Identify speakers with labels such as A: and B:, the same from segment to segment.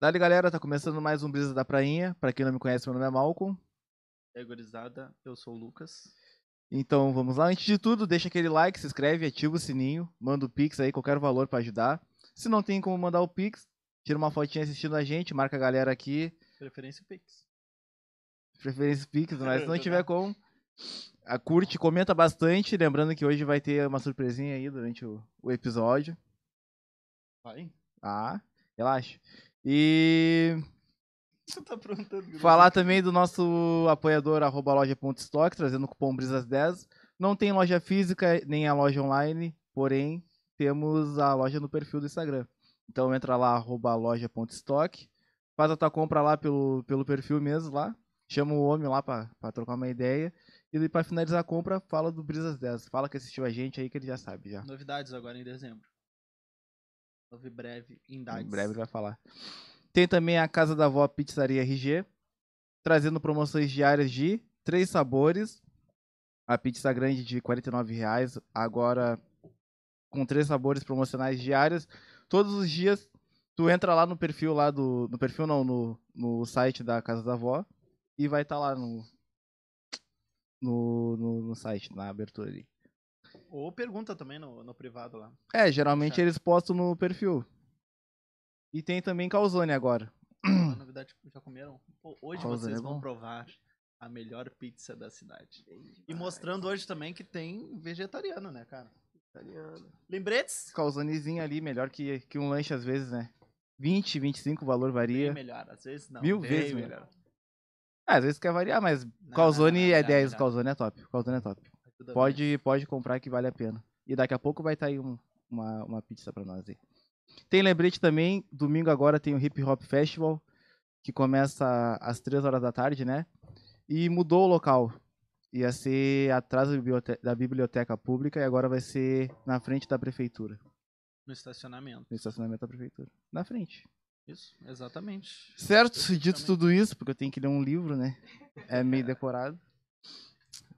A: Dali, galera, tá começando mais um Brisa da Prainha. Pra quem não me conhece, meu nome é Malcolm.
B: E aí, gurizada, eu sou o Lucas.
A: Então, vamos lá. Antes de tudo, deixa aquele like, se inscreve, ativa o sininho, manda o Pix aí, qualquer valor pra ajudar. Se não tem como mandar o Pix, tira uma fotinha assistindo a gente, marca a galera aqui,
B: Preferência Pix.
A: preferência Pix, mas se não tiver como, a curte, comenta bastante. Lembrando que hoje vai ter uma surpresinha aí durante o- o episódio.
B: Vai.
A: Ah, relaxa. E
B: Você tá aprontando, gurizada?
A: falar também do nosso apoiador, arroba loja.stock, trazendo o cupom Brisas10. Não tem loja física, nem a loja online, porém, temos a loja no perfil do Instagram. Então entra lá, arroba loja.stock, faz a tua compra lá pelo, pelo perfil mesmo lá, chama o homem lá pra, pra trocar uma ideia. E pra finalizar a compra, fala do Brisas10. Fala que assistiu a gente aí que ele já sabe já.
B: Novidades agora em dezembro. Houve breve
A: Em
B: indades.
A: breve ele vai falar. Tem também a Casa da Vó Pizzaria RG, trazendo promoções diárias de três sabores. A pizza grande de R$ 49,00, agora com três sabores promocionais diários. Todos os dias, tu entra lá no perfil lá do... No perfil não, no, no site da Casa da Vó e vai estar lá no, no, no, no site, na abertura ali.
B: Ou pergunta também no, no privado lá.
A: É, geralmente
B: Chato.
A: eles postam no perfil. E tem também calzone agora.
B: Uma novidade que já comeram. Pô, hoje
A: Rosa,
B: vocês
A: é
B: vão
A: bom?
B: provar a melhor pizza da cidade. E mostrando hoje também que tem vegetariano, né, cara? Lembretes?
A: calzonezinho ali, melhor que, que um lanche às vezes, né? 20, 25, o valor
B: Bem
A: varia.
B: É melhor. Às vezes não.
A: Mil
B: bem
A: vezes melhor. Ah, às vezes quer variar, mas
B: Não,
A: calzone
B: não, não,
A: é
B: melhor,
A: 10,
B: melhor.
A: calzone é top. Calzone é top.
B: Tudo bem.
A: Pode, pode comprar que vale a pena. E daqui a pouco vai estar aí um- uma, uma pizza pra nós aí. Tem lembrete também, domingo agora tem o Hip Hop Festival, que começa às 3 horas da tarde, né? E mudou o local. Ia ser atrás da bibliote- da biblioteca pública e agora vai ser na frente da prefeitura.
B: No estacionamento.
A: No estacionamento da prefeitura. Na frente.
B: Isso, exatamente.
A: Certo,
B: Perfeitamente.
A: dito tudo isso, porque eu tenho que ler um livro, né? É meio decorado.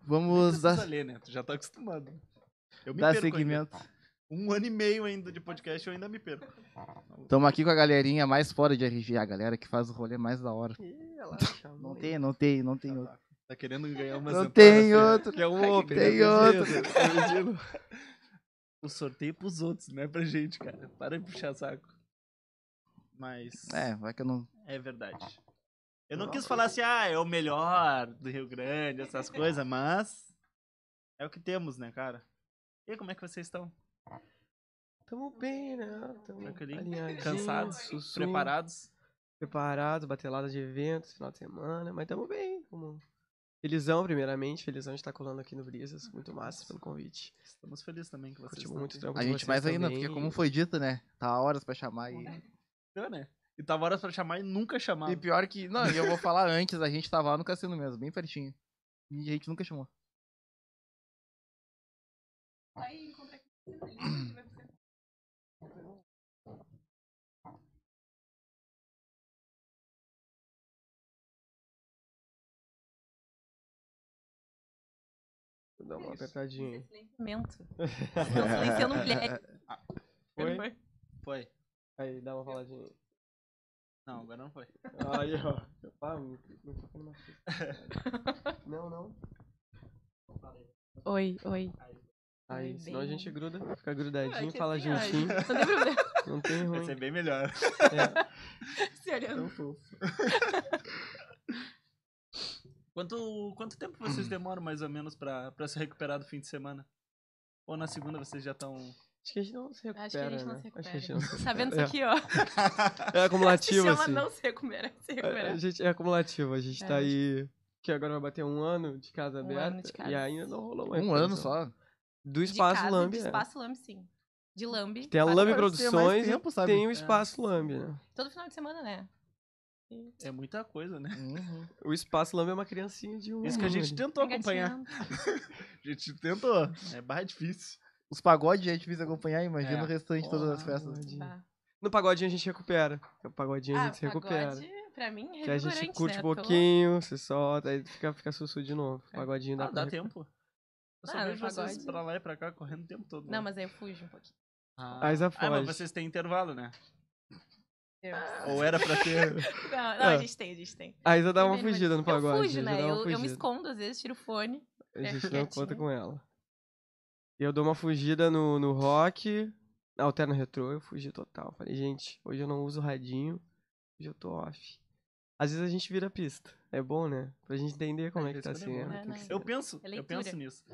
A: Vamos
B: Precisa
A: dar,
B: ler, né? Tu já tá acostumado. Eu me
A: dar
B: perco ainda.
A: seguimento.
B: Um ano e meio ainda de podcast, eu ainda me perco.
A: Estamos aqui com a galerinha mais fora de RG, a galera que faz o rolê mais da hora. Não tem, não tem, não tem outro.
B: Tá querendo ganhar umas
A: Não
B: entradas,
A: tem
B: né?
A: outro.
B: Que é um
A: Não
B: open,
A: tem
B: né?
A: outro.
B: Imagino. O sorteio é pros outros, não é pra gente, cara. Para de puxar saco. Mas é,
A: É, vai que eu não.
B: verdade. Eu não quis falar assim, ah, é o melhor do Rio Grande, essas coisas, mas é o que temos, né, cara? E aí, como é que vocês estão?
C: Tamo bem, né? Tamo
B: Tranquilinho?
C: alinhadinho,
B: Cansados?
C: sussunho,
B: Preparados?
C: Preparados, batelada de eventos, final de semana, mas tamo bem. Tamo... Felizão, primeiramente, felizão de estar colando aqui no
D: Ah,
C: Brisas. Muito massa pelo convite.
B: Estamos felizes também que vocês
C: Curti
B: estão
C: muito o
B: aqui. é
C: trampo
A: A
C: de
A: gente
C: vocês
A: mais ainda,
C: também.
A: porque como foi dito, né? Tá horas pra chamar e.
B: Deu, né? E tava horas pra chamar e nunca chamaram.
A: E pior que. Não, e eu vou falar antes, a gente tava lá no cassino mesmo, bem pertinho. E a gente nunca chamou.
C: Vou dar uma apertadinha aí.
D: Silenciamento. Não, silenciando
C: um
D: mulher.
C: Foi?
B: Foi.
C: Aí, dá uma faladinha aí.
B: Não, agora não foi.
C: Aí, ó. Opa, meu microfone na frente. Não, não.
D: Oi, oi.
C: Aí,
D: Ai,
C: senão a
D: bem.
C: gente gruda, fica grudadinho,
D: Ai, que
C: fala
D: viagem.
C: juntinho.
D: Não tem problema.
C: Não tem
B: Vai
C: ruim.
B: ser bem melhor.
C: É,
D: Se olhando.
C: tão fofo.
B: Quanto, quanto tempo vocês demoram mais ou menos pra, pra se recuperar do fim de semana? Ou na segunda vocês já estão.
C: Acho que a gente não se recupera,
D: Acho que a gente não
C: né?
D: se
C: Acho que a gente
D: recupera.
C: não se recupera.
D: Sabendo
C: É.
D: isso aqui, ó.
C: É
D: Se
C: acumulativo,
D: chama
C: assim.
D: não se recupera.
C: A,
D: Se
C: a
D: recupera.
C: gente é acumulativo, a gente
D: É,
C: tá
D: a
C: aí. Que agora vai bater um ano de casa
D: Um
C: aberta.
D: ano de casa.
C: E ainda não é rolou uma
A: Um ano
C: reposição.
A: só.
C: Do
D: De
C: espaço
D: casa,
C: Lambe.
D: De
C: né?
D: espaço lambe, sim. De lambe.
C: Tem a
D: Quase
C: Lambe
D: todo-
A: Pode ser mais
C: Produções e
A: tempo, sabe?
C: Tem o
A: É.
C: espaço Lambe, né?
D: Todo final de semana, né?
B: É muita coisa, né?
A: Uhum.
C: O espaço Lambe é uma criancinha de um
B: Isso que a
C: ano
B: gente
C: ali.
B: tentou acompanhar.
D: Engatinhando.
B: A gente tentou. É barra difícil.
A: Os pagodes a gente quis acompanhar, imagina
B: É.
A: o restante de todas as
C: Porra,
A: festas.
C: Pagodinho.
D: Tá.
C: No pagodinho a gente recupera. No pagodinho a
D: Ah,
C: gente se recupera.
D: pagode, pra mim, é
C: Que a
D: revigorante,
C: gente curte
D: né?
C: um
D: Tô- É.
C: pouquinho, se solta, aí fica, fica sussu de novo. Pagodinho
B: Ah,
C: dá
B: dá
C: pra recu-
B: tempo. Eu só
D: Ah, no
B: vejo vocês
D: pagode.
B: pra lá e pra cá correndo o tempo todo. né?
D: Não, mas aí eu fujo um pouquinho.
B: Ah,
C: Aí já
B: ah, mas
C: foge.
B: vocês têm intervalo, né? Ou era pra ter.
D: Não, não, a
C: Ah.
D: gente tem, a gente tem.
C: A Isa dá uma
D: Também não vai-
C: fugida no pagode.
D: Eu
C: a
D: fujo,
C: Isa
D: né?
C: dá uma
D: Eu, eu me
C: fugida.
D: escondo, às vezes tiro o fone.
C: A
D: É,
C: gente não conta
B: né?
D: quietinha.
C: com ela. Eu dou uma fugida no, no rock, na alterna retrô, eu fugi total. Falei, gente, hoje eu não uso radinho, hoje eu tô off. Às vezes a gente vira pista. É bom, né? Pra gente entender como é, que tá a
B: isso quando é bom,
C: cena. tem
D: né? É,
C: que
D: não.
C: ser.
B: Eu penso, eu
D: leitura.
B: penso nisso.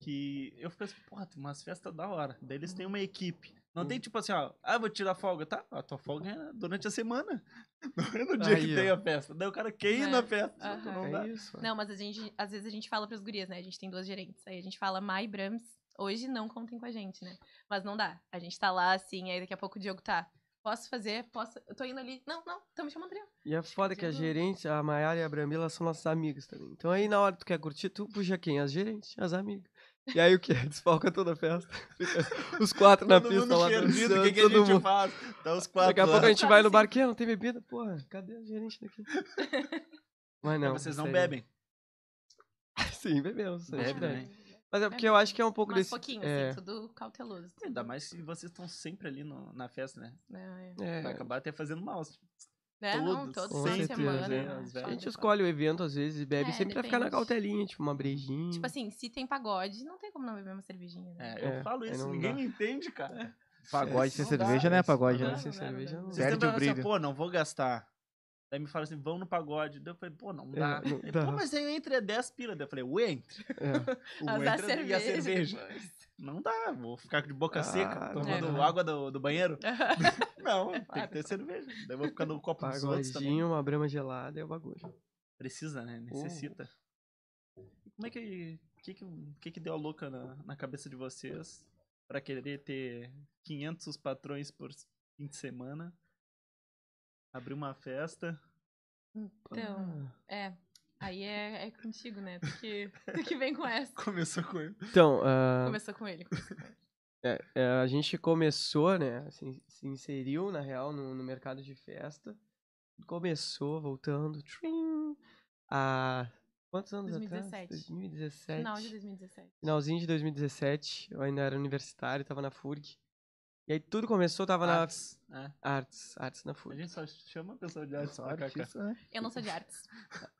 B: Que eu fico assim, porra, tem umas festas da hora. Daí eles
D: Uhum.
B: têm uma equipe. Não
C: Uhum.
B: tem tipo assim, ó, ah, vou tirar folga. Tá, a tua folga é durante a semana. Não é no dia que
C: Aí, ó.
B: tem a festa. Daí o cara quer ir
D: É.
B: na festa.
D: Aham.
B: Não dá.
C: É isso. ó.
D: Não, mas a gente, às vezes a gente fala pras gurias, né? A gente tem duas gerentes. Aí a gente fala, Mai e Brams, hoje não contem com a gente, né? Mas não dá. A gente tá lá, assim, aí daqui a pouco o Diogo tá. Posso fazer? Posso? Eu tô indo ali. Não, não, tamo me chamando pra eu.
C: E é foda que a
D: Diego-
C: gerente, a Maiara e a Bramila elas são nossas amigas também. Então aí na hora que tu quer curtir, tu puxa quem? As gerentes, as amigas. E aí o que? Desfalca toda a festa. Fica Os quatro na
B: Todo
C: pista
B: mundo
C: lá
B: perdido, o
C: dançando,
B: que, que a
C: todo
B: gente
C: mundo.
B: faz? Tá os quatro.
C: Daqui a
B: lá.
C: pouco a gente
D: Claro,
C: vai no
D: sim.
C: bar, que não tem bebida? Porra, cadê o gerente daqui? Mas não.
B: Vocês não
C: isso aí-
B: bebem.
C: Sim, bebemos. isso é
B: Bebe,
C: verdade.
B: né?
C: Mas é porque eu acho que é um pouco
D: Mas
C: desse.
D: pouquinho,
C: é,
D: assim, tudo cauteloso.
B: Ainda mais se vocês estão sempre ali no- na festa, né?
D: Né?
C: é.
B: Vai acabar até fazendo mal. assim.
D: Né? Não,
B: Todos,
D: todo
C: com
D: final de
C: certeza,
D: semana.
C: é.
D: né?
B: As
D: Foda,
C: A gente
D: foda.
C: escolhe o evento às vezes e bebe
D: É,
C: sempre pra ficar na
D: depende.
C: cautelinha, tipo uma brejinha.
D: Tipo assim, se tem pagode, não tem como não beber uma cervejinha, né?
B: É, eu
C: É,
B: falo
C: aí
B: isso,
C: não
B: ninguém
C: dá. É.
B: me entende, cara.
A: Pagode
C: Isso
A: sem
B: não dá,
A: cerveja, né?
B: isso
A: Pagode,
D: não
A: né?
D: dá.
C: sem cerveja não.
B: Vocês
A: Perde
B: tentam
A: o
B: falar assim,
A: brilho.
B: pô, não vou gastar. Daí me falaram assim, vamos no pagode. Daí eu falei, pô, não
C: É,
B: dá.
C: não
B: Ele,
C: dá.
B: Pô, mas aí entre é 10 pila. Daí eu falei, o entre.
C: É.
B: O entra
D: Mas a
B: e a
D: cerveja
B: cerveja.
D: depois.
B: Não dá, vou ficar de boca
C: Ah,
B: seca,
C: não
B: tomando
D: dá.
B: água do, do banheiro. Não, tem que ter cerveja. Daí eu vou ficar no copo dos outros também.
C: Pagodinho, uma brama gelada é o bagulho.
B: Precisa, né? Necessita. E Como é que. O que que, que que deu a louca na, na cabeça de vocês pra querer ter 500 patrões por fim de semana? Abrir uma festa.
D: Então,
C: Ah.
D: é. Aí é, é contigo, né? Tu que, tu que vem com essa.
B: Começou com ele.
C: Então, ah,
D: Começou com ele. começou com ele.
C: É, é, a gente começou, né? Se, se inseriu, na real, no, no mercado de festa. Começou, voltando. tchum, a. Quantos anos atrás?
D: 2017.
C: 2017.
D: Final de 2017.
C: Finalzinho de 2017. Eu ainda era universitário, tava na FURG. E aí tudo começou, tava
B: Artes, né?
C: na artes, artes na
B: A
C: FURG.
B: gente só chama a pessoa de artes pra cá, cara.
A: Artista, né?
D: Eu não sou de artes.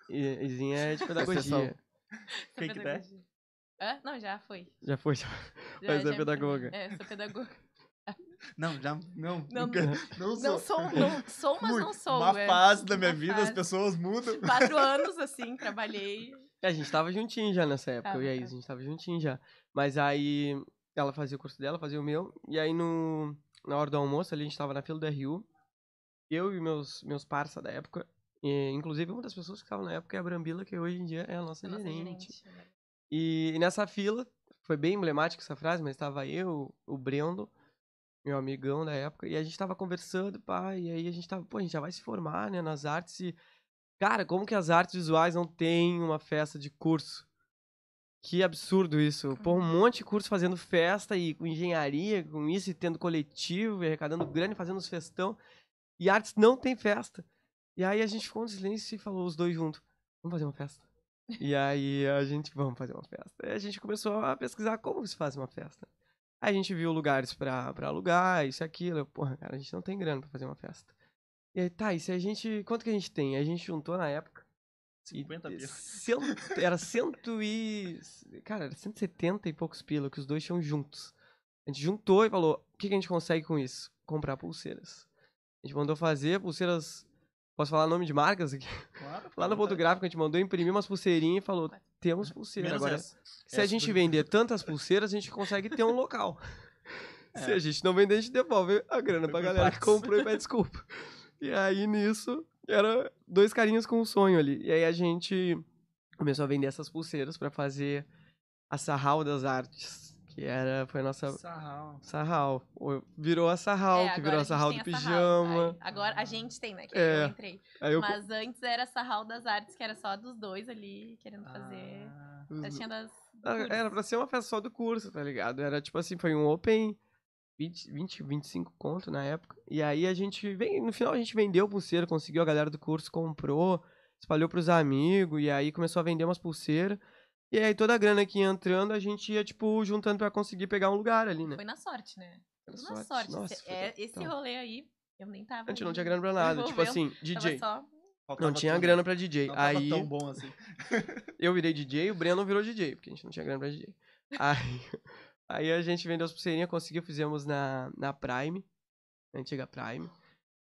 C: E, e Zinha é de
A: Exceção.
C: pedagogia.
D: Sou
B: que que
D: pedagogia. Hã? Não, já foi.
C: Já foi, já.
D: Já,
C: Mas é
D: já-
C: pedagoga.
D: É, sou pedagoga.
B: Não, já. Não,
D: Não,
B: nunca- não sou.
D: Não sou, não sou, mas
B: Muito.
D: não sou.
B: Uma
D: é.
B: fase da minha
D: Uma
B: vida, as
D: fase.
B: pessoas mudam.
D: Quatro anos, assim, trabalhei.
C: A gente tava juntinho já nessa época, eu
D: Tava,
C: e a Isa,
D: tava. tá.
C: a gente tava juntinho já. Mas aí ela fazia o curso dela, fazia o meu, e aí no, na hora do almoço ali a gente tava na fila do RU, eu e meus, meus parça da época, e, inclusive uma das pessoas que estavam na época é a Brambila, que hoje em dia é a nossa,
D: Nossa
C: gerente.
D: gerente.
C: E, e nessa fila, foi bem emblemática essa frase, mas tava eu, o Brendo, meu amigão da época, e a gente tava conversando, pá, e aí a gente tava, pô, a gente já vai se formar, né, nas artes e... Cara, como que as artes visuais não tem uma festa de curso? Que absurdo isso. Pô, um monte de curso fazendo festa e com engenharia, com isso, e tendo coletivo, e arrecadando grana, e fazendo os festão. E artes não tem festa. E aí a gente ficou no silêncio e falou os dois juntos, vamos fazer uma festa. E aí a gente, vamos fazer uma festa. E a gente começou a pesquisar como se faz uma festa. Aí a gente viu lugares pra, pra alugar, isso e aquilo. Eu, Porra, cara, a gente não tem grana pra fazer uma festa. E aí, tá, e se a gente... Quanto que a gente tem? A gente juntou na época... e
B: 50
C: de-
B: pila.
C: cento- era cento e... Cara, era 170 e poucos pila que os dois tinham juntos. A gente juntou e falou, o que, que a gente consegue com isso? Comprar pulseiras. A gente mandou fazer pulseiras... Posso falar nome de marcas aqui?
B: Claro,
C: Lá no ponto gráfico a gente mandou imprimir umas pulseirinhas e falou: temos pulseira.
B: Menos
C: Agora,
B: essa.
C: se a
B: Essa
C: gente
B: do-
C: vender tantas pulseiras, a gente consegue ter um local. Se
B: É.
C: a gente não vender, a gente devolve a grana pra
B: Foi
C: galera que
B: paz.
C: comprou e pede desculpa. E aí nisso, era dois carinhas com um sonho ali. E aí a gente começou a vender essas pulseiras pra fazer a Sarral das Artes, que era foi a
B: tá
C: nossa
B: Sarral.
C: Sarral. Ou Virou a Sarral,
D: É,
C: que
D: agora
C: virou
D: a
C: a
D: gente
C: Sarral
D: tem
C: do
D: a Sarral,
C: Pijama.
D: aí. Agora a gente tem, né? Que
C: É.
D: eu entrei.
C: Aí eu
D: Mas antes era Sarral das Artes, que era só dos dois ali querendo fazer.
B: Ah,
D: Eu tinha das.
C: Ah,
D: Putz.
C: Era pra ser uma festa só do curso, tá ligado? Era tipo assim, foi um open 20, 20 25 conto na época. E aí a gente, vem, no final a gente vendeu pulseira, conseguiu, a galera do curso comprou, espalhou pros amigos, e aí começou a vender umas pulseiras. E aí toda a grana que ia entrando, a gente ia, tipo, juntando pra conseguir pegar um lugar ali, né?
D: Foi na sorte, né?
C: Era
D: Tudo na sorte.
C: Nossa,
D: Esse-
C: foi
D: é-
C: total.
D: esse rolê aí Eu nem tava.
C: A gente não
D: ainda.
C: tinha grana pra nada. Tipo
D: Envolveu,
C: assim,
D: Tava
C: DJ.
D: só-
B: Faltava
C: Não tinha
B: tudo.
C: grana pra DJ.
B: Não tava
C: Aí
B: tão bom assim.
C: eu virei DJ, o Breno virou DJ, porque a gente não tinha grana pra DJ. Aí, aí a gente vendeu as pulseirinhas, conseguiu, fizemos na, na Prime, na antiga Prime.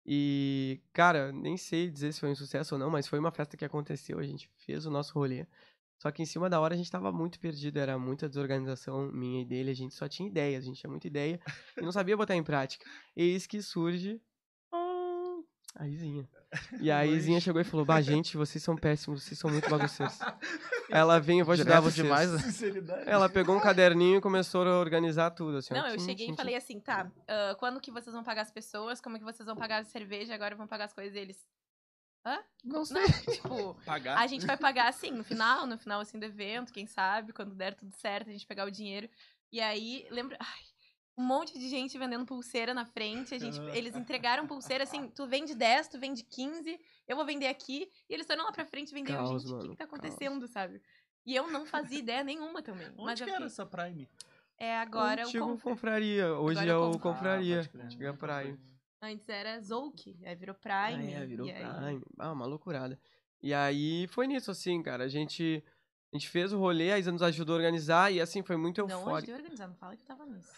C: E, cara, nem sei dizer se foi um sucesso ou não, mas foi uma festa que aconteceu, a gente fez o nosso rolê. Só que em cima da hora a gente tava muito perdido, era muita desorganização minha e dele, a gente só tinha ideias, a gente tinha muita ideia e não sabia botar em prática. Eis que surge ah, a Izinha. E a
B: Oi.
C: Izinha chegou e falou: Bah, gente, vocês são péssimos, vocês são muito bagunceiros. Ela vem, eu vou ajudar
A: Direto
C: vocês.
A: demais, né?
B: Sinceridade.
C: Ela pegou um caderninho e começou a organizar tudo. Assim, ó,
D: Não, eu
C: tchim,
D: cheguei
C: tchim,
D: e falei assim, tá, ah, quando que vocês vão pagar as pessoas? Como que vocês vão pagar a cerveja? Agora vão pagar as coisas deles?
A: Não
D: Não,
A: sei.
D: tipo,
B: Pagar.
D: a gente vai pagar assim, no final, no final assim do evento, quem sabe, quando der tudo certo, a gente pegar o dinheiro. E aí, lembra, ai, um monte de gente vendendo pulseira na frente, a gente, eles entregaram pulseira assim, tu vende 10, tu vende 15, eu vou vender aqui, e eles foram lá pra frente vender, eu,
C: Caos,
D: gente, o que que
C: mano,
D: tá
C: caos.
D: acontecendo, sabe? E eu não fazia ideia nenhuma também.
B: Onde
D: mas eu
B: que era
D: fiquei,
B: essa Prime?
D: é agora o
C: Antigo
D: Confra.
C: confraria. Hoje
D: Agora
C: é
D: o
C: o
D: Confra.
C: confraria.
B: Ah, pode crer.
C: Antiga Prime.
D: Antes era Zouk, aí virou Prime.
B: Ah, é, virou
D: e aí-
B: Prime.
C: Ai, ah, uma loucurada. E aí foi nisso, assim, cara. A gente, a gente fez o rolê, a Isa nos ajudou a organizar e assim foi muito
D: Não, antes de
C: eufórico.
D: eu organizar, não fala Então, que eu tava nisso.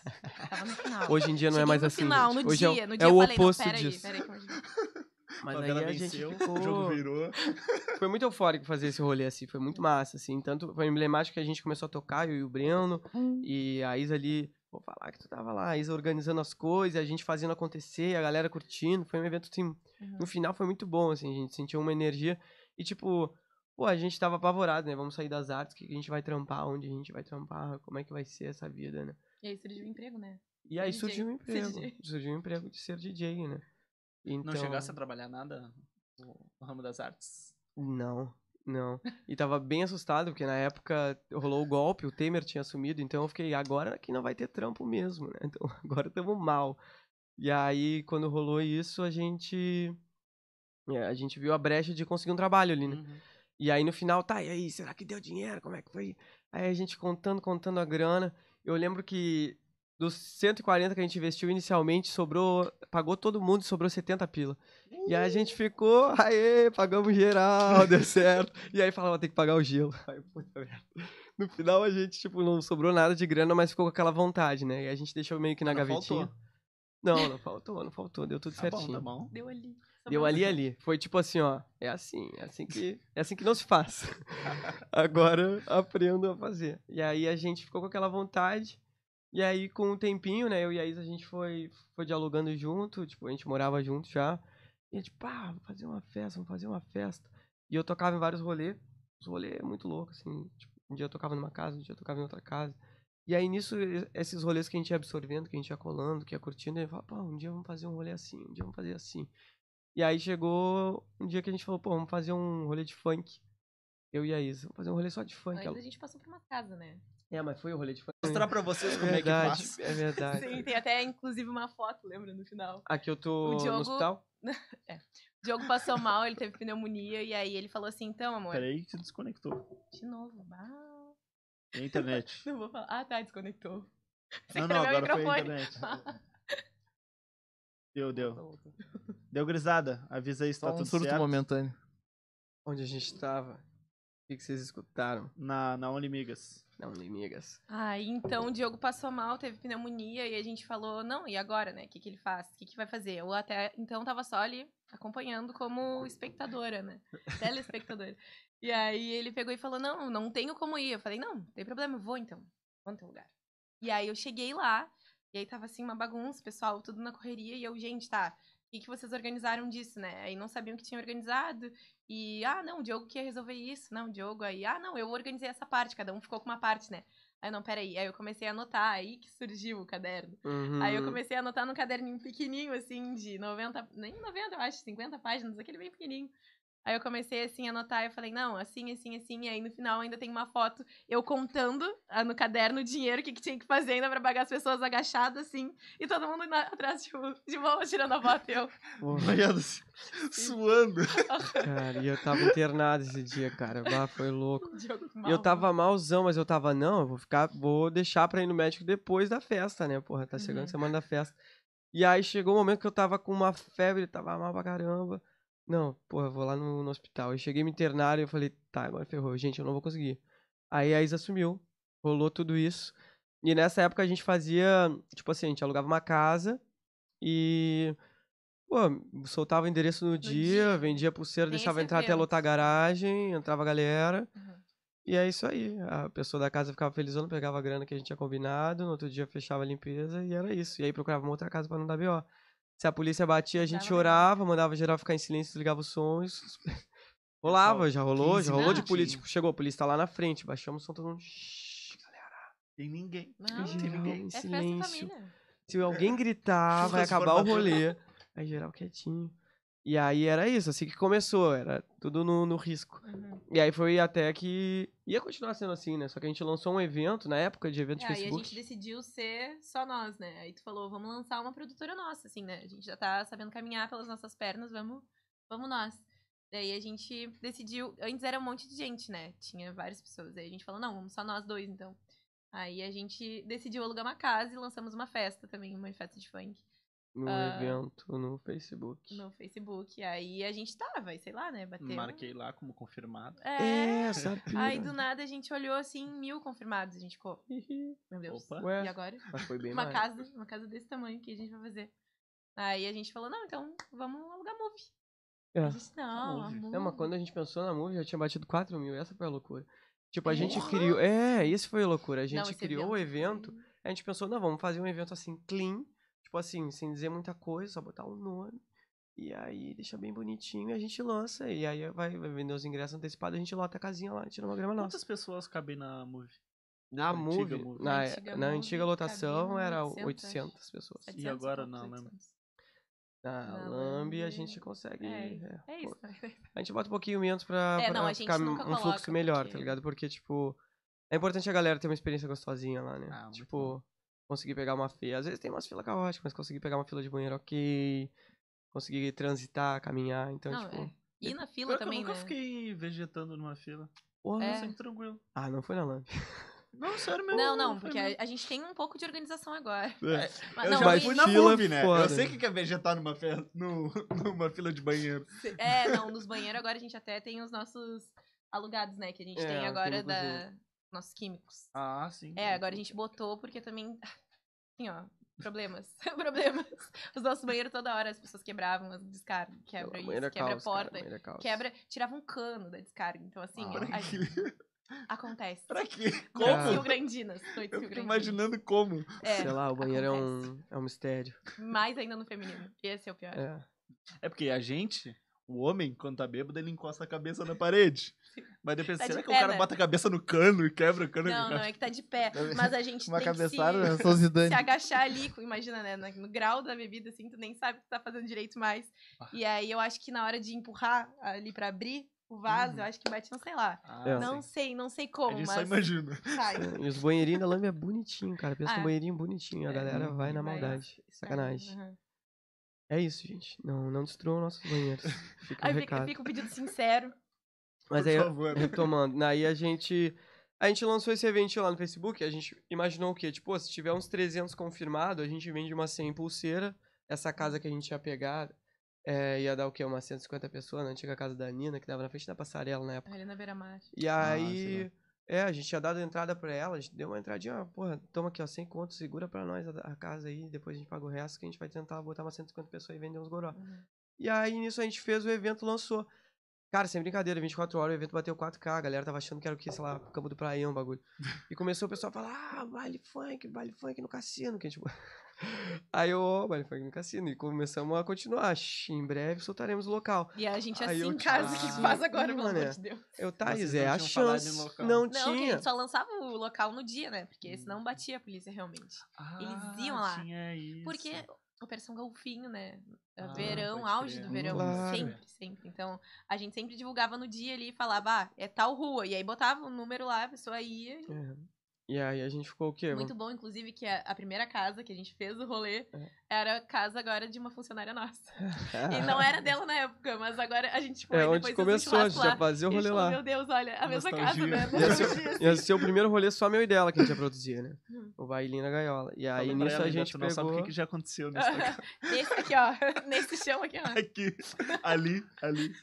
D: Eu tava no final.
C: Hoje em dia não é
D: Cheguei
C: mais
D: no
C: assim.
D: final,
C: gente.
D: no
C: Hoje é o-
D: dia, no
C: é,
D: dia
C: o
D: eu falei, não,
C: oposto
D: pera aí,
C: disso.
D: pera aí que eu vou te-
C: Mas aí
B: Favela
C: a gente
B: venceu,
C: ficou...
B: o jogo virou.
C: Foi muito eufórico fazer esse rolê, assim, foi muito massa, assim. Tanto foi emblemático que a gente começou a tocar, eu e o Breno, e a Isa ali, vou falar que tu tava lá, a Isa organizando as coisas, a gente fazendo acontecer, a galera curtindo. Foi um evento, assim, no final foi muito bom, assim, a gente sentiu uma energia e, tipo, pô, a gente tava apavorado, né? Vamos sair das artes, o que que a gente vai trampar, onde a gente vai trampar, como é que vai ser essa vida, né?
D: E aí surgiu o emprego, né?
C: E aí
D: DJ,
C: surgiu um
D: ser
C: emprego,
D: DJ.
C: surgiu um emprego de ser DJ, né? Então,
B: Não chegasse a trabalhar nada no no ramo das artes.
C: Não, não. E tava bem assustado, porque na época rolou o golpe, o Temer tinha assumido, então eu fiquei, agora que não vai ter trampo mesmo, né? Então agora tamo mal. E aí, quando rolou isso, a gente. é, a gente viu a brecha de conseguir um trabalho ali, né?
B: Uhum. Tá
C: E aí no final, tá, e aí, será que deu dinheiro? Como é que foi? Aí a gente contando, contando a grana. Eu lembro que dos 140 que a gente investiu inicialmente, sobrou. Pagou todo mundo e sobrou 70 pila. E aí a gente ficou, aê, pagamos geral, deu certo. E aí falava, tem que pagar o gelo. Aí, puta merda. No final a gente, tipo, não sobrou nada de grana, mas ficou com aquela vontade, né? E a gente deixou meio que na
B: Não
C: gavetinha.
B: faltou.
C: Não, não faltou, não faltou, deu tudo
B: Tá
C: certinho.
B: bom, tá bom.
D: Deu ali.
C: Deu
D: é
C: ali ali. Foi tipo assim, ó. É assim, é assim que, é assim que não se faz. Agora aprendo a fazer. E aí a gente ficou com aquela vontade. E aí com um tempinho, né, eu e a Isa a gente foi foi dialogando junto, tipo, a gente morava junto já. E a gente, pá, vamos fazer uma festa, vamos fazer uma festa. E eu tocava em vários rolês. Os rolês é muito louco, assim, tipo, um dia eu tocava numa casa, um dia eu tocava em outra casa. E aí nisso, e- esses rolês que a gente ia absorvendo, que a gente ia colando, que ia curtindo, ele falava, pá, um dia vamos fazer um rolê assim, um dia vamos fazer assim. E aí chegou um dia que a gente falou, pô, vamos fazer um rolê de funk. Eu e a Isa, vamos fazer um rolê só de funk.
D: Antes
C: Ela-
D: a gente passou por uma casa, né?
C: É, mas foi o rolê de funk.
B: Mostrar pra vocês como é que
C: verdade,
B: faz.
C: é verdade.
D: Sim, tem até inclusive uma foto, lembra, no final.
C: Aqui eu tô
D: O Diogo-
C: no hospital.
D: O Diogo passou mal, ele teve pneumonia, e aí ele falou assim, então, amor,
B: Peraí que desconectou.
D: de novo, bah,
B: É a internet.
D: não vou falar. Ah, tá, desconectou. Sem
B: não, não,
D: meu
B: agora foi a
D: microfone. Ah.
B: internet. Deu, deu.
C: Tá
D: Tá
B: Deu grisada. Avisa aí se
A: Só
B: tá
A: um
B: tudo
A: surto
B: certo.
A: momentâneo.
C: Onde a gente tava. O que, que vocês escutaram?
B: Na, na Unimigas.
C: Não, inimigas.
D: Aí então o Diogo passou mal, teve pneumonia e a gente falou, não, e agora, né? O que, que ele faz? O que, que vai fazer? Eu até então tava só ali acompanhando como espectadora, né? Telespectadora. E aí ele pegou e falou, não, não tenho como ir. Eu falei, não, não tem problema, eu vou então. Vou no teu lugar. E aí eu cheguei lá, e aí tava assim uma bagunça, pessoal, tudo na correria, e eu, gente, tá, o que, que vocês organizaram disso, né? Aí não sabiam o que tinha organizado, e, ah, não, o Diogo que ia resolver isso, não, o Diogo aí, ah, não, eu organizei essa parte, cada um ficou com uma parte, né? Aí, não, peraí, aí eu comecei a anotar, aí que surgiu o caderno. Aí
C: Hum. Uhum.
D: eu comecei a anotar num caderninho pequenininho, assim, de 90, nem 90, eu acho, 50 páginas, aquele bem pequenininho. Aí eu comecei, assim, a anotar, eu falei, não, assim, assim, assim, e aí no final ainda tem uma foto, eu contando ah, no caderno o dinheiro, o que, que tinha que fazer ainda pra pagar as pessoas agachadas, assim, e todo mundo na- atrás, tipo, de mão, tirando a foto, e eu... "Ah,
B: Boiados. Suando.
C: Cara, e eu tava internado esse dia, cara. Bah, foi louco.
D: Diogo, que
C: Eu
D: mal.
C: tava malzão, mas eu tava, não, eu vou ficar, vou deixar pra ir no médico depois da festa, né? Porra, tá chegando
D: Uhum.
C: a semana da festa. E aí chegou o momento que eu tava com uma febre, tava mal pra caramba. Não, porra, eu vou lá no, no hospital. Eu cheguei, me internaram e eu falei, tá, agora ferrou. Gente, eu não vou conseguir. Aí a Isa sumiu, rolou tudo isso. E nessa época a gente fazia, tipo assim, a gente alugava uma casa e, pô, soltava o endereço no, dia,
D: dia.
C: vendia pulseira,
D: Nem
C: deixava entrar até
D: recebemos.
C: lotar a garagem, entrava a galera.
D: Uhum.
C: E é isso aí. A pessoa da casa ficava felizona, pegava a grana que a gente tinha combinado, no outro dia fechava a limpeza e era isso. E aí procurava uma outra casa pra não dar B.O. Se a polícia batia, a gente
D: Dava
C: chorava, mandava geral ficar em silêncio, desligava os sons. Rolava, já rolou,
B: 15
C: já rolou de
D: minutinhos.
C: polícia. Tipo, chegou a polícia, tá lá na frente, baixamos o som, todo mundo. "Shh, galera,
B: Tem ninguém.
D: Não,
B: Não, tem
D: geral.
B: ninguém.
C: em
D: É festa em
C: silêncio.
D: família.
C: Se alguém gritar, vai
B: Churras
C: acabar o
B: formatura.
C: rolê. Aí geral quietinho. E aí era isso, assim que começou, era tudo no, no risco.
D: Uhum.
C: E aí foi até que ia continuar sendo assim, né? Só que a gente lançou um evento na época de evento de
D: É, aí a
C: Facebook.
D: gente decidiu ser só nós, né? Aí tu falou, vamos lançar uma produtora nossa, assim, né? A gente já tá sabendo caminhar pelas nossas pernas, vamos, vamos nós. Daí a gente decidiu, antes era um monte de gente, né? Tinha várias pessoas. Aí a gente falou, não, vamos só nós dois, então. Aí a gente decidiu alugar uma casa e lançamos uma festa também, uma festa de funk.
C: Num
D: Ah.
C: evento no Facebook.
D: no Facebook. Aí a gente tava, e sei lá, né? Bateu.
B: Marquei lá como confirmado.
D: É.
C: É, sabia.
D: Aí do nada a gente olhou assim, mil confirmados. A gente ficou, meu Deus.
B: Opa.
C: Ué,
D: E agora?
C: mas foi bem
D: Uma
C: mais.
D: casa, uma casa desse tamanho que a gente vai fazer. Aí a gente falou, não, então vamos alugar movie.
C: É.
D: A gente, não, a
B: Movie.
D: movie.
C: Não, mas quando a gente pensou na movie, já tinha batido 4 mil. Essa foi a loucura. Tipo, a gente
D: Porra!
C: criou. É, isso foi a loucura. A gente
D: esse
C: criou o evento.
D: foi-
C: A gente pensou, não, vamos fazer um evento assim, clean. Tipo assim, sem dizer muita coisa, só botar um nome. E aí deixa bem bonitinho e a gente lança. E aí vai, vai vender os ingressos antecipados, a gente lota a casinha lá, tira uma grama nossa.
B: Quantas pessoas cabem na movie?
C: Na
B: Antiga
C: movie,
B: movie.
C: na, é, na
D: Na antiga
C: antiga,
D: movie, um
C: lotação
D: cabia
C: era
D: 800,
C: 800 pessoas.
D: 700
B: agora
D: poucos,
B: não lembro.
D: 800.
C: Na
D: Na
C: Lambi a
D: Lambi,
C: gente consegue.
D: é,
C: é,
D: É
C: pô,
D: isso.
C: A gente bota um pouquinho menos pra,
D: É,
C: pra
D: não, a gente
C: ficar
D: nunca
C: um fluxo
D: coloca,
C: melhor,
D: porque-
C: tá ligado? Porque, tipo, é importante a galera ter uma experiência gostosinha lá, né?
B: Ah, muito
C: tipo, conseguir pegar uma fila. Às vezes tem umas filas caóticas, mas conseguir pegar uma fila de banheiro ok. Conseguir transitar, caminhar, então,
D: Não,
C: tipo.
D: é. E na
B: Pior
D: fila
B: que eu
D: também,
B: nunca
D: né?
B: fiquei vegetando numa fila.
C: porra,
D: É.
B: Eu sempre tranquilo.
C: Ah, não foi na Lambi.
B: Não, sério mesmo.
D: Não, não,
B: foi
D: porque
B: mesmo.
D: a, a gente tem um pouco de organização agora.
B: É,
D: Mas,
B: eu
D: não,
B: já
D: mas-
B: fui na
C: fila
B: movie, né?
C: foda.
B: Eu sei o que que é vegetar numa, fe... no- numa fila de banheiro.
D: É, não, nos banheiros agora a gente até tem os nossos alugados, né? Que a gente
C: É,
D: tem
C: o
D: agora
C: químico
D: da nossos químicos.
B: Ah, sim.
D: É, agora a gente botou porque também. Assim, ó, problemas. problemas. Os nossos banheiros toda hora as pessoas quebravam, as descargas, quebra isso,
C: Banheiro é
D: quebra
C: caos,
D: a porta,
C: cara, banheiro é caos.
D: quebra, tirava um cano da descarga. Então, assim,
C: Ah.
D: a-
B: Pra
D: a-
B: quê?
D: acontece.
B: Pra quê?
D: Noites
C: Ah.
D: Rio Grandinas. Noites
B: Eu
D: Rio
B: fico
D: Grandinas.
B: imaginando como.
C: Sei
D: É,
C: lá, o banheiro é
D: acontece.
C: um, é um mistério.
D: mais ainda no feminino. Esse é o pior.
C: É.
B: É porque a gente, o homem, quando tá bêbado, ele encosta a cabeça na parede. Mas depois,
D: Tá de
B: será que o
D: pé,
B: cara
D: né?
B: bota a cabeça no cano e quebra o cano?
D: Não, não, é que tá de pé. Mas a gente
A: Uma
D: tem que
A: cabeçada, né?
D: se-
A: eu sou Zidane.
D: se agachar ali, com- imagina, né? na- No grau da bebida, assim, tu nem sabe o que tá fazendo direito mais.
B: Ah.
D: E aí eu acho que na hora de empurrar ali pra abrir o vaso,
B: Uhum.
D: eu acho que bate, não sei lá.
B: Ah,
C: É.
D: Não
B: sim.
D: sei, não sei
B: A
D: como,
B: gente só
D: mas
B: imagina.
D: sai.
C: É, E os banheirinhos da Lambi é bonitinho, cara. Pensa
D: Ah.
C: num banheirinho bonitinho. A
D: É,
C: galera vai na
D: vai.
C: maldade. Sacanagem.
D: Aham.
C: É isso, gente. Não, não destruam nossos banheiros. Fica o
D: Aí fica,
C: recado.
D: fica um o pedido sincero.
C: Mas é-
B: Por
C: aí,
B: favor.
C: retomando. Aí a gente... A gente lançou esse evento lá no Facebook. A gente imaginou o quê? Tipo, se tiver uns 300 confirmados, a gente vende uma 100 pulseira. Essa casa que a gente ia pegar é, ia dar o quê? Umas 150 pessoas na antiga casa da Nina, que dava na frente da passarela na época.
D: Ali na beira-mar.
C: E
B: Ah, sei
C: aí, é, a gente tinha dado entrada pra ela, a gente deu uma entradinha, ó, porra, toma aqui, ó, 100 conto, segura pra nós a, a casa aí, depois a gente paga o resto, que a gente vai tentar botar umas 150 pessoas e vender uns goró.
D: Uhum.
C: E aí, nisso, a gente fez o evento, lançou. Cara, sem brincadeira, 24 horas o evento bateu 4K, a galera tava achando que era o que, sei lá, campo do praião, bagulho. E começou o pessoal a falar, ah, baile funk, baile funk no cassino, que a gente... Aí eu, ó, baile funk no cassino, e começamos a continuar. Em breve soltaremos o local.
D: E a gente
C: Aí
D: assim,
C: eu
D: em
C: te-
D: casa, o que
B: Ah,
D: que faz agora,
C: sim,
D: pelo amor
C: mané.
D: de Deus?
C: Eu, tá,
B: Vocês
C: Zé,
B: não
C: a
B: tinham falado em
C: chance.
B: local.
C: Não
D: Não, que a
C: tinha.
D: gente só lançava o local no dia, né? Porque senão batia a polícia realmente. Eles iam lá.
B: Ah, Tinha isso.
D: Porque Operação Golfinho, né? É
B: Ah,
D: verão,
B: pode
D: auge
B: crer. Uhum.
D: do verão.
C: Claro.
D: Sempre, sempre. Então, a gente sempre divulgava no dia ali e falava, ah, é tal rua. E aí botava o número lá, a pessoa ia.
C: É. E aí a gente ficou o quê? É.
D: Muito bom, inclusive, que a, a primeira casa que a gente fez o rolê, era a casa agora de uma funcionária nossa. E não era dela na época, mas agora a gente foi.
C: É
D: depois
C: onde
D: fez um
C: começou, a gente
D: churrasco lá.
C: já fazia o
D: E a gente
C: rolê
D: falou,
C: lá.
D: Meu Deus, olha, a mesma casa,
B: Nostalgia.
D: né?
C: E esse-
D: Nostalgia.
C: Ia ser o primeiro rolê só meu e dela que a gente ia produzir, né?
D: Hum.
C: O bailinho na gaiola. E aí
B: Fala pra
C: nisso
B: ela
C: a
B: ainda,
C: gente
B: tu não sabe o
C: pegou.
B: que que já aconteceu nessa casa.
D: Nesse aqui, ó. Nesse chão aqui, ó.
B: Aqui, ali, ali.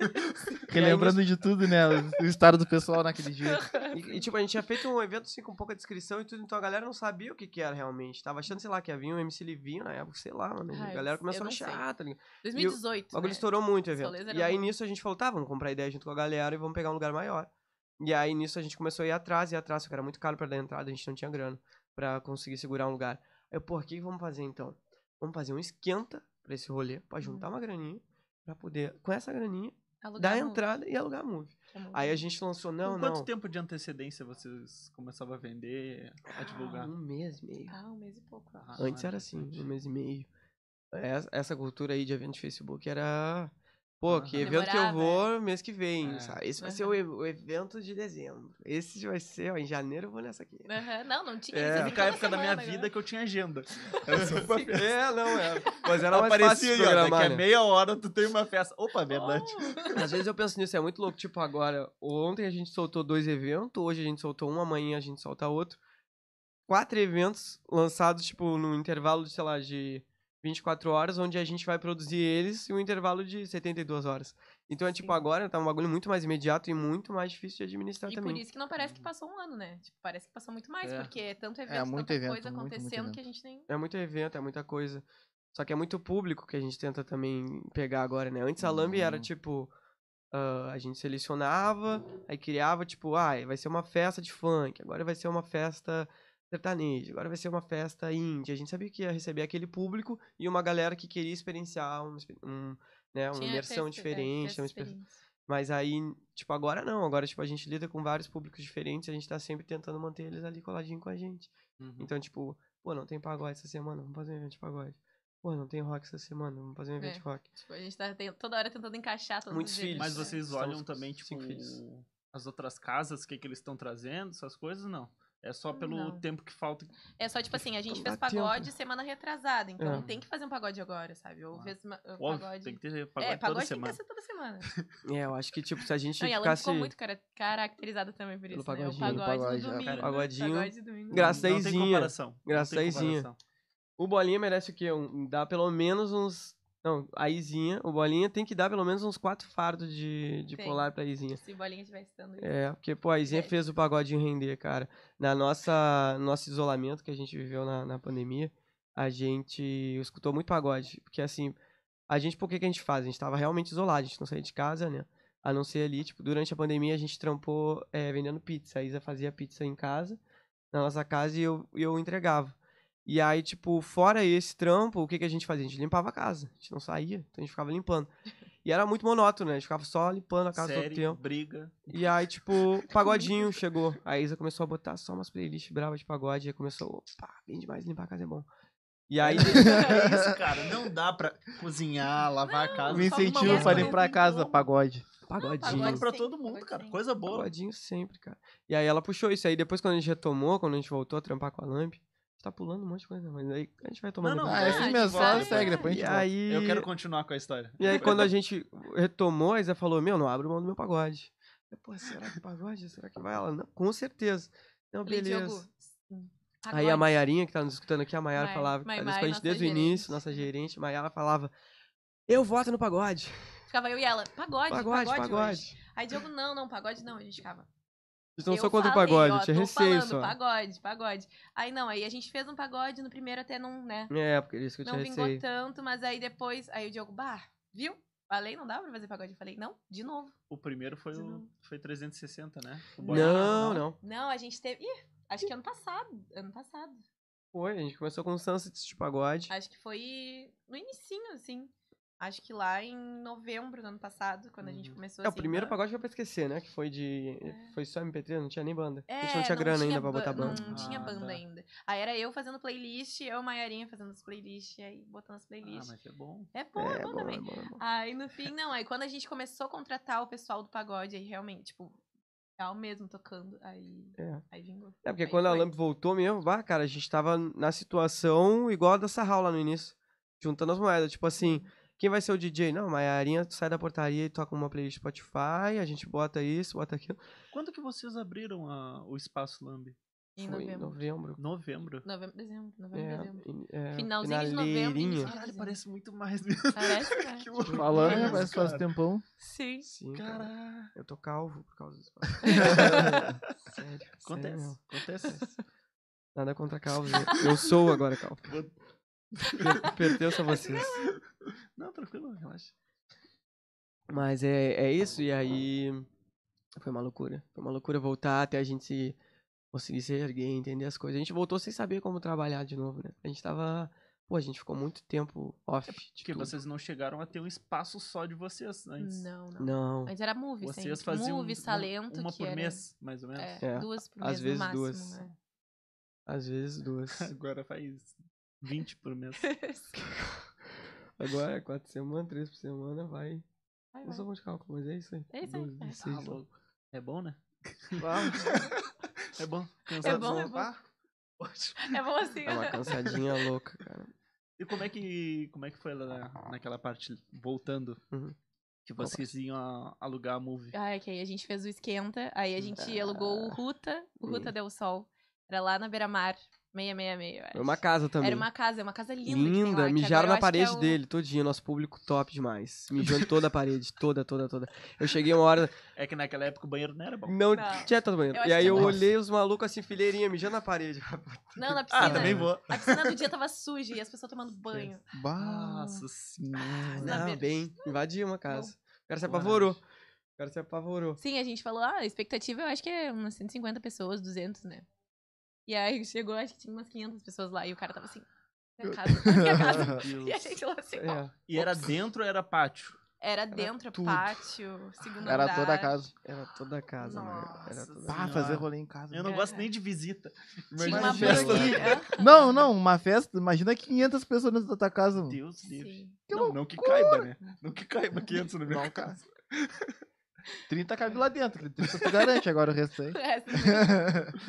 A: Relembrando de tudo, né? O estado do pessoal naquele dia.
D: É.
C: E, e, tipo, a gente tinha feito um evento assim com pouca descrição e tudo, então a galera não sabia o que que era realmente. Tava achando, sei lá, que ia vir um MC Livinho na época, sei lá, mano.
D: Ah,
C: a
D: eu
C: galera
D: não- eu
C: começou a
D: não sei.
C: achar, tá ligado?
D: 2018.
C: O bagulho
D: né?
C: estourou muito o
D: Os
C: evento.
D: rolês
C: E
D: eram
C: aí
D: bons.
C: nisso a gente falou, tá, vamos comprar ideia junto com a galera e vamos pegar um lugar maior. E aí nisso a gente começou a ir atrás, e atrás, só que era muito caro pra dar entrada, a gente não tinha grana pra conseguir segurar um lugar. Aí eu, porra, o que que vamos fazer então? Vamos fazer um esquenta pra esse rolê, pra juntar uma graninha, pra poder, com essa graninha,
D: Alugar
C: dar
D: um-
C: entrada e alugar move.
D: um-
C: Aí a gente lançou, não,
B: Com
C: não.
B: quanto tempo de antecedência vocês começavam a vender, a
C: Ah,
B: divulgar?
C: Um mês e meio.
D: Ah, um mês e pouco. eu
B: Ah,
D: acho.
C: Antes era assim,
B: interessante.
C: um mês e meio. Essa, essa cultura aí de evento de Facebook era. Pô, que
B: Aham. né?
C: evento que eu
D: Comemorava,
C: vou mês que vem.
B: É.
C: sabe? Esse vai ser o, e- o evento de dezembro. Esse vai ser, ó, em janeiro eu vou nessa aqui.
D: Aham, Não, não tinha.
C: É.
D: isso,
B: Única
D: toda
B: época da minha
D: semana, né?
B: vida que eu tinha agenda. Era só uma festa.
C: É, não, é. Mas era mais fácil
B: Aparecia aí,
C: de
B: ó,
C: programar,
B: daqui
C: né?
B: a meia hora tu tem uma festa. Opa, é verdade.
D: Oh,
C: Às vezes eu penso nisso, é muito louco. Tipo, agora, ontem a gente soltou dois eventos, hoje a gente soltou um, amanhã a gente solta outro. Quatro eventos lançados, tipo, num intervalo, de, sei lá, de 24 horas, onde a gente vai produzir eles e um intervalo de 72 horas. Então é tipo,
D: Sim.
C: agora tá um bagulho muito mais imediato e muito mais difícil de administrar
D: E por
C: também. né?
D: isso que não parece que passou um ano, né? Tipo, parece que passou muito mais,
B: É.
D: porque é tanto evento,
A: muito
D: tanta
A: evento,
D: coisa
A: muito, muito
D: acontecendo
A: evento.
D: que a gente nem.
C: É muito evento, é muita coisa. Só que é muito público que a gente tenta também pegar agora, né? Antes a Lambi era
A: Uhum.
C: tipo. ah, a gente selecionava, aí criava, tipo, ah, vai ser uma festa de funk, agora vai ser uma festa sertaneja, agora vai ser uma festa indie. A gente sabia que ia receber aquele público e uma galera que queria experienciar um, exper- um, né, uma
D: tinha
C: imersão
D: essa exper- é,
C: diferente.
D: essa
C: uma exper-
D: experiência.
C: Mas aí, tipo, agora não. Agora, tipo, a gente lida com vários públicos diferentes, a gente tá sempre tentando manter eles ali coladinho com a gente.
D: Uhum.
C: Então, tipo, pô, não tem pagode essa semana, vamos fazer um evento de pagode. Pô, não tem rock essa semana, vamos fazer um evento
D: É.
C: de rock.
D: Tipo, a gente tá ten- toda hora tentando encaixar todos
C: Muitos
D: os
C: filhos.
B: Mas
D: eventos, né?
B: vocês
C: Estamos
B: olham
C: com
B: também, tipo,
C: cinco filhos.
B: as outras casas, o que, que eles estão trazendo, essas coisas, não. É só pelo
D: Hum, Não.
B: tempo que falta.
D: É só, tipo assim, a gente
C: Não
D: fez
C: dá tempo.
D: pagode semana retrasada, então
B: É.
D: tem que fazer um pagode agora, sabe? Ou
B: Claro.
D: fez ma- uh,
B: Óbvio,
D: pagode.
B: tem que ter pagode,
D: É, pagode
B: toda
D: tem
B: semana.
D: que ser toda semana.
C: É, eu acho que, tipo, se a gente
D: Não, e ela
C: ficasse.
D: ficou muito cara- caracterizada também por
C: Pelo
D: isso, né? O
C: pagodinho,
D: pagode,
A: pelo
D: do
A: pagode, é.
D: domingo.
C: Pagodinho.
D: Pagode do domingo.
C: Gra-
B: Não tem
C: Graceizinha.
B: comparação. não tem
C: Graceizinha.
B: comparação.
C: O Bolinha merece o quê? Um, dá pelo menos uns. Não, a Izinha, o Bolinha tem que dar pelo menos uns quatro fardos de, de
D: Tem.
C: polar pra Izinha.
D: Se bolinha estivesse dando isso.
C: É, porque, pô, a Izinha
D: É.
C: fez o pagodinho render, cara. Na nossa no nosso isolamento que a gente viveu na, na pandemia, a gente escutou muito pagode. Porque, assim, a gente, por que, que a gente faz? A gente tava realmente isolado, a gente não saía de casa, né? A não ser ali, tipo, durante a pandemia a gente trampou é, vendendo pizza. A Isa fazia pizza em casa, na nossa casa, e eu, e eu entregava. E aí, tipo, fora esse trampo, o que, que a gente fazia? A gente limpava a casa, a gente não saía, então a gente ficava limpando. E era muito monótono, né? A gente ficava só limpando a casa todo o
B: Série,
C: tempo.
B: briga.
C: E aí, tipo, pagodinho chegou. A Isa começou a botar só umas playlists bravas de pagode. E começou, opa, bem demais, limpar a casa é bom. E aí,
B: É isso, cara. Não dá pra cozinhar, lavar a casa.
A: Me
D: Só uma
A: incentivo
D: vez
A: pra
D: não
A: limpar a
B: tem
A: casa,
B: como.
A: pagode.
C: pagodinho.
B: Pagode
D: Pagode
B: pra
D: sim,
B: todo mundo,
D: pagode
B: cara.
D: sim.
B: Coisa boa.
C: Pagodinho sempre, cara. E aí ela puxou isso. Aí depois, quando a gente retomou, quando a gente voltou a trampar com a Lamp, a gente tá pulando um monte de coisa, né? mas aí a gente vai tomando.
B: Não, não,
A: Ah,
B: é,
A: esses
D: tipo,
A: mesmos,
D: vai,
A: só segue,
D: vai.
A: depois a
C: E
A: gente volta.
C: aí...
B: Eu quero continuar com a história.
C: E aí, quando a gente retomou, a Isa falou: Meu, não abro mão do meu pagode. Eu, Pô, será que pagode? Será que vai? Ela, não, com certeza. Não,
D: Falei,
C: beleza.
D: Diogo, sim,
C: Aí a
D: pagode.
C: Maiarinha, que tá nos escutando aqui, a Maiara
D: Mai-
C: falava,
D: Mai-
C: ela
D: Mai,
C: escuta a gente
D: nossa
C: desde o
D: gerente.
C: início, nossa gerente, Maiara falava, eu voto no pagode,
D: Ficava eu e ela, pagode,
C: pagode,
D: pagode,
C: pagode.
D: hoje. Aí Diogo, não, não, pagode não, a gente ficava.
C: Vocês não
D: eu
C: são contra o
D: falei,
C: pagode,
D: ó,
C: eu tinha
D: tô
C: receio
D: falando,
C: só.
D: Pagode, pagode. Aí não, aí a gente fez um pagode no primeiro até não, né?
C: É, porque isso que eu
D: Não
C: tinha
D: vingou
C: receio.
D: tanto, mas aí depois, aí o Diogo, bah, viu? Falei, não dá pra fazer pagode. Eu falei, não, de novo.
B: O primeiro foi
D: De
B: o
D: novo.
B: foi 360, né? O Bolinha.
C: Não, não.
D: Não, a gente teve. Ih, acho que ano passado. Ano passado.
C: Foi, a gente começou com sunsets de pagode.
D: Acho que foi no inicinho, assim. Acho que lá em novembro do ano passado, quando a gente
B: Uhum.
D: começou
C: É, o
D: assim,
C: primeiro
D: a-
C: pagode foi pra esquecer, né, que foi de... Foi só MP3, não tinha nem banda.
D: É,
C: a gente não tinha grana ainda pra
D: ba-
C: botar banda.
D: Não tinha
B: Ah,
D: banda
B: tá.
D: ainda. Aí era eu fazendo playlist, eu e Maiarinha fazendo as playlists, aí botando as
B: Ah,
D: playlists.
B: mas é bom.
D: É bom, é,
C: é,
D: bom,
C: bom,
D: também.
C: é bom, é bom.
D: Aí no fim, não, aí quando a gente começou a contratar o pessoal do pagode, aí realmente, tipo, tal mesmo tocando, aí,
C: É.
D: aí vingou.
C: É, porque
D: Aí
C: quando a
D: foi.
C: Lamp voltou mesmo, bah, cara, a gente tava na situação igual a da Sarral lá no início. juntando as moedas. Tipo assim,
D: Uhum.
C: quem vai ser o DJ? Não, Maiarinha sai da portaria e toca uma playlist Spotify, a gente bota isso, bota aquilo.
B: Quando que vocês abriram a- o Espaço Lambe?
D: Em
C: Foi em
D: novembro.
C: novembro.
B: Novembro?
D: Novembro, dezembro. Novembro,
C: É,
D: dezembro.
C: em- é,
D: Finalzinho de novembro,
C: finaleirinha.
D: início-
B: Caralho,
D: Fazendo.
B: parece muito mais mesmo.
D: Parece, né?
B: que louco.
A: Falando,
D: Deus,
A: parece que faz
B: cara.
A: tempão.
D: Sim.
C: Sim, cara.
B: Caralho.
C: Eu tô calvo por causa disso. sério. sério
B: Acontece,
C: mesmo.
B: acontece.
C: Nada contra calvos. eu- Eu sou agora calvo. Per- Pertenço a vocês.
B: Não, tranquilo, relaxa.
C: Mas é, é isso, e aí foi uma loucura. Foi uma loucura voltar até a gente se, conseguir se erguer, entender as coisas. A gente voltou sem saber como trabalhar de novo, né? A gente tava. Pô, a gente ficou muito tempo off. de
B: Porque
C: tudo.
B: vocês não chegaram a ter um espaço só de vocês antes.
D: Não, não.
C: Não.
D: Antes era movie,
B: Vocês
D: sempre.
B: faziam
D: movie,
B: um-
D: salento,
B: uma
D: que
B: por
D: era...
B: mês, né? mais ou menos.
D: É,
C: É,
D: duas por
C: às
D: mês
C: vezes
D: no máximo.
C: duas.
D: né?
C: Às vezes duas.
B: Agora faz 20 por mês.
D: É, né?
C: Agora, quatro semanas, três por semana, vai.
D: Vai,
C: Não sou
D: vai.
C: bom de cálculo, mas é isso aí.
D: É isso aí,
C: Doze,
D: é.
C: dezesseis,
B: Tá
C: lá.
B: louco. É bom, né?
C: Ah,
B: É bom. Cansado
D: bom,
B: de
D: é bom.
B: voltar? Ótimo.
D: É bom assim.
C: É uma cansadinha louca, cara.
B: E como é que, como é que foi lá na- naquela parte, voltando,
C: Uhum.
B: que vocês iam a- alugar a movie?
D: Ah, é que aí a gente fez o esquenta, aí a
C: Ah,
D: gente alugou o Ruta, o Ruta Del Sol. Era lá na beira-mar, 666, eu acho.
C: Foi uma casa também.
D: Era uma casa, é uma casa linda. que tem lá,
C: Linda,
D: que
C: mijaram
D: agora eu
C: na
D: acho que é
C: parede
D: o-
C: dele, todinho, nosso público top demais. Mijou em toda a parede, toda, toda, toda. Eu cheguei uma hora,
B: É que naquela época o banheiro não era bom.
C: não,
D: Não.
C: tinha todo banheiro.
D: Eu
C: E
D: acho
C: aí
D: que
C: eu
D: não.
C: olhei os malucos assim, fileirinha, mijando na parede.
D: Não, na piscina.
B: Ah, também vou.
D: A piscina do dia tava suja e as pessoas tomando banho.
A: Bah.
B: Nossa senhora.
D: na
C: Não,
D: verdade.
C: bem, invadiu uma casa. O cara se
B: Coragem.
C: apavorou. O cara se apavorou.
D: Sim, a gente falou, ah, a expectativa eu acho que é umas 150 pessoas, 200, né? E aí chegou, acho que tinha umas 500 pessoas lá e o cara tava assim, minha casa, minha casa. E a gente lá assim, ó.
C: É,
B: E era dentro ou era pátio?
D: Era dentro, é
C: tudo.
D: pátio, segundo
A: Era
D: andar.
A: toda a casa.
C: era toda a casa, mano. Era
B: Nossa
C: toda a
B: senhora.
A: Bah, fazer rolê em casa.
B: Eu não
D: É.
B: gosto nem de visita.
D: Tinha
C: Imagina
D: uma
C: festa.
D: banquinha.
A: Não, não, uma festa. Imagina 500 pessoas dentro da tua casa, mano.
B: Deus livre.
D: Sim.
B: Não, não que caiba, né? Não que caiba 500 na minha
A: Não, cara.
B: casa.
A: 30 cabe lá dentro. 30 tu garante agora o resto aí.
D: O resto,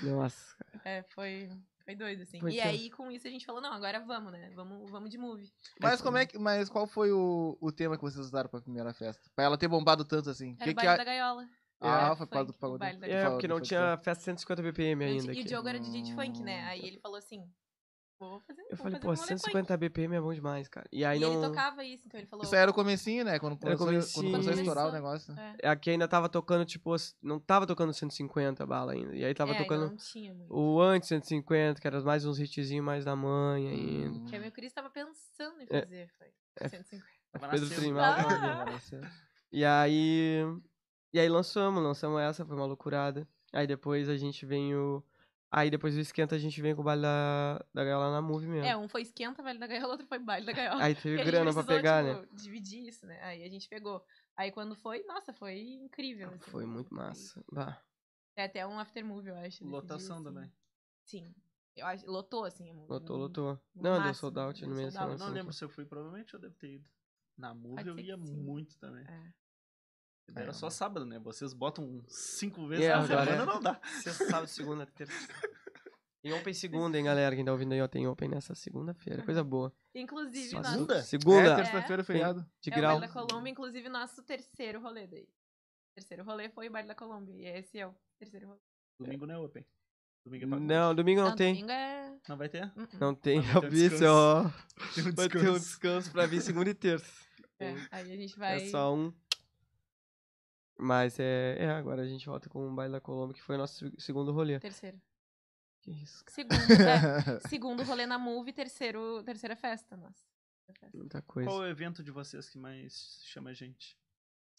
C: Nossa, cara.
D: é, foi, foi doido, assim.
C: Foi
D: e
C: tenso.
D: aí, com isso, a gente falou, não, agora vamos, né? Vamos, vamos de movie.
A: Mas como é que. Mas qual foi o, o tema que vocês usaram pra primeira festa? Pra ela ter bombado tanto assim.
D: Era
A: Que
D: o
A: que
D: baile
A: a-
D: da gaiola.
A: Ah,
D: Era
A: foi por causa do
D: funk,
A: pagode.
D: o baile da
C: É,
D: gaiola.
C: porque não tinha festa 150 BPM ainda
D: E o
C: aqui.
D: Diogo era DJ de funk,
C: Hum.
D: né? Aí ele falou assim, vou fazer
C: Eu
D: vou
C: falei,
D: fazer
C: pô,
D: um rolê funk.
C: 150 BPM é bom demais, cara. E aí
D: e
C: não...
D: ele tocava isso, então ele falou...
A: Isso aí era o comecinho, né? Quando
C: Era
A: começou,
C: comecinho.
A: Quando começou a estourar o
D: Começou.
A: negócio.
D: É.
C: É que ainda tava tocando, tipo, as- não tava tocando 150 bala ainda. E aí tava
D: É, ainda
C: tocando
D: Não tinha muito.
C: o antes 150, que era mais uns hitzinhos mais da mãe ainda.
D: Que a
A: Hum.
D: minha Cris tava pensando em
C: É.
D: fazer, foi. 150.
B: Tava
C: Pedro
B: nascendo.
C: Trimal.
D: Ah!
C: tava nascendo. E aí. E aí lançamos, lançamos essa, foi uma loucurada. Aí depois a gente vem o. Aí depois do esquenta a gente vem com o baile da, da galera na movie mesmo.
D: É, um foi esquenta, baile da gaiola, outro foi baile da gaiola.
C: Aí teve
D: Porque a
C: grana
D: gente
C: pra
D: precisou,
C: pegar, né?
D: tipo, Dividir isso, né? Aí a gente pegou. Aí quando foi, nossa, foi incrível. assim.
C: Ah, Foi muito massa. Bah.
D: É até um after movie, eu acho. desse dia,
B: Lotação
D: assim.
B: também.
D: Sim. Eu acho, lotou, assim. a movie.
C: Lotou,
D: Não-
C: lotou.
D: no
C: Não, deu
D: máximo,
C: sold out
D: deu
C: no meio
D: sold
C: da
D: out.
B: Eu
C: semana.
B: não
D: Nossa,
B: lembro se eu fui, provavelmente eu devo ter ido. Na movie
D: Pode
B: eu
D: ser que
B: ia
D: sim.
B: muito também.
D: É.
B: Era
A: É.
B: só sábado, né? Vocês botam cinco vezes
C: É,
B: na
C: agora
B: semana,
C: é.
B: não dá.
C: Sexta, sábado, segunda, terça. Tem open segunda, hein, galera? Quem tá ouvindo aí, ó, tem open nessa segunda-feira. Coisa boa.
D: Inclusive,
C: Só
D: nosso-
B: Segunda?
A: É,
C: Segunda,
A: terça-feira, feriado.
C: de
D: é o baile
C: grau.
D: da Colômbia, inclusive nosso terceiro rolê daí. Terceiro rolê foi o baile da Colômbia. E esse é o terceiro rolê.
B: Domingo não é open. Domingo é pra
C: Não, domingo não
D: Não,
C: tem.
D: Domingo é...
B: Não vai ter?
D: Uh-uh.
C: Não tem,
B: Vai ter um
C: Fabrício,
B: descanso.
C: ó.
B: Tem um
C: Vai ter um
B: descanso.
C: descanso pra vir segunda e terça.
D: É, aí a gente vai.
C: É só um. Mas é, é, agora a gente volta com o Baile da Colômbia, que foi o nosso segundo rolê.
D: Terceiro.
C: Que isso,
D: Segundo, é, segundo rolê na movie, terceiro, terceira festa, nossa.
C: cara, muita coisa.
B: Qual é o evento de vocês que mais chama a gente?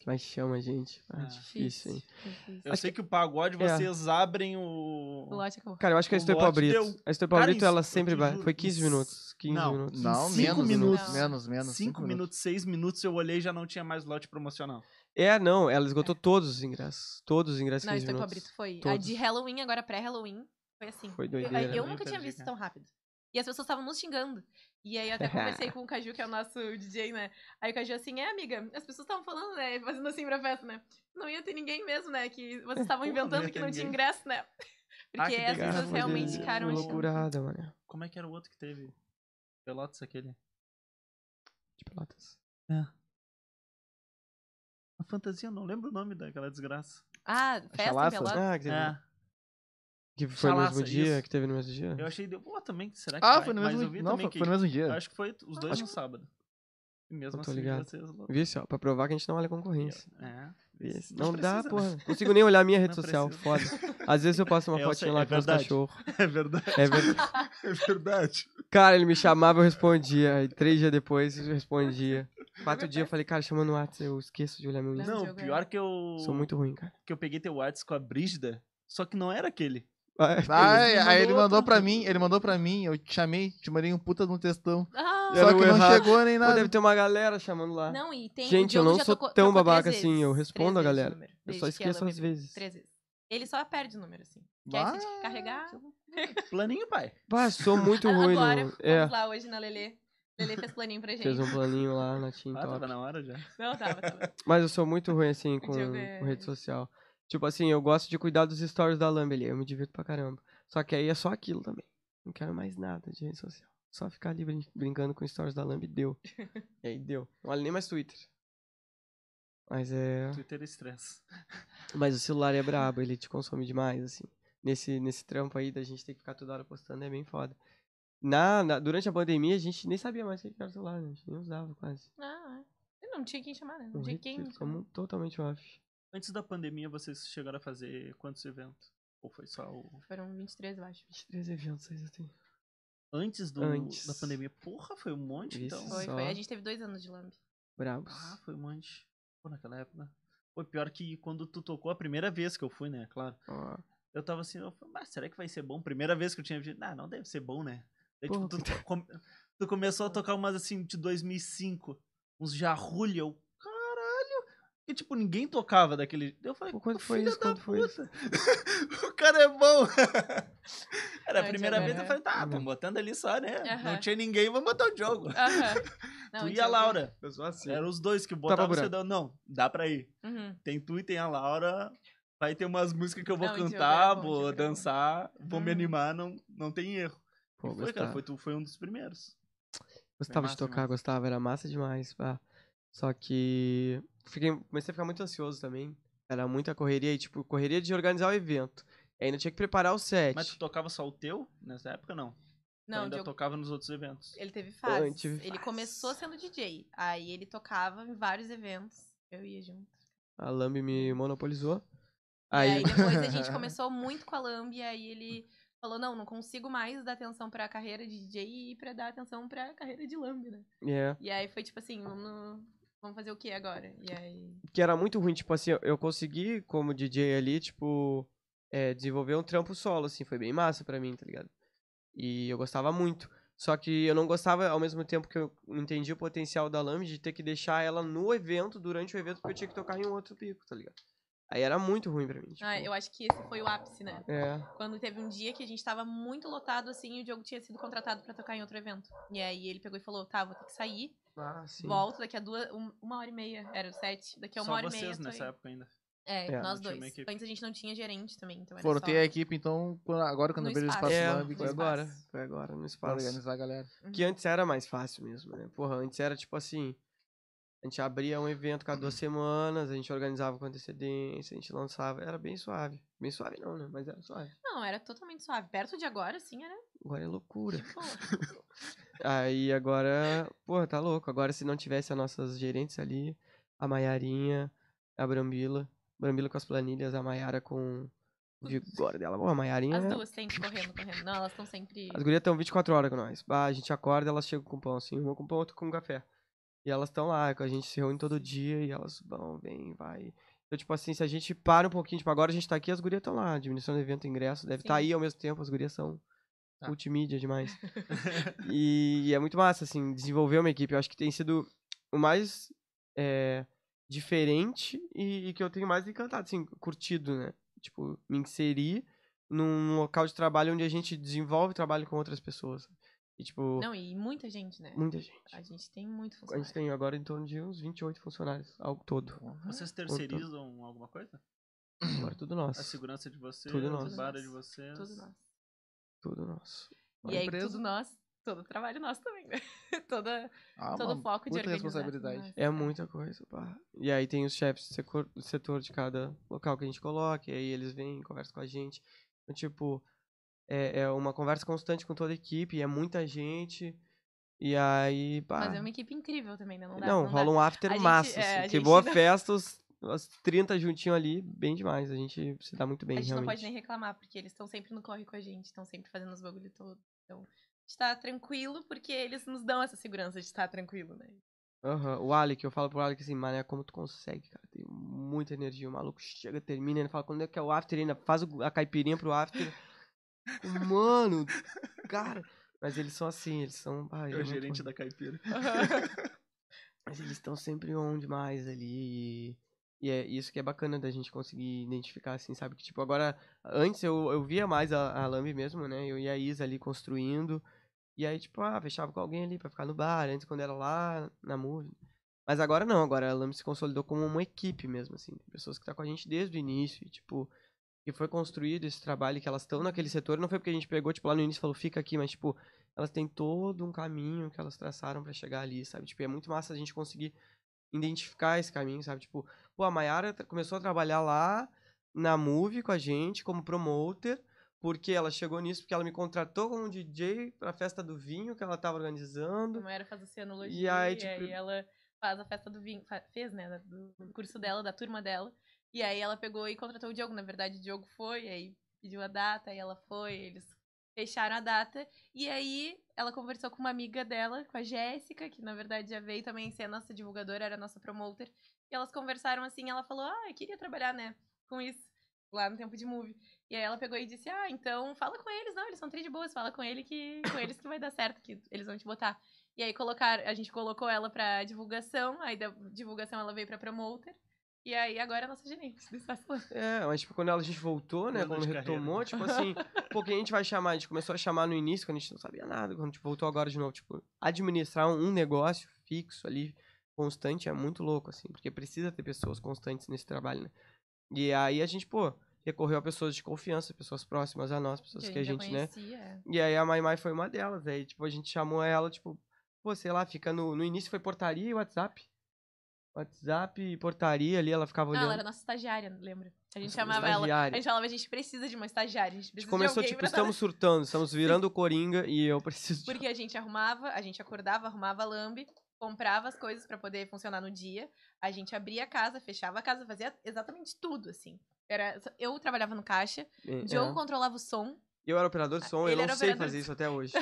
C: Mas chama a gente. Ah,
B: Ah,
C: difícil, hein?
D: Difícil.
B: Eu
C: Acho
B: sei que... o pagode
C: é.
B: vocês abrem o.
D: O lote acabou.
C: Cara, eu acho que a
B: O
C: Estoi
B: lote
C: Pablito.
B: deu-
C: A Estoi
B: Cara,
C: Pablito,
B: isso,
C: ela
B: eu
C: sempre
B: te
C: vai.
B: juro,
C: Foi 15
B: em
C: minutos. 15
B: Não,
C: minutos.
A: Não,
B: Cinco
A: menos.
B: minutos.
A: Menos, menos. menos
B: cinco minutos, seis minutos, eu olhei e já não tinha mais lote promocional.
C: É, não, ela esgotou todos os ingressos. Todos os ingressos
D: Não,
C: 15
D: Estou
C: minutos.
D: Pabrito foi. A
C: Todos.
D: de Halloween, agora pré-Halloween, foi assim.
C: Foi
D: Eu,
C: doideira.
D: eu
B: né?
D: nunca tinha
B: Perdi,
D: visto
B: cara.
D: tão rápido. E as pessoas estavam nos xingando. E aí eu até conversei com o Caju, que é o nosso DJ, né? Aí o Caju assim, é, amiga, as pessoas estavam falando, né? Fazendo assim pra festa, né? Não ia ter ninguém mesmo, né? Que vocês estavam
B: Porra, não
D: inventando
B: ia
D: que
B: ter
D: não tinha
B: ninguém.
D: ingresso, né?
C: Ah,
D: Porque
B: que
D: as
B: doideira.
D: pessoas
B: Cara,
D: realmente
B: doideira.
D: ficaram
C: uma
D: achando.
C: loucurada, mano.
B: Como é que era o outro que teve? Pelotas aquele?
C: de Pelotas.
B: A fantasia, eu não lembro o nome daquela desgraça.
D: Ah, festa em
A: chalaça?
D: Pelotas?
C: Ah, que, teve,
B: É,
C: que foi no mesmo
B: Chalaça,
C: dia,
B: isso.
C: que teve no mesmo dia?
B: eu achei... deu- Pô, também, será que
A: Ah,
B: vai?
A: foi no
B: Mas
A: mesmo
B: eu vi
A: dia. Não,
B: também
A: foi,
B: que-
A: foi no mesmo dia.
B: Acho que foi os dois
D: Acho
B: no
D: que-
B: sábado. E mesmo
C: Eu tô
B: assim,
C: ligado.
B: vocês não-
C: Viu isso? ó, Pra provar que a gente não olha concorrência.
B: É.
C: Vê
B: Isso,
C: se- Não, dá,
B: precisa,
C: porra.
B: né?
C: Não consigo nem olhar minha rede
B: Não
C: social, foda.
B: precisa.
C: Às vezes eu posto uma
B: Eu sei,
C: fotinha
B: é
C: lá com os
B: verdade.
C: cachorros.
B: É verdade.
C: É verdade.
B: É verdade.
C: Cara, ele me chamava, eu respondia. Aí três dias depois, eu respondia. Quatro dias, eu falei, cara, chama no WhatsApp, eu esqueço de olhar meu Insta.
D: Não,
B: Não,
D: Diogo, é.
B: pior que eu.
C: Sou muito ruim, cara.
B: Que eu peguei teu WhatsApp com a Brígida, só que não era aquele.
C: Vai.
A: Ai,
B: Ele
A: aí ele
B: mandou
A: mandou
B: outro.
A: pra mim, ele mandou pra mim, eu te chamei, te mandei um puta de um textão.
D: Ah,
C: Era
A: Só que
C: o
A: não
C: errado.
A: chegou nem
C: Pô, deve
A: nada.
C: ter uma galera chamando lá.
D: Não, e tem.
C: Gente,
D: o Diogo
C: eu não
D: já
C: sou
D: tocou-
C: tão
D: trocou três
C: babaca
D: vezes.
C: assim, eu
D: Três
C: respondo a
D: vezes o
C: galera.
D: número,
C: Eu
D: desde
C: só
D: que
C: esqueço
D: ela
C: às
D: me-
C: vezes.
D: Três vezes. Ele só perde o número, assim.
A: Bah.
D: Quer se carregar.
B: Planinho, pai.
C: Pá, sou muito
D: Ah,
C: ruim.
D: Agora,
C: no-
D: vamos
C: É,
D: lá hoje na Lelê. Lelê fez planinho pra gente.
C: fez um planinho lá na Team
B: Ah,
C: Top.
B: tava na hora já.
D: Não, tava, tava.
C: Mas eu sou muito ruim, assim, com,
D: Diogo
C: com
D: é-
C: rede social. Tipo assim, eu gosto de cuidar dos stories da Lambele. Eu me divirto pra caramba. Só que aí é só aquilo também. Não quero mais nada de rede social. Só ficar ali brin- brincando com stories da Lambe deu. e aí deu. Não olha nem mais Twitter. Mas é.
B: Twitter estresse.
C: Mas o celular é brabo, ele te consome demais, assim. Nesse, nesse trampo aí da gente ter que ficar toda hora postando é bem foda. Na, na- durante a pandemia, a gente nem sabia mais o que que era o celular, né? A gente nem usava quase.
D: Ah, é. não tinha quem chamar, né? Não
C: O
D: tinha
C: rede
D: quem.
C: ficou mu- totalmente off.
B: Antes da pandemia, vocês chegaram a fazer quantos eventos? Ou foi só o.
D: Foram 23, eu acho.
C: 23 eventos assim. aí eu tenho.
B: Antes, do...
C: Antes.
B: da pandemia? Porra, foi um monte,
C: Isso.
B: então.
D: Foi,
C: Só.
D: foi. A gente teve dois anos de lambe.
C: Brabos.
B: Ah, foi um monte. Pô, naquela época. Foi pior que quando tu tocou a primeira vez que eu fui, né? Claro.
C: Ó,
B: Eu tava assim, eu falei, mas será que vai ser bom? Primeira vez que eu tinha vindo, ah, não deve ser bom, né? Daí, tipo,
C: Pô,
B: tu, com- tu começou a tocar umas assim de 2005, uns jarrulha, eu, caralho! E tipo, ninguém tocava daquele. Eu falei,
C: Pô, quando
B: "Ô,
C: foi
B: filha
C: isso?
B: da
C: Quando foi isso?"
B: puta, o cara é bom! Era a
D: Antes
B: primeira vez, eu
D: agora-
B: falei, tá,
C: Uhum.
B: tô botando ali só, né? Não
D: Aham.
B: tinha ninguém, vou botar o jogo.
D: Aham. Não, então,
B: tu e
D: tinha
B: a
D: alguém.
B: Laura.
C: Eu sou assim.
B: Eram os dois que botavam
C: buraco.
B: você dando. Não, dá pra ir.
D: Uhum.
B: Tem tu e tem a Laura. Vai ter umas músicas que eu vou
D: Não, Diogo,
B: cantar,
D: era bom, Diogo,
B: vou
D: era bom.
B: dançar, vou me
D: Uhum.
B: animar, não, não tem erro.
C: Pô,
B: E foi, cara,
C: gostava.
B: foi, tu foi um dos primeiros.
C: Gostava de
B: massa
C: tocar,
B: demais.
C: gostava, era massa demais. pá. Só que fiquei, comecei a ficar muito ansioso também. Era muita correria, e, tipo, correria de organizar o evento. E ainda tinha que preparar o set.
B: Mas tu tocava só o teu nessa época, não? Tu
D: Não,
B: ainda
D: Diogo,
B: tocava nos outros eventos.
D: ele teve
C: Eu
D: fases.
C: tive
D: Ele
C: fases.
D: começou sendo DJ. Aí ele tocava em vários eventos. Eu ia junto.
C: A Lambi me monopolizou.
D: E
C: Aí,
D: aí depois a gente começou muito com a Lamb, e aí ele falou, não, não consigo mais dar atenção pra carreira de DJ e pra dar atenção pra carreira de Lamb, né?
C: é.
D: E aí foi tipo assim, vamos, vamos fazer o que agora? E aí...
C: que era muito ruim, tipo assim, eu- eu consegui, como DJ ali, tipo, é, desenvolver um trampo solo, assim, foi bem massa pra mim, tá ligado? E eu gostava muito. Só que eu não gostava, ao mesmo tempo que eu entendi o potencial da Lame, de ter que deixar ela no evento, durante o evento, porque eu tinha que tocar em um outro pico, tá ligado? Aí era muito ruim pra mim, tipo,
D: Ah, eu acho que esse foi o ápice, né?
C: É,
D: Quando teve um dia que a gente tava muito lotado, assim, e o Diogo tinha sido contratado pra tocar em outro evento. E aí ele pegou e falou, tá, vou ter que sair,
C: ah, sim.
D: volto daqui a duas, um- uma hora e meia, era o sete, daqui a é uma
B: só
D: hora e meia.
B: vocês
D: tô
B: nessa
D: aí.
B: época ainda.
D: É,
C: É,
D: nós
B: não tinha uma
D: dois.
B: equipe.
D: Antes a gente não tinha gerente também, então era só...
A: Fortei a equipe, então, quando- agora quando
D: No
A: abriu o
D: espaço.
A: espaço
C: É,
A: lá, vi que
C: foi
D: no
C: agora,
D: espaço.
C: foi agora, no
A: pra
C: espaço.
A: organizar a galera.
C: Que antes era mais fácil mesmo, né? Porra, antes era tipo assim. A gente abria um evento cada duas semanas, a gente organizava com antecedência, a gente lançava. Era bem suave. Bem suave não, né? Mas era suave.
D: Não, era totalmente suave. Perto de agora, sim, era
C: Agora é loucura.
D: tipo...
C: Aí agora, porra, tá louco. Agora se não tivesse as nossas gerentes ali, a Maiarinha, a Brambila. Brambila com as planilhas, a Maiara com o vigor dela. Porra, a Maiarinha.
D: As duas sempre correndo, correndo. Não, elas estão sempre.
C: É. As gurias estão 24 horas com nós. Bah, a gente acorda, elas chegam com pão, assim, uma com pão, outra com café. E elas estão lá, a gente se reúne todo dia e elas vão, vem, vai. Então, tipo assim, se a gente para um pouquinho, tipo, agora a gente tá aqui, as gurias estão lá, diminuição do evento, ingresso, deve estar
D: Sim.
C: aí ao mesmo tempo, as gurias são
B: Tá.
C: multimídia demais. e, e é muito massa, assim, desenvolver uma equipe. Eu acho que tem sido o mais é, diferente e, e que eu tenho mais encantado, assim, curtido, né? Tipo, me inserir num local de trabalho onde a gente desenvolve trabalho com outras pessoas. E, tipo,
D: Não, e muita gente, né?
C: muita gente.
D: A gente tem muito
C: A gente
D: funcionário.
C: tem agora em torno de uns 28 funcionários, ao todo.
B: Vocês terceirizam alguma coisa?
C: Agora tudo nosso.
B: A segurança de vocês,
C: Tudo
B: o
C: nosso.
B: bar de
D: Tudo
B: vocês.
D: Tudo nós.
C: Tudo nosso.
A: Uma
D: E aí,
A: empresa.
D: tudo nós. todo o trabalho nosso também, né? Toda,
A: Ah,
D: todo o
A: mano.
D: foco de
A: puta
D: organizar.
A: responsabilidade.
D: Nossa,
C: É
D: cara.
C: muita coisa, pá. E aí tem os chefes do secor- do setor de cada local que a gente coloca, e aí eles vêm, conversam com a gente. Então, tipo, é, é uma conversa constante com toda a equipe, é muita gente. E aí, pá.
D: Mas é uma equipe incrível também, né? Não dá.
C: não,
D: dá.
C: rola um after
D: A gente-
C: massa.
D: é, a
C: assim, que
D: gente
C: boa
D: não-
C: festa, os, os 30 juntinho ali, bem demais. A gente se dá muito bem,
D: a gente
C: realmente.
D: não pode nem reclamar, porque eles estão sempre no corre com a gente, estão sempre fazendo os bagulho todo. Então, a gente tá tranquilo porque eles nos dão essa segurança de estar tranquilo, né?
C: Aham, o Alec, eu falo pro Alec assim, mané, como tu consegue, cara? Tem muita energia. O maluco chega, termina, ele fala, quando é que é o after? Ele ainda faz o- a caipirinha pro after. Mano, cara. Mas eles são assim, eles são. ah,
B: É
C: eu
B: o
C: não
B: gerente
C: tô-
B: da caipira.
C: Mas eles estão sempre on demais ali. E, e é isso que é bacana da gente conseguir identificar, assim, sabe? Que tipo, agora. Antes eu, eu via mais a, a Lambi mesmo, né? Eu e a Isa ali construindo. E aí, tipo, ah, fechava com alguém ali pra ficar no bar, antes quando era lá na Move. Mas agora não, agora a Lambi se consolidou como uma equipe mesmo, assim. Tem pessoas que tá com a gente desde o início, e, tipo, que foi construído esse trabalho, que elas estão naquele setor. Não foi porque a gente pegou, tipo, lá no início e falou, fica aqui, mas, tipo, elas têm todo um caminho que elas traçaram pra chegar ali, sabe? Tipo, é muito massa a gente conseguir identificar esse caminho, sabe? Tipo, pô, a Mayara tra- começou a trabalhar lá na Move com a gente como promoter, porque ela chegou nisso porque ela me contratou como DJ pra festa do vinho que ela tava organizando.
D: Como era fazer oceanologia.
C: E
D: E
C: aí,
D: aí,
C: tipo-
D: ela faz a festa do vinho. fa- Fez, né? da- Do do curso dela, da turma dela. E aí ela pegou e contratou o Diogo. Na verdade, o Diogo foi, aí pediu a data, aí ela foi, eles fecharam a data. E aí ela conversou com uma amiga dela, com a Jéssica, que na verdade já veio também ser a nossa divulgadora, era a nossa promoter. E elas conversaram assim, ela falou, ah, eu queria trabalhar, né, com isso, lá no tempo de movie. E aí ela pegou e disse, ah, então fala com eles, não, eles são tri de boas, fala com ele que com eles que vai dar certo, que eles vão te botar. E aí colocar, a gente colocou ela pra divulgação, aí da divulgação ela veio pra promoter. E aí agora é a nossa gerente do Sasslan.
C: É, mas tipo, quando ela- a gente voltou, né?
B: Mudou
C: Quando
B: de carreira,
C: retomou,
B: né?
C: tipo assim, pô, quem a gente vai chamar? A gente começou a chamar no início, quando a gente não sabia nada, quando a gente voltou agora de novo, tipo, administrar um um negócio fixo ali, constante, é muito louco, assim, porque precisa ter pessoas constantes nesse trabalho, né? E aí a gente, pô, recorreu a pessoas de confiança, pessoas próximas a nós, pessoas que a gente, né?
D: né?
C: E aí a Mai Mai foi uma delas. Aí, tipo, a gente chamou ela, tipo, pô, sei lá, fica no. No início foi portaria e WhatsApp. WhatsApp e portaria ali, Ah, ela ficava
D: Não,
C: olhando.
D: ela era nossa estagiária, lembra? A gente
C: Nossa,
D: chamava ela. A
C: estagiária.
D: gente falava, a gente precisa de uma estagiária, a gente
C: A gente
D: precisa
C: começou,
D: de alguém
C: tipo,
D: pra dar-
C: estamos surtando, estamos virando o Coringa e eu preciso de...
D: Porque a gente arrumava, a gente acordava, arrumava a lambe, comprava as coisas pra poder funcionar no dia, a gente abria a casa, fechava a casa, fazia exatamente tudo, assim. Era, eu trabalhava no caixa,
C: É,
D: Diogo
C: é.
D: controlava o som,
C: Eu era operador de som, eu
D: ah, Ele
C: não
D: era
C: sei
D: operador
C: fazer
D: de
C: isso até hoje.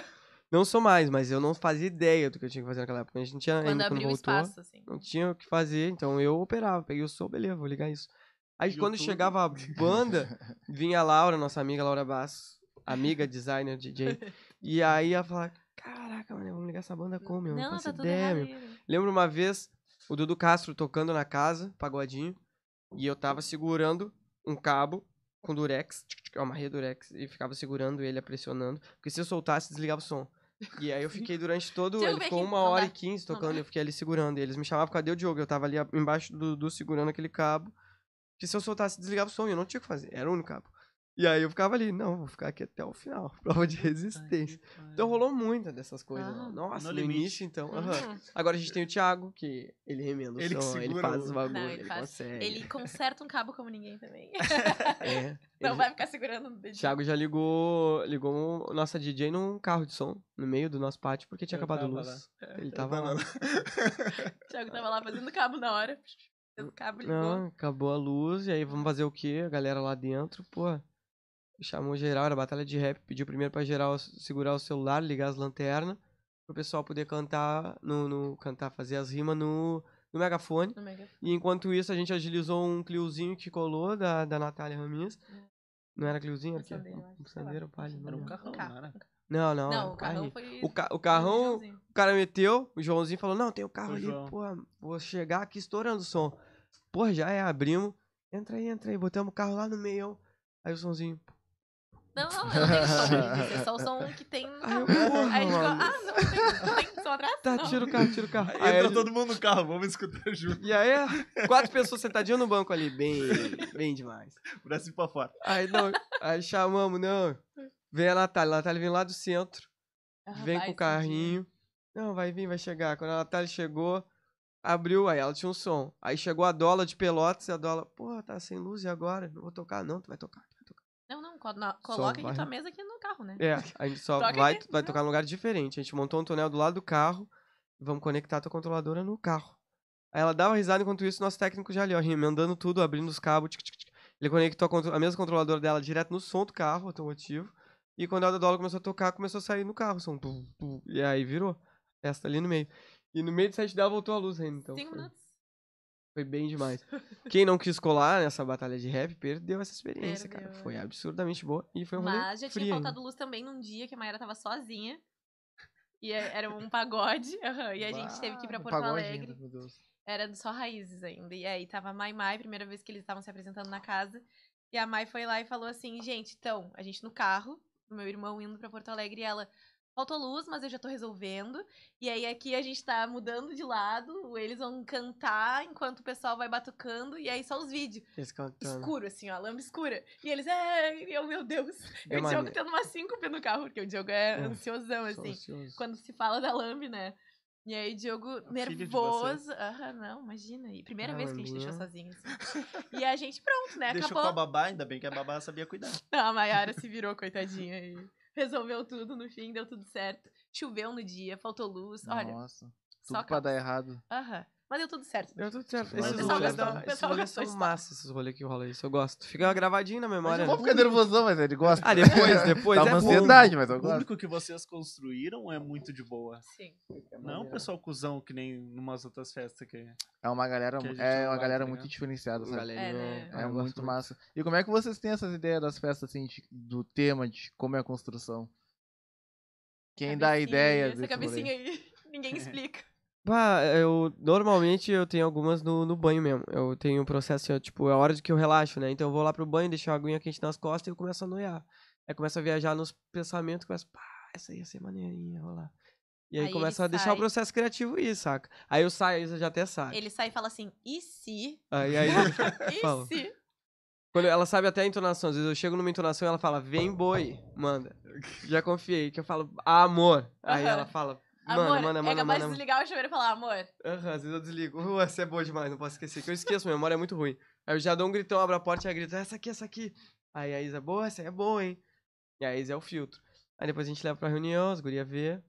C: Não sou mais, mas eu não fazia ideia do que eu tinha que fazer naquela época. A gente tinha,
D: quando
C: quando
D: abriu o
C: voltou,
D: espaço, assim.
C: não tinha o que fazer, então eu operava, peguei o som, beleza, vou ligar isso. Aí quando
B: YouTube.
C: chegava a banda, vinha a Laura, nossa amiga Laura Basso, amiga designer DJ, e aí ela falava, caraca, mano, vamos ligar essa banda como? Eu não,
D: não,
C: faço
D: tá tudo
C: ideia, meu.
D: errado. ele.
C: Lembro uma vez o Dudu Castro tocando na casa, pagodinho, e eu tava segurando um cabo com durex, tch, tch, eu amarrei durex e ficava segurando ele, pressionando, porque se eu soltasse, desligava o som. E aí eu fiquei durante todo,
D: Diogo,
C: ele
D: vem
C: ficou
D: aqui.
C: uma
D: Não
C: hora
D: dá.
C: e quinze
D: Não
C: tocando, e eu fiquei ali segurando, e eles me chamavam, cadê o Diogo? Eu tava ali a- embaixo do Dudu segurando aquele cabo, que se eu soltasse, desligava o som, e eu não tinha o que fazer, era o único cabo. E aí eu ficava ali, não, vou ficar aqui até o final, prova de resistência. Então rolou muita dessas coisas,
D: Ah,
C: né? nossa,
B: no
C: no,
B: limite.
C: início então, aham.
D: Uhum.
C: Agora a gente tem o Thiago, que ele remenda o
B: Ele que
C: som, ele
B: segura
C: faz
B: o-
C: os bagulho,
D: Não, ele
C: ele,
D: faz.
C: consegue.
D: Ele conserta um cabo como ninguém também.
C: É,
D: Não
C: ele-
D: vai ficar segurando o dedinho.
C: Thiago já ligou, ligou nossa DJ num carro de som, no meio do nosso pátio, porque tinha
B: É, Eu
C: acabado a
B: tava
C: luz. Ele tava lá.
B: tava lá.
D: Thiago tava lá fazendo cabo na hora. O cabo ligou.
C: Não, acabou a luz, e aí vamos fazer o quê? A galera lá dentro, pô, chamou geral, era batalha de rap, pediu primeiro pra geral s- segurar o celular, ligar as lanternas, pro pessoal poder cantar, no, no- cantar, fazer as rimas no, no megafone.
D: No mega-
C: E enquanto isso, a gente agilizou um Cliozinho que colou da, da Natália Ramis.
D: É.
C: Não era Cliozinho?
D: Um
C: Era o quê?
D: Sandero, eu acho,
C: Um
D: sei lá.
C: Sandero, palha, não
B: Era um
C: lembro.
B: carrão,
D: carro.
B: não era?
C: Não, não. era
D: Não,
C: um
D: o carrão
C: carrinho.
D: foi.
C: O, ca- o carrão,
D: Joãozinho.
C: o cara meteu, o Joãozinho falou, não, tem o carro
B: Foi o
C: ali,
B: João.
C: pô, vou chegar aqui estourando o som. Pô, já é, abrimos. Entra aí, entra aí, botamos o carro lá no meio. Aí o somzinho.
D: Não, não, eu não tenho som deles, é só o som que tem no
C: Aí eu,
D: carro.
C: porra,
D: Aí a gente ficou,
C: mano.
D: ah, não tem, não tem som atrás?
C: Tá,
D: não.
C: tira o carro, tira o carro. Aí a
B: Entra
C: gente-
B: todo mundo no carro, vamos escutar junto.
C: E aí, quatro pessoas sentadinhas no banco ali, bem, bem demais.
B: Brasil pra fora.
C: Aí não, aí chamamos, não. Vem a Natália, a Natália vem lá do centro.
D: Ah,
C: vem
D: vai,
C: com o
D: sentindo.
C: carrinho. Não, vai vir, vai chegar. Quando a Natália chegou, abriu, aí ela tinha um som. Aí chegou a Dola de Pelotas e a Dola, porra, tá sem luz e agora? Não vou tocar, não, tu vai tocar. Tu vai tocar.
D: Não, não, co- na- coloca aqui
C: vai.
D: tua mesa aqui no carro, né?
C: É, a gente só
D: Toca né?
C: vai,
D: aqui,
C: vai
D: não.
C: tocar num lugar diferente. A gente montou um tonel do lado do carro, vamos conectar a tua controladora no carro. Aí ela dava risada enquanto isso, nosso técnico já ali, ó, remendando tudo, abrindo os cabos. tic, tic, tic. Ele conectou a, contro- a mesma controladora dela direto no som do carro automotivo. E quando a Dola começou a tocar, começou a sair no carro. o Som, tum, tum, e aí virou. Festa ali no meio. E no meio de sete dela voltou a luz ainda. Então
D: Cinco
C: foi,
D: minutos.
C: foi bem demais. Quem não quis colar nessa batalha de rap perdeu essa experiência, cara.
D: Perdeu,
C: Foi
D: é.
C: absurdamente boa. E foi um rolê
D: Mas já
C: free
D: tinha
C: ainda.
D: faltado luz também num dia que a Mayara tava sozinha. E é- era um pagode. aham, e a gente teve que ir pra
C: Um
D: Porto
C: pagode
D: Alegre.
C: ainda, meu Deus.
D: Era só raízes ainda. E aí tava a Mai Mai, primeira vez que eles estavam se apresentando na casa. E a Mai foi lá e falou assim: gente, então, a gente no carro, o meu irmão indo pra Porto Alegre e ela. Faltou luz, mas eu já tô resolvendo. E aí aqui a gente tá mudando de lado, eles vão cantar enquanto o pessoal vai batucando, e aí só os vídeos.
C: Eles cantando.
D: Escuro, assim, ó, lâmpada escura. E eles, é, eu, meu Deus.
C: É
D: E o Diogo
C: maneiro.
D: tendo uma síncope no carro, porque o Diogo é
C: É,
D: ansiosão,
C: Sou
D: assim
C: ansioso.
D: quando se fala da Lambi, né? E aí, Diogo,
B: filha de
D: nervoso. Aham, não, imagina. E primeira
C: Ah,
D: vez que a gente
C: Lambinha.
D: deixou sozinho. assim. E a gente, pronto, né?
B: Deixou com a
D: Acabou.
B: babá, ainda bem que a babá sabia cuidar.
A: É
D: Não, a Mayara se virou, coitadinha. E resolveu tudo no fim, deu tudo certo. Choveu no dia, faltou luz. Olha,
A: Nossa, tudo
D: só
A: pra
D: caos.
A: dar errado.
D: Aham. Mas deu tudo certo. né?
C: Deu tudo
B: Mas
C: certo. Esses
B: o pessoal
C: rolês,
B: gastou-
C: dão-
B: o
C: esses
D: pessoal
C: rolês
D: gastou
C: são
D: história.
C: massa, esses rolês que rola isso. Eu gosto. Fica gravadinho na memória.
A: Vou
C: né?
A: ficar nervosão, mas ele gosta.
C: Ah, depois, depois.
A: Dá
C: é
A: uma
C: bom.
A: ansiedade, mas
B: O
A: eu gosto.
B: público que vocês construíram é muito de boa.
D: Sim.
B: Não o pessoal cuzão que nem numas outras festas que.
A: É uma galera,
B: Que a gente
A: é
B: não
A: uma
B: vai,
A: galera
B: tá
A: muito
B: ligado?
A: diferenciada, sabe?
D: É, né?
A: É muito massa. E como é que vocês têm essas ideias das festas, assim, de- do tema, de como é a construção? Quem dá a
D: Cabecinha,
A: ideia
D: Essa
A: desse
D: cabecinha
A: rolê?
D: aí, ninguém explica.
C: Bah, eu normalmente eu tenho algumas no, no banho mesmo. Eu tenho um processo, assim, ó, tipo, é a hora de que eu relaxo, né? Então eu vou lá pro banho, deixo a aguinha quente nas costas e eu começo a noiar. Aí começo a viajar nos pensamentos, começo, pá, essa ia ser maneirinha, rolar. E aí,
D: Aí
C: começa
D: ele
C: a deixar
D: sai.
C: o processo criativo ir, saca? Aí eu saio, a Isa já até sai.
D: Ele sai e fala assim, e se?
C: Aí, aí
D: E
C: Fala.
D: se?
C: Quando ela sabe até a entonação. Às vezes eu chego numa entonação e ela fala, vem boi, manda. Já confiei. Que eu falo, "Ah, amor. Aí
D: Aham.
C: ela fala, manda,
D: Amor,
C: manda,
D: é
C: manda,
D: capaz
C: manda.
D: de desligar o chuveiro e falar, amor,
C: Aham, às vezes eu desligo. Uh, essa é boa demais, não posso esquecer. Que eu esqueço, minha memória é muito ruim. Aí eu já dou um gritão, abro a porta e grito, "Ah, essa aqui, essa aqui. Aí a Isa, boa, essa é boa, hein. E a Isa é o filtro. Aí depois a gente leva pra reunião, as guria vê.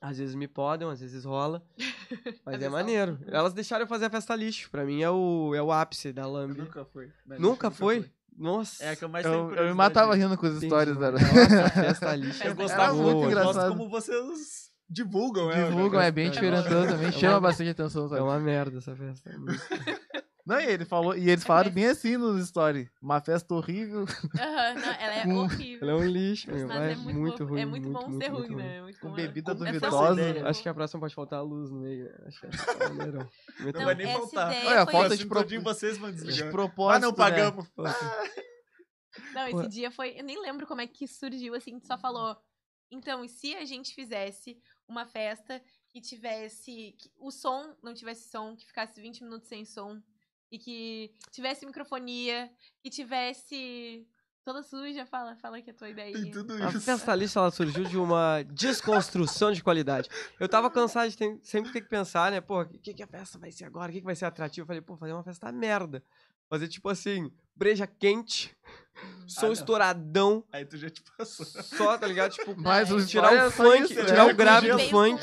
C: Às vezes me podem, às vezes rola. Mas
D: vezes um
C: é
D: rola.
C: maneiro.
D: né?
C: Elas deixaram eu fazer a festa lixo. Pra mim é o, é o ápice da
B: Eu
C: Lambi.
D: Uhum.
C: Nunca,
B: nunca fui. Mas
C: foi? Nossa.
B: É a que eu mais tenho
A: Eu, eu me
D: né,
B: curiosidade.
A: matava rindo com as
C: Entendi,
A: histórias,
C: mano.
A: era.
C: Nossa, festa lixo. é
B: Eu
D: Era
B: gostava
A: muito
B: muito, eu
A: engraçado.
B: gosto como vocês divulgam, né?
A: Divulgam, é bem
C: gosto.
A: diferentão também,
C: Eu
A: chama
C: gosto.
A: bastante atenção,
C: É
A: sabe?
C: uma merda essa festa.
A: Não, e ele falou, e eles falaram bem assim nos stories. Uma festa horrível.
D: aham, não, ela é
A: Hum,
D: horrível.
C: Ela é um lixo, meu.
D: Mas
C: vai,
D: é muito, bom-
C: ruim.
D: é muito, bom ser ruim,
C: muito
D: né? É Muito
A: Com
D: bom.
A: bebida
D: Como- é
A: duvidosa.
D: fácil ser
C: ruim.
D: bom.
C: Acho que a próxima pode faltar a luz no meio, né? Acho que é maneirão.
D: Não,
B: vai nem
D: essa
B: faltar.
D: ideia
A: Olha,
D: foi-
A: falta de
B: de
A: pro-
B: todinho vocês vão
A: De
B: desligar.
A: propósito,
B: Ah, não
A: né?
B: pagamos.
D: Não, esse
C: Ué.
D: dia foi. Eu nem lembro como é que surgiu, assim, tu só falou. Então, e se a gente fizesse uma festa que tivesse. que o som não tivesse som, que ficasse 20 minutos sem som, e que tivesse microfonia, que tivesse. Toda suja, fala, fala que é a tua ideia.
B: Tem tudo
C: A
B: isso.
C: festa lista ela surgiu de uma desconstrução de qualidade. Eu tava cansado de ter- sempre ter que pensar, né? Pô, o que, que a festa vai ser agora? O que, que vai ser atrativo? Eu falei, pô, fazer uma festa merda. Fazer tipo assim, breja quente, som
B: Ah, não.
C: estouradão,
B: Aí tu já te passou.
C: só, tá ligado? Tipo,
A: Mas
D: É,
A: os
C: tirar o
A: stories são
C: funk,
A: isso, né?
C: tirar o
B: Com
C: grave do
B: gelo.
C: funk.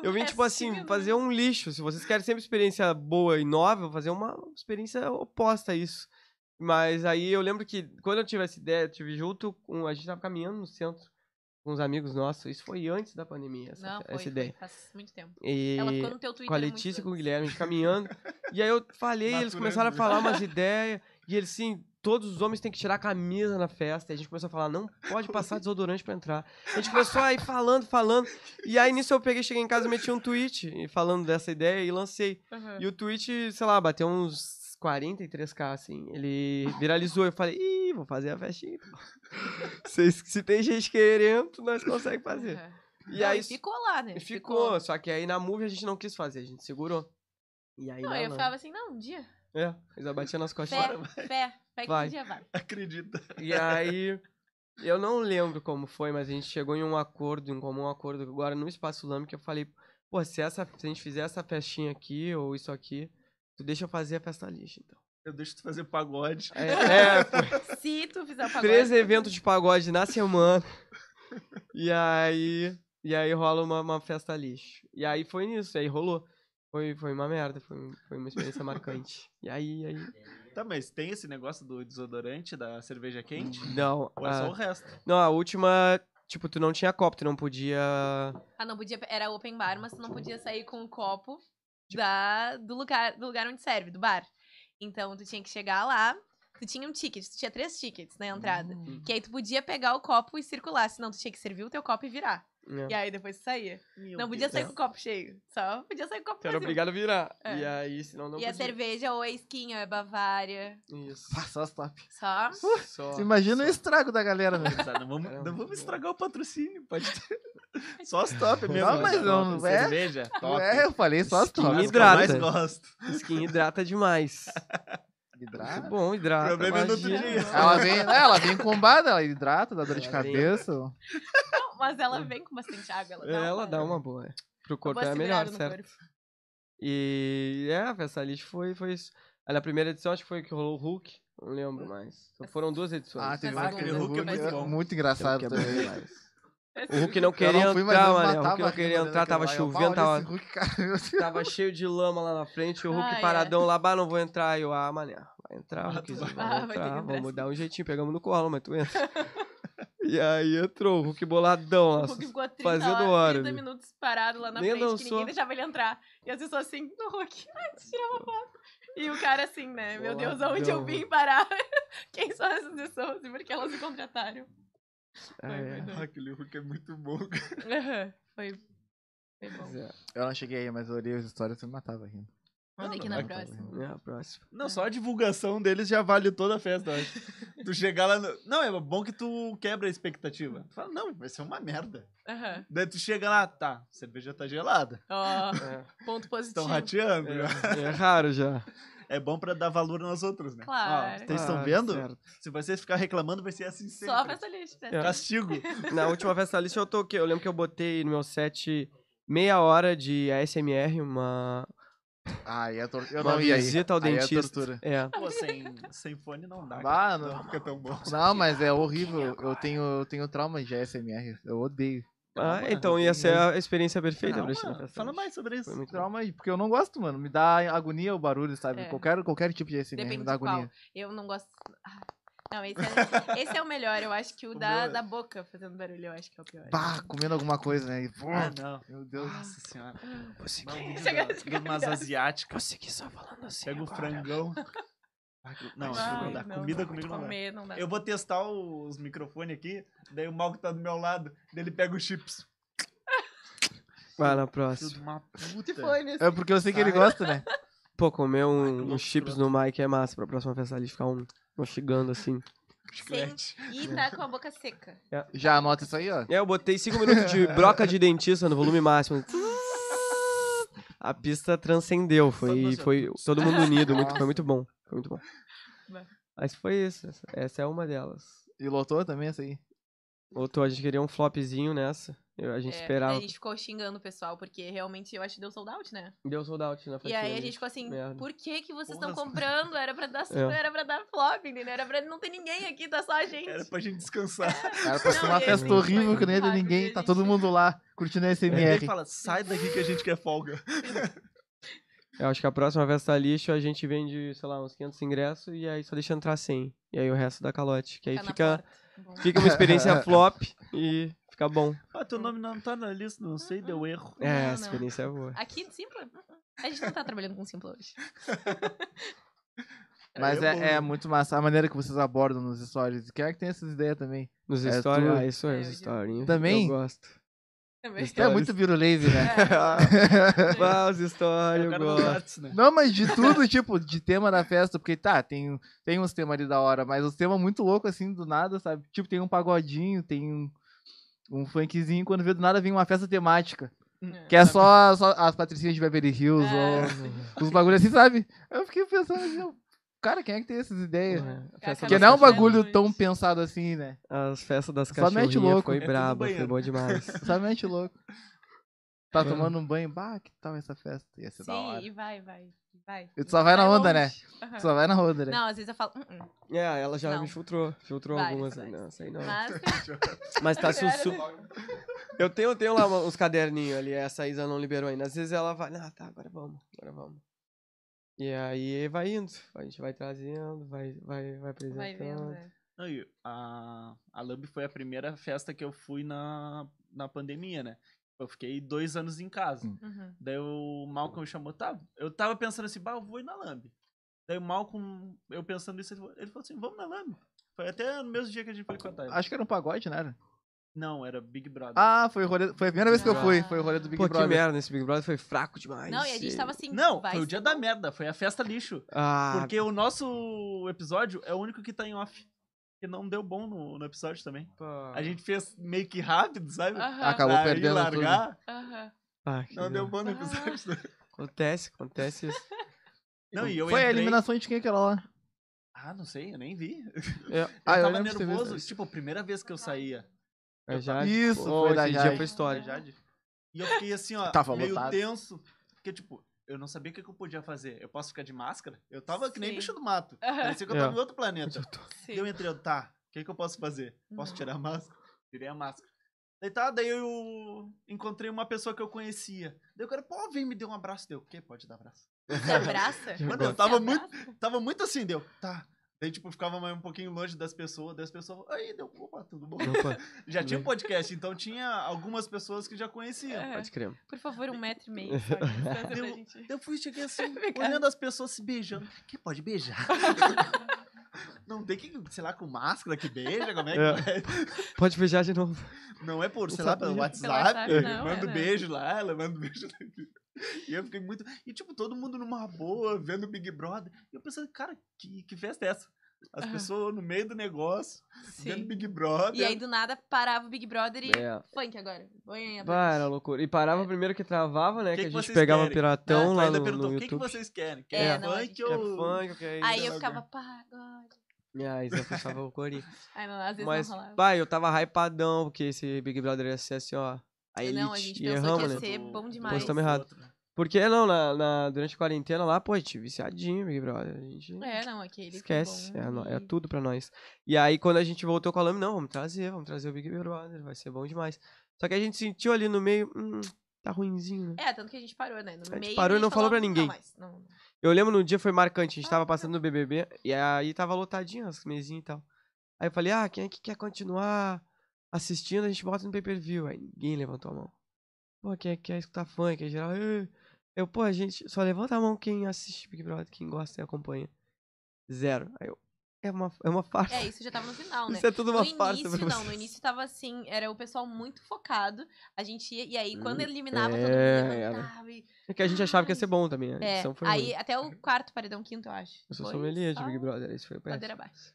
D: é
C: Eu vim, tipo assim,
D: né?
C: fazer um lixo. Se vocês querem sempre experiência boa e nova, eu vou fazer uma experiência oposta a isso. Mas aí eu lembro que quando eu tive essa ideia, eu tive junto com. A gente tava caminhando no centro com uns amigos nossos. Isso foi antes da pandemia, essa,
D: Não,
C: essa
D: foi, foi,
C: ideia.
D: faz muito tempo.
C: E
D: Ela ficou no teu Twitter. é
C: com a
D: muito
C: Letícia e com o
D: antes.
C: Guilherme, a gente caminhando. e aí eu falei, eles
B: Maturando.
C: começaram a falar umas ideias. E eles, assim, todos os homens têm que tirar a camisa na festa. E a gente começou a falar, não pode passar desodorante pra entrar. A gente começou a ir falando, falando. E aí nisso eu peguei, cheguei em casa e meti um tweet e falando dessa ideia e lancei.
D: Aham.
C: E o tweet, sei lá, bateu uns 43k, assim. Ele viralizou. Eu falei, ih, vou fazer a festinha. Se, se tem gente querendo, nós conseguimos fazer.
D: Aham.
C: E
D: É. Não,
C: aí
D: ficou lá, né?
C: Ficou, só que aí na movie a gente não quis fazer, a gente segurou. E aí
D: Não,
C: na
D: eu
C: Lan-
D: ficava assim, não, um dia.
C: É, eles abatiam nas costas.
D: Fé, fé, fé que
C: Vai.
D: um dia vai.
B: Acredita.
C: E aí Eu não lembro como foi, mas a gente chegou em um acordo, em comum acordo agora no Espaço Lame, que eu falei, pô, se, essa, se a gente fizer essa festinha aqui ou isso aqui, tu deixa eu fazer a festa lixa, então.
B: Eu deixo tu fazer pagode.
C: É, é pô,
D: Se tu fizer o pagode.
C: três eventos de pagode na semana. E aí. E aí rola uma, uma festa lixo. E aí foi nisso, e aí rolou. Foi, foi uma merda, foi, um- foi uma experiência marcante. E aí, aí.
B: Tá, mas tem esse negócio do desodorante, da cerveja quente?
C: Não,
B: Ou é só o
A: Ah.
C: a,
B: resto?
C: não, a última. Tipo, tu não tinha copo, tu não podia.
D: Ah, não podia. Era open bar, mas tu não podia sair com o copo
C: Tipo
D: da, do, lugar, do lugar onde serve, do bar. Então tu tinha que chegar lá. Tu tinha um ticket, tu tinha três tickets na entrada.
C: Hum.
D: Que aí tu podia pegar o copo e circular, senão tu tinha que servir o teu copo e virar.
C: né?
D: E aí depois tu saía. não podia sair com o copo cheio, só podia sair com o copo
C: Tu era
D: vazio.
C: obrigado a virar.
D: É.
C: E aí, senão não
D: E
C: podia.
D: a cerveja ou é skin ou é Bavária.
C: Isso.
A: Passar as top.
D: Só.
C: Só.
A: Imagina o estrago da galera, velho.
B: Tá, É Não vamos,
C: Caramba.
B: não vamos estragar o patrocínio, pode ter. Só as top mesmo.
A: Não, mas
B: as
A: não,
B: top.
A: é?
B: Cerveja, top.
A: É, eu falei só as
C: Skin
A: top.
B: As que eu
C: hidrata.
B: mais gosto.
C: Skin hidrata demais.
A: Hidrata.
C: Bom, hidrata.
B: O problema é no outro
C: imagina.
B: dia.
A: Ela vem, né, ela vem combada, ela hidrata, dá dor de
C: Ela vem.
A: cabeça.
D: Não, mas ela vem com bastante água. Ela dá uma.
C: Ela dá uma boa. é. Pro corpo é
D: boa
C: melhor,
D: segurada no
C: certo? E é, a festa lixo foi, foi isso. Aí na primeira edição acho que foi que rolou o Hulk, não lembro mais. Então, Foram duas edições.
A: Ah, teve
D: Mas
A: uma
D: aquele
A: coisa
D: Hulk é
A: muito-
B: muito bom.
A: um muito
C: Então, que
A: engraçado
C: é bom
A: também.
C: demais. O Hulk não queria
A: Eu não fui, mas
C: entrar,
A: eu
C: mano. O
A: matava
C: Hulk não
A: a
C: queria
A: rima
C: entrar,
A: daquela
C: tava
A: lá. Eu,
C: chovendo,
A: "Bah, olha
C: tava,
A: esse Hulk, cara, meu Deus."
C: tava cheio de lama lá na frente. O Hulk
D: Ah, é.
C: paradão lá, bah, não vou entrar. Eu, ah, mané, vai entrar,
B: Ah,
C: Hulkzinho,
B: tu
D: vai.
C: vai
D: Ah, vai ter que
C: entrar.
D: entrar,
C: Vamos
D: sim.
C: dar um jeitinho, pegamos no colo, mas tu entra. e aí entrou o Hulk boladão lá.
D: O Hulk ficou 30,
C: fazendo
D: horas,
C: hora,
D: 30
C: viu?
D: minutos parado lá na
C: Nem
D: frente, que
C: dançou.
D: ninguém deixava ele entrar. E as pessoas assim, no Hulk, ai, tira uma foto. E o cara assim, né? Meu Deus, aonde eu
C: Boladão.
D: vim parar? Quem são essas pessoas? E por que elas me contrataram?
C: Ah, é.
D: Foi,
B: Ah, aquele Hulk é muito bom.
D: Aham, foi, foi
C: Pois
D: bom.
C: é.
A: Eu não cheguei aí, mas eu olhei as histórias e me matava rindo.
D: Vamos ter que ir na
A: Vai,
D: próxima.
A: vai.
C: É a próxima.
B: Não, só a divulgação deles já vale toda a festa, eu acho. tu chegar lá. No... Não, é bom que tu quebra a expectativa. Tu fala, não, vai ser uma merda.
D: Aham.
B: Daí tu chega lá, tá, cerveja tá gelada.
D: Ó,
C: É,
D: ponto positivo.
B: Estão rateando. já.
C: é, é raro já.
B: É bom pra dar valor nas outras, né?
D: Claro.
B: Ó, vocês estão
C: Ah,
B: vendo?
C: certo.
B: Se vocês ficar reclamando, vai ser assim sempre.
D: Só festa lista.
C: É.
B: Castigo.
C: Na última festa lista eu toquei. Eu lembro que eu botei no meu set meia hora de ASMR, uma,
A: Ah, e a tor- eu
C: uma
A: não ia aí.
C: visita ao
A: Aí é
C: dentista.
A: tortura.
C: É,
B: Pô, sem, sem fone não dá.
A: Bah,
B: cara.
A: não.
B: fica tão bom.
A: Não, mas é horrível. Eu tenho, eu tenho trauma de ASMR. Eu odeio.
C: Ah,
B: Calma,
C: então ia ser a experiência perfeita pra
B: Calma,
C: né? gente na festa
B: fala
C: lista.
B: mais sobre isso. Ah,
C: Foi muito bom.
A: Trauma aí, porque eu não gosto, mano. Me dá agonia o barulho, sabe?
D: É.
A: Qualquer, qualquer tipo de ASMR
D: Depende
A: me
D: de
A: dá
D: qual.
A: agonia.
D: Eu não gosto. Ah, Não, esse é, esse é o melhor. Eu acho que o,
B: O
D: da,
B: meu é-
D: da boca fazendo barulho, eu acho que é o pior.
A: Bah, comendo alguma coisa, né? E, pô,
B: Ah, não.
A: meu Deus.
B: Nossa senhora.
C: Consegui,
B: Não,
D: Chega-
B: da-
D: chega
B: de umas
D: melhor.
B: asiáticas.
C: consegui só falando assim.
B: Pega o
C: agora.
B: frangão. Ah, que- Não,
C: Ai,
B: isso não dá.
D: não,
B: Comida
D: não,
B: comigo não dá.
D: Comer não dá.
B: Eu vou testar os microfones aqui, daí o mal que tá do meu lado, daí ele pega os chips.
C: Vai
B: Filho
C: na
B: de
C: próxima.
B: uma puta.
A: É porque eu sei que ele gosta, né?
C: Pô, comer
B: Ai, que
C: um,
B: louco,
C: uns chips no Mike é massa pra próxima festa lista ficar um mastigando assim.
B: Chiclete.
D: E tá com a boca seca.
A: Já anota isso aí, ó.
C: É, eu botei 5 minutos de broca de dentista no volume máximo. A pista transcendeu, foi,
B: Nossa.
C: foi todo mundo unido, muito, foi
A: Nossa.
C: muito bom. Foi muito bom.
D: Vai.
C: Mas foi isso, essa, essa é uma delas.
A: E lotou também essa aí.
C: Outro, a gente queria um flopzinho nessa. eu- a gente
D: É,
C: esperava.
D: A gente ficou xingando o pessoal, porque realmente eu acho que deu sold out, né?
C: Deu sold out na
D: E
C: fatia.
D: aí a
C: ali.
D: gente ficou assim,
C: merda.
D: por que que vocês
B: Porra,
D: estão comprando? Era pra dar suco, era pra dar flop, entendeu? Era pra não ter ninguém aqui, tá só a gente.
B: Era pra gente descansar.
A: Era pra ser
D: Não,
A: uma
D: e a
A: festa
C: gente
A: horrível
D: foi
A: que não ia ter
D: pago e
A: ninguém.
D: a
A: Tá
D: gente-
A: todo mundo lá curtindo ASMR.
B: Ele fala, sai daqui que a gente quer folga.
C: Eu acho que a próxima festa lixo a gente vende, sei lá, uns 500 ingressos e aí só deixa entrar 100. E aí o resto dá calote. Que aí
D: Tá na
C: fica,
D: porta. Bom.
C: fica uma experiência flop e fica bom.
B: Ah, teu nome não tá na lista, não sei, deu erro.
C: É, a
D: Não, não.
C: experiência é boa.
D: Aqui em Simpla? A gente não tá trabalhando com Simpla hoje.
A: Mas
B: Eu vou-
A: é, é muito massa a maneira que vocês abordam nos stories. Quem é que tem essas ideias também?
C: Nos
A: É,
C: stories,
A: tu-
C: ah, isso
D: É,
C: é,
D: eu
C: os
D: já-
C: stories.
A: Também?
C: Eu gosto.
D: Também.
A: Tu é muito biruleze, né?
C: Ah, os
B: É o
C: stories, eu
B: cara das
C: gosto.
B: artes, né?
A: Não, mas de tudo, tipo, de tema da festa, porque tá, tem, tem uns temas ali da hora, mas os temas muito loucos, assim, do nada, sabe? Tipo, tem um pagodinho, tem um, um funkzinho, quando vê do nada vem uma festa temática. Que é só, só as patricinhas de Beverly Hills,
D: É.
A: ou os bagulhos assim, sabe? Eu fiquei pensando assim, ó, Cara, quem é que tem essas ideias?
C: Porra, a Uhum. festa
D: Cara,
A: Que
C: das
A: não é um
D: mas-
A: bagulho tão pensado assim, né?
C: As festas das
A: Só mete
C: cachorrinhas
A: louco.
C: foi
B: É tudo
C: braba, foi
B: banheiro.
C: boa demais.
A: Somente louco. Tá
C: Mano.
A: tomando um banho, bah, que tal essa festa? Ia ser é da
D: Sim,
A: hora.
D: e vai, vai, vai.
A: E tu só vai na onda, né?
D: longe. Aham.
A: Só vai na onda, né?
D: uhum. Não, às vezes eu falo. "Hum, hum."
C: é, ela já
D: Não.
C: me filtrou. Filtrou
D: Várias,
C: algumas.
D: várias.
C: Não, sei não.
D: Mas
C: Mas tá
D: Cara,
C: sussu. Eu tenho, eu tenho lá uma- uns caderninhos ali, essa Isa não liberou ainda. Às vezes ela vai, ah, tá, agora vamos, agora vamos. E aí vai indo, a gente vai trazendo, vai, vai, vai é. apresentando.
D: vai vendo, né?
B: Não, e a, a Lamb foi a primeira festa que eu fui na, na pandemia, né? Eu fiquei dois anos em casa.
A: Hum.
D: Uhum.
B: Daí o Malcolm chamou, tá? Eu tava pensando assim, bah, eu vou ir na Lamb. Daí o Malcolm, eu pensando isso, ele falou, ele falou assim, vamos na Lamb. Foi até no mesmo dia que a gente foi com a Thay.
A: Acho que era um pagode, não era?
B: Não, era Big Brother.
A: Ah, foi, o rolê, foi a primeira vez que eu
C: Ah.
A: fui. Foi o rolê do Big
C: Pô, que
A: Brother.
C: merda, esse Big Brother foi fraco demais.
D: Não, e a gente tava assim.
B: não,
D: vai
B: foi o
D: ser
B: dia da
D: bom.
B: merda, foi a festa lixo.
C: Ah,
A: tá.
B: Porque o nosso episódio é o único que tá em off. Que não deu bom no, no episódio também.
C: pô.
B: A gente fez meio que rápido, sabe?
D: Aham,
A: Ah. Acabou
B: Pra ir
A: perdendo
B: largar,
D: aham.
C: Ah, que
B: não deu
C: dó.
B: bom no episódio.
C: Acontece, acontece isso.
B: Não, e eu
A: Foi a
B: entrei-
A: eliminação de quem que era lá?
B: Ah, não sei, eu nem vi. Eu
C: Eu,
A: Ah, eu
B: tava
A: lembro de ter visto
B: nervoso,
A: isso.
B: tipo, primeira vez
D: Tá.
B: que eu saía. tá
C: eu já...
A: Isso,
C: Pô,
A: foi da
C: esse dia
A: Jade.
C: foi história.
B: Jade. E eu fiquei assim, ó,
A: Tava
B: meio
A: lotado.
B: tenso. Porque, tipo, eu não sabia o que, que eu podia fazer. Eu posso ficar de máscara? Eu tava que nem
D: Sim.
B: bicho do mato.
D: Aham.
B: Parecia que eu tava
C: É.
B: em outro planeta.
D: Sim.
B: E eu entrei, eu, tá, o que, que eu posso fazer? Posso
D: Uhum.
B: tirar a máscara? Tirei a máscara. Daí tá, daí eu encontrei uma pessoa que eu conhecia. Daí o cara, pô, vem me deu um abraço. Deu, o quê? Pode dar abraço.
D: Se abraça?
C: Eu
B: Mano, eu
C: gosto.
B: tava
D: Se
B: muito,
D: abraça?
B: tava muito assim, deu, tá. Daí, tipo, ficava mais um pouquinho longe das pessoas, das pessoas, aí deu, opa, tudo bom.
C: Opa,
B: Já tinha
C: bem.
B: um podcast, então tinha algumas pessoas que já conheciam.
D: Aham.
C: pode crer.
D: É, Por favor, um metro e meio. Só de distância pra
B: Eu-
D: gente.
B: Eu fui, cheguei assim,
D: Obrigada.
B: olhando as pessoas se beijando. Quem pode beijar? Não tem que, sei lá, com máscara que beija, como é que é?
C: Pode beijar de novo.
B: Não é por,
C: Não
B: sei lá, pelo
C: sabia.
B: WhatsApp.
D: Pelo WhatsApp,
B: eu
D: não,
B: mando
D: é, né?
B: beijo lá, ela manda um beijo daqui. E eu fiquei muito. E tipo, todo mundo numa boa, vendo o Big Brother. E eu pensando, cara, que, que festa é essa? As
D: Aham.
B: pessoas no meio do negócio, vendo
D: Sim.
B: Big Brother.
D: E aí, do nada, parava o Big Brother e.
C: É.
D: Funk agora. Põe aí a
C: Bah, era loucura. E parava primeiro que travava, né?
B: Que
C: Que,
B: que
C: a gente
B: vocês
C: pegava
B: querem?
C: piratão
B: Ah, tu
C: Então, lá
B: ainda
C: no,
B: perguntou,
C: no
B: o que, que
C: YouTube.
B: vocês querem?
D: É,
B: Quer
D: não, a
B: funk
D: gente-
C: Que é
B: ou...
C: funk, ok.
D: Aí
B: Sei
D: eu
B: lá,
D: ficava,
B: cara.
D: pá, agora.
C: Ah, isso eu puxava o Cori.
D: Ai, não, às vezes
C: Mas,
D: não rolava.
C: pai, eu tava hypadão, porque esse Big Brother ia ser assim, ó. A elite.
D: não, a gente
C: e
D: pensou que
C: erramos,
D: ia
C: né?
D: ser bom
B: Então,
D: demais.
C: Postamos errado. Porque não, na, na- durante a quarentena lá, pô, a gente é viciadinho, Big Brother. A gente
D: É, não, aquele. foi
C: esquece.
D: bom
C: É, no- é
D: e-
C: tudo pra nós. E aí, quando a gente voltou com a Lame, não, vamos trazer, vamos trazer o Big Brother, vai ser bom demais. Só que a gente sentiu ali no meio, hum, tá ruinzinho, né?
D: É, tanto que a gente parou, né? No
C: gente
D: meio,
C: parou e
D: a
C: não falou pra
D: "Não
C: ninguém."
D: mais, não."
C: Eu lembro num dia foi marcante, a gente tava passando no BBB e aí tava lotadinho as mesinhas e tal. Aí eu falei, ah, quem é que quer continuar assistindo, a gente bota no pay-per-view. Aí ninguém levantou a mão. Pô, quem é que quer escutar funk? Aí geral, "Ê". eu, pô, a gente só levanta a mão quem assiste Big Brother, quem gosta e acompanha. Zero. Aí eu, é uma, é uma farsa.
D: É, isso já tava no final, né?
C: Isso é tudo
D: No
C: uma farsa pra
D: início,
C: vocês.
D: não, no início tava assim, era o pessoal muito focado. A gente ia, e aí quando
C: Hum,
D: eliminava, todo
C: é,
D: mundo
C: era.
D: levantava. E,
C: É que a gente achava que ia ser bom também, a
D: é,
C: edição foi
D: aí
C: ruim.
D: até o quarto paredão, quinto, eu acho.
C: Eu sou
D: Foi
C: sommelier de
D: só
C: Big Brother, isso foi péssimo.
D: Ladeira abaixo.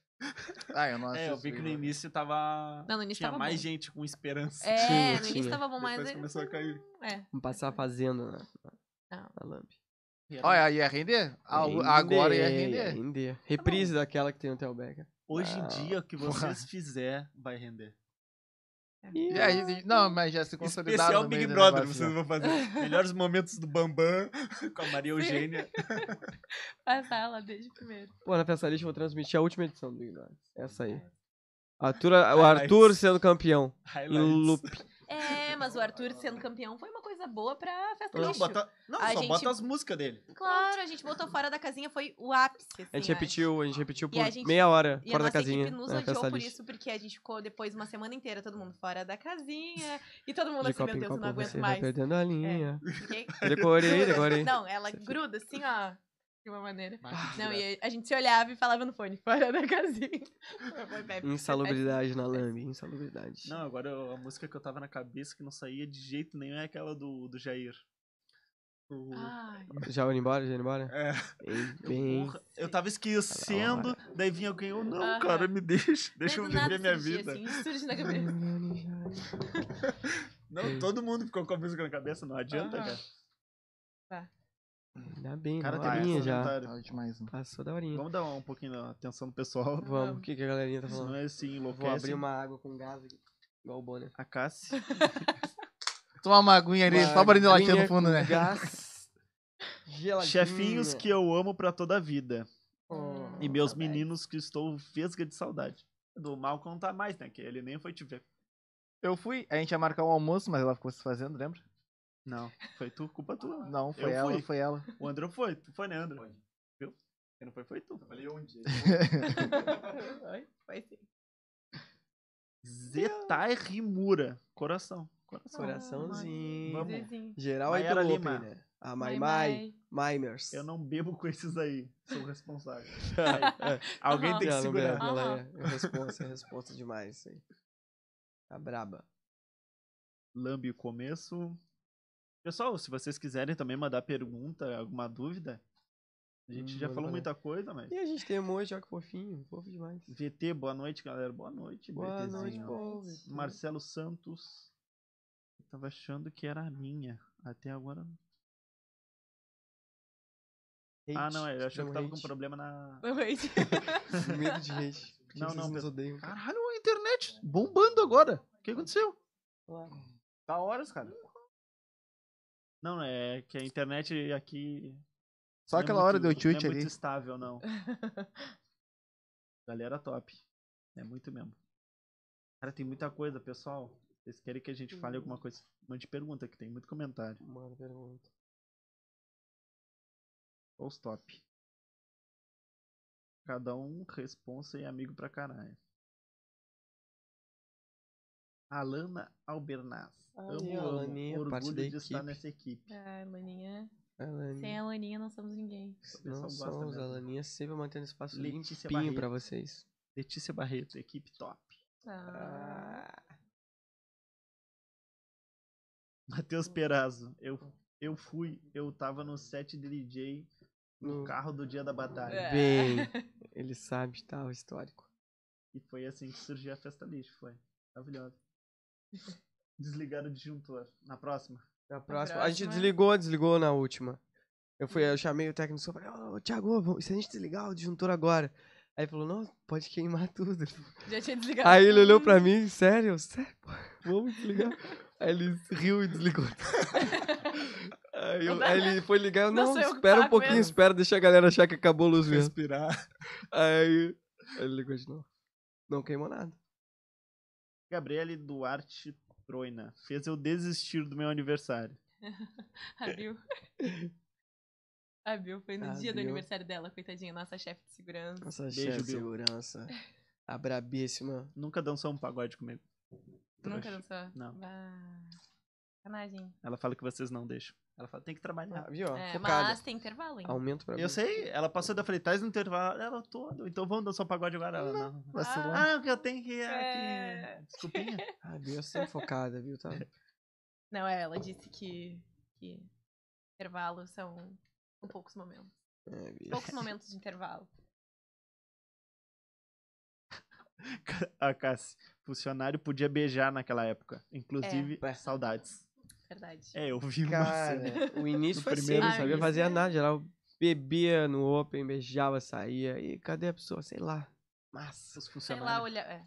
A: Ah, eu não
B: É, eu vi que no
A: Big
B: início tava...
D: assim, Não, no início
B: Tinha
D: tava
B: mais
D: bom.
B: gente com esperança.
D: É,
C: Tinha,
D: no início
C: tinha.
D: tava bom, mas...
B: Depois começou a cair.
D: É.
C: Vamos passar a fazenda na, na,
D: Não.
C: na Lamp.
A: Olha, ia render? Ah, o- Agora ia render.
D: Tá
C: render. Reprise daquela que tem o Theo Becker.
B: Hoje em
C: Ah,
B: dia, o que
A: porra.
B: vocês fizer vai render.
A: E aí, não, mas já se consolidaram.
B: Especial
A: no
B: Big
A: meio do
B: Brother,
A: negócio,
B: vocês
A: né?
B: vão fazer. Melhores momentos do Bambam com a Maria Eugênia.
D: Passar lá desde o primeiro.
C: Pô, na festa lista eu vou transmitir a última edição do Big Brother. Essa aí.
D: Ah,
C: Arthur,
D: tá.
C: o Arthur sendo campeão. Em
B: Highlights.
C: loop.
D: É, mas o Arthur sendo campeão foi uma coisa boa pra festa
B: Não,
D: lixo.
B: bota, não
D: A
B: só
D: gente-
B: bota as músicas dele.
D: Claro, a gente botou fora da casinha, foi o ápice. assim,
C: A gente
D: eu acho.
C: repetiu, a gente repetiu
D: E a
C: por
D: gente-
C: meia hora
D: E
C: fora da
D: a nossa
C: casinha.
D: equipe nos
C: na
D: odiou
C: festa
D: por
C: lista.
D: isso, porque a gente ficou depois uma semana inteira, todo mundo fora da casinha. E todo mundo
C: De
D: assim,
C: copo
D: meu
C: em
D: Deus, eu não
C: copo
D: aguento
C: você vai
D: mais.
C: perdendo a linha.
D: Porque-
C: Decorei, decorei.
D: Não, ela
C: Você fica-
D: gruda assim, ó. De uma maneira.
A: Ah,
B: Mas,
D: Não, e a gente se olhava e falava no fone, fora da casinha. Foi péssimo.
C: Insalubridade na Lamb, insalubridade.
B: não, agora eu- a música que eu tava na cabeça que não saía de jeito nenhum é aquela do, do Jair. O-
D: Ai,
C: Já indo embora, já indo embora?
B: É,
C: Bem,
B: eu-
C: bem.
B: porra, eu tava esquecendo, daí vinha alguém, eu não,
D: Aham.
B: cara, me deixa, deixa eu
D: mas do nada
B: viver minha
D: surgia,
B: vida.
D: Assim, isso surge na cabeça.
B: Não, todo mundo ficou com a música na cabeça, não adianta,
D: Aham.
B: cara.
C: Ainda bem,
B: Cara, tá
C: cara,
B: tem
C: horinha
B: bastante
C: já.
B: comentário.
A: Ah, de mais um.
C: Passou da horinha.
B: Vamos dar um pouquinho da atenção do pessoal.
C: Vamos, o que, que a galerinha tá falando?
B: Senão eles se
C: Vou abrir
B: enlouquecem.
C: uma água com gás aqui. Igual o Bonner.
B: A Cassi.
A: Toma uma aguinha ali, só pra latinha no
C: Aguinha
A: fundo,
C: com
A: né?
C: Gás. geladinha.
B: Chefinhos que eu amo pra toda a vida.
C: Oh.
B: E meus
D: saudades.
B: meninos que estou vesga de saudade. Do mal contar mais, né? Que ele nem foi te ver.
A: Eu fui, a gente ia marcar um almoço, mas ela ficou se fazendo, lembra?
B: Não, foi tu, culpa tua.
A: Não, foi
B: Eu
A: ela,
B: fui.
A: foi ela.
C: Ah.
B: O André foi, tu foi, né, André? Viu? Quem não foi, foi tu.
E: Trabalhei onde?
D: Foi, foi assim. sim.
B: Zetai Rimura. Coração. Coração.
C: Coraçãozinho.
B: Vamos.
D: Sim.
C: Geral aí
B: Maiara
C: pelo
B: Lima.
C: Open, né? A Mai Mai. Mimers.
B: Eu não bebo com esses aí. Sou responsável.
C: É.
B: Alguém tem que
C: Ela não
B: segurar.
C: bebe, ela é.
D: Aham.
C: é Responsa, é responsa demais isso aí. Tá braba.
B: lambe o começo. Pessoal, se vocês quiserem também mandar pergunta, alguma dúvida, a gente
C: Hum,
B: já
C: manda
B: falou
C: pra
B: muita coisa, mas.
C: E a gente tem emoji, olha que fofinho. Fofo demais.
B: VT, boa noite, galera. Boa noite,
C: Boa
B: VTzinho.
C: noite, povo.
B: Marcelo Santos. Eu tava achando que era a minha. Até agora. não. Ah, não, eu achei que tava com problema na.
C: problema. medo de hate. Por que
B: Não, não,
C: vocês nos
B: Pedro.
C: odeiam.
B: Caralho, a internet bombando agora. O que aconteceu?
C: Olha lá.
A: Tá horas, cara.
B: Não, é que a internet aqui.
A: Só
B: não é
A: aquela
B: muito-
A: hora deu
B: não
A: tilt
B: é
A: ali.
B: muito estável, não. Galera top. É muito mesmo. Cara, tem muita coisa, pessoal. Vocês querem que a gente fale alguma coisa? Mande pergunta, que tem muito comentário.
C: Mano, pergunta.
B: Ou os top. Cada um responsa e amigo pra caralho. Alana Albernaz.
C: Ai,
B: amo,
C: Alaninha,
B: amo.
C: parte
B: Orgulho de
C: da
B: estar
C: equipe. É.
B: nessa equipe.
D: Ah, Laninha. Sem
C: Alaninha.
D: a Laninha não somos ninguém.
B: pessoal
C: Não
B: gosta
C: somos,
B: mesmo.
C: a Alaninha sempre mantendo espaço
B: Letícia
C: limpinho
B: Barreto.
C: pra vocês.
B: Letícia Barreto, equipe top.
D: Ah.
B: Matheus Perazzo, eu, eu fui, eu tava no set de DJ no
C: No-
B: carro do dia da batalha.
D: É.
C: Bem, ele sabe, tá, o histórico.
B: E foi assim que surgiu a festa lixo, foi. Maravilhosa. Desligaram o disjuntor. Na próxima.
C: Na próxima. é Hum. A gente
D: próxima.
C: desligou, desligou na última. Eu fui, eu chamei o técnico e falei, ô, Thiago, vamos- se a gente desligar o disjuntor agora. Aí ele falou, não, pode queimar tudo.
D: Já tinha desligado.
C: Aí ele olhou pra mim, sério, sério, pô, vamos desligar. Aí ele riu e desligou. Aí, eu- aí ele foi ligar, eu,
D: Não
C: não,
D: sou eu que
C: espera um
D: pago
C: pouquinho,
D: mesmo."
C: espera, deixa a galera achar que acabou a luz mesmo.
B: Respirar.
C: Aí ele ligou de novo. Não queimou nada.
B: Gabriele Duarte Troina. Fez eu desistir do meu aniversário.
D: A Bill. A Bill foi no
C: A
D: dia do
C: Bill.
D: aniversário dela, coitadinha, nossa chefe de segurança.
C: Nossa,
B: Beijo,
C: chefe de
B: Bill.
C: segurança. A brabíssima.
B: Nunca dançou um pagode comigo.
D: Nunca
B: Trouxa.
D: dançou?
B: Não.
D: Ah, Sacanagem.
B: Ela fala que vocês não deixam. Ela fala, tem que trabalhar.
C: Ah, viu? ó,
D: É,
C: Focada.
D: mas tem intervalo, hein?
C: Aumento pra mim.
B: Eu sei, ela passou da Freitas no intervalo ela todo. Então vamos dançar um pagode agora. Ela, não.
A: Vacilou.
B: Ah, que eu tenho que.
D: É.
B: Ah, que... Desculpinha.
C: Ah, viu? Eu sempre focada, viu? Tá.
D: Não, é, ela disse que, que intervalos são com poucos momentos.
C: É, viu?
D: Poucos momentos de intervalo.
B: A Cassi, funcionário podia beijar naquela época. Inclusive,
C: É.
B: saudades.
D: Verdade.
B: É, eu vi uma cena.
C: Cara, o início
B: No
C: foi assim,
B: primeiro
C: não
D: Ah,
C: sabia
D: isso
C: fazer
D: é.
C: nada. Geral bebia no Open, beijava, saía. E cadê a pessoa? Sei lá.
B: Massa, os
D: Sei lá,
B: funcionários.
D: olha. É,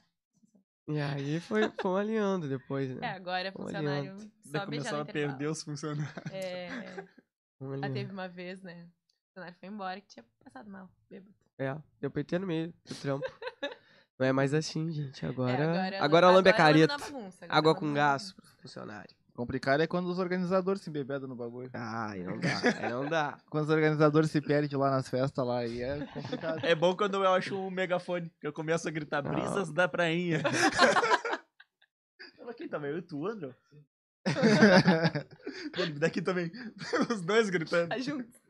C: E aí foi, foi alinhando depois,
D: é
C: né?
D: agora funcionário. Só
B: Ainda
D: beijar
B: começaram
D: no
B: a
D: intervalo.
B: perder os funcionários.
D: É,
C: Vamos
D: ah,
C: alinhando.
D: teve uma vez, né? O funcionário foi embora que tinha passado mal, bêbado.
C: É, deu PT no meio do trampo. Não é mais assim, gente.
D: É,
C: Agora, agora, lambe
D: lambe
C: a careta.
D: na bagunça, agora
C: Água
D: lambe
C: com
D: na
C: gás pro funcionário.
A: Complicado é quando os organizadores se embebedam no bagulho.
C: Ah, aí não dá, aí não dá.
A: Quando os organizadores se perdem lá nas festas lá, aí é complicado.
B: É bom quando eu acho um megafone, que eu começo a gritar
C: Não.
B: brisas da prainha. Ela quem também? Eu e tu, André? Ele daqui também. Os dois gritando.
D: bagunça. Tá junto.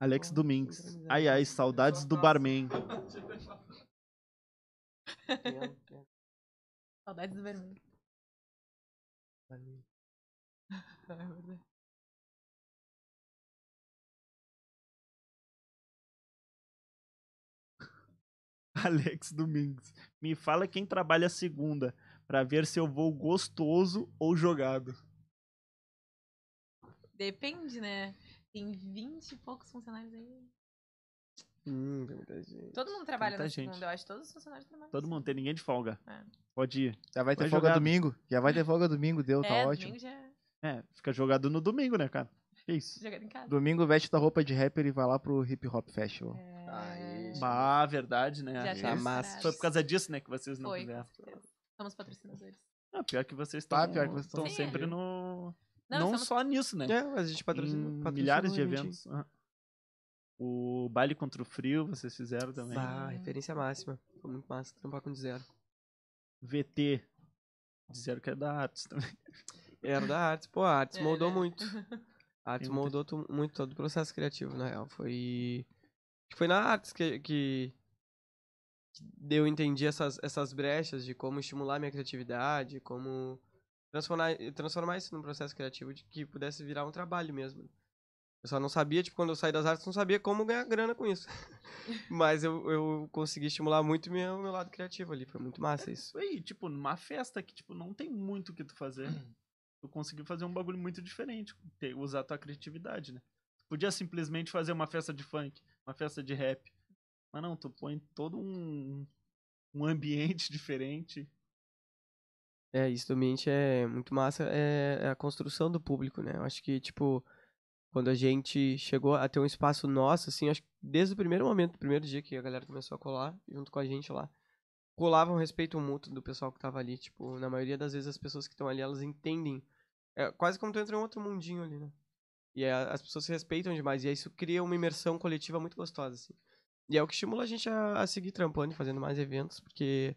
B: Alex Domingues. Ai, ai, saudades do barman.
D: Saudades do vermelho. É verdade.
B: Alex Domingues. Me fala quem trabalha segunda Pra ver se eu vou gostoso ou jogado.
D: Depende, né? Tem 20 e poucos funcionários aí.
C: Hum, tem muita gente.
D: Todo mundo trabalha
B: Muita
D: na
B: gente.
D: segunda, eu acho. Todos os funcionários trabalham.
B: Todo mundo, tem ninguém de folga.
D: É.
B: Pode ir.
A: Já vai ter
B: Foi
A: folga
B: jogado.
A: domingo. Já vai ter folga domingo, deu, tá
D: é,
A: ótimo.
D: domingo já
B: É, fica jogado no domingo, né, cara? Que isso.
D: jogando em casa.
A: Domingo veste tua roupa de rapper e vai lá pro Hip Hop Festival.
D: É,
C: Aí, tá
B: Bah, verdade, né?
D: já
A: isso.
D: tem os
C: Mas
D: horários.
B: Foi por causa disso, né, que vocês não
D: Foi,
B: fizeram.
D: com certeza. Somos patrocinadores.
B: Ah, pior que vocês estão
A: Tá, pior que vocês
B: estão
D: tão-
B: sempre
D: Sim.
B: no...
D: Não,
B: Não,
D: somos-
B: só nisso, né?
C: É, mas a gente patrocina,
B: Em
C: patrocina
B: milhares de
C: a gente.
B: eventos. Aham. O baile contra o frio vocês fizeram também.
C: Bah, referência máxima. Foi muito massa trampar com zero.
B: VT. Disseram que é da Artes também.
C: Era da Artes. Pô, É a Artes
D: É,
C: moldou
D: né?
C: muito. A Artes
B: Tem muita-
C: moldou tu- muito todo o processo criativo, na real. Foi. acho que Foi na Artes que, que eu entendi essas, essas brechas de como estimular minha criatividade, como transformar, transformar isso num processo criativo de que pudesse virar um trabalho mesmo. Eu só não sabia, tipo, quando eu saí das artes, não sabia como ganhar grana com isso. Mas eu, eu consegui estimular muito meu, meu lado criativo ali. Foi muito massa
B: Isso
C: isso.
B: aí, tipo, numa festa que, tipo, não tem muito o que tu fazer. Tu conseguiu fazer um bagulho muito diferente. ter- usar tua criatividade, né? Tu podia simplesmente fazer uma festa de funk, uma festa de rap. Mas não, tu põe todo um, um ambiente diferente.
C: É, isso do ambiente é muito massa, é é a construção do público, né? Eu acho que, tipo, quando a gente chegou a ter um espaço nosso, assim, eu acho que desde o primeiro momento, o primeiro dia que a galera começou a colar, junto com a gente lá, colava um respeito mútuo do pessoal que tava ali, tipo, na maioria das vezes as pessoas que estão ali, elas entendem. É quase como tu entra em um outro mundinho ali, né? E é, as pessoas se respeitam demais, e aí isso cria uma imersão coletiva muito gostosa, assim. E é o que estimula a gente a, a seguir trampando e fazendo mais eventos, porque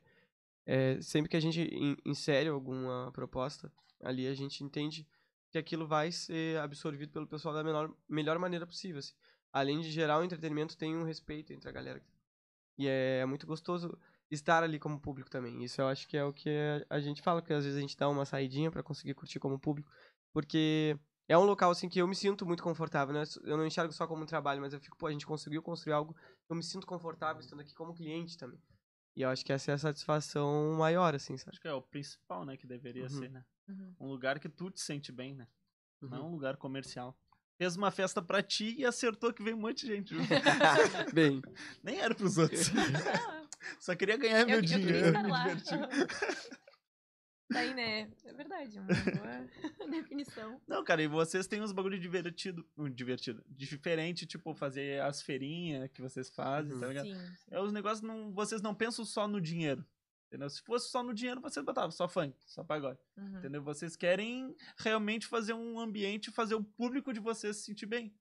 C: é, sempre que a gente in- insere alguma proposta ali, a gente entende que aquilo vai ser absorvido pelo pessoal da menor, melhor maneira possível. assim. Além de gerar um entretenimento, tem um respeito entre a galera. E é muito gostoso estar ali como público também. Isso eu acho que é o que a- a gente fala, que às vezes a gente dá uma saidinha pra conseguir curtir como público, porque é um local assim que eu me sinto muito confortável, né? Eu não enxergo só como um trabalho, mas eu fico, pô, a gente conseguiu construir algo, eu me sinto confortável estando aqui como cliente também. E eu acho que essa é a satisfação maior, assim, sabe?
B: Acho que é o principal, né? Que deveria
C: Uhum.
B: ser, né?
D: Uhum.
B: Um lugar que tu te sente bem, né? Não é
C: Uhum.
B: um lugar comercial. Fez uma festa pra ti e acertou que veio um monte de gente. junto.
C: Bem,
B: Nem era pros outros.
D: Não,
B: Só queria ganhar
D: eu,
B: É meu
D: eu queria
B: dinheiro.
D: estar
B: me
D: lá.
B: divertir.
D: Daí, né? É verdade, uma boa definição.
B: Não, cara, e vocês têm uns bagulho divertido. hum, Divertido. Diferente, tipo, fazer as feirinhas que vocês fazem,
C: Uhum.
B: tá ligado?
D: Sim.
B: É os negócios, não, vocês não pensam só no dinheiro. Entendeu? Se fosse só no dinheiro, vocês botavam só funk, só pagode.
D: Uhum.
B: Entendeu? Vocês querem realmente fazer um ambiente, fazer o público de vocês se sentir bem.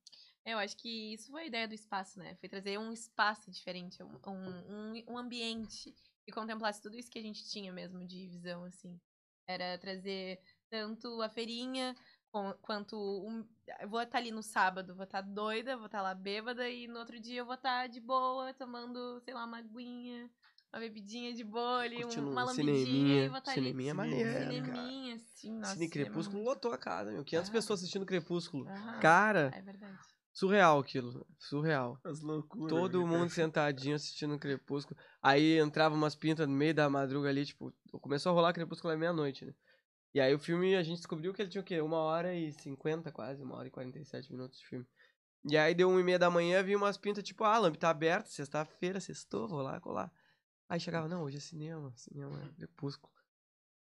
D: É, Eu acho que isso foi a ideia do espaço, né? Foi trazer um espaço diferente, um, um, um- um ambiente que contemplasse tudo isso que a gente tinha mesmo de visão, assim. Era trazer tanto a feirinha com- quanto. Um, eu vou estar ali no sábado, vou estar doida, vou estar lá bêbada, e no outro dia eu vou estar de boa, tomando, sei lá, uma aguinha, uma bebidinha de boa ali, um,
C: Curtindo
D: uma
C: um
D: lambidinha,
C: cineminha.
D: e vou estar ali.
C: Cineminha é maneiro, cara.
D: Cineminha, assim, nossa.
C: Cine Crepúsculo lotou a casa, meu. 500
D: Ah.
C: pessoas assistindo Crepúsculo.
D: Aham.
C: Cara,
D: É verdade.
C: surreal aquilo. Surreal.
B: As loucuras. né?
C: Todo mundo sentadinho assistindo Crepúsculo. Aí entrava umas pintas no meio da madruga ali, tipo, começou a rolar Crepúsculo à meia-noite, né? E aí o filme, a gente descobriu que ele tinha o quê? Uma hora e cinquenta, quase, uma hora e quarenta e sete minutos de filme. E aí deu uma e meia da manhã, vi umas pintas, tipo, ah, Lamp tá aberto, sexta-feira, sextou, vou lá, colar. Aí chegava, não, hoje é cinema, cinema, é Crepúsculo.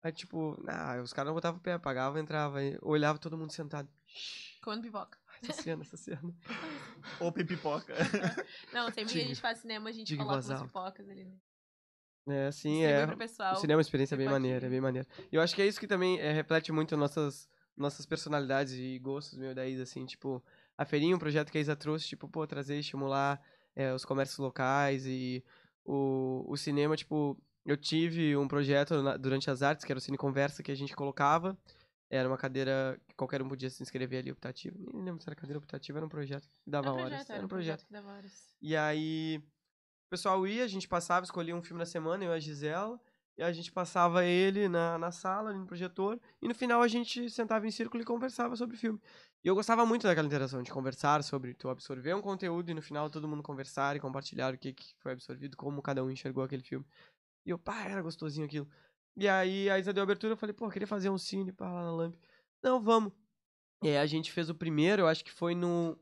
C: Aí, tipo, ah, os caras não botavam o pé, pagavam, entrava, aí olhava todo mundo sentado.
D: Comendo pipoca.
C: "Ah, Essa cena, essa cena.
B: Ou pipoca.
D: Não, sempre que a
C: Diga-
D: gente faz cinema, a gente
C: diga em
D: coloca
C: voz
D: umas
C: alta.
D: pipocas ali. né?
C: É, assim,
D: Distribui
C: é.
D: pro pessoal.
C: O cinema é uma experiência bem
D: Tipo
C: maneira,
D: aqui.
C: é bem maneira. E eu acho que é isso que também eh, reflete muito nossas, nossas personalidades e gostos, meu, da Isa, assim, tipo, a Feirinha, um projeto que a Isa trouxe, tipo, pô, trazer, estimular eh, os comércios locais e o, o cinema, tipo, eu tive um projeto na- durante as artes, que era o Cine Conversa, que a gente colocava, era uma cadeira que qualquer um podia se inscrever ali, optativa, nem lembro se era cadeira optativa, era um projeto que dava
D: Era um
C: horas,
D: projeto, era um projeto que dava horas.
C: e aí, o pessoal ia, a gente passava, escolhia um filme na semana, eu e a Gisela, e a gente passava ele na, na sala, ali no projetor, e no final a gente sentava em círculo e conversava sobre o filme. E eu gostava muito daquela interação, de conversar sobre, tu absorver um conteúdo e no final todo mundo conversar e compartilhar o que, que foi absorvido, como cada um enxergou aquele filme. E eu, pá, era gostosinho aquilo. E aí a Isa deu a abertura, eu falei, pô, eu queria fazer um cine pra lá na Lamp. Não, vamos. E aí a gente fez o primeiro, eu acho que foi no.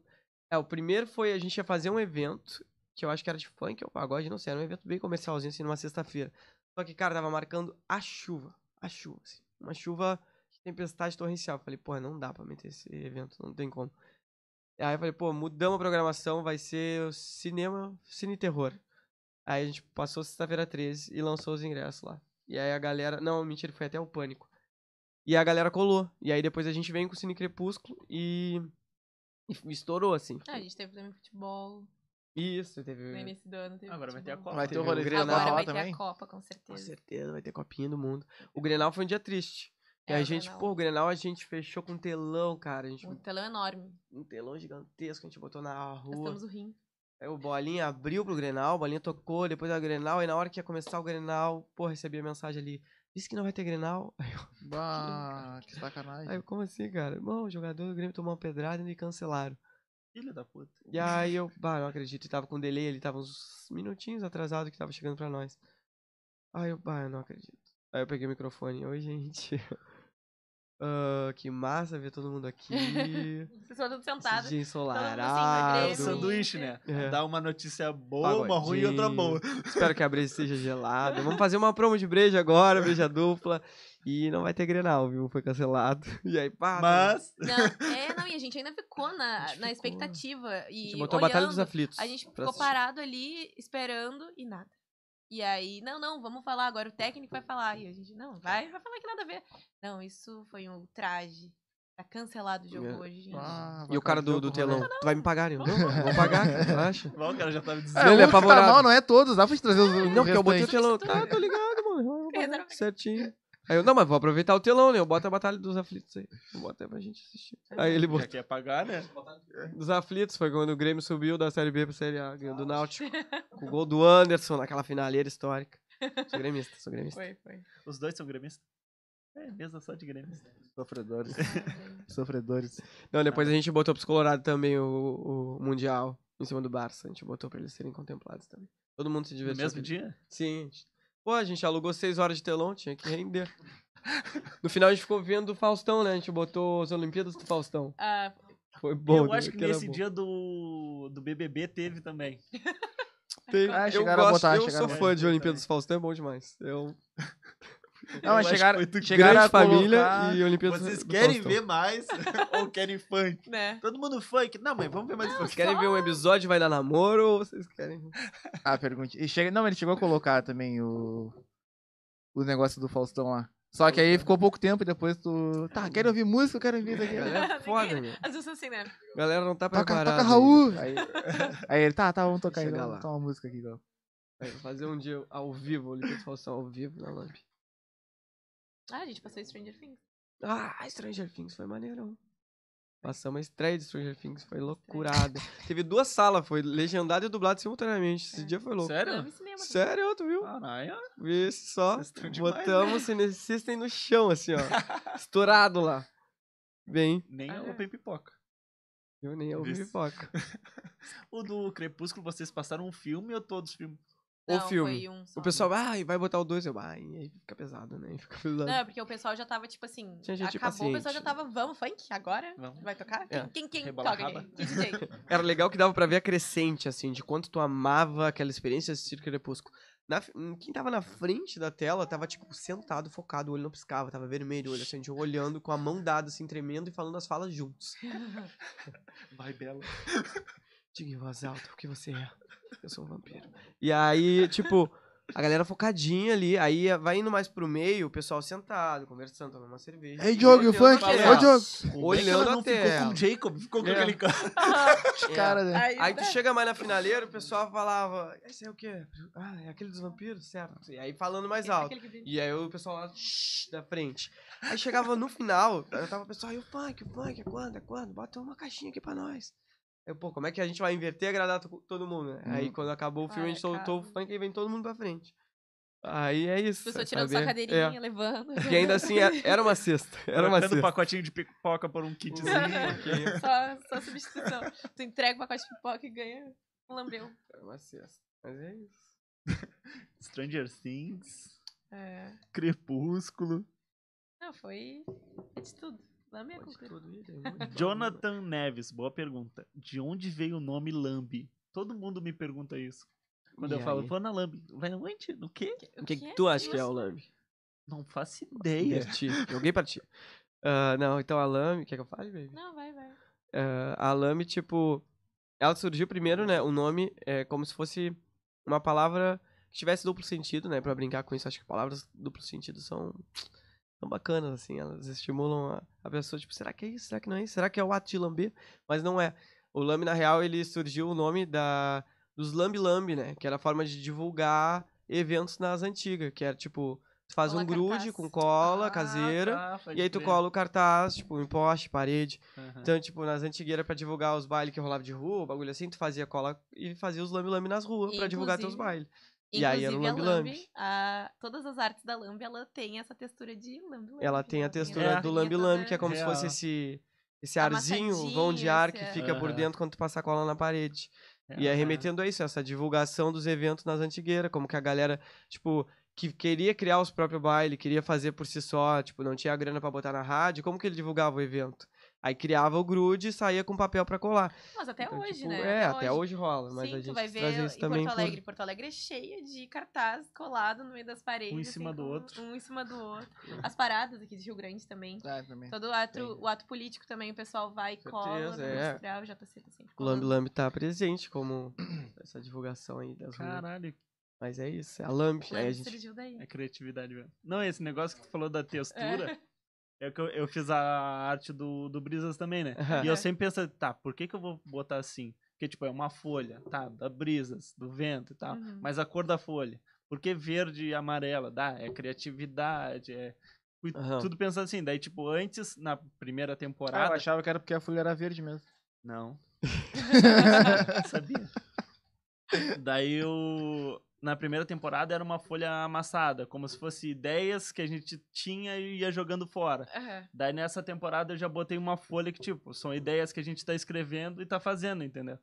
C: É, o primeiro foi a gente ia fazer um evento, que eu acho que era de funk ou pagode, não sei, era um evento bem comercialzinho, assim, numa sexta-feira. Só que, cara, tava marcando a chuva. A chuva, assim. Uma chuva de tempestade torrencial. Eu falei, pô, não dá pra meter esse evento, não tem como. Aí eu falei, pô, mudamos a programação, vai ser o cinema, cine terror. Aí a gente passou sexta-feira 13 e lançou os ingressos lá. E aí a galera. Não, mentira, foi até o pânico. E a galera colou. E aí depois a gente vem com o Cine Crepúsculo e. e estourou, assim.
D: Ah, a gente teve também futebol.
C: Isso,
D: No
C: teve.
D: início do ano teve
B: Agora vai ter a
D: futebol.
B: Copa.
A: Vai ter o rolê
C: Teve o
A: Grenal
C: Grenal
D: Agora vai ter
A: também.
D: a Copa, com
C: Com
D: certeza.
C: certeza vai ter Copinha do Mundo. O Grenal foi um dia triste. E
D: É,
C: a
D: o
C: gente,
D: Grenal.
C: pô, o Grenal a gente fechou com um telão, cara. A gente,
D: Um telão enorme.
C: um telão gigantesco, a gente botou na rua.
D: Gastamos o rim.
C: Aí o Bolinha abriu pro Grenal, o Bolinha tocou, depois a Grenal, e na hora que ia começar o Grenal, pô, recebi a mensagem ali. Disse que não vai ter Grenal.
D: Uhum.
C: Aí eu,
A: Bah, que
C: aí
A: sacanagem.
C: eu, como assim, cara? Irmão, o jogador do Grêmio tomou uma pedrada e me cancelaram.
B: Filho da puta.
C: E aí eu, bah, não acredito, e tava com delay, ele tava uns minutinhos atrasado que tava chegando pra nós. Aí eu, bah, eu não acredito. Aí eu peguei o microfone, oi gente. Ah, que massa ver todo mundo aqui. Esse
D: Vocês foram sentados.
B: É
C: dia
D: Grêmio.
B: o
C: ensolarado.
B: sanduíche, né?
C: É.
B: Dá uma notícia boa, uma ruim e outra boa.
C: Espero que a breja seja gelada. Vamos fazer uma promo de breja agora, breja dupla. E não vai ter Grenal, viu? Foi cancelado. E aí, pá. tá.
B: Mas.
D: Não, é, não, e a gente ainda ficou na,
C: A gente
D: na
C: ficou.
D: expectativa.
C: A
D: E
C: gente botou a
D: olhando,
C: Batalha dos Aflitos.
D: A gente
C: pra
D: ficou
C: assistir.
D: parado ali, esperando e nada. E aí, não, não, vamos falar agora, o técnico vai falar. E a gente, não, vai, vai falar que nada a ver. Não, isso foi um traje. Tá cancelado o jogo
C: É.
D: hoje, gente.
A: Ah,
C: E o cara do, do
A: vai fazer
C: telão,
A: o
C: tu vai me pagar, eu? Não, não vou pagar, cara, relaxa.
B: Bom, o cara já tava
A: rolê.
C: É,
B: dizendo.
C: ele
A: É, ele é
C: apavorado.
A: tá mal, não é todos, dá pra gente trazer os.
C: Não, porque eu botei o
D: Isso
C: telão.
D: tudo.
C: Tá, tô ligado, mano. eu vou pagar,
D: Reserva.
C: certinho. Aí eu, não, mas vou aproveitar o telão, né? Eu boto a Batalha dos Aflitos aí. Eu boto aí pra gente assistir. Aí é- ele botou.
B: Já quer pagar, né?
C: Dos aflitos, foi quando o Grêmio subiu da Série B pra Série A, ganhou do Náutico. com o gol do Anderson naquela finaleira histórica. Sou gremista, sou gremista.
D: Foi, foi.
B: Os dois são gremistas. É, mesa só de gremista.
A: Sofredores. Sofredores.
C: Não, depois a gente botou pros Colorado também o, o Mundial em cima do Barça. A gente botou pra eles serem contemplados também. Todo mundo se
B: No
C: divertiu.
B: mesmo
C: aquele-
B: dia?
C: Sim. a gente- Pô, a gente alugou seis horas de telão, tinha que render. No final a gente ficou vendo o Faustão, né? A gente botou as Olimpíadas do Faustão.
D: Ah,
C: Foi bom.
B: eu
C: né?
B: acho que
C: era
B: nesse
C: bom.
B: dia do, do BBB teve também.
C: Tem-
A: Ah,
C: eu
A: chegaram a
C: gosto,
A: botar,
C: eu
A: chegaram
C: sou
A: a
C: fã
B: botar.
C: de Olimpíadas do Faustão, é bom demais. Eu
A: Não, mas
B: acho que
A: chegaram,
B: foi tu que
A: chegaram a
C: grande família
A: colocar-
C: e Olimpíadas
B: Vocês
C: do
B: querem
C: Faustão.
B: ver mais ou querem funk?
D: né?
B: Todo mundo funk. Não, mãe, vamos ver mais
C: Vocês
B: funk.
C: querem ver um episódio vai dar namoro ou vocês querem?
A: Ah, pergunte. E chega... Não, ele chegou a colocar também o. O negócio do Faustão lá. Só que aí ficou pouco tempo e depois tu. Tá, quero ouvir música, eu quero ouvir isso aqui.
C: Galera, é foda, meu.
D: As pessoas assim, né?
C: Galera não tá
A: Toca,
C: preparada.
A: toca
C: ainda.
A: Raul! Aí, aí ele, tá, tá, vamos tocar aí,
C: Chegar
A: vamos
C: lá.
A: botar uma música aqui então.
C: É, Fazer um dia ao vivo, Olimpíadas do Faustão ao vivo na Lamp.
D: Ah, a gente passou Stranger Things.
C: Ah, Stranger Things foi maneirão. Passamos a estreia de Stranger Things, foi loucurada. Teve duas salas, foi legendado e dublado simultaneamente. Esse
D: É.
C: dia foi louco.
D: Eu
B: Sério?
D: amo cinema. gente.
C: Sério, tu viu?
B: Caralho.
C: Vê só.
B: Vocês tão demais, né?
C: Botamos Cine System no chão, assim, ó. estourado lá. Bem,
B: Nem
D: Ah,
B: a
D: é.
B: Open Pipoca.
C: eu nem ouvi
B: Vê-
C: pipoca.
B: O do Crepúsculo, vocês passaram um filme ou todos os filmes?
C: O
D: Não,
C: filme.
D: foi um só.
C: O pessoal, ai, vai botar o 2, eu, ai, aí fica pesado, né? Aí Fica pesado.
D: Não, é porque o pessoal já tava, tipo assim,
C: Tinha gente
D: acabou, o pessoal
C: paciente.
D: já tava, vamos, funk, agora?
B: Vamos.
D: Vai tocar?
C: É.
D: Quem, quem, quem é
B: Rebola
D: toca?
B: raba.
D: Que DJ?
C: Era legal que dava pra ver a crescente, assim, de quanto tu amava aquela experiência de assistir Crepúsculo. Na, fi- hum, quem tava na frente da tela tava, tipo, sentado, focado, o olho não piscava, tava vermelho, o olho assim, de eu olhando, com a mão dada, assim, tremendo e falando as falas juntos.
B: Vai, Bela.
C: Diga em voz alta o que você é. Eu sou um vampiro. E aí, tipo, a galera focadinha ali, aí vai indo mais pro meio, o pessoal sentado, conversando, tomando uma cerveja.
A: Ei, Diogo, e o funk? Ô,
C: Falando.
A: Diogo!
B: Como é que
C: Olhando
B: ela não
C: a
B: ficou
C: tela.
B: com o Jacob, ficou com
C: É.
B: aquele cara.
A: Os caras, né?
C: Aí tu chega mais na finaleira, o pessoal falava, esse é o quê? Ah, é aquele dos vampiros, certo? E aí falando mais alto. E aí o pessoal lá "Shh", da frente. Aí chegava no final, eu tava o pessoal, e o funk, o funk, é quando, é quando? Bota uma caixinha aqui pra nós. Eu, pô, como é que a gente vai inverter e agradar to- todo mundo, né? Aí
A: Hum.
C: quando acabou o filme, a gente
D: Ai,
C: soltou o
D: cara.
C: funk e vem todo mundo pra frente. Aí é isso.
D: As
C: sabe?
D: pessoas tirando sua cadeirinha,
C: É.
D: levando.
C: Porque ainda assim era, era uma cesta. Era uma
B: Trocando um
C: cesta.
B: pacotinho de pipoca por um kitzinho.
C: Era
D: Só, só substituição. Tu entrega o pacote de pipoca e ganha um lambreu.
C: uma cesta. Mas é isso.
B: Stranger Things.
D: É.
B: Crepúsculo.
D: Não, foi. É de tudo. Lá minha
C: Pode
D: cultura.
C: tudo, ih, tem muito bagulho.
B: Jonathan Neves, boa pergunta. De onde veio o nome Lambi? Todo mundo me pergunta isso. Quando
C: E
B: eu falo,
C: aí?
B: vou na Lambi. Vai onde? No quê?
C: O que, que tu acha que é o Lamb?
B: Não faço ideia.
C: Diverti. Joguei pra ti. Ah, não, então a Lame, quer que eu fale, baby?
D: Não, vai, vai.
C: Ah, a Lame, tipo, ela surgiu primeiro, né? O nome é como se fosse uma palavra que tivesse duplo sentido, né? Pra brincar com isso, acho que palavras duplo sentido são são bacanas, assim. Elas estimulam a, a pessoa, tipo, será que é isso? Será que não é isso? Será que é o ato de lamber? Mas não é. O Lame, na real, ele surgiu o nome da dos lambe-lambe, né? Que era a forma de divulgar eventos nas antigas, que era, tipo, tu faz
D: Colar
C: um grude
D: cartaz.
C: com cola
B: Ah,
C: caseira,
B: tá, pode
C: e aí tu
B: crer.
C: cola o cartaz, tipo, em poste, parede.
B: Aham.
C: Então, tipo, nas antigueiras, pra divulgar os bailes que rolava de rua, bagulho assim, tu fazia cola e fazia os lame-lame nas ruas pra divulgar teus
D: Inclusive-
C: bailes.
D: Inclusive,
C: E aí era o
D: a
C: lambe-lambe.
D: lambe, a- todas as artes da lambe, ela tem essa textura de lambe.
C: Ela tem a textura
D: né?
B: É.
C: do lambe-lambe, que é como
B: Real.
C: se fosse esse, esse arzinho,
D: Amassadinho,
C: vão de ar que
D: esse- é.
C: fica por
B: Aham.
C: dentro quando tu passa a cola na parede. E é
B: Aham.
C: remetendo a isso, essa divulgação dos eventos nas antigueiras, como que a galera, tipo, que queria criar os próprios bailes, queria fazer por si só, tipo, não tinha grana pra botar na rádio, como que ele divulgava o evento? Aí criava o grude e saía com papel pra colar.
D: Mas até
C: Então,
D: hoje,
C: tipo,
D: né?
C: É, até hoje, rola, mas
D: Sim,
C: a gente
D: tu vai
C: quis
D: ver
C: trazer
D: em
C: isso também
D: Porto
C: por-
D: Alegre. Porto Alegre é cheia de cartaz colado no meio das paredes.
B: Um em cima do
D: com-
B: outro.
D: Um em cima do outro. As paradas aqui de Rio Grande também.
A: Ah, também.
D: Todo ato, o ato político também, o pessoal vai e cola.
C: Certeza,
D: no
C: é.
D: industrial, já tá sempre sempre
C: O Lambi
D: colando.
C: Lambi tá presente como essa divulgação aí das ruas.
B: Caralho,
C: Mas é isso, é a Lambi.
D: O
C: Aí a
D: Lambi
C: gente.
D: surgiu daí.
B: é criatividade mesmo. Não, esse negócio que tu falou da textura,
D: É.
B: é que eu, eu fiz a arte do, do Brisas também, né? E eu
D: É.
B: sempre penso, tá, por que que eu vou botar assim? Porque, tipo, é uma folha, tá? Da Brisas, do vento e
C: tá.
B: tal.
D: Uhum.
B: Mas a cor da folha, por que verde e amarela? Dá, é criatividade, é... fui
C: Aham.
B: Tudo pensando assim, daí, tipo, antes, na
A: Ah,
B: primeira
A: eu
B: temporada...
A: achava que era porque a folha era verde mesmo.
B: Não. Sabia. Daí o. Na primeira temporada era uma folha amassada, como se fosse ideias que a gente tinha e ia jogando fora.
D: Aham.
B: Daí nessa temporada eu já botei uma folha que, tipo, são ideias que a gente tá escrevendo e tá fazendo, entendeu?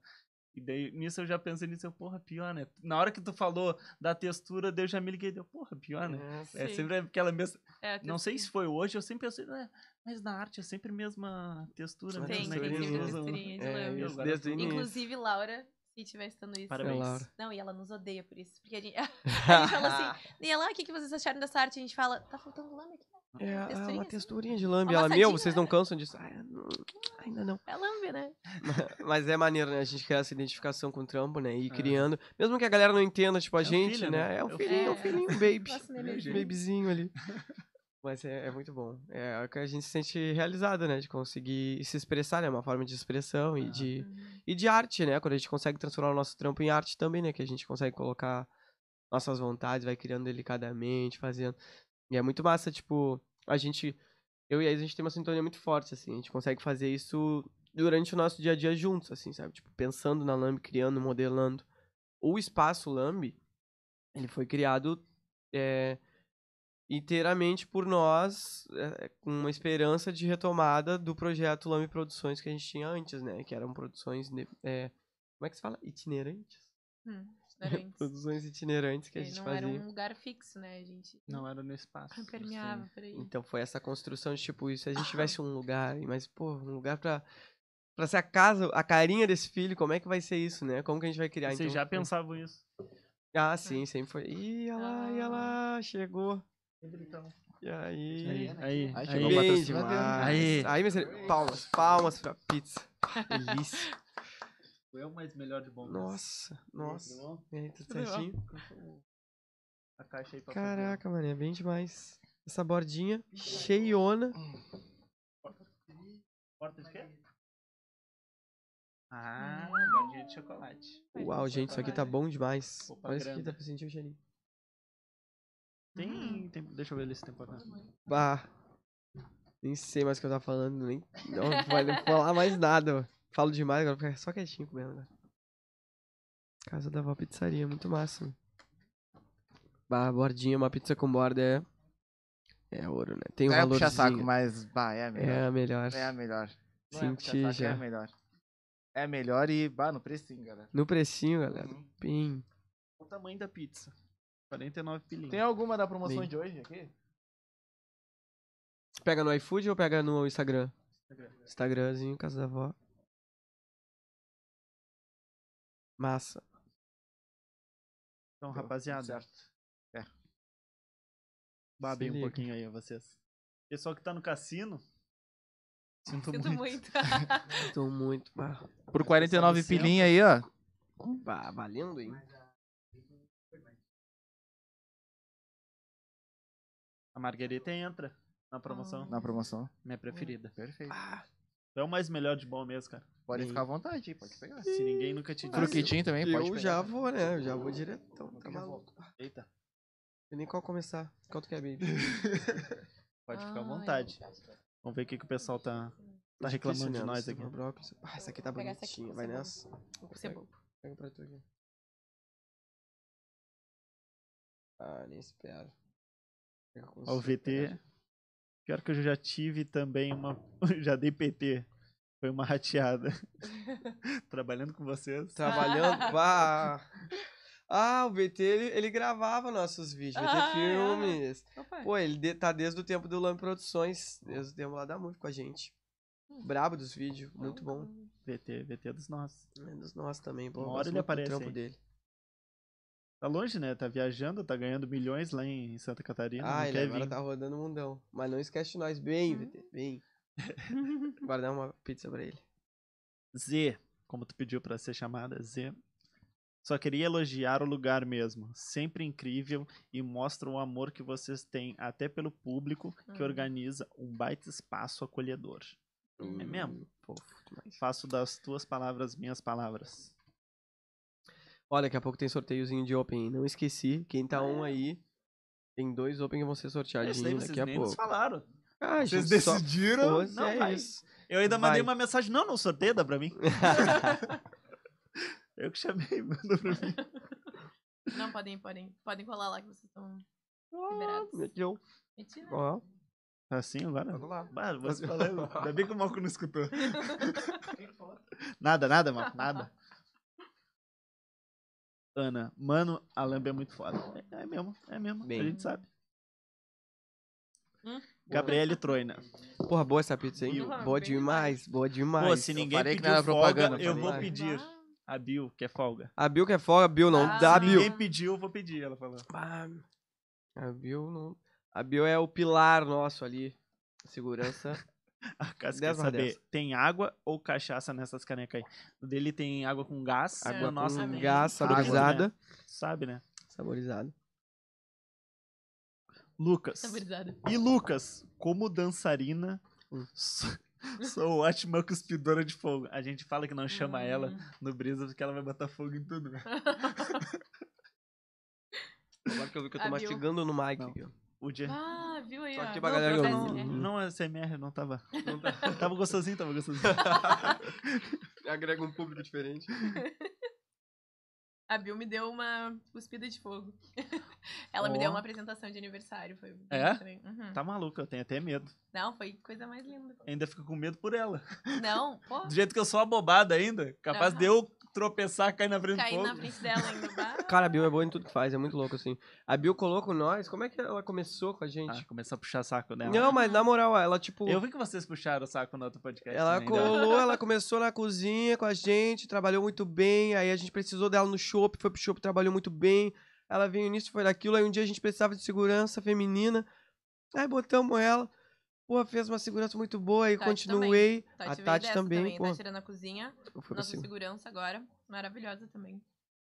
B: E daí nisso eu já pensei nisso, eu, porra, pior, né? Na hora que tu falou da textura, daí eu já me liguei, deu, porra, pior, né? É
D: Sim.
B: sempre aquela mesma.
D: É, a
B: Não sei
D: textura.
B: se foi hoje, eu sempre pensei, "Ah, mas na arte é sempre a mesma textura, né?
D: Tem,
B: Como é que
D: tem
C: Texturinha.
B: eles
D: sempre
B: usam?"
D: texturinha de
C: É,
D: lambe.
C: isso,
B: Agora
C: desde o
B: ficou-
C: início.
D: Inclusive, Laura, se estiver estando isso.
B: Parabéns.
C: Laura.
D: Não, e ela nos odeia por isso. Porque a gente, a gente fala assim, e ela, "Ah, o que, que vocês acharam dessa arte? A gente fala, tá faltando lama aqui.
C: É, ah,
D: texturinha,
C: uma
D: assim.
C: texturinha de lambe.
D: Uma
C: Ela, meu,
D: amassadinha,
C: vocês não cansam disso. Ah, não, ainda não.
D: É lambe, né?
C: Mas é maneiro, né? A gente criar essa identificação com o trampo, né? E ir
B: É.
C: criando. Mesmo que a galera não entenda, tipo, a
B: É o
C: gente,
B: filho,
C: né?
B: né?
C: É
B: É
C: o
B: o
C: filhinho, é o
D: filho.
C: filhinho, baby.
D: Nossa,
B: É,
D: neném.
B: gente.
C: babyzinho ali. Mas é, é muito bom. É o que a gente se sente realizada, né? De conseguir se expressar, né? Uma forma de expressão e
B: Aham.
C: de e de arte, né? Quando a gente consegue transformar o nosso trampo em arte também, né? Que a gente consegue colocar nossas vontades, vai criando delicadamente, fazendo. E é muito massa, tipo, a gente. Eu e a Isa, a gente tem uma sintonia muito forte, assim. A gente consegue fazer isso durante o nosso dia a dia juntos, assim, sabe? Tipo, pensando na Lamb, criando, modelando. O espaço Lamb, ele foi criado é, inteiramente por nós, é, com uma esperança de retomada do projeto Lame Produções que a gente tinha antes, né? Que eram produções. de- é, como é que se fala? Itinerantes?
D: Hum, ignorantes.
C: Produções itinerantes que a
D: É,
C: gente
D: não
C: fazia.
D: era um lugar fixo, né? A gente
B: Não era no espaço.
D: permeava por aí.
C: Então foi essa construção de tipo, e se a gente tivesse um lugar, mas, pô, um lugar pra. Pra ser a casa, a carinha desse filho, como é que vai ser isso, né? Como que a gente vai criar
B: Vocês
C: então,
B: já
C: foi-
B: pensavam isso?
C: Ah, sim, sempre foi. Ih, olha lá, olha
D: Ah.
C: lá, chegou. E
B: Aí,
C: aí.
B: aí,
A: Aí
B: aí.
A: chegou o
C: Bem
A: patrocinador.
C: demais.
B: Aí.
C: Aí, meus queridos, palmas, palmas pra pizza. Delícia.
B: Eu mais melhor de bom.
C: Nossa, nossa. E aí, tudo certinho?
B: um A caixa aí pra
C: Caraca, mano, é bem demais. Essa bordinha cheiona.
B: Porta de quê? Ah, bandinha de chocolate.
C: Uau, gente, isso aqui tá bom demais.
B: Opa,
C: Olha isso aqui, tá
B: grana.
C: dá pra sentir o cheirinho.
B: Tem, tem- Deixa eu ver se tem porta.
C: Bah. Nem sei mais o que eu tava falando, nem. Não vou nem falar mais nada. ó. Falo demais, agora fica só quietinho comendo. Agora. Casa da vó pizzaria, muito massa. né? Bah, bordinha, uma pizza com borda é. É ouro, né? Tem um
A: Não é puxar saco,
C: valorzinho.
A: mas bah, é a
C: É
A: melhor.
C: a melhor.
A: É, a melhor. Não é puxar
C: Senti
A: saco, é
C: já.
A: a melhor. É a melhor e bah, no precinho, galera.
C: No precinho, galera. Pim.
B: O tamanho da pizza. 49 pilinhas.
A: Tem alguma da promoção
C: Bem.
A: de hoje aqui?
C: Pega no iFood ou pega no Instagram? Instagramzinho, casa da avó. Massa.
B: Então, rapaziada,
A: Certo.
B: babem um
C: liga.
B: pouquinho aí a vocês. Pessoal que tá no cassino, sinto,
D: Sinto
B: muito.
D: muito.
C: Tô muito. Ah,
A: Por 49
B: Licença.
A: pilinha aí, ó.
C: bah, valendo, hein?
B: A Marguerita entra na promoção,
A: Na promoção.
B: minha preferida.
A: Perfeito.
C: Ah,
B: Tu é o mais melhor de bom mesmo, cara.
A: Pode
C: Bem.
A: ficar à vontade, pode pegar.
B: Se ninguém nunca te disse.
A: Truquitinho também, pode
C: eu
A: pegar.
C: já vou, né? Eu já vou diretão. Tá
A: Daqui a
C: maluco.
B: Eita,
C: Eu nem qual começar. Qual tu quer, baby?
B: pode ficar à
D: Ai.
B: vontade. Vamos ver o que, que o pessoal tá, tá reclamando de nós aqui.
C: Ah, essa aqui tá
D: Vou pegar essa aqui,
C: bonitinha.
D: por
C: Vai
D: favor.
C: nessa.
D: Vou ser bobo.
C: Pega pra tu aqui. Ah, nem espero. Eu
B: Ó, o
C: consigo pegar.
B: VT. Pior que eu já tive também uma. Já dei PT. Foi uma rateada. Trabalhando com vocês.
C: Trabalhando. Bah. Ah, o VT, ele, ele gravava nossos vídeos, VT
D: Ah, é.
C: Filmes.
D: Opa.
C: Pô, ele de- tá desde o tempo do Lame Produções, desde o tempo lá da música com a gente.
D: Hum.
C: Brabo dos vídeos, muito bom.
B: VT, VT dos nossos.
C: Menos nós também, pô.
B: Uma
C: eu
B: hora
C: gosto
B: ele
C: muito do
B: aparece
C: trampo
B: aí.
C: dele.
B: Tá longe, né? Tá viajando, tá ganhando milhões lá em Santa Catarina. não
C: Ah, ele
B: quer
C: agora
B: vir. Uhum.
C: tá rodando o mundão. Mas não esquece de nós, bem,
D: Hum.
C: VT, bem. Guardar uma pizza pra ele.
B: Z, como tu pediu pra ser chamada, Z. Só queria elogiar o lugar mesmo. Sempre incrível e mostra o amor que vocês têm até pelo público que
D: Hum.
B: organiza um baita espaço acolhedor. É mesmo?
C: Hum, Fofo demais.
B: Faço das tuas palavras minhas palavras.
C: Olha, daqui a pouco tem sorteiozinho de Open, hein? não esqueci. Quem tá um aí, tem dois Open que vão ser sorteadinhos
B: É. Isso aí
C: Tá daqui a
B: nem nos
C: pouco.
B: falaram.
C: Ah, a
B: Vocês
C: gente só-
B: decidiram?
C: Pô, se
B: Não,
C: é
B: vai.
C: isso.
B: Eu ainda mandei
C: Vai.
B: uma mensagem. Não, não sorteia, dá pra mim. Eu que chamei, manda pra mim.
D: Não, podem, podem. Podem colar lá que vocês estão liberados.
C: Meteu.
D: Mentira.
C: Ó,
B: Tá assim agora?
C: vamos lá.
B: Mano, você falando. Ainda bem que o Malco não escutou. Nada, nada, Malco, nada. Ana, mano, a Lamb é muito foda. É, é mesmo, é mesmo.
C: Bem.
B: A gente sabe.
D: Hum.
B: Gabriele Troina.
C: Porra, boa essa pizza, hein?
B: E o-
C: Boa demais, boa demais.
B: Pô, se ninguém
A: falei que
B: pediu
A: não era
B: folga,
A: propaganda,
B: eu
C: falei.
B: vou
C: Vai.
B: pedir. A Bill, que é folga.
C: A Bill que é folga, Bill não.
D: Ah,
C: dá,
D: sim.
C: Bill.
B: Ninguém pediu, eu vou pedir, ela falou.
C: Ah, a Bill não. A Bill é o pilar nosso ali. Segurança.
B: A Cássio quer
C: Dez mais
B: saber,
C: dez.
B: tem água ou cachaça nessas canecas aí? O dele tem água com gás,
D: Água
B: o
C: água
B: nosso
C: com
D: amém.
C: gás,
B: Água, né?
C: saborizada.
B: sabe, né?
C: Saborizada.
B: Lucas.
D: Saborizada.
B: E Lucas, como dançarina,
C: Hum.
B: sou, sou ótima cuspidora de fogo. A gente fala que não
D: Hum.
B: chama ela no brisa porque ela vai botar fogo em tudo. né?
C: Agora que eu vi que eu tô
D: A Bill.
C: mastigando no mic
B: Não.
C: aqui, ó.
B: O dia...
D: Ah, viu aí,
C: Só
D: ó.
C: aqui pra galera
D: Não,
C: que eu-
D: acontece, né?
C: Uhum.
B: Não, é CMR, não tava.
C: tá.
B: tava gostosinho, tava gostosinho.
C: Agrega um público diferente.
D: A Bill me deu uma cuspida de fogo. Ela me
B: Ó.
D: deu uma apresentação de aniversário. Foi bonito
B: É?
D: também. Uhum.
B: Tá maluco, eu tenho até medo.
D: Não, foi coisa mais linda.
B: Ainda fico com medo por ela.
D: Não, pô,
B: Do jeito que eu sou abobada ainda, capaz de eu tropeçar, cair na frente do
D: caí
B: fogo.
D: na frente dela ainda. bah.
C: Cara, a Bill é boa em tudo que faz, é muito louco assim. A Bill colocou nós, como é que ela começou com a gente?
B: Ah, começou a puxar saco dela.
C: não, mas na moral, ela tipo.
B: Eu vi que vocês puxaram o saco no outro podcast.
C: Ela
B: também né? dela.
C: colou, ela começou na cozinha com a gente, trabalhou muito bem. Aí a gente precisou dela no shopping, foi pro shopping, trabalhou muito bem. Ela veio nisso, foi daquilo. Aí um dia a gente precisava de segurança feminina. Aí botamos ela. Porra, fez uma segurança muito boa. Aí
D: Tati
C: continuei.
D: Tati
C: a
D: veio
C: Tati
D: Tá, dessa
C: também,
D: Tá
C: porra.
D: tirando a cozinha.
C: Foi pra
D: Nossa
C: cima,
D: segurança agora. Maravilhosa também.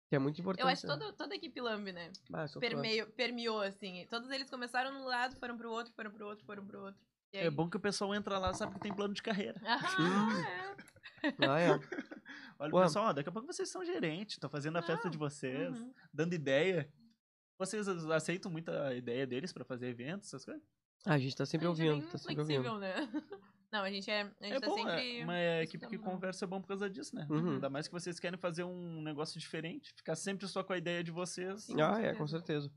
C: Que é muito importante.
D: Eu acho
C: né?
D: toda, toda a equipe Lamb, né?
C: Ah, eu sou fã.
D: Permeio, permeou, assim. Todos eles começaram num lado, foram pro outro, foram pro outro, foram pro outro. E aí...
B: É bom que o pessoal entra lá sabe que tem plano de carreira.
D: Ah, é.
C: Ah, é.
B: Olha,
C: Ué.
B: pessoal, ó, daqui a pouco vocês são gerentes, estão fazendo a festa de vocês,
D: Uhum.
B: dando ideia. Vocês aceitam muita ideia deles pra fazer eventos, essas coisas?
C: Ah, a gente tá sempre
D: A gente é
C: ouvindo,
D: bem
C: tá sempre ouvindo.
D: flexível, né? Não, a gente é. A gente
B: é
D: tá
B: bom,
D: sempre.
B: é, uma equipe que
D: escutando, né?
B: conversa é bom por causa disso, né?
C: Uhum.
B: Ainda mais que vocês querem fazer um negócio diferente, ficar sempre só com a ideia de vocês.
D: Sim.
C: Ah, é, com certeza.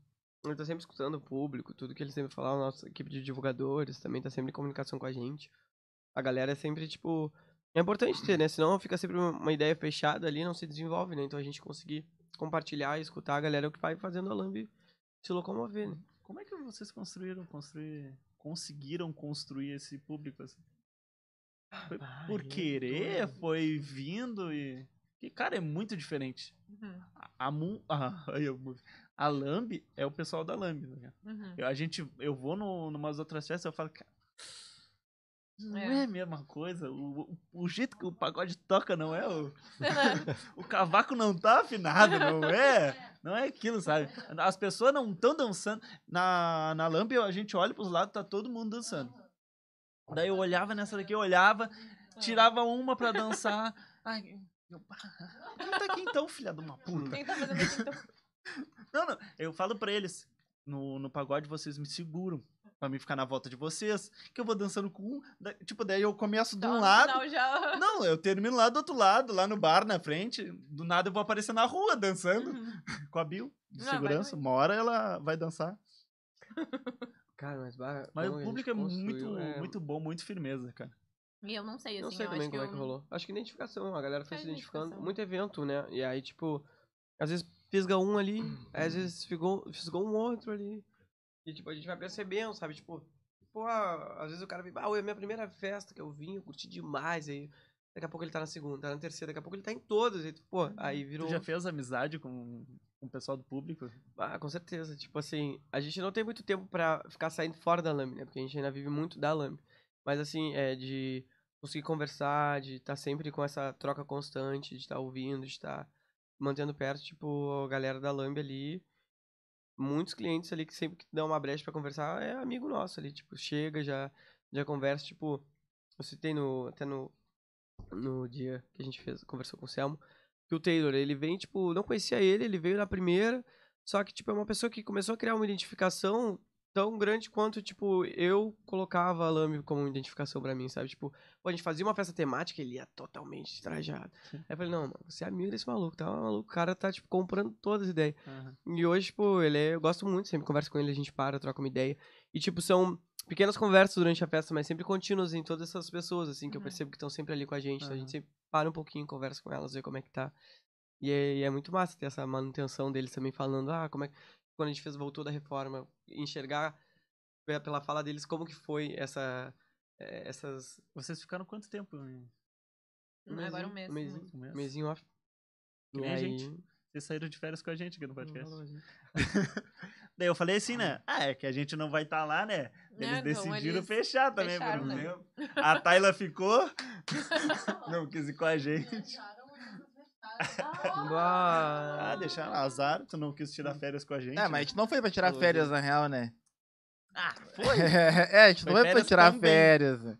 C: Ele tá sempre escutando o público, tudo que ele sempre fala, a nossa equipe de divulgadores também tá sempre em comunicação com a gente. A galera é sempre, tipo. É importante ter, né? Senão fica sempre uma uma ideia fechada ali, não se desenvolve, né? Então a gente conseguir compartilhar e escutar a galera é o que vai fazendo a Lambi se locomover, né?
B: Como é que vocês construíram, construir, conseguiram construir esse público assim? Foi
C: Bah,
B: por
C: é
B: querer,
C: doido.
B: foi vindo e. Que, cara, é muito diferente.
D: Uhum,
B: A, a, Mu- a, aí eu mudei. a Lamb é o pessoal da Lamb. Né?
D: uhum.
B: Eu, a gente, eu vou no, numas outras festas eu falo, cara. Não
D: É.
B: é. a mesma coisa. O, o- o jeito que o pagode toca não é o. o cavaco não tá afinado, não é? Não é aquilo, sabe? As pessoas não estão dançando. Na, na Lamp, a gente olha pros lados, tá todo mundo dançando. Daí eu olhava nessa daqui, eu olhava, tirava uma pra dançar. Ai, eu, tá aqui então, filha de uma puta.
D: Quem tá fazendo isso então?
B: Não, não, eu falo pra eles. No, no pagode vocês me seguram pra mim ficar na volta de vocês, que eu vou dançando com um. da- tipo, daí eu começo de
D: Tá,
B: um
D: no
B: lado,
D: final já-
B: não, eu termino lá do outro lado, lá no bar, na frente. Do nada eu vou aparecer na rua dançando
D: Uhum.
B: com a Bill, de
D: Não, vai
B: segurança. Uma hora ela vai dançar.
C: Cara, mas, bah,
B: Mas
C: como a
B: o
C: gente
B: público é muito,
C: construiu, é,
B: muito bom, muito firmeza, cara.
D: E eu não sei, assim.
C: Não sei
D: eu
C: também
D: acho
C: como
D: eu
C: é que rolou. Acho que identificação, a galera foi
D: É
C: se identificando.
D: identificação.
C: Muito evento, né? E aí, tipo, às vezes fisga um ali, aí às vezes ficou, fisgou um outro ali. E, tipo, a gente vai percebendo, sabe? Tipo, pô, às vezes o cara vem, ah, é a minha primeira festa que eu vim, eu curti demais. Aí, daqui a pouco ele tá na segunda, tá na terceira, daqui a pouco ele tá em todas. Aí, tu, pô, aí virou.
B: Tu já fez amizade com, com o pessoal do público?
C: Ah, com certeza. Tipo assim, a gente não tem muito tempo pra ficar saindo fora da lâmina, né? Porque a gente ainda vive muito da lâmina. Mas assim, é de conseguir conversar, de estar sempre com essa troca constante, de estar ouvindo, de estar mantendo perto, tipo, a galera da Lamb ali. Muitos clientes ali que sempre que dão uma brecha pra conversar é amigo nosso ali, tipo, chega, já, já conversa, tipo, eu citei no, até no, no dia que a gente fez, conversou com o Selmo, que o Taylor, ele vem, tipo, não conhecia ele, ele veio na primeira, só que, tipo, é uma pessoa que começou a criar uma identificação tão grande quanto, tipo, eu colocava a Lame como identificação pra mim, sabe? Tipo, pô, a gente fazia uma festa temática, ele ia totalmente trajado. Aí eu falei, não, mano, você é amigo desse maluco, tá maluco. O cara tá, tipo, comprando todas as ideias. E hoje, tipo, ele é, eu gosto muito, sempre converso com ele, a gente para, troca uma ideia. E, tipo, são pequenas conversas durante a festa, mas sempre contínuas em todas essas pessoas, assim, que eu
D: Uhum.
C: percebo que estão sempre ali com a gente. Então a
B: Aham.
C: gente sempre para um pouquinho, conversa com elas, vê como é que tá. E é, e é muito massa ter essa manutenção deles também falando, ah, como é que. Quando a gente fez, voltou da reforma, enxergar pe- pela fala deles como que foi essa. é, Essas.
B: Vocês ficaram quanto tempo? em-
D: Não, agora um mês.
C: Mesinho,
B: um mês?
C: mesinho off.
B: Que
C: E
B: nem a
C: aí-
B: gente. Vocês saíram de férias com a gente aqui no podcast.
C: Não, não, não.
B: Daí eu falei assim, né? Ah, é que a gente não vai estar lá, né?
D: Né?
B: Eles
D: Então,
B: decidiram
D: eles-
B: fechar também por
D: fecharam,
B: um
D: né?
B: tempo. A Tayla ficou, não quis ir com a gente.
C: Bah.
B: Ah, deixaram azar, tu não quis tirar férias com a gente. né?
A: É, mas a gente não foi pra tirar
C: Falou,
A: férias, na real, né?
B: Ah, foi?
A: É, a gente não
B: Foi
A: foi pra
B: férias
A: tirar
B: também. Hum,
A: férias. né?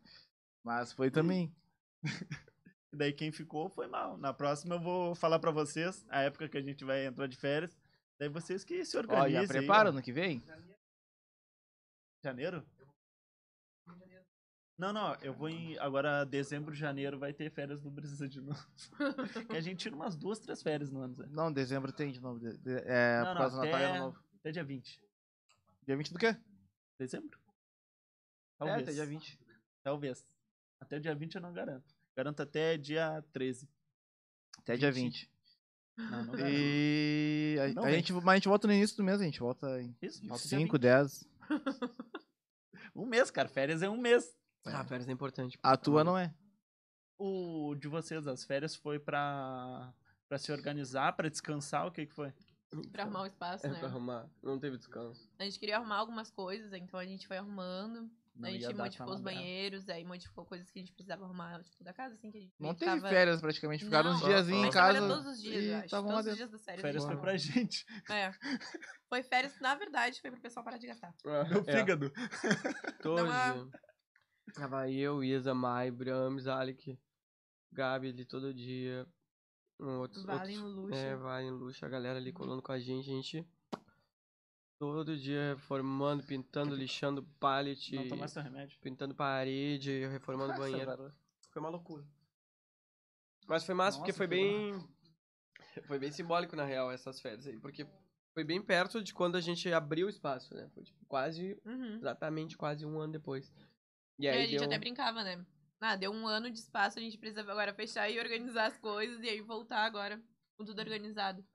A: Mas foi também.
B: E Daí quem ficou foi mal. Na próxima eu vou falar pra vocês a época que a gente vai entrar de férias. Daí vocês que se
A: Ó,
B: organizem.
A: já
B: aí,
A: prepara né?
B: ó.
A: ano que vem?
B: Janeiro? Não, não, eu vou em. Agora, dezembro, janeiro, vai ter férias do Brisa de novo. que a gente tira umas duas, três férias no ano, né? Zé.
A: Não, dezembro tem de novo. de- de- é,
B: Não, não,
A: por causa do Natal e
B: até-
A: Ano Novo.
B: Até dia 20.
A: Dia 20 do quê?
B: Dezembro? Talvez.
A: É, até dia 20.
B: Talvez. Até dia 20 eu não garanto. Garanto até dia 13.
A: Até dia 20.
B: Não, não garanto.
A: E. A,
B: Não
A: a
B: vem.
A: gente, mas a gente volta no início do mês, a gente volta em
B: Isso, falta dia
A: 5,
B: 20.
A: 10.
B: Um mês, cara. Férias é um mês.
C: Ah, férias é importante.
A: A tua não é.
B: o de vocês, as férias, foi pra, pra se organizar, pra descansar? O que, que foi?
D: Pra arrumar o espaço,
C: É
D: né?
C: pra arrumar. Não teve descanso.
D: A gente queria arrumar algumas coisas, então a gente foi arrumando. a gente modificou os banheiros, aí modificou coisas que a gente precisava arrumar, tipo, da casa, assim, que a gente
A: Não
D: meio que
A: teve
D: tava-
A: férias praticamente. Ficaram
D: Não,
A: uns diazinhos
D: a
A: em
D: gente trabalha
A: casa.
D: todos os dias,
A: e
D: eu acho.
A: tavam lá
D: Todos os
A: dentro.
D: dias das férias. a
B: Férias
D: gente
B: foi
C: Fora.
B: pra gente,
D: arrumou. É. Foi férias, na verdade, foi pro pessoal parar de gastar.
B: no
C: É,
B: fígado.
C: Todos.
D: Não
C: Tava eu, Isa, Mai, Brams, Alec, Gabi ali todo dia. Um, Outros,
D: Valem
C: outros,
D: o luxo.
C: É, Valen, Luxo, a galera ali colando com a gente. A gente todo dia formando, pintando, lixando pallet,
B: Não tomasse teu remédio.
C: pintando parede, reformando
B: Nossa,
C: banheiro.
B: cara.
C: Foi uma loucura. Mas foi massa porque
B: Nossa,
C: foi
B: que
C: bem. Foi bem simbólico, na real, essas férias aí. Porque foi bem perto de quando a gente abriu o espaço, né? Foi tipo, quase.
D: Uhum.
C: Exatamente quase um ano depois. E
D: E
C: aí
D: É, a gente
C: deu... um
D: até brincava, né? Ah, deu um ano de espaço, a gente precisa agora fechar e organizar as coisas e aí voltar agora com tudo organizado.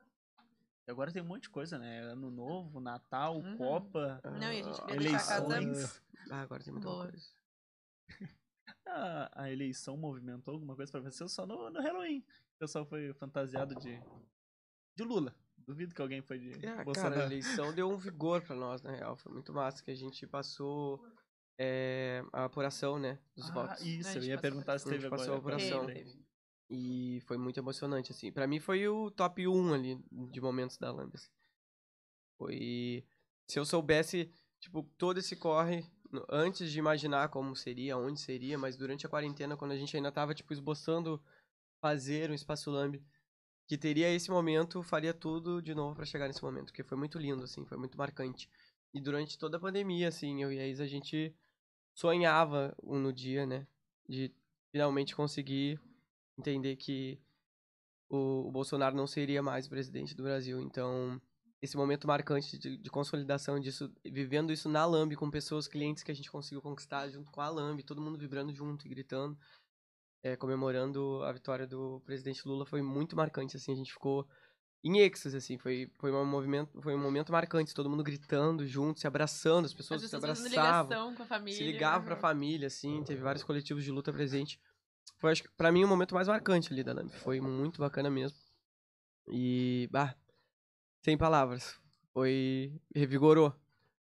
B: E agora tem um monte de coisa, né? Ano novo, Natal,
D: Uhum.
B: Copa,
D: Não, e a gente
C: Ah,
D: vai deixar a casa-
B: eleições.
C: Ah, agora tem muita
D: Boa.
C: coisa.
B: A, a eleição movimentou alguma coisa pra vocês só no, no Halloween. O pessoal foi fantasiado de. de Lula. Duvido que alguém foi de
C: É, cara, a
B: Bolsonaro.
C: eleição deu um vigor pra nós, na real. Foi muito massa que a gente passou é, a apuração, né, dos
B: Ah,
C: votos. E...
D: A
B: Isso, eu
D: gente
B: ia
D: passou-
B: perguntar se
C: A gente
B: teve
C: passou a
B: agora.
C: apuração. foi muito emocionante, assim. Pra mim foi o top 1 ali, de momentos da Lambda. assim. Foi... Se eu soubesse, tipo, todo esse corre, no- antes de imaginar como seria, onde seria, mas durante a quarentena, quando a gente ainda tava, tipo, esboçando fazer um espaço Lamb, que teria esse momento, faria tudo de novo pra chegar nesse momento, porque foi muito lindo, assim, foi muito marcante. E durante toda a pandemia, assim, eu e a Isa, a gente sonhava um no dia, né, de finalmente conseguir entender que o, o Bolsonaro não seria mais presidente do Brasil, então esse momento marcante de, de consolidação disso, vivendo isso na Lamb, com pessoas, clientes que a gente conseguiu conquistar junto com a Lamb, todo mundo vibrando junto e gritando, é, comemorando a vitória do presidente Lula, foi muito marcante, assim, a gente ficou em êxtase, assim, foi, foi, um movimento, foi um momento marcante, todo mundo gritando junto, se abraçando, as pessoas,
D: As pessoas
C: se
D: fazendo
C: abraçavam
D: ligação com a família.
C: se ligava pra
D: Uhum.
C: família, assim, teve vários coletivos de luta presente. Foi, acho que, pra mim, o momento mais marcante ali da Lamp. Foi muito bacana mesmo. E, bah, sem palavras. Foi, revigorou.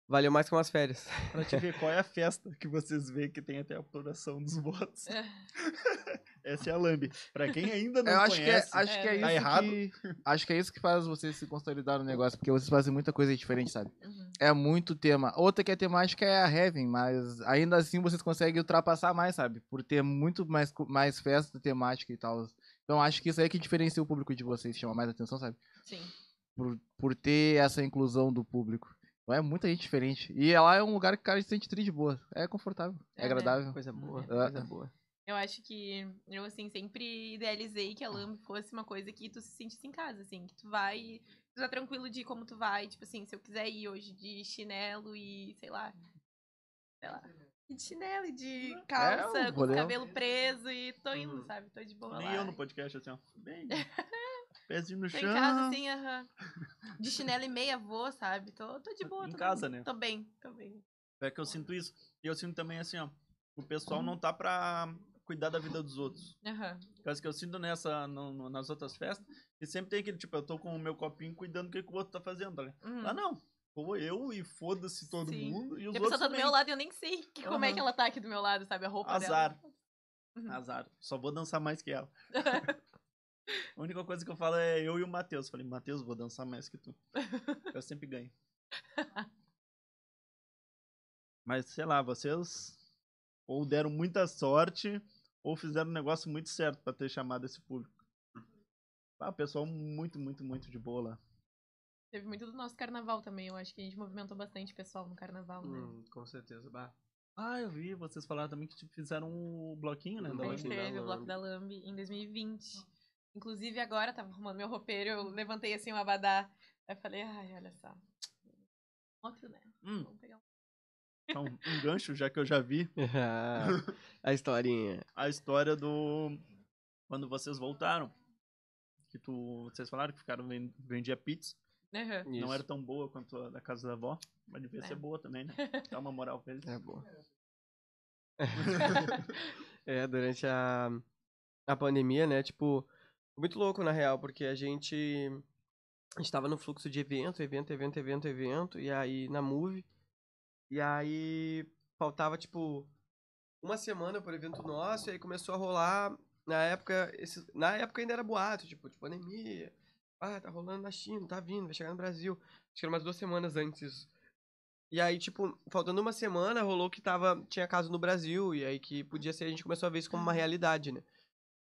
C: Valeu mais que umas férias.
B: Pra te ver qual é a festa que vocês veem que tem até a apuração dos votos.
D: É.
B: Essa é a Lambi. Pra quem ainda não
A: eu acho que é,
B: conhece,
A: acho que é
D: É.
A: isso
B: Tá errado.
A: que acho que é isso que faz vocês se consolidarem no negócio, porque vocês fazem muita coisa diferente, sabe?
D: Uhum.
A: É muito tema. Outra que é temática é a Heaven, mas ainda assim vocês conseguem ultrapassar mais, sabe? Por ter muito mais co- mais festa temática e tal. Então acho que isso aí que diferencia o público de vocês, chama mais atenção, sabe?
D: Sim.
A: Por, por ter essa inclusão do público. Então é muita gente diferente. E lá é um lugar que o cara se sente tri de boa. É confortável, é,
D: É, né?
A: agradável.
C: Coisa boa,
A: É.
C: coisa boa.
D: Eu acho que eu, assim, sempre idealizei que a Lamb fosse uma coisa que tu se sentisse em casa, assim, que tu vai. e Tu tá tranquilo de como tu vai, tipo assim, se eu quiser ir hoje de chinelo e, sei lá. Sei lá. e De chinelo e de calça,
A: É, um
D: com o
A: rolê.
D: cabelo preso e tô indo,
C: Uhum.
D: sabe? Tô de boa.
B: nem
D: lá.
B: eu no podcast, assim, ó. Bem, pezinho no
D: Tô
B: chão.
D: em casa, assim, aham. De chinelo e meia vou, sabe? Tô, tô de boa.
B: Em
D: tô
B: casa,
D: bem.
B: né?
D: Tô bem, tô bem.
B: É que eu sinto isso. E eu sinto também, assim, ó. O pessoal não tá pra cuidar da vida dos outros.
D: Aham.
B: Coisa que eu sinto nessa, no- no- nas outras festas, que sempre tem aquele, tipo, eu tô com o meu copinho cuidando do que, que o outro tá fazendo, tá ligado?
D: Uhum.
B: Lá não. Ou eu e foda-se todo
D: Sim.
B: mundo e os
D: E a pessoa
B: outros
D: tá do
B: também.
D: meu lado e eu nem sei que- como é
B: Aham.
D: que ela tá aqui do meu lado, sabe? A roupa
B: Azar.
D: dela. Uhum.
B: Azar. Só vou dançar mais que ela. A única coisa que eu falo é eu e o Matheus. Falei, Matheus, vou dançar mais que tu. Eu sempre ganho. Mas, sei lá, vocês ou deram muita sorte ou fizeram um negócio muito certo pra ter chamado esse público. Ah, o pessoal muito, muito, muito de boa lá.
D: Teve muito do nosso carnaval também. Eu acho que a gente movimentou bastante pessoal no carnaval, né?
C: Hum, com certeza, bah.
B: Ah, eu vi vocês falaram também que tipo, fizeram o bloquinho, né?
C: Uhum.
B: da
D: a
C: Bloquinho
D: gente
B: Lambi.
C: da
D: teve o Bloco
C: Lambe.
D: da Lamb em 2020. Inclusive agora, tava arrumando meu roupeiro, eu levantei assim o abadá. Aí eu falei, ai, olha só. Outro, né?
B: Hum,
D: Vamos pegar um.
B: tá um, um gancho, já que eu já vi
C: a historinha.
B: a história do. Quando vocês voltaram. Que tu. Vocês falaram que ficaram ven- vendia pizza.
D: um. Aham.
B: Não
C: Isso.
B: era tão boa quanto a da casa da avó. Mas devia
D: É.
B: ser boa também, né? Dá uma moral pra eles.
D: né?
C: É boa. é, durante a, a pandemia, né? Tipo, muito louco na real, porque a gente estava no fluxo de evento, evento, evento, evento, evento, e aí na Move. E aí faltava, tipo, uma semana pro evento nosso, e aí começou a rolar. Na época, esse, na época ainda era boato, tipo, de pandemia. Ah, tá rolando na China, tá vindo, vai chegar no Brasil. Acho que era umas duas semanas antes isso. E aí, tipo, faltando uma semana, rolou que tava, tinha caso no Brasil, e aí que podia ser, a gente começou a ver isso como uma realidade, né?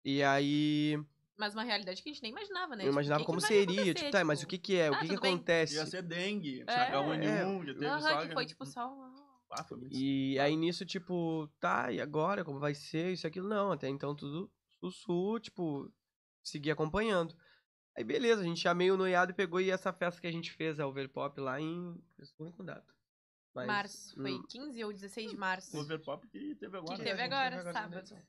C: E aí,
D: Mas uma realidade que a gente nem imaginava, né?
C: eu
D: Tipo, o
C: imaginava
D: que
C: como
D: que vai
C: seria,
D: acontecer,
C: tipo, tá, mas o que que é, o
D: ah,
C: que que
D: tudo bem.
C: acontece?
B: Ia ser dengue, é.
D: É.
B: H1N1, já teve
D: Aham,
B: saga,
D: que foi
B: né?
D: tipo só uma...
B: Ah, foi muito-
C: E aí nisso, tipo, tá, e agora? Como vai ser? Isso, e aquilo, não. Até então tudo sussu, tipo, seguir acompanhando. Aí beleza, a gente já meio noiado e pegou e essa festa que a gente fez, a Overpop, lá em. Não lembro com data. Mas-
D: março. Foi
C: Hum,
D: 15 ou 16 de
B: O
D: março.
B: Overpop que teve agora.
D: Que
B: né?
D: teve agora, sábado.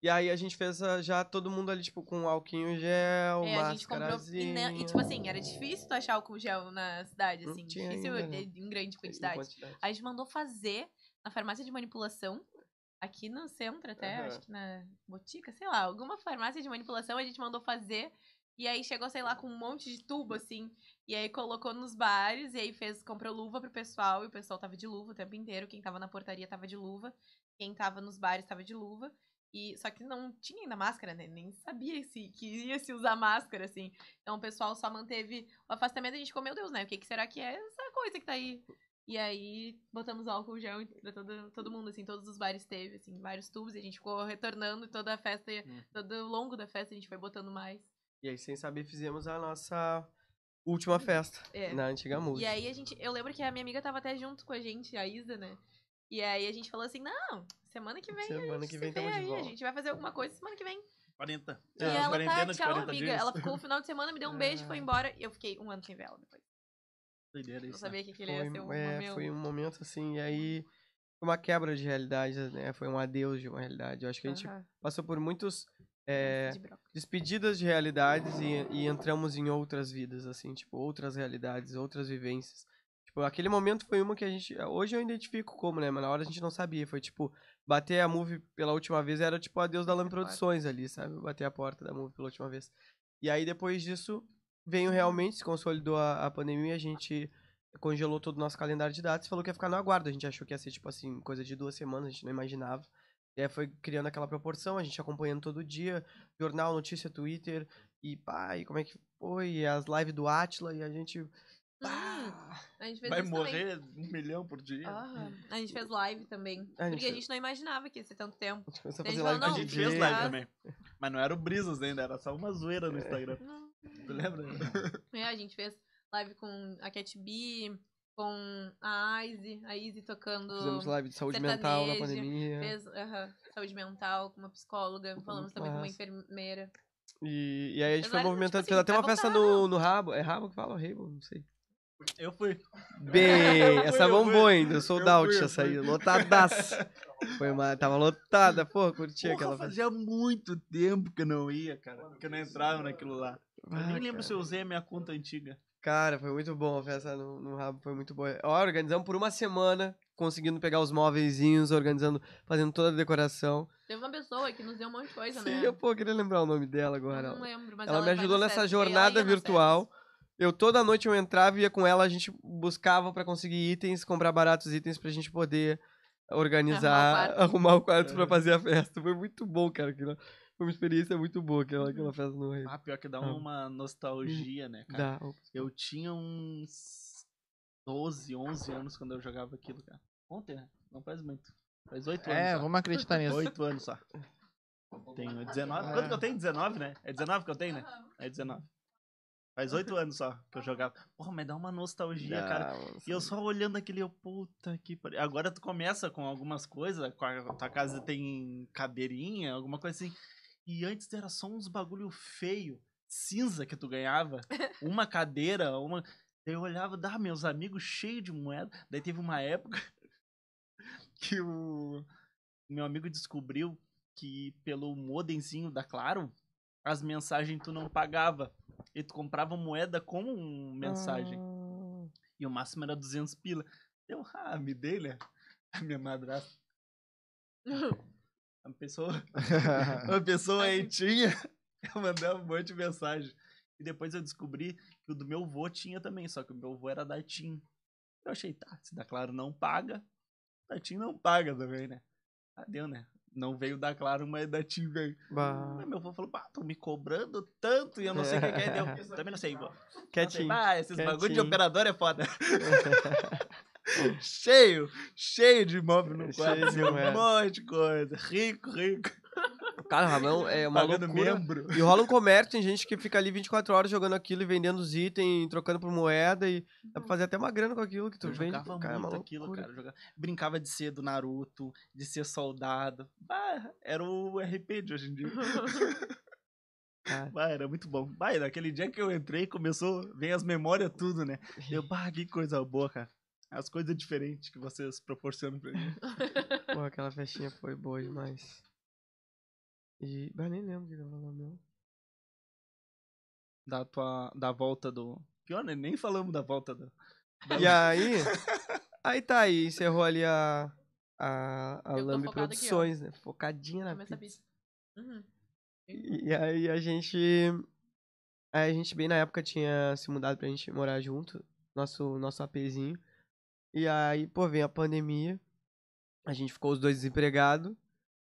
C: E aí a gente fez a- já todo mundo ali, tipo, com alquinho em gel,
D: É, a gente comprou. E,
C: mascarazinha.
D: não- e, tipo assim, era difícil tu achar álcool gel na cidade,
C: Não
D: assim.
C: tinha
D: Difícil
C: ainda,
D: eh,
C: né?
D: em grande
C: Em
D: quantidade. A gente mandou fazer na farmácia de manipulação, aqui no centro até,
C: Aham.
D: acho que na Botica, sei lá, alguma farmácia de manipulação a gente mandou fazer. E aí chegou, sei lá, com um monte de tubo, assim. E aí colocou nos bares, e aí fez, comprou luva pro pessoal, e o pessoal tava de luva o tempo inteiro. Quem tava na portaria tava de luva, quem tava nos bares tava de luva. E, só que não tinha ainda máscara, né? Nem sabia se, que ia se usar máscara, assim. Então o pessoal só manteve o afastamento e a gente ficou, meu Deus, né? O que, que será que é essa coisa que tá aí? E aí botamos álcool gel pra todo, todo mundo, assim, todos os bares teve, assim, vários tubos, e a gente ficou retornando e toda a festa,
B: Hum.
D: todo o longo da festa a gente foi botando mais.
C: E aí, sem saber, fizemos a nossa última festa
D: É.
C: na antiga música.
D: E aí a gente, eu lembro que a minha amiga tava até junto com a gente, a Isa, né? E aí a gente falou assim, não, semana que vem a
C: Semana
D: gente
C: que
D: se
C: vem
D: vê
C: tamo de
D: aí, a
C: volta.
D: gente vai fazer alguma coisa semana que vem.
B: 40.
D: E
C: É,
D: ela tá,
B: quarentena de
D: tchau,
B: 40
D: amiga.
B: dias.
D: Ela ficou o final de semana, me deu um beijo, foi
C: É.
D: embora. E eu fiquei um ano sem ver ela depois.
B: Doideira
D: Não
B: isso. né?
D: sabia que aquele ia ser um
C: Foi, é,
D: momento.
C: foi um momento assim, e aí foi uma quebra de realidade, né? Foi um adeus de uma realidade. Eu acho que a gente
D: Aham.
C: passou por muitos é,
D: um De broca.
C: despedidas de realidades e, e entramos em outras vidas, assim, tipo, outras realidades, outras vivências. Tipo, aquele momento foi uma que a gente. Hoje eu identifico como, né? Mas na hora a gente não sabia. Foi tipo, bater a movie pela última vez era tipo adeus da Lame
D: Bater a porta.
C: Produções ali, sabe? Bater a porta da movie pela última vez. E aí depois disso veio realmente, se consolidou a, a pandemia, a gente congelou todo o nosso calendário de datas e falou que ia ficar no aguardo. A gente achou que ia ser, tipo assim, coisa de duas semanas, a gente não imaginava. E aí foi criando aquela proporção, a gente acompanhando todo dia, jornal, notícia, Twitter, e pá, e como é que foi, e as lives do Atila, e a gente.
B: Ah,
C: Pá,
D: Uhum. A gente fez
B: Vai
D: isso também.
B: morrer um milhão por dia.
D: Aham. A gente fez live também.
C: A gente
D: porque a
C: fez.
D: gente não imaginava que ia ser tanto tempo.
C: a gente começou a
D: Eles
C: fazer
D: falam,
C: live
B: A
D: não,
C: todo
B: gente
D: de
B: fez
C: dia.
B: live
D: graça.
B: também. Mas não era o Brisas ainda, era só uma zoeira
C: É.
B: no Instagram. Tu lembra?
D: É, a gente fez live com a Cat B, com a Izzy, a Izzy tocando.
C: Fizemos né? live de saúde mental na
D: sertanejo,
C: pandemia.
D: Fez, aham, saúde mental com uma psicóloga. Falamos
C: muito
D: também com uma
C: massa.
D: enfermeira.
C: E, e aí a gente
D: Fez
C: foi
D: várias,
C: movimentando.
D: tipo
C: fez
D: assim,
C: até
B: "Tá
D: vai
C: uma festa
D: voltar,
C: no, no rabo. É rabo que fala? Rabo? Não sei.
B: Eu fui.
C: Bem,
B: Eu fui,
C: essa
B: eu
C: bombou
B: fui.
C: ainda. Sold
B: Eu
C: out
B: fui, eu
C: essa aí.
B: fui.
C: Lotadaça. Foi uma, tava lotada. Pô, curti
B: Porra,
C: aquela festa.
B: fazia muito tempo que eu não ia, cara. Que eu não entrava naquilo lá. Eu
C: Ah,
B: nem lembro
C: cara.
B: se eu usei a minha conta antiga.
C: Cara, foi muito bom a festa no, no rabo, foi muito boa. Ó, organizamos por uma semana, conseguindo pegar os móveizinhos, organizando, fazendo toda a decoração.
D: Teve uma pessoa que nos deu um monte de coisa,
C: Sim,
D: né?
C: eu pô, queria lembrar o nome dela agora.
D: Eu
C: ó.
D: não lembro, mas
C: ela, me
D: vai no
C: ajudou nessa
D: Sesc,
C: jornada
D: ela ia no
C: virtual. Eu toda noite eu entrava e ia com ela, a gente buscava pra conseguir itens, comprar baratos itens pra gente poder organizar,
D: quarto.
C: arrumar o quarto pra
B: É.
C: fazer a festa. Foi muito bom, cara. aquilo- Foi uma experiência muito boa aquela,
D: Uhum.
C: aquela festa no Rio.
B: Ah, pior que dá
C: Ah.
B: uma nostalgia, né,
D: Ah,
B: cara?
C: Dá.
B: Eu tinha uns 12, 11 anos quando eu jogava aquilo, cara. Ontem, né? Não faz muito. Faz 8
A: É,
B: anos.
A: vamos acreditar
B: só.
A: nisso.
B: 8 anos só. Tenho 19. Quanto que eu tenho? 19, né? É 19 que eu tenho, né? É 19. Faz 8 anos só que eu jogava. Porra, mas dá uma nostalgia, cara. E eu só olhando aquele, eu, puta que pariu. Agora tu começa com algumas coisas, com a tua casa tem cadeirinha, alguma coisa assim. E antes era só uns bagulho feio, cinza que tu ganhava, uma cadeira, uma. Daí Eu olhava, dá, meus amigos cheio de moeda. Daí teve uma época que o meu amigo descobriu que pelo modemzinho da Claro, as mensagens tu não pagava. E tu comprava moeda com mensagem. E o máximo era 200 pila. Eu, ah, me dei, né? A minha madrasta. A pessoa,
C: Ah.
B: a pessoa aí tinha. Eu mandava um monte de mensagem. E depois eu descobri que o do meu vô tinha também, só que o meu vô era da TIM. Eu achei, tá, se da Claro não paga, da TIM não paga também, né? Ah, deu, né? Não veio da Claro, mas da TIM veio.
C: Ah.
B: Aí meu vô falou, pá, tão me cobrando tanto e eu não sei o que que é. Deu, também não sei, vô.
C: Quietinho.
B: Ah, esses bagulho de
C: Quietinho.
B: operador é foda. cheio, cheio de imóvel no
C: Cheio
B: quarto.
C: de
B: assim, um
C: moeda.
B: monte de coisa. Rico, rico.
C: Cara, Ramão, é uma
B: pagando
C: loucura.
B: membro.
C: E rola um comércio, tem gente que fica ali 24 horas jogando aquilo e vendendo os itens, trocando por moeda e dá pra fazer até uma grana com aquilo que tu
B: Eu
C: vende.
B: jogava
C: cara, é uma
B: muito aquilo,
C: loucura.
B: cara. eu jogava- Brincava de ser do Naruto, de ser soldado. Bah, era o RP de hoje em dia.
C: Cara.
B: Bah, era muito bom. Bah, naquele dia que eu entrei, começou, vem as memórias tudo, né? Deu, bah, que coisa boa, cara. As coisas diferentes que vocês proporcionam pra mim.
C: Pô, aquela festinha foi boa demais. E. Ah, nem lembro o que eu tava falando, meu.
B: Da tua. Da volta do. Pior, né? Nem falamos da volta do.
C: E aí. Aí tá, aí encerrou ali a. A, a
D: Eu tô
C: Lambe
D: focada aqui, ó.
C: Produções, né? Focadinha na
D: Mas
C: pizza.
D: sabia. Uhum.
C: E aí a gente. Aí a gente bem na época tinha se mudado pra gente morar junto, nosso, nosso APzinho. E aí, pô, vem a pandemia. A gente ficou os dois desempregados,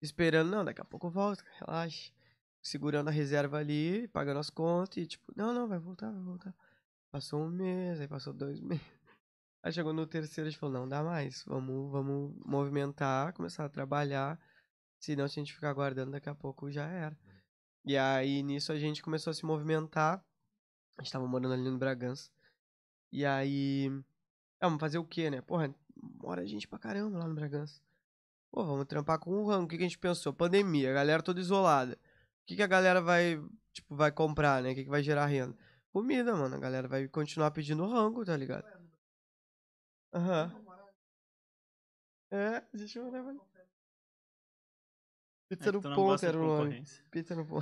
C: esperando, não, daqui a pouco eu volto, cara, relaxa. Segurando a reserva ali, pagando as contas e tipo, não, não, vai voltar, vai voltar. Passou um mês, aí passou dois meses. Aí chegou no terceiro, a gente falou, não dá mais, vamos, vamos movimentar, começar a trabalhar. Senão, se a gente ficar aguardando, daqui a pouco já era. E aí, nisso, a gente começou a se movimentar. A gente tava morando ali no Bragança. E aí. Ah, vamos fazer o quê, né? Porra, mora gente pra caramba lá no Bragança. Pô, vamos trampar com o ramo. O que, que a gente pensou? Pandemia, a galera toda isolada. O que, que a galera vai, tipo, vai comprar, né? O que, que vai gerar renda? Comida, mano. A galera vai continuar pedindo rango, tá ligado? Aham. É, a gente morava ali. Pizza
B: É que
C: no
B: tu não
C: ponto
B: gosta de
C: era o nome.
B: concorrência.
C: Pizza no pão.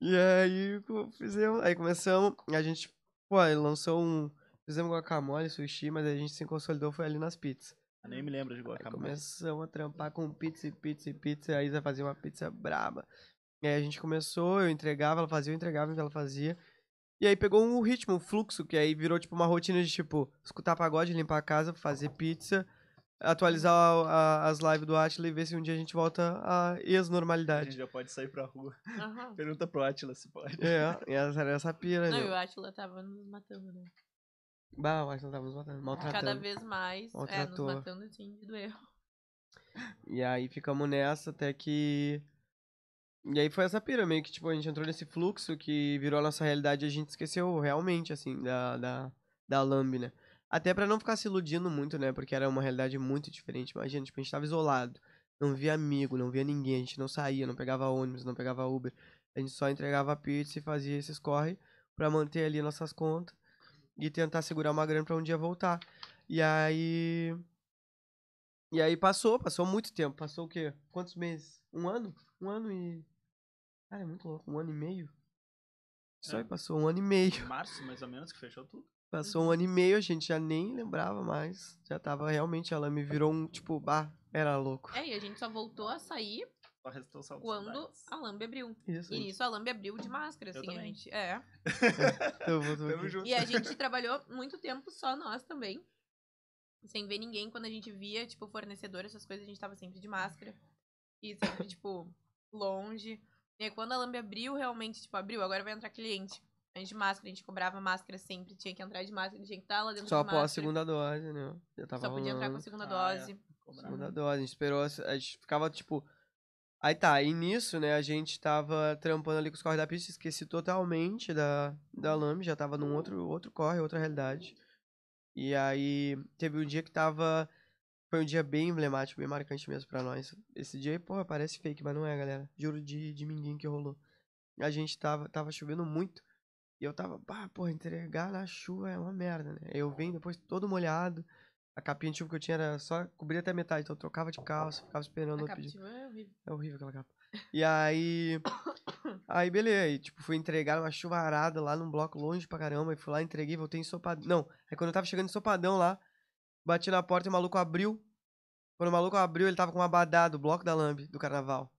C: e aí co- fizemos. Aí começamos. A gente, pô, aí lançou um. Fizemos guacamole, sushi, mas aí a gente se consolidou foi ali nas pizzas.
B: Eu nem me lembro de
C: Aí
B: guacamole.
C: começamos a trampar com pizza e pizza e pizza. A Isa fazia uma pizza braba. E aí a gente começou, eu entregava, ela fazia, eu entregava, ela fazia. E aí pegou um ritmo, um fluxo, que aí virou tipo uma rotina de tipo, escutar pagode, limpar a casa, fazer pizza, atualizar a- a- as lives do Atila e ver se um dia a gente volta à
B: A
C: ex-normalidade.
B: gente já pode sair pra rua.
D: Aham.
B: Pergunta pro Atila se pode.
C: É, e essa era essa pira,
D: Não,
C: meu.
D: e o Atila tava nos matando, né?
C: Bah, mas não tava nos matando, maltratando.
D: Cada vez mais. É, nos
C: Maltratou.
D: matando assim do erro.
C: E aí ficamos nessa até que. E aí foi essa pira, meio que tipo, a gente entrou nesse fluxo que virou a nossa realidade e a gente esqueceu realmente, assim, da, da, da Lambi, né? Até pra não ficar se iludindo muito, né? Porque era uma realidade muito diferente. Imagina, tipo, a gente tava isolado, não via amigo, não via ninguém, a gente não saía, não pegava ônibus, não pegava Uber. A gente só entregava pizza e fazia esses corre pra manter ali nossas contas e tentar segurar uma grana pra um dia voltar. E aí. E aí passou, passou muito tempo. Passou o quê? Quantos meses? Um ano? Um ano e. Cara, é muito louco. Um ano e meio? Só
B: É.
C: aí passou um ano e meio.
B: Em Março, mais ou menos, que fechou tudo.
C: Passou um ano e
D: Uhum.
C: meio, a gente já nem lembrava mais. Já tava realmente, ela me virou um tipo, bah, era louco.
D: É, e a gente só voltou a sair
B: Só restou só
D: quando
B: saudades.
D: a Lambe abriu.
C: Isso.
D: E isso a Lambe abriu de máscara,
B: Eu
D: assim. a
B: também.
D: gente. É.
C: Então, Eu vou, tô
B: Tamo
C: aqui.
B: junto.
D: E a gente trabalhou muito tempo só nós também. Sem ver ninguém. Quando a gente via, tipo, fornecedor, essas coisas, a gente tava sempre de máscara. E sempre, tipo, longe. E aí, quando a Lambe abriu, realmente, tipo, abriu, agora vai entrar cliente. A gente de máscara, a gente cobrava máscara sempre, tinha que entrar de máscara, tinha que estar lá dentro
C: Só
D: de
C: após
D: máscara.
C: a segunda dose, né? Já tava
D: Só podia entrar com a
C: rolando.
D: segunda
B: Ah, é.
D: dose.
B: Cobrava.
C: Segunda dose, a gente esperou, a gente ficava tipo. Aí tá, e nisso, né, a gente tava trampando ali com os corres da pista, esqueci totalmente da, da Lame, já tava num outro, outro corre, outra realidade. E aí teve um dia que tava. Foi um dia bem emblemático, bem marcante mesmo pra nós. Esse dia, porra, parece fake, mas não é, galera. Juro de, de minguinho que rolou. A gente tava, tava chovendo muito. E eu tava, pá, porra, entregar na chuva é uma merda, né? Eu venho depois todo molhado. A capinha de chuva que eu tinha era só cobria até a metade, então eu trocava de calça, ficava esperando
D: A
C: outro dia.
D: captiva é horrível.
C: É horrível aquela capa. E aí. Aí, beleza. Aí, tipo, fui entregar uma chuvarada lá num bloco longe pra caramba. E fui lá, entreguei, voltei em Sopadão. Não, aí quando eu tava chegando em Sopadão lá, bati na porta e o maluco abriu. Quando o maluco abriu, ele tava com uma abadá do bloco da Lambe, do carnaval.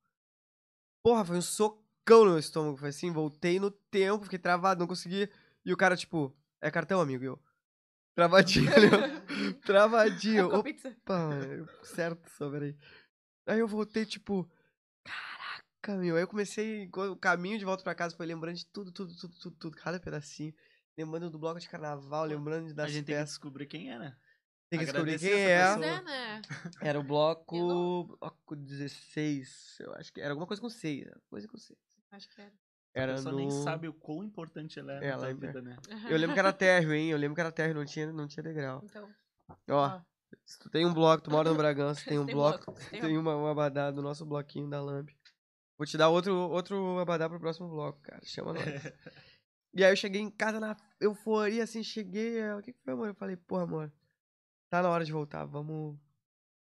C: Porra, foi um socão no meu estômago. Foi assim, voltei no tempo, fiquei travado, não consegui. E o cara, tipo, é cartão, amigo? E eu. Travadinho, eu- Travadinho.
D: Com a pizza.
C: Opa, mano, eu- certo, só, peraí. Aí eu voltei, tipo, caraca, meu. Aí eu comecei, co- o caminho de volta pra casa foi lembrando de tudo, tudo, tudo, tudo, tudo, cada pedacinho. Lembrando do bloco de carnaval, lembrando de
B: A
C: das
B: gente tem que
C: peças.
B: descobrir quem é, né? era.
C: Tem que descobrir
B: agradecer
C: quem
B: essa
C: é.
D: Pois é, né?
C: Era o bloco, bloco 16, eu acho que era alguma coisa com 6, era coisa com 6.
D: Acho que era.
C: Era
B: A pessoa
C: no...
B: nem sabe o quão importante ela é,
C: É,
B: na tua
C: ela é-
B: vida, né?
C: Eu lembro que era térreo, hein? Eu lembro que era térreo, não tinha, não tinha degrau.
D: Então,
C: Ó,
D: Ó.
C: se tu tem um bloco, tu mora no Bragança, tem um
D: tem
C: bloco,
D: bloco, tem
C: Tem uma, um abadá do nosso bloquinho da Lamp. Vou te dar outro, outro abadá pro próximo bloco, cara. Chama nós. e aí eu cheguei em casa na euforia, é, assim, cheguei. ela, O que que foi, amor? Eu falei, pô, amor, tá na hora de voltar. Vamos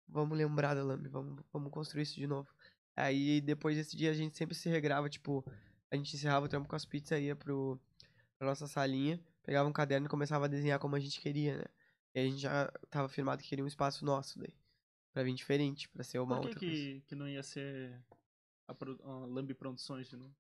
C: Vamos lembrar da Lamb, vamos, vamos construir isso de novo. Aí depois desse dia a gente sempre se regrava, tipo, a gente encerrava o trampo com as pizzas, ia pro, pra nossa salinha, pegava um caderno e começava a desenhar como a gente queria, né? E a gente já tava firmado que queria um espaço nosso daí. Pra vir diferente, pra ser uma
B: Por que
C: outra coisa.
B: que, que não ia ser a, pro, a Lambi Produções de novo?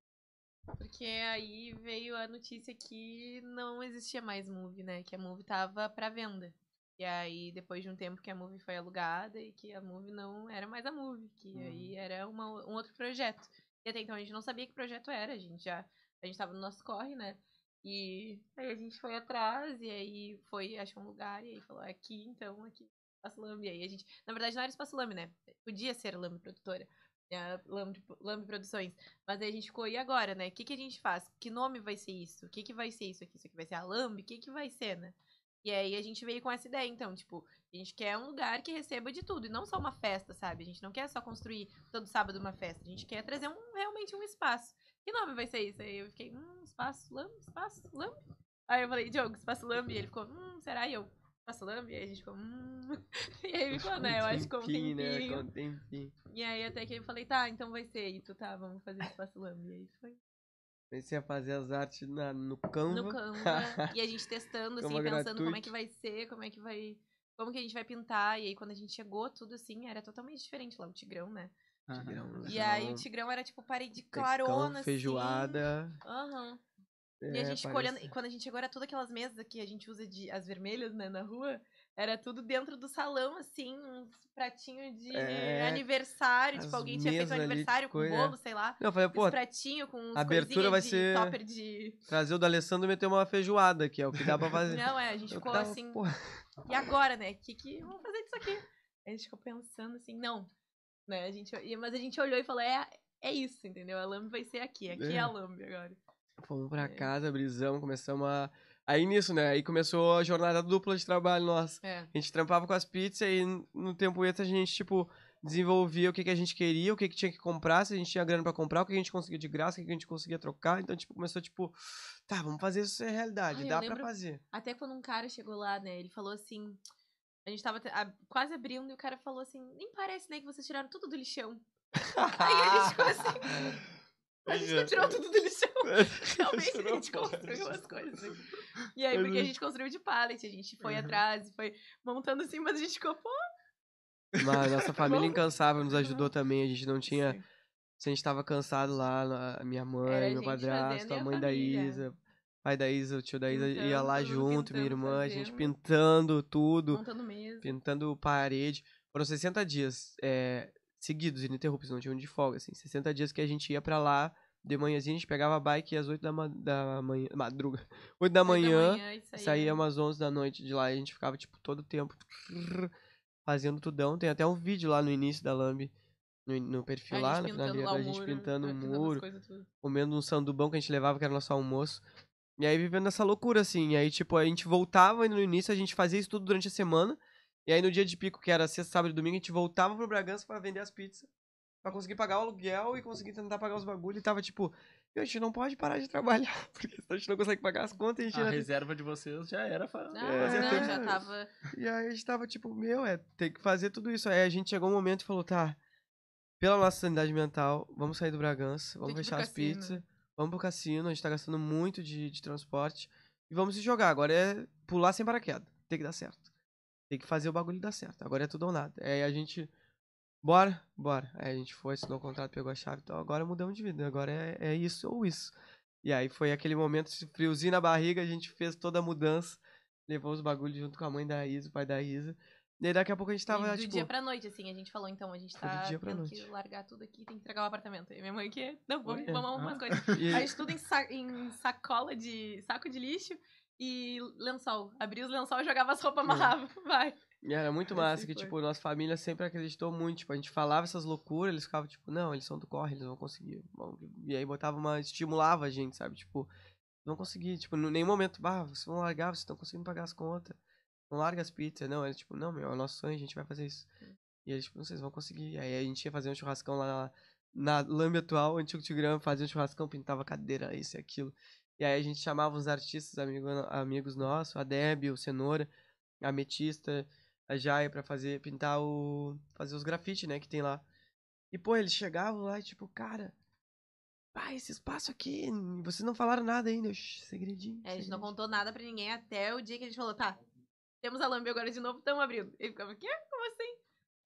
D: Porque aí veio a notícia que não existia mais Move, né? Que a Move tava pra venda. E aí, depois de um tempo que a Move foi alugada e que a Move não era mais a Move, que
B: Uhum.
D: aí era uma o- um outro projeto. E até então a gente não sabia que projeto era, a gente já a gente tava no nosso corre, né? E aí a gente foi atrás e aí foi, achou um lugar e aí falou, aqui então, aqui, Espaço Lamb. E aí a gente, na verdade não era Espaço Lamb, né? Podia ser a Lamb Produtora, né? a Lamb, Lamb Produções. Mas aí a gente ficou, e agora, né? O que, que a gente faz? Que nome vai ser isso? O que, que vai ser isso aqui? Isso aqui vai ser a Lamb? O que, que vai ser, né? E aí a gente veio com essa ideia, então, tipo, a gente quer um lugar que receba de tudo, e não só uma festa, sabe? A gente não quer só construir todo sábado uma festa, a gente quer trazer um, realmente um espaço. Que nome vai ser isso? Aí eu fiquei, hum, espaço Lamb, espaço Lamb. Aí eu falei, Diogo, espaço Lamb, e ele ficou, hum, será? E eu, espaço Lamb? E aí a gente ficou, hum. E aí ficou, né? Eu acho que ficou um
C: Tempinho, né?
D: tempinho.
C: Com um tempinho.
D: E aí até que eu falei, tá, então vai ser. E tu, tá, vamos fazer espaço Lamb. E aí foi.
C: Comecei a fazer as artes na, no Canva.
D: No Canva. e a gente testando, assim,
C: Canva
D: pensando como é
C: gratuito.
D: que vai ser, como é que vai... Como que a gente vai pintar. E aí quando a gente chegou, tudo assim, era totalmente diferente lá, o Tigrão, né?
B: Ah.
C: Tigrão,
D: E aí o
C: Tigrão,
D: Tigrão era tipo parede
C: textão,
D: clarona, assim.
C: Feijoada.
D: Aham. E
C: é,
D: a gente ficou
C: parece-
D: olhando, e quando a gente chegou, era todas aquelas mesas que a gente usa de as vermelhas, né, na rua. Era tudo dentro do salão, assim, uns pratinhos de
C: É,
D: aniversário.
C: as
D: Tipo, alguém tinha feito um
C: mesas ali de
D: aniversário com
C: coisa, é.
D: bolo, sei lá.
C: Não, eu falei,
D: Pô,
C: pô,
D: esse pratinho com uns
C: a abertura
D: coisinha
C: vai
D: de
C: ser-
D: topper de...
C: trazer o do Alessandro e meter uma feijoada, que é o que dá pra fazer.
D: Não, é, a gente
C: Eu
D: ficou
C: tava,
D: assim...
C: pô,
D: E agora, né? Que que vamos fazer disso aqui? A gente ficou pensando assim, não. Né? A gente, e- mas a gente olhou e falou, é, é isso, entendeu? A Lamb vai ser aqui. Aqui é,
C: É.
D: a Lamb agora.
C: Fomos pra
D: É.
C: casa, brisamos, começamos a. Aí nisso, né? Aí começou a jornada dupla de trabalho nossa.
D: É.
C: A gente trampava com as pizzas e no tempo extra a gente, tipo, desenvolvia o que, que a gente queria, o que, que tinha que comprar, se a gente tinha grana pra comprar, o que a gente conseguia de graça, o que, que a gente conseguia trocar. Então, tipo, começou, tipo, tá, vamos fazer isso ser realidade,
D: Ai, eu
C: dá
D: lembro-
C: pra fazer.
D: Até quando um cara chegou lá, né? Ele falou assim. A gente tava te- a- quase abrindo e o cara falou assim: nem parece, né, que vocês tiraram tudo do lixão.
C: Tá.
D: Aí a gente ficou assim. A gente
C: é.
D: não tirou tudo do lixão. Realmente a gente construiu as coisas. aqui. E aí,
C: é.
D: porque a gente construiu de pallet, a gente
C: Uhum.
D: foi atrás e foi montando assim, mas a gente ficou, pô.
C: Mas nossa família
D: Vamos.
C: incansável nos ajudou também, a gente não tinha.
D: Sim.
C: Se a gente tava cansado lá, na- a minha mãe,
D: Era a
C: meu
D: gente
C: padrasto,
D: fazendo e
C: a
D: a
C: mãe da
D: família.
C: Isa, pai da Isa, o tio da Isa ia
D: Pintando,
C: lá
D: todo mundo
C: junto, minha
D: pintando,
C: irmã, a gente
D: fazendo. Hum.
C: pintando tudo,
D: Montando mesmo.
C: pintando parede. Foram 60 dias é, seguidos, ininterruptos, não tinham de folga, assim. 60 dias que a gente ia pra lá, de manhãzinha a gente pegava a bike às 8 da, ma da manhã, madruga, 8 da manhã,
D: e
C: saía umas 11 da noite de lá e a gente ficava, tipo, todo o tempo fazendo tudão. Tem até um vídeo lá no início da Lambi, no, in- no perfil
D: A
C: lá, né,
D: gente
C: na
D: pintando
C: finaleira,
D: lá o
C: da gente
D: muro, né,
C: pintando o
D: pintando as
C: muro,
D: coisas tudo.
C: comendo um sandubão que a gente levava, que era nosso almoço. E aí vivendo essa loucura, assim. E aí, tipo, a gente voltava e no início, a gente fazia isso tudo durante a semana. E aí no dia de pico, que era sexta, sábado e domingo, a gente voltava pro Bragança pra vender as pizzas. Pra conseguir pagar o aluguel e conseguir tentar pagar os bagulhos. E tava tipo, "Meu, a gente não pode parar de trabalhar, porque senão a gente não consegue pagar as contas e a gente
B: A
C: ainda tem
B: reserva de vocês já era fa-
D: Ah,
C: É,
D: não,
C: tem-
D: já tava.
C: e aí a gente tava tipo, meu, é, tem que fazer tudo isso. Aí a gente chegou um momento e falou, tá, pela nossa sanidade mental, vamos sair do Bragança, vamos
D: que ir pro
C: fechar as
D: cassino.
C: pizzas, vamos pro cassino, a gente tá gastando muito de, de transporte e vamos se jogar. Agora é pular sem paraquedas, tem que dar certo. Tem que fazer o bagulho dar certo, agora é tudo ou nada. Aí a gente, bora, bora. Aí a gente foi, assinou o contrato, pegou a chave, então agora mudamos de vida, agora é, é isso ou isso. E aí foi aquele momento, esse friozinho na barriga, a gente fez toda a mudança, levou os bagulhos junto com a mãe da Isa, o pai da Isa. E aí daqui a pouco a gente
D: e
C: tava,
D: do
C: tipo...
D: dia pra noite, assim, a gente falou, então, a gente
C: Foi do
D: tá
C: dia pra
D: tendo
C: noite.
D: que largar tudo aqui, tem que entregar o apartamento. E minha mãe que, não, vamos,
B: Olha.
D: vamos arrumar umas
B: Ah.
D: coisas.
C: e-
D: A gente tudo em, sa- em sacola de saco de lixo e lençol. Abria os lençol, jogava as roupas, amarrava, vai.
C: E era muito
D: Assim
C: massa que,
D: foi.
C: tipo, nossa família sempre acreditou muito. Tipo, a gente falava essas loucuras, eles ficavam, tipo, não, eles são do corre, eles vão conseguir. Bom, e aí botava uma. estimulava a gente, sabe? Tipo, não consegui, tipo, em nenhum momento, bah, vocês vão largar, vocês estão conseguindo pagar as contas. Não larga as pizzas, não. Eles, tipo, não, meu, é o nosso sonho, a gente vai fazer isso. E eles, tipo, não, vocês vão conseguir. E aí a gente ia fazer um churrascão lá na, na Lambe atual, o antigo Tigrão, fazia um churrascão, pintava cadeira, isso e aquilo. E aí a gente chamava uns artistas, amigo, amigos nossos, a Deb, o Cenoura, a Ametista, a Jaya pra fazer, pintar o. fazer os grafites, né, que tem lá. E, pô, eles chegavam lá e tipo, cara. Pá, esse espaço aqui, vocês não falaram nada ainda, shh, segredinho.
D: É, a gente não
C: segredinho."
D: contou nada pra ninguém até o dia que a gente falou, tá, temos a Lambi agora de novo, estamos abrindo. E ficava, quê? Como assim?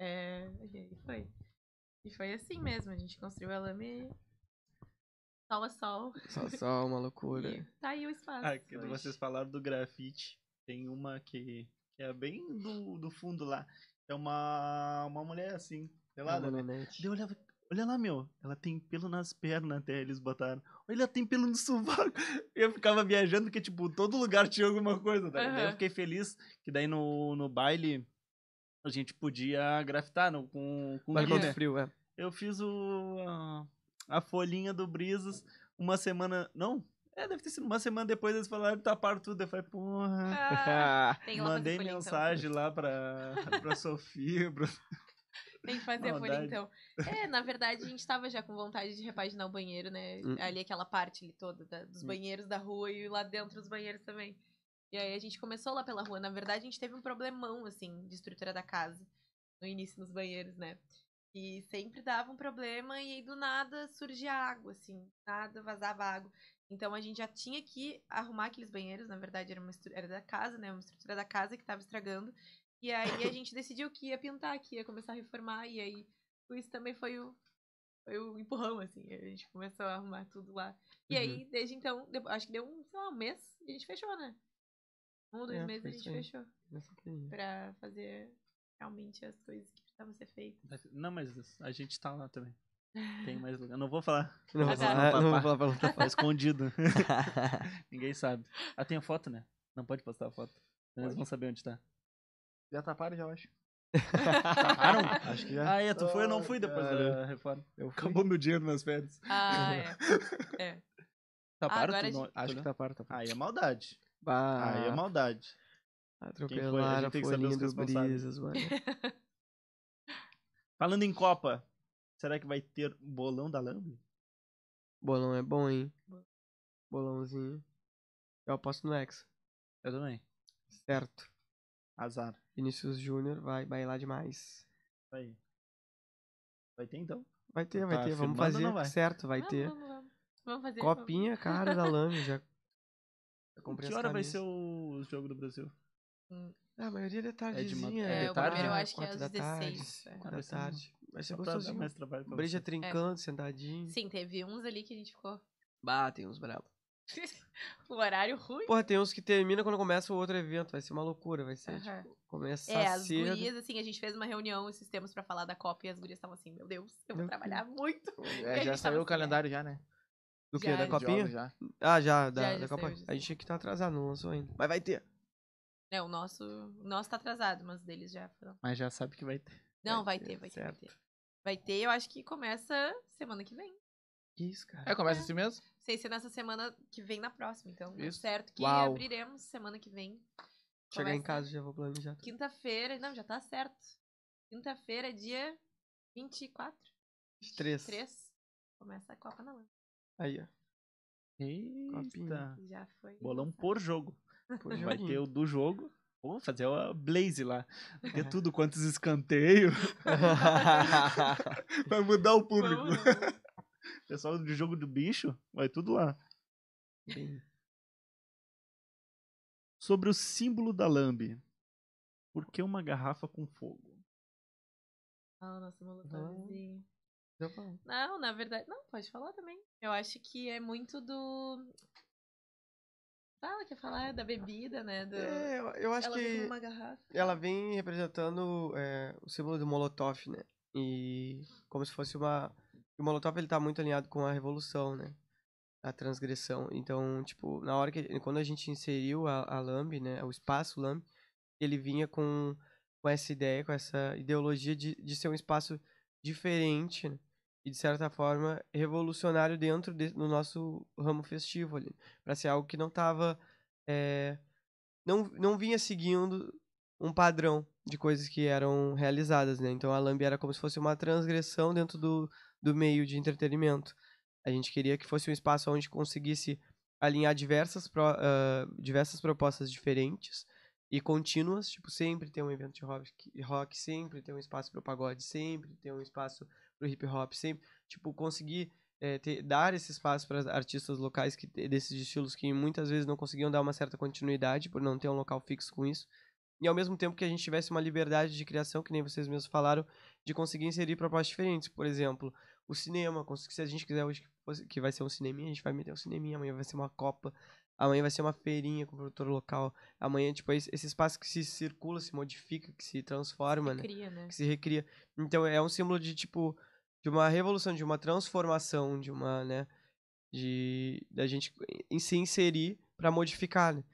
D: É, e aí foi. E foi assim mesmo, a gente construiu a Lambi sol a sol.
C: Só, só uma loucura.
D: E tá aí o espaço.
B: Ah, que
D: hoje.
B: vocês falaram do grafite. Tem uma que, que é bem do, do fundo lá. É uma, uma mulher assim, pelada, né?
C: Uma nanete.
B: Daí eu olhava, olha lá, meu, ela tem pelo nas pernas até, eles botaram. Olha, ela tem pelo no sovaco. Eu ficava viajando que, tipo, todo lugar tinha alguma coisa. tá Daí, daí eu
D: Aham.
B: fiquei feliz que daí no, no baile a gente podia grafitar no, com, com
C: Balcão
B: guia,
C: do
B: né?
C: frio, é.
B: Eu fiz o, a, a folhinha do Brisas uma semana... Não, é, deve ter sido uma semana depois eles falaram, taparam tudo. Eu falei, porra...
D: Ah, tem que ir lá fazer
B: Mandei
D: folha, então.
B: mensagem lá pra, pra Sofia, pro
D: Tem que fazer a folha,
B: Maldade.
D: então. É, na verdade, a gente tava já com vontade de repaginar o banheiro, né?
C: Hum.
D: Ali, aquela parte ali toda, da- dos
C: Hum.
D: banheiros da rua e lá dentro dos banheiros também. E aí a gente começou lá pela rua. Na verdade, a gente teve um problemão, assim, de estrutura da casa. No início, nos banheiros, né? E sempre dava um problema e aí do nada surgia água, assim. do Nada vazava água. Então a gente já tinha que arrumar aqueles banheiros. Na verdade, era uma estru- era da casa, né? Uma estrutura da casa que tava estragando. E aí a gente decidiu que ia pintar, que ia começar a reformar, e aí isso também foi o, foi o empurrão, assim. A gente começou a arrumar tudo lá. E
C: Uhum.
D: aí, desde então, de- acho que deu um, sei lá, um mês e a gente fechou, né? Um, dois
C: É,
D: meses
C: foi
D: a
C: isso
D: gente
C: aí.
D: fechou.
C: Nessa folhinha.
D: Pra fazer realmente as coisas que precisavam ser feitas.
B: Não, mas a gente tá lá também. Tem mais lugar. Não vou falar.
C: Não vou
D: Ah, tá.
C: falar, não vou
B: Papá.
C: falar pra não
B: Tá escondido. Ninguém sabe. Ah, tem a foto, né? Não pode postar a foto. Senão Eles vão saber onde tá.
A: Já taparam, já, eu acho.
B: Taparam?
A: Acho que já.
B: Ah, é, tu foi ou não fui depois
A: Cara.
B: da reforma?
A: Eu fui.
B: Acabou meu dinheiro nas férias.
D: Ah, é.
B: Taparam? tu
D: agora a gente-
B: não- tu
A: Acho que
B: não?
A: taparam, taparam. Ah,
B: Aí é maldade.
C: Bah,
B: Aí é maldade.
C: atropelaram a
B: gente tem que saber
C: folhinha
B: os
C: dos
B: responsáveis.
C: brisas, mano.
B: Falando em Copa, será que vai ter bolão da Lambe?
C: Bolão é bom, hein? Bolãozinho. Eu aposto no Hexa.
B: Eu também.
C: Certo.
B: Azar.
C: Vinícius Júnior vai bailar demais.
B: Vai. Vai ter então?
C: Vai ter,
B: Tá
C: vai ter. Vamos
B: afirmando ou
C: fazer.
B: não vai?
C: Certo, vai
D: Vamos,
C: ter.
D: Vamos, vamos. Vamos fazer. vamos.
C: Copinha, cara, da Lame. Já, já
B: Que
C: comprei as
B: hora vai
C: camisas.
B: ser o jogo do Brasil?
C: Ah, a maioria é
B: ma- é
C: tardezinha.
B: de
C: É,
B: É, o tarde? primeiro
D: eu acho que é
C: quatro
D: às
C: da tarde,
D: 16, é.
C: Quatro
B: Ah,
C: da
B: vai ser bom.
C: tarde. Vai ser
B: Só pra dar
C: gostosinho.
B: mais trabalho pra
C: Breja
B: você.
C: trincando, sentadinho.
D: Sim, teve uns ali que a gente ficou.
C: Bah, tem uns bravos.
D: o horário ruim.
C: Porra, tem uns que termina quando começa o outro evento. Vai ser uma loucura. Vai ser,
D: Aham.
C: tipo, começar
D: É, as
C: cedo.
D: gurias, assim, a gente fez uma reunião esses tempos pra falar da Copa e as gurias estavam assim, meu Deus, eu vou
C: Meu
D: trabalhar muito.
A: É,
D: a
A: já
D: gente
A: saiu
D: tava assim,
A: o calendário, já, né?
C: Do que?
D: Já,
C: Da
D: já.
A: Jogos
C: copinha?
A: Já.
C: Ah, já, da,
D: Já, já
C: da Copa.
D: saiu, já
C: a gente tinha que estar atrasado, não lançou ainda. Mas vai ter.
D: É, o nosso, o nosso tá atrasado, mas o deles já foram.
B: Mas já sabe que vai ter.
D: Não, vai,
C: ter,
D: ter, vai ter, vai
C: certo.
D: ter. Vai ter, eu acho que começa semana que vem.
C: Que isso, cara.
A: É, começa assim mesmo?
D: Não sei se é nessa semana que vem na próxima, então. tá
A: Isso.
D: Certo que
C: Uau.
D: abriremos semana que vem.
C: Chegar em
D: começa-
C: casa já vou planejar. tudo.
D: Quinta-feira, não, já tá certo. Quinta-feira, dia 24,
C: Três.
D: 3. Começa a Copa na Lã.
C: Aí, ó.
B: Eita.
D: Já foi.
B: Bolão por jogo.
C: Pô,
B: Vai
C: joguinho.
B: ter o do jogo. Vou fazer a Blaze lá. Vai ter tudo quantos escanteios. Vai mudar o público.
D: Vamos, vamos.
B: Pessoal do jogo do bicho, vai tudo lá.
C: Bem,
B: Sobre o símbolo da Lambe. Por que uma garrafa com fogo?
D: Ah, o nosso
C: Vamos.
D: molotovzinho.
C: já falo.
D: Não, na verdade. Não, pode falar também. Eu acho que é muito do. Fala, quer falar da bebida, né? Do...
C: É, eu, eu acho
D: Ela
C: que
D: vem com uma garrafa.
C: ela vem representando é, o símbolo do Molotov, né? E como se fosse uma... O Molotov, ele tá muito alinhado com a revolução, né? A transgressão. Então, tipo, na hora que... Quando a gente inseriu a, a Lambe, né? O espaço Lambe, ele vinha com, com essa ideia, com essa ideologia de, de ser um espaço diferente né? e, de certa forma, revolucionário dentro de- do nosso ramo festivo ali. né? Pra ser algo que não tava... é, não, não vinha seguindo um padrão de coisas que eram realizadas, né? Então a Lambi era como se fosse uma transgressão dentro do, do meio de entretenimento. A gente queria que fosse um espaço onde conseguisse alinhar diversas, pro- ah, diversas propostas diferentes E contínuas, tipo, sempre tem um evento de rock, rock sempre tem um espaço pro pagode, sempre tem um espaço pro hip hop, sempre. Tipo, conseguir é, ter- dar esse espaço para artistas locais que, desses estilos que muitas vezes não conseguiam dar uma certa continuidade por não ter um local fixo com isso. E ao mesmo tempo que a gente tivesse uma liberdade de criação, que nem vocês mesmos falaram, de conseguir inserir propostas diferentes. Por exemplo, o cinema. cons- Se a gente quiser hoje que fosse- que vai ser um cineminha, a gente vai meter um cineminha. Amanhã vai ser uma copa. Amanhã vai ser uma feirinha com o produtor local. Amanhã, tipo, esse esse espaço que se circula, se modifica, que se transforma, né?
D: Cria, né?
C: que se recria. Então é um símbolo de tipo de uma revolução, de uma transformação, de uma, né, de da gente em- se inserir para modificar. Né?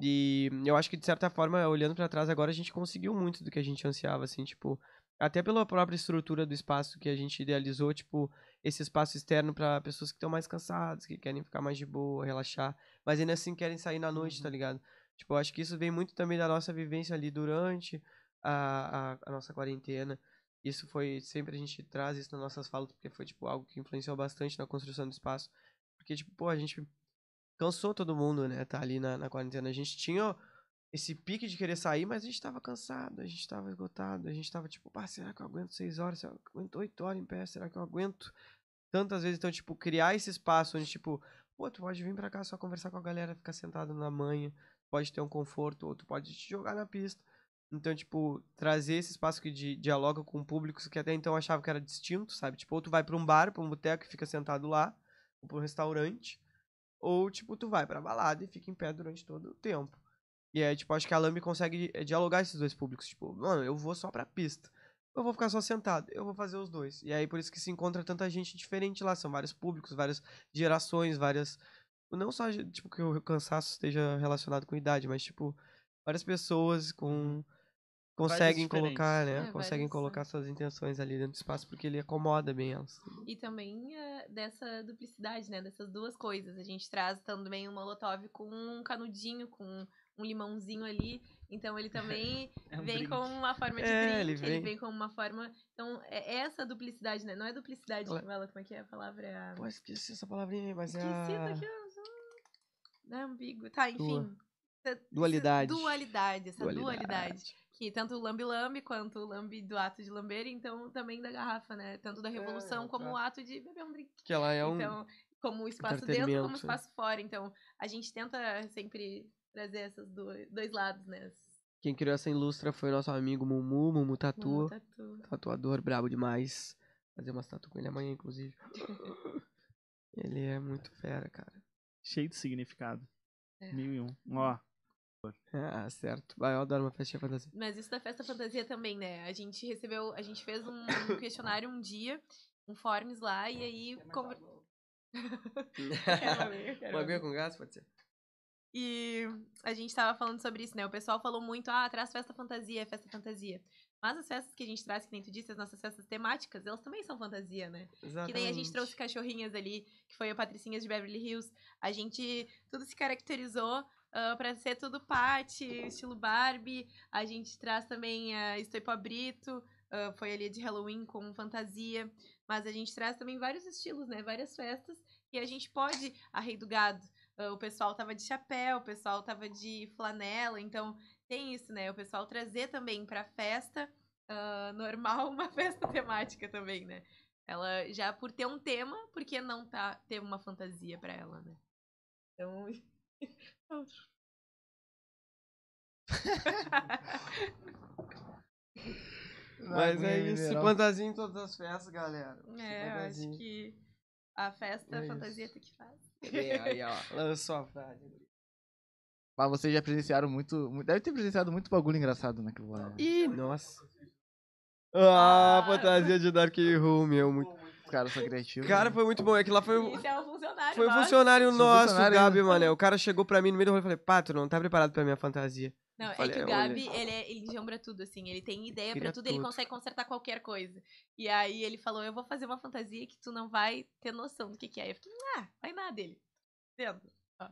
C: E eu acho que de certa forma, olhando para trás agora, a gente conseguiu muito do que a gente ansiava, assim, tipo, até pela própria estrutura do espaço que a gente idealizou, tipo, esse espaço externo para pessoas que estão mais cansadas, que querem ficar mais de boa, relaxar, mas ainda assim querem sair na noite, tá ligado? Tipo, eu acho que isso vem muito também da nossa vivência ali durante a, a, a nossa quarentena. Isso foi. Sempre a gente traz isso nas nossas falas, porque foi, tipo, algo que influenciou bastante na construção do espaço. Porque, tipo, pô, a gente cansou todo mundo, né? Tá ali na, na quarentena. A gente tinha esse pique de querer sair, mas a gente tava cansado, a gente tava esgotado, a gente tava, tipo, pá, será que eu aguento seis horas? Será que eu aguento oito horas em pé? Será que eu aguento? Tantas vezes, então, tipo, criar esse espaço onde, tipo, pô, tu pode vir pra cá só conversar com a galera, ficar sentado na manha, pode ter um conforto, ou tu pode te jogar na pista. Então, tipo, trazer esse espaço que di- dialoga com públicos que até então eu achava que era distinto, sabe? Tipo, ou tu vai pra um bar, pra um boteco e fica sentado lá, ou pra um restaurante, ou, tipo, tu vai pra balada e fica em pé durante todo o tempo. E aí, tipo, acho que a Lambi consegue eh, dialogar esses dois públicos. Tipo, mano, eu vou só pra pista. Eu vou ficar só sentado, eu vou fazer os dois. E aí, por isso que se encontra tanta gente diferente lá. São vários públicos, várias gerações, várias. Não só, tipo, que o cansaço esteja relacionado com idade, mas, tipo, várias pessoas com conseguem
B: diferentes.
C: colocar, né?
D: É,
C: conseguem
D: várias-
C: colocar suas intenções ali dentro do espaço porque ele acomoda bem elas.
D: E também eh, dessa duplicidade, né? Dessas duas coisas. A gente traz também um molotov com um canudinho, com um limãozinho ali. Então ele também
B: É um
D: vem
B: brinde.
D: como uma forma de
C: É, ele
D: drink, ele vem.
C: vem.
D: como uma forma. Então, é essa duplicidade, né? Não é duplicidade,
C: Ela-
D: Ela... como é que é a palavra? É a-
C: Pô, esqueci essa palavrinha aí, mas é
D: Esqueci
C: a...
D: daqui, ó. Não é ambíguo. Tá,
C: Dua.
D: enfim. Essa- essa
C: Dualidade.
D: Dualidade, essa dualidade.
C: Dualidade.
D: Que tanto o lambe-lambe quanto o lambe do ato de lamber, então também da garrafa, né? Tanto da revolução
C: é,
D: como
C: tá.
D: o ato de beber um drink.
C: que ela é um...
D: Então, como o espaço dentro, como o
C: entretenimento, né?
D: espaço fora. Então, a gente tenta sempre trazer esses dois, dois lados, né?
C: Quem criou essa ilustra foi o nosso amigo Mumu, Mumu Tatu.
D: Um tatu.
C: Tatuador brabo demais. Fazer umas tatu com ele amanhã, inclusive. ele é muito fera, cara.
B: Cheio de significado.
D: É.
B: Mil e um. Ó,
C: Ah, certo. Vai, eu adoro uma festinha fantasia.
D: Mas isso da festa fantasia também, né? A gente recebeu, a gente fez um um questionário um dia, um forms lá, e aí. conver- Quero abrir, quero
C: uma
D: abrir.
C: aguinha com gás, pode ser?
D: E a gente tava falando sobre isso, né? O pessoal falou muito, ah, traz festa fantasia, é festa fantasia. Mas as festas que a gente traz, que nem tu disse, as nossas festas temáticas, elas também são fantasia, né? Que
C: Exatamente.
D: daí a gente trouxe cachorrinhas ali, que foi a Patricinhas de Beverly Hills. A gente tudo se caracterizou ah, pra ser tudo Patty, estilo Barbie. A gente traz também a Estoipa Brito, ah, foi ali de Halloween com fantasia. Mas a gente traz também vários estilos, né? Várias festas. E a gente pode, a Rei do Gado. ah, o pessoal tava de chapéu, o pessoal tava de flanela. Então tem isso, né? O pessoal trazer também pra festa ah, normal uma festa temática também, né? Ela já por ter um tema, por que não tá, ter uma fantasia pra ela, né? Então. Outro.
C: Mas é
A: Aguinha
C: isso.
A: mineral.
C: Fantasia em todas as festas, galera.
D: é, eu acho
C: Fantasia.
D: que a festa,
C: É
D: a
C: isso.
D: fantasia tu que faz.
C: Bem, Aí, ó. Lançou a frase.
A: Mas vocês já presenciaram muito. mu- Deve ter presenciado muito bagulho engraçado naquilo lá. né?
C: Ih,
D: Então,
C: nossa.
D: Ah,
C: Ah, fantasia de Dark Room. Eu muito...
A: Os caras são criativos.
C: Cara,
A: né?
C: foi muito bom. É que lá foi...
D: Isso é um funcionário.
C: Foi um
D: nosso.
C: funcionário
A: Foi um
C: nosso,
A: funcionário
C: Gabi,
A: ainda.
C: mano. O cara chegou pra mim no meio do rolê e falei, pá, tu não tá preparado pra minha fantasia.
D: Não, é
C: Olha,
D: que o
C: olha.
D: Gabi, ele, é, ele enjambra tudo, assim. Ele tem ideia pra
C: Cria
D: tudo, ele
C: tudo.
D: consegue consertar qualquer coisa. E aí ele falou: Eu vou fazer uma fantasia que tu não vai ter noção do que, que é. Eu fiquei, ah, vai nada dele. Vendo. Ó.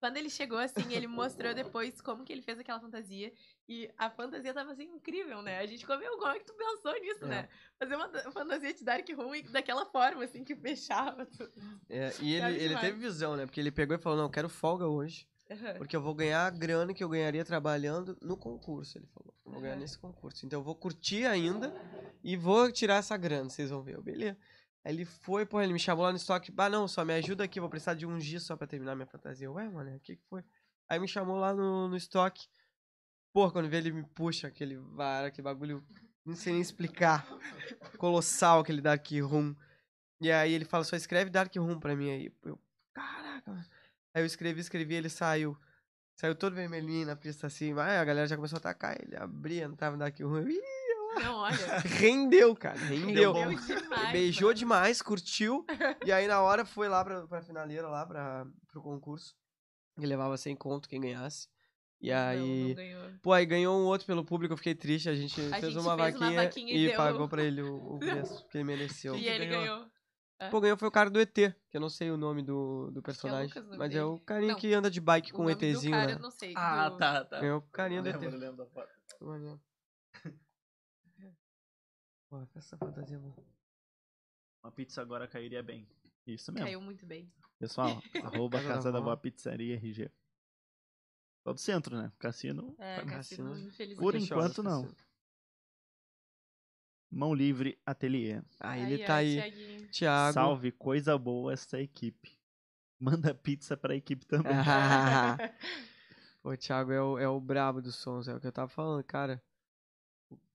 D: Quando ele chegou, assim, ele mostrou depois como que ele fez aquela fantasia. E a fantasia tava assim incrível, né? A gente ficou, meu, como é que tu pensou nisso,
C: É.
D: né? Fazer uma da- fantasia de Dark Room e daquela forma, assim, que fechava tudo.
C: É, e ele,
D: Sabe
C: ele
D: demais.
C: teve visão, né? Porque ele pegou e falou, não, eu quero folga hoje.
D: Aham.
C: Porque eu vou ganhar a grana que eu ganharia trabalhando no concurso, ele falou. Eu vou ganhar
D: Aham.
C: nesse concurso. Então eu vou curtir ainda e vou tirar essa grana, vocês vão ver. Eu, beleza. Aí ele foi, pô, ele me chamou lá no estoque. Ah, não, só me ajuda aqui, vou precisar de um giz só pra terminar minha fantasia. Eu, Ué, mano, o que que foi? Aí me chamou lá no, no estoque. Pô, quando vê ele me puxa aquele vara, aquele bagulho, não sei nem explicar. Colossal aquele Dark Room. E aí ele fala, só escreve Dark Room pra mim aí. Eu, caraca, mano. Aí eu escrevi, escrevi, ele saiu. Saiu todo vermelhinho na pista assim, mas a galera já começou a atacar ele, abria, entrava daqui ruim. Ih,
D: Não, olha.
C: Rendeu, cara, rendeu.
B: bom.
D: Deu né? demais.
C: Beijou
D: mano.
C: demais, curtiu. E aí na hora foi lá pra, pra finaleira, lá pra, pro concurso. Ele levava sem conto quem ganhasse. E
D: Não,
C: aí.
D: não ganhou.
C: Pô, aí ganhou um outro pelo público, eu fiquei triste. A gente fez,
D: gente
C: uma,
D: fez uma
C: vaquinha
D: vaquinha e
C: e,
D: deu-
C: pagou pra ele o, o preço que ele mereceu.
D: E
B: que
D: ele
B: ganhou?
D: ganhou.
C: Pô, ganhou foi o cara do ET, que eu não sei o nome do, do
D: Acho que é
C: personagem.
D: Lucas o nome
C: mas é
D: dele.
C: o carinha
D: Não,
C: que anda de bike
D: O
C: com o
D: nome
C: ETzinho,
D: do cara, é eu
C: né?
D: não sei.
B: Ah,
D: do-
B: tá, tá.
C: Ganhou o carinha do ET.
B: lembro, eu lembro da foto.
C: Maneiro. Porra, essa fantasia é boa.
B: Uma pizza agora cairia bem. Isso mesmo.
D: Caiu muito bem.
B: Pessoal, arroba
C: Casa da
B: Casa da
C: Vó.
B: Vó Pizzaria RG. Só do centro, né? Cassino.
D: É,
B: pra-
D: Cassino,
C: Cassino.
D: infelizmente.
B: Por
C: Porque
B: enquanto,
C: chora,
B: não.
C: esqueci.
B: Mão livre, ateliê.
C: Ah, ele tá
D: ó,
C: aí.
D: Thiaguinho.
C: Thiago.
B: Salve, coisa boa essa equipe. Manda pizza pra equipe também.
C: Ah, o Thiago é o, é o brabo dos sons, é o que eu tava falando, cara.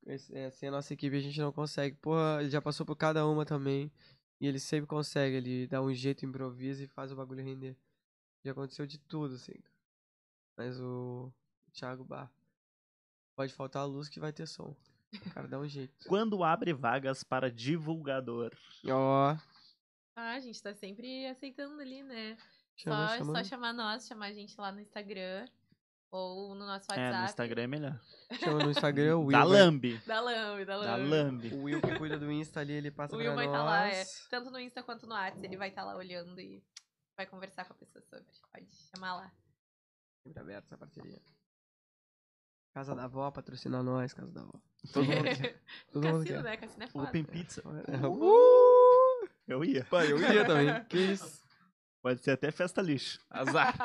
C: Esse, é, sem a nossa equipe a gente não consegue. Porra, ele já passou por cada uma também. E ele sempre consegue, ele dá um jeito, improvisa e faz o bagulho render. Já aconteceu de tudo, assim. cara. Mas o, o Thiago, bah, pode faltar a luz que vai ter som. O cara dá um jeito.
B: Quando abre vagas para divulgador?
C: Ó,
D: Ah, a gente tá sempre aceitando ali, né?
C: chama,
D: só,
C: chama,
D: só chamar nós, chamar a gente lá no Instagram ou no nosso WhatsApp.
B: É, no Instagram é melhor.
C: chama no Instagram o Will.
B: da
C: vai-
B: Lambe.
D: Da Lambe, da
B: Da
D: Lambe.
B: Lambe.
C: O Will que cuida do Insta ali, ele passa
D: O Will
C: pra
D: vai
C: nós.
D: estar lá, é. Tanto no Insta quanto no WhatsApp, ele vai estar lá olhando e vai conversar com a pessoa sobre. Pode chamar lá.
C: Sempre aberta essa parceria. Casa da Vó patrocina nós, Casa da Vó. Todo mundo quer. Todo mundo quer.
D: Cassino, né? Cassino é foda.
B: Open Pizza.
C: Uh!
B: Eu ia.
C: Pai, eu ia também. Que isso?
B: Pode ser até festa lixo.
C: Azar.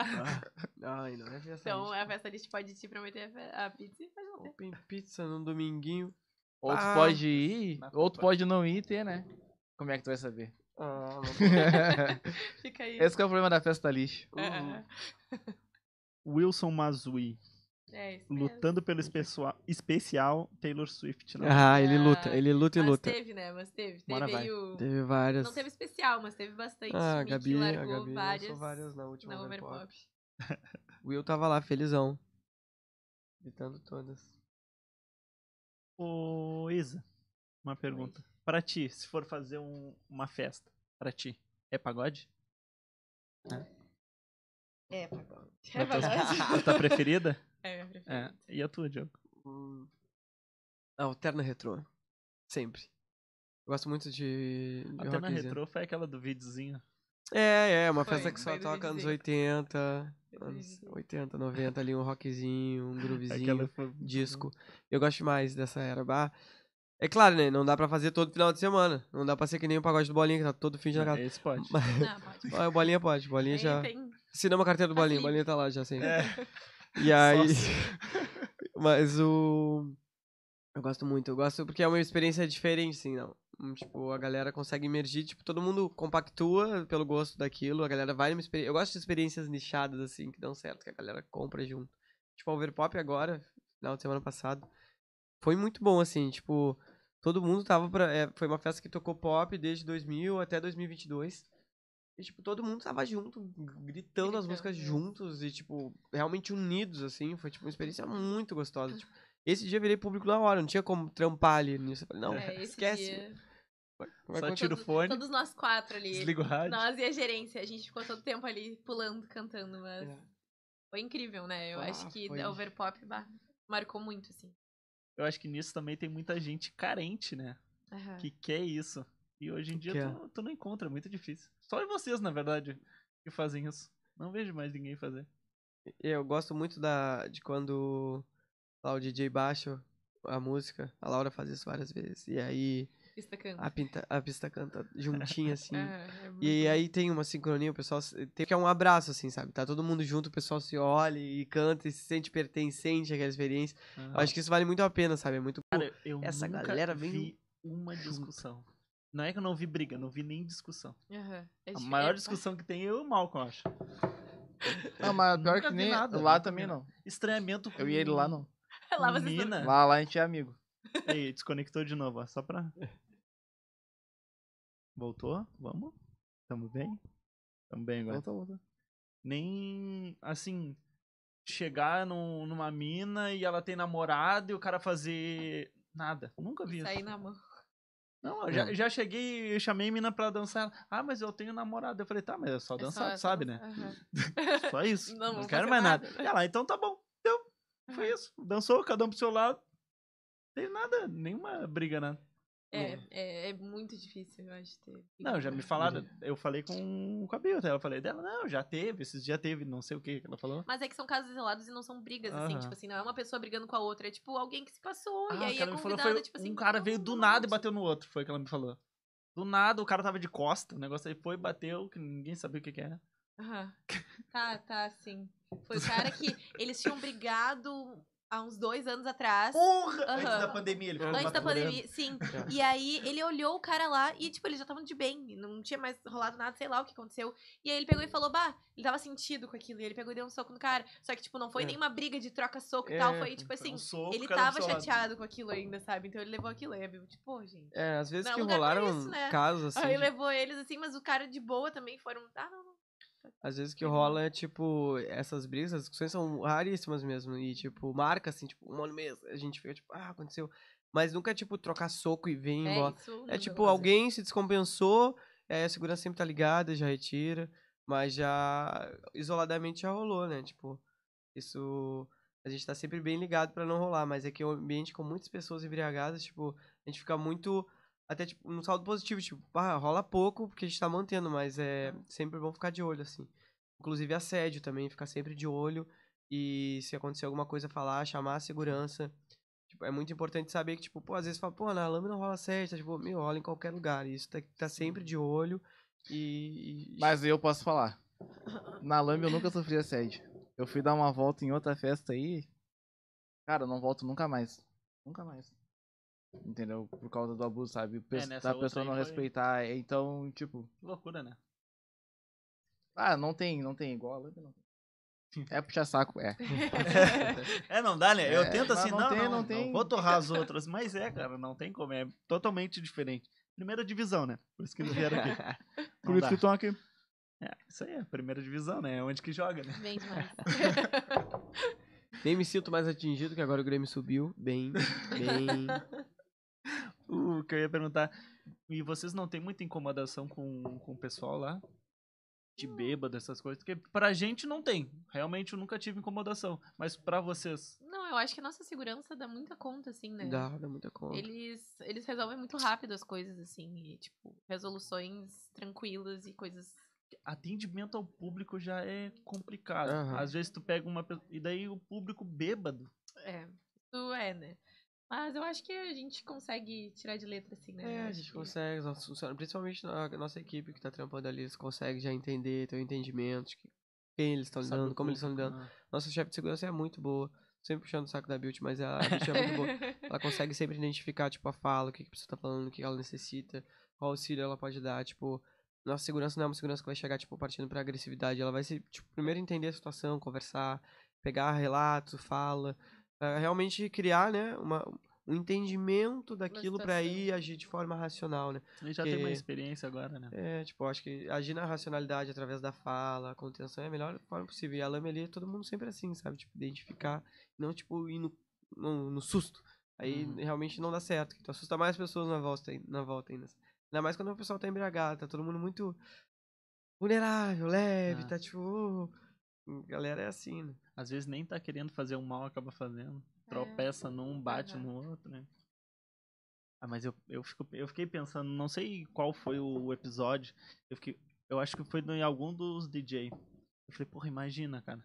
C: Ai, não é festa.
D: Então é.
C: gente.
D: a festa list pode te prometer a fe- a pizza e um. faz você.
C: Open pizza num dominguinho.
A: Ou tu
C: Ah.
A: pode ir,
B: Mas
A: ou tu
B: opa.
A: pode não ir e ter, né? Como é que tu vai saber?
C: Ah,
D: Fica aí.
A: Esse que é o problema da festa lixo.
D: É,
B: Wilson Mazui.
D: é isso mesmo.
B: Lutando pelo espessoa- especial Taylor Swift. Não.
C: ah, ele luta, ele luta e
D: Mas
C: luta.
D: teve, né? Mas teve. Teve
B: Bora, vai.
D: aí o...
C: Teve várias.
D: Não teve especial, mas teve bastante.
C: Ah, a
D: Mickey
C: Gabi, a
D: largou
C: Gabi
D: várias,
C: lançou várias é na última
D: na
C: Overpop.
D: Overpop.
C: O Will tava lá, felizão. Gritando todas.
B: Ô, Isa, uma pergunta. Pra ti, se for fazer um- uma festa, pra ti, é pagode?
D: É, pagode.
B: É
D: É pagode.
B: A tua preferida?
D: É, minha preferida.
B: É. E a tua, Diogo?
C: Hum. Alterna retrô. Sempre. Eu gosto muito de. de
B: Até na
C: rockzinho.
B: Ah, retrô foi aquela do videozinho.
C: É, é, uma
D: Foi,
C: festa que só
D: foi do
C: toca anos
D: videozinho.
C: 80,
D: Foi do
C: anos
D: videozinho.
C: 80, 90, ali um rockzinho, um groovezinho,
B: Aquela foi...
C: disco. Eu gosto mais dessa era. Bah, é claro, né? Não dá pra fazer todo final de semana. Não dá pra ser que nem o pagode do Bolinha, que tá todo fim de
B: Não,
C: semana.
B: Esse pode.
D: Não, pode.
C: Ah, o Bolinha pode, o Bolinha
D: Tem,
C: já.
D: é. tem.
C: Assina uma carteira do
D: Tá
C: Bolinha, o
D: livre.
C: Bolinha tá lá já sempre.
B: É.
C: E aí.
B: Sócio.
C: Mas o. Eu gosto muito, eu gosto porque é uma experiência diferente, assim, não. Hum, Tipo, a galera consegue emergir, tipo, todo mundo compactua pelo gosto daquilo, a galera vai numa experiência. Eu gosto de experiências nichadas, assim, que dão certo, que a galera compra junto. Tipo, a Overpop agora, final de semana passado, foi muito bom, assim, tipo, todo mundo tava pra. é, foi uma festa que tocou pop desde 2000 até 2022. E, tipo, todo mundo tava junto, gritando, as
D: Gritando,
C: músicas
D: né?
C: juntos e, tipo, realmente unidos, assim. Foi, tipo, uma experiência muito gostosa. Tipo, esse dia eu virei público na hora, não tinha como trampar ali nisso. Eu falei, não,
D: É, esse
C: esquece.
D: dia,
C: vai
B: Só
C: acontecer.
B: tira o
D: Todos-
B: fone,
D: Todos nós quatro ali.
B: desliga o rádio.
D: Nós e a gerência. A gente ficou todo tempo ali pulando, cantando, mas
C: É.
D: foi incrível, né? Eu
C: Ah,
D: acho que
C: foi.
D: a Overpop bah, marcou muito, assim.
B: Eu acho que nisso também tem muita gente carente, né?
D: Aham.
B: Que quer isso. E hoje em dia
C: quer.
B: tu, tu não encontra, é muito difícil. Só vocês, na verdade, que fazem isso. Não vejo mais ninguém fazer.
C: Eu gosto muito da, de quando lá, o DJ baixa a música. A Laura faz isso várias vezes. E aí
D: Pista canta.
C: A, pinta, a pista canta juntinha, assim.
D: Aham, é muito
C: Ah, E aí tem uma sincronia, o pessoal se- tem que é um abraço, assim, sabe? Tá todo mundo junto, o pessoal se olha e canta e se sente pertencente àquela experiência. Eu acho que isso vale muito a pena, sabe? É muito
B: Cara, eu
C: essa
B: nunca
C: galera vem
B: vi uma discussão. Não é que eu não vi briga, não vi nem discussão.
D: Aham, é
B: A
D: dif-
B: maior
D: é-
B: discussão que tem é eu e o Malcolm, eu acho.
A: Não, mas pior
B: Nunca
A: que
B: vi
A: nem
B: nada,
A: lá
B: nunca
A: também
B: vi
A: não.
B: Estranhamento com
A: Eu e ele lá não.
D: Lá vocês não-
B: Mina.
A: Lá, lá a gente é amigo.
B: Ei, desconectou de novo, ó, só pra. Voltou? Vamos? Tamo bem? Tamo bem agora.
A: Volta, volta.
B: Nem, assim, chegar num- numa mina e ela tem namorado e o cara fazer nada. Eu nunca vi
D: e
B: isso.
D: sair na mão.
B: Não, eu já, já cheguei e chamei a mina pra dançar. Ela, Ah, mas eu tenho namorado. Eu falei, tá, mas é só
D: É
B: dançar,
D: só-
B: tu
D: é só
B: sabe, né?
D: dançar. Aham.
B: Só isso.
D: Não,
B: Não,
D: vou
B: quero
D: fazer
B: mais nada.
D: nada. né? Ah.
B: Ela, então tá bom. Então, foi isso. Dançou, cada um pro seu lado. Não teve nada, nenhuma briga, né? nada.
D: É, é, é muito difícil, eu acho, ter.
B: Uhum. Não, já me falaram. Eu falei com o cabelo, até ela falei dela, não, já teve, esses dias teve, não sei o que que ela falou.
D: Mas é que são casos isolados e não são brigas, assim.
B: Aham.
D: Tipo assim, não é uma pessoa brigando com a outra. É tipo alguém que se passou. e
B: Ah,
D: aí
B: o
D: é
B: cara me falou,
D: convidada,
B: foi,
D: tipo assim.
B: um cara
D: não,
B: veio do
D: não,
B: nada e
D: não.
B: bateu no outro, foi o que ela me falou. Do nada, o cara tava de costa, o negócio aí foi, bateu, que ninguém sabia o que que era.
D: Aham. Tá, tá, sim. Foi o cara que eles tinham brigado há uns dois anos atrás.
B: Porra!
D: Aham.
B: Antes da pandemia, ele ficou
D: Antes da
B: maturando.
D: pandemia, sim. E aí ele olhou o cara lá e, tipo, eles já estavam de bem. Não tinha mais rolado nada, sei lá o que aconteceu. E aí ele pegou e falou, bah, ele tava sentido com aquilo. E ele pegou e deu um soco no cara. Só que, tipo, não foi
C: É.
D: nenhuma briga de troca-soco e tal.
C: É,
D: Foi, tipo
B: Foi
D: assim,
B: um soco,
D: ele
B: cada um
D: tava
B: pro seu lado.
D: chateado com aquilo ainda, sabe? Então ele levou aquilo aí. eu, Tipo, pô, gente.
C: É, às vezes
D: Não é
C: que
D: lugar pra
C: rolaram
D: isso, né?
C: casos assim.
D: aí
C: de-
D: levou eles assim, mas o cara de boa também foram. Ah, não, não.
C: Às vezes que
D: Uhum.
C: rola é tipo, essas brisas, as discussões são raríssimas mesmo. E tipo, marca assim, tipo, um ano mês. A gente fica tipo, ah, aconteceu. Mas nunca é tipo trocar soco e vem embora.
D: isso. não
C: É
D: deu
C: tipo,
D: né, pra fazer.
C: alguém se descompensou, aí a segurança sempre tá ligada, já retira, mas já isoladamente já rolou, né? Tipo, isso a gente tá sempre bem ligado pra não rolar, mas é que o ambiente com muitas pessoas embriagadas, tipo, a gente fica muito até tipo num saldo positivo, tipo, ah, rola pouco porque a gente tá mantendo, mas é sempre bom ficar de olho assim. Inclusive assédio também, ficar sempre de olho e se acontecer alguma coisa falar, chamar a segurança. Tipo, é muito importante saber que, tipo, pô, às vezes fala, pô, na lâmina rola certo, tá, tipo, me rola em qualquer lugar. E isso tá, tá sempre de olho e. e-
A: Mas eu posso falar. Na Lamb eu nunca sofri assédio. Eu fui dar uma volta em outra festa aí. Cara, eu não volto nunca mais. Nunca mais. Entendeu? Por causa do abuso, sabe? Pe-
B: É, nessa
A: da
B: outra
A: pessoa
B: aí
A: não
B: foi-
A: respeitar. Então, tipo.
B: Que loucura, né?
A: Ah, não tem, não tem. Igual a Lamb não tem. É puxar saco, é.
B: É, não dá, né? Eu
A: É,
B: tento
A: mas
B: assim,
A: não
B: não, não,
A: tem,
B: não,
A: não tem.
B: vou torrar as outras. Mas é, cara, não tem como, é totalmente diferente. Primeira divisão, né? Por isso que eles vieram aqui.
A: Por
B: Não
A: isso
B: dá.
A: que estão aqui.
B: É, isso aí é, primeira divisão, né? É onde que joga, né?
D: Bem demais.
C: Nem me sinto mais atingido, que agora o Grêmio subiu. Bem, bem.
B: O que eu ia perguntar. E vocês não têm muita incomodação com, com o pessoal lá? De bêbado, essas coisas? Porque pra gente não tem. Realmente eu nunca tive incomodação. Mas pra vocês.
D: não, eu acho que a nossa segurança dá muita conta, assim, né?
C: Dá, dá muita conta.
D: Eles, eles resolvem muito rápido as coisas, assim, e, tipo, resoluções tranquilas e coisas.
B: Atendimento ao público já é complicado.
C: Aham.
B: Às vezes tu pega uma. pe- E daí o público bêbado.
D: É, isso é, né? Mas eu acho que a gente consegue tirar de letra, assim, né?
C: É,
D: Eu
C: a
D: acho
C: gente
D: que-
C: consegue, os nossos funcionários, principalmente a nossa equipe que tá trampando ali, eles conseguem já entender, ter o entendimento de que- quem eles estão
B: sabe,
C: lidando,
B: o
C: como eles estão
B: público,
C: lidando.
B: né?
C: Nossa chefe de segurança é muito boa. Sempre puxando o saco da Build, mas a Build é muito boa. Ela consegue sempre identificar, tipo, a fala, o que, que a pessoa tá falando, o que ela necessita, qual auxílio ela pode dar, tipo... Nossa segurança não é uma segurança que vai chegar, tipo, partindo pra agressividade. Ela vai se, tipo, primeiro entender a situação, conversar, pegar relato, fala. pra realmente criar, né, uma, um entendimento daquilo pra
D: situação.
C: ir agir de forma racional, né?
B: Ele já tem uma
C: Que-
B: experiência agora, né?
C: É, tipo, eu acho que agir na racionalidade através da fala, a contenção é a melhor forma possível. E a lama ali é todo mundo sempre assim, sabe? Tipo, identificar, não tipo ir no, no, no susto. Aí
B: Uhum.
C: realmente não dá certo. que Tu assusta mais pessoas na volta, ai- na volta ainda. Ainda mais quando o pessoal tá embriagado, tá todo mundo muito vulnerável, leve,
B: Ah.
C: tá tipo. "Oh". Galera é assim, né?
B: Às vezes nem tá querendo fazer um mal, acaba fazendo. Tropeça num, bate
D: Aham.
B: no outro, né? Ah, mas eu, eu, fico, eu fiquei pensando, não sei qual foi o episódio. Eu, fiquei, eu acho que foi em algum dos DJ. Eu falei, porra, imagina, cara.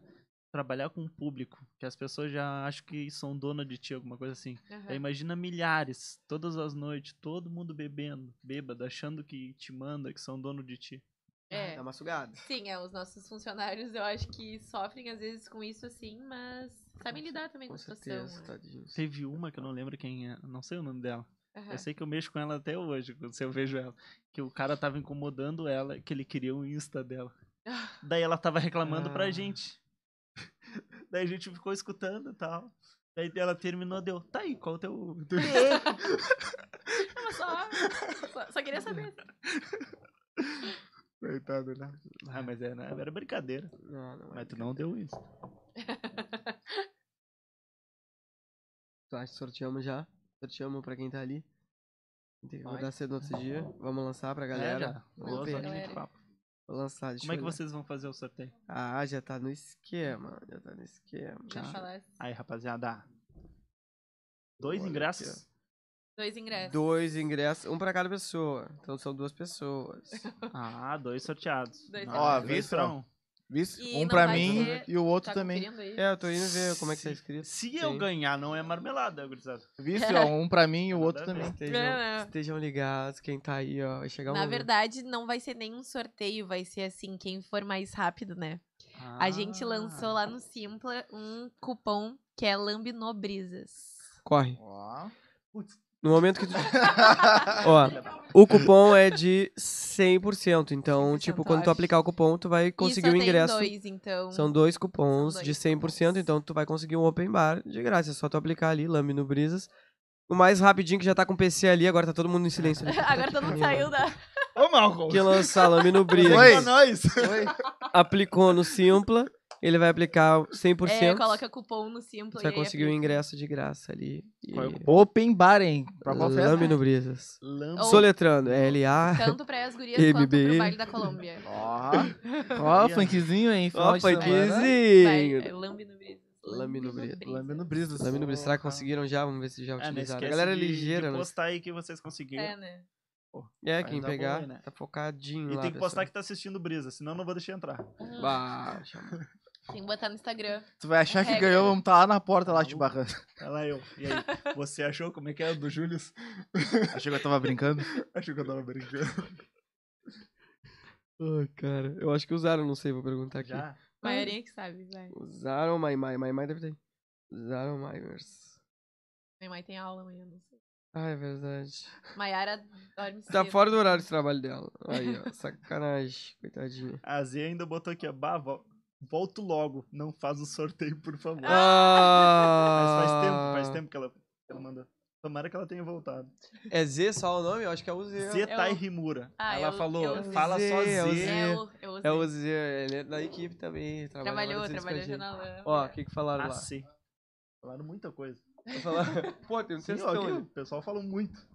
B: trabalhar com o público, que as pessoas já acham que são dona de ti, alguma coisa assim. Aí
D: Aham.
B: imagina milhares, todas as noites, todo mundo bebendo, bêbado, achando que te manda, que são dono de ti.
D: É.
C: Ah, Dá uma sugada.
D: Sim, é, os nossos funcionários eu acho que sofrem às vezes com isso, assim, mas sabem
C: Com
D: lidar também com,
C: Com
D: a situação.
C: certeza,
B: é.
C: tá
D: né?
C: tadinhos.
B: Teve uma que eu não lembro quem é, não sei o nome dela.
D: Aham.
B: Eu sei que eu mexo com ela até hoje, quando eu vejo ela. Que o cara tava incomodando ela, que ele queria o Insta dela. Daí ela tava reclamando pra
C: Ah.
B: gente. Daí a gente ficou escutando e tal. Daí ela terminou, deu, tá aí, qual o teu... teu-"
D: Não, só, só, só queria saber.
B: Coitado, né? Ah, mas era, era brincadeira.
C: Não, não é.
B: Mas tu não deu isso.
C: Tu acha Então, que sorteamos já? Sorteamos pra quem tá ali. Tem- Vou
B: Pode.
C: dar cedo no outro dia. Vamos lançar pra
B: É,
C: galera.
B: já.
C: Vamos
B: Boa,
C: ver.
B: só de
D: Galera.
B: papo.
C: Vou lançar, deixa
B: Como é que
C: eu olhar.
B: vocês vão fazer o sorteio?
C: Ah, já tá no esquema. Já tá no esquema.
D: Deixa eu
B: Tá.
D: falar.
B: Aí, rapaziada. Dois
C: Olha
B: ingressos?
D: Dois ingressos.
C: Dois ingressos, um pra cada pessoa. Então são duas pessoas.
B: Ah, dois sorteados.
D: Dois
B: Não,
A: sorteados. Ó,
B: dois
A: visto,
B: pra
A: ó.
B: um.
A: Visto?
D: E
A: Um
D: não
A: pra
D: vai
A: mim
D: ter-
A: e o outro
D: Tá
A: também.
D: conferindo aí?
C: É, eu tô indo ver como é que tá
B: Se-
C: escrito.
B: Se eu
C: Sim.
B: ganhar, não é marmelada, gurizada.
A: Visto, ó, um pra mim e o outro
B: Nada a
A: também.
B: ver.
D: Não,
C: Estejam,
D: não.
C: estejam ligados, quem tá aí, ó. Vai chegar um
D: Na
C: momento.
D: verdade, não vai ser nenhum sorteio, vai ser assim, quem for mais rápido, né? A
C: Ah.
D: gente lançou lá no Simpla um cupom que é Lambinobrisas.
C: Corre.
A: Ah. Ó.
C: No momento que tu. ó, o cupom é de 100%. Então,
D: 100%,
C: tipo, quando tu
D: acho.
C: aplicar o cupom, tu vai conseguir
D: e
C: o
D: só
C: ingresso.
D: Tem dois, então.
C: São dois cupons
D: São
C: de
D: dois
C: 100%,
D: cupons.
C: então tu vai conseguir um open bar de graça. É só tu aplicar ali, lambe no Brisas. O mais rapidinho que já tá com o PC ali, agora tá todo mundo em silêncio. ali.
D: Agora todo mundo saiu da.
B: Ô, Malcolm!
C: Que lançar lambe no Brisas.
A: Oi.
B: é Pra nós!
A: Oi.
C: Aplicou no Simpla, ele vai aplicar 100%.
D: É, coloca cupom no
C: tu
D: Simpla. e
C: vai
D: aí é
C: conseguir o
D: aplica.
C: ingresso de graça ali. E...
B: Qual é o
A: Open Bar, hein? Próxima festa.
C: Lame no Brisas.
B: Lamba.
D: Ou-
C: Soletrando, é L-A.
D: Tanto pra as gurias quanto pro
C: MBE.
D: baile da Colômbia.
A: Ó, ó, funkzinho, hein? Final
C: Ó,
A: de semana.
D: Vai,
C: funkzinho.
D: é Lambe no brisa.
C: Lambe no brisa.
A: Lambendo brisas.
C: Lame no Brisas, será que
B: Porra.
C: conseguiram já? Vamos ver se já
B: Ah, não
C: utilizaram.
B: esquece
C: A galera é
B: de-
C: ligeira,
B: de
C: né?
B: postar aí que vocês conseguiram.
D: É, né?
C: É,
B: Mas
C: quem
B: dá
C: pegar,
B: bom, né?
C: tá focadinho
B: E
C: lá.
B: tem que postar
C: pessoal.
B: que tá assistindo Brisa, senão eu não vou deixar entrar.
C: Bah, chama.
D: Uhum. Tem que botar no Instagram.
A: Tu vai achar que
D: Regra.
A: ganhou, vamos estar lá na porta lá te barrando.
B: Olha lá eu. E aí, você achou como é que é do Júlio?
A: Achei que eu tava brincando.
B: Achou que eu tava brincando.
C: Ai, cara. Eu acho que usaram, não sei, vou perguntar aqui.
B: Já?
D: A maioria é que sabe, vai.
C: Usaram Mai Mai. Mai Mai deve ter. Usaram Maimers.
D: Minha mãe tem aula amanhã, não sei.
C: Ah, é verdade.
D: Maiara dorme cedo.
C: Tá fora do horário de trabalho dela. Aí, ó. Sacanagem. Coitadinha.
B: A Z ainda botou aqui, ó. Bah, vol- volto logo. Não faz o sorteio, por favor.
D: Ah.
B: Mas
C: Ah!
B: faz tempo, faz tempo que ela, que ela mandou. Tomara que ela tenha voltado.
C: É Z só o nome? Eu acho que é o Z.
B: Zetai Rimura.
D: Ah,
B: ela
D: eu-
B: falou,
D: eu-
B: fala só
C: Zé, é o
B: Z.
C: Zé.
D: É, eu, eu usei.
C: É o Z. Ele é da equipe também. trabalha
D: Trabalhou,
C: várias vezes com a
D: trabalhou já
C: gente.
D: na lã.
C: Ó, o que que falaram lá?
B: AC. Ah, Falaram muita coisa.
C: Falaram... Pô, tem Ah, um
B: Sim,
C: textão
B: ó, aqui,
C: ali.
B: o pessoal falou muito.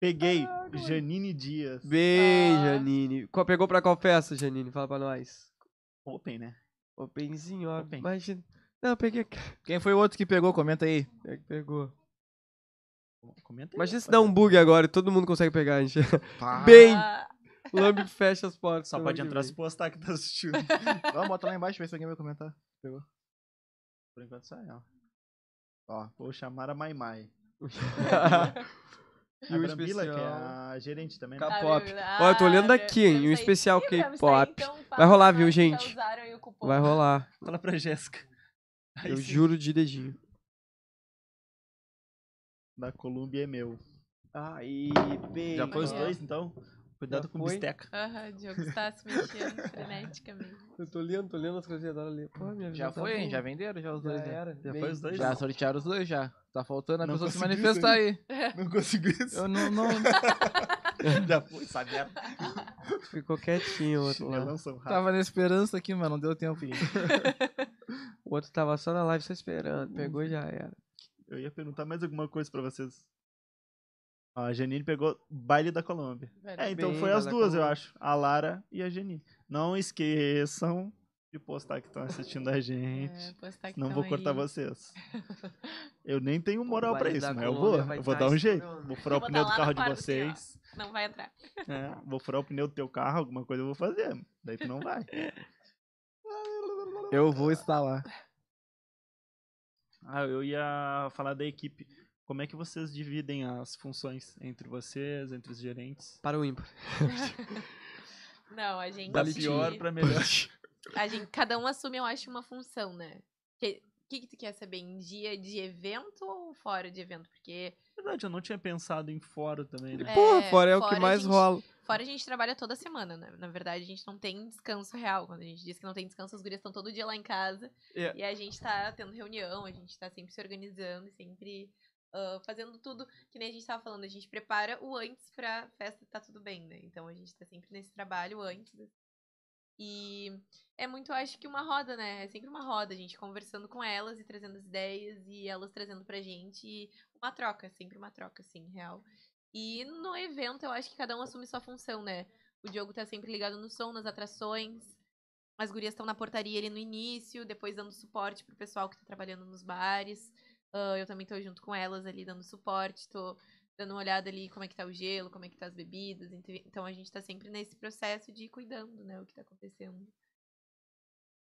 B: Peguei Janine Dias.
C: Beijo,
D: Ah.
C: Janine. Qual- Pegou pra qual festa, Janine? Fala pra nós.
B: Open, né?
C: Openzinho, ó.
B: Open.
C: Imagina. Não, eu peguei aqui.
A: Quem foi o outro que pegou? Comenta aí.
C: É que pegou.
B: Comenta aí.
C: Imagina se dá
B: rapaziada.
C: um bug agora e todo mundo consegue pegar, a gente.
A: Pá.
C: Bem,
D: Ah,
C: lambe fecha as portas.
B: Só
C: semana
B: pode
C: que
B: entrar se
C: vem.
B: postar que tá assistindo.
A: Vamos, bota lá embaixo, ver se alguém vai comentar.
B: Por enquanto só ela.
A: Ó.
B: Vou chamar a Mai Mai.
C: E
B: a
C: o
B: Brambila, que é
C: especial.
B: a gerente também. né?
C: Cap-
D: tá,
C: Pop.
D: beleza.
C: Ó, eu tô olhando
D: Ah,
C: aqui, hein,
D: eu
C: um
D: sei.
C: especial
D: Ih, Brams,
C: K-pop.
D: aí, então, fala
C: Vai rolar,
D: pra
C: viu,
D: nós que já
C: gente?
D: usaram aí o cupom.
C: Vai rolar.
B: Fala pra Jéssica. Aí
C: Eu
B: sim,
C: juro de dedinho.
B: Da Colômbia é meu.
C: Aí, né? beijo.
B: Já foi os
D: É.
B: dois, então? Cuidado
C: Já
B: com
C: foi?
B: bisteca.
D: Aham, o Diogo está se mexendo freneticamente.
C: Eu tô lendo, tô lendo as coisinhas da hora ali. Pô, minha vida
A: Já
C: tá
A: foi, hein?
C: boa.
A: Já venderam já os dois,
C: Já
A: né?
C: era.
B: Já
C: Bem,
B: foi os dois?
A: Já sortearam os dois, já. Tá faltando a
B: Não
A: pessoa se
B: consegui
A: manifestar aí.
B: Não consigo isso.
A: Eu não, não...
B: Já foi, sabe? Era-
C: Ficou quietinho o outro lá. Tá,
B: Chinelão são ratos.
A: tava na esperança aqui, mas não deu tempo.
C: O outro tava só na live só esperando. Pegou e já era.
B: Eu ia perguntar mais alguma coisa pra vocês. Ó, a Janine pegou baile da Colômbia. É, então
C: Tá Bem,
B: foi as
C: baile da
B: duas, eu
C: Colômbia.
B: acho. A Lara e a Janine. Não esqueçam de postar que estão assistindo a
D: Hum, É,
C: É,
B: gente.
C: tá
B: Não vou cortar vocês. Eu nem tenho moral pra
C: baile
B: isso,
C: da
B: mas eu vou.
C: Colômbia vai
B: Eu vou
C: tá
B: dar um jeito.
C: estourando.
B: Vou furar o
D: Vou
B: pneu do
D: botar lá
B: carro
D: na
B: de
D: porta, assim, ó.
B: vocês.
D: Não vai entrar.
B: É, vou furar o pneu do teu carro, alguma coisa eu vou fazer. Daí tu não vai.
A: Eu vou estar lá.
B: Ah, eu ia falar da equipe. Como é que vocês dividem as funções entre vocês, entre os gerentes?
C: Para o ímpar.
D: Não, a gente.
B: Da pior pra melhor.
D: a gente cada um assume, eu acho, uma função, né? O que, que, que tu quer saber? Em dia de evento ou fora de evento? Porque
B: Na verdade, eu não tinha pensado em fora também, né?
D: É,
C: Porra, fora é o que
D: fora a
C: mais
D: gente-
C: rola.
D: fora a gente trabalha toda semana, né? Na verdade, a gente não tem descanso real. Quando a gente diz que não tem descanso, os gurias estão todo dia lá em casa.
C: É.
D: E a gente tá tendo reunião, a gente tá sempre se organizando e sempre ah, fazendo tudo. Que nem a gente tava falando, a gente prepara o antes pra festa tá tudo bem, né? Então a gente tá sempre nesse trabalho antes. E é muito, acho que uma roda, né? É sempre uma roda, a gente conversando com elas e trazendo as ideias e elas trazendo pra gente. E uma troca, sempre uma troca, assim, real. E no evento, eu acho que cada um assume sua função, né? O Diogo tá sempre ligado no som, nas atrações. As gurias estão na portaria ali no início, depois dando suporte pro pessoal que tá trabalhando nos bares. Ah, eu também tô junto com elas ali, dando suporte, tô dando uma olhada ali como é que tá o gelo, como é que tá as bebidas. Ent- Então a gente tá sempre nesse processo de ir cuidando, né, o que tá acontecendo.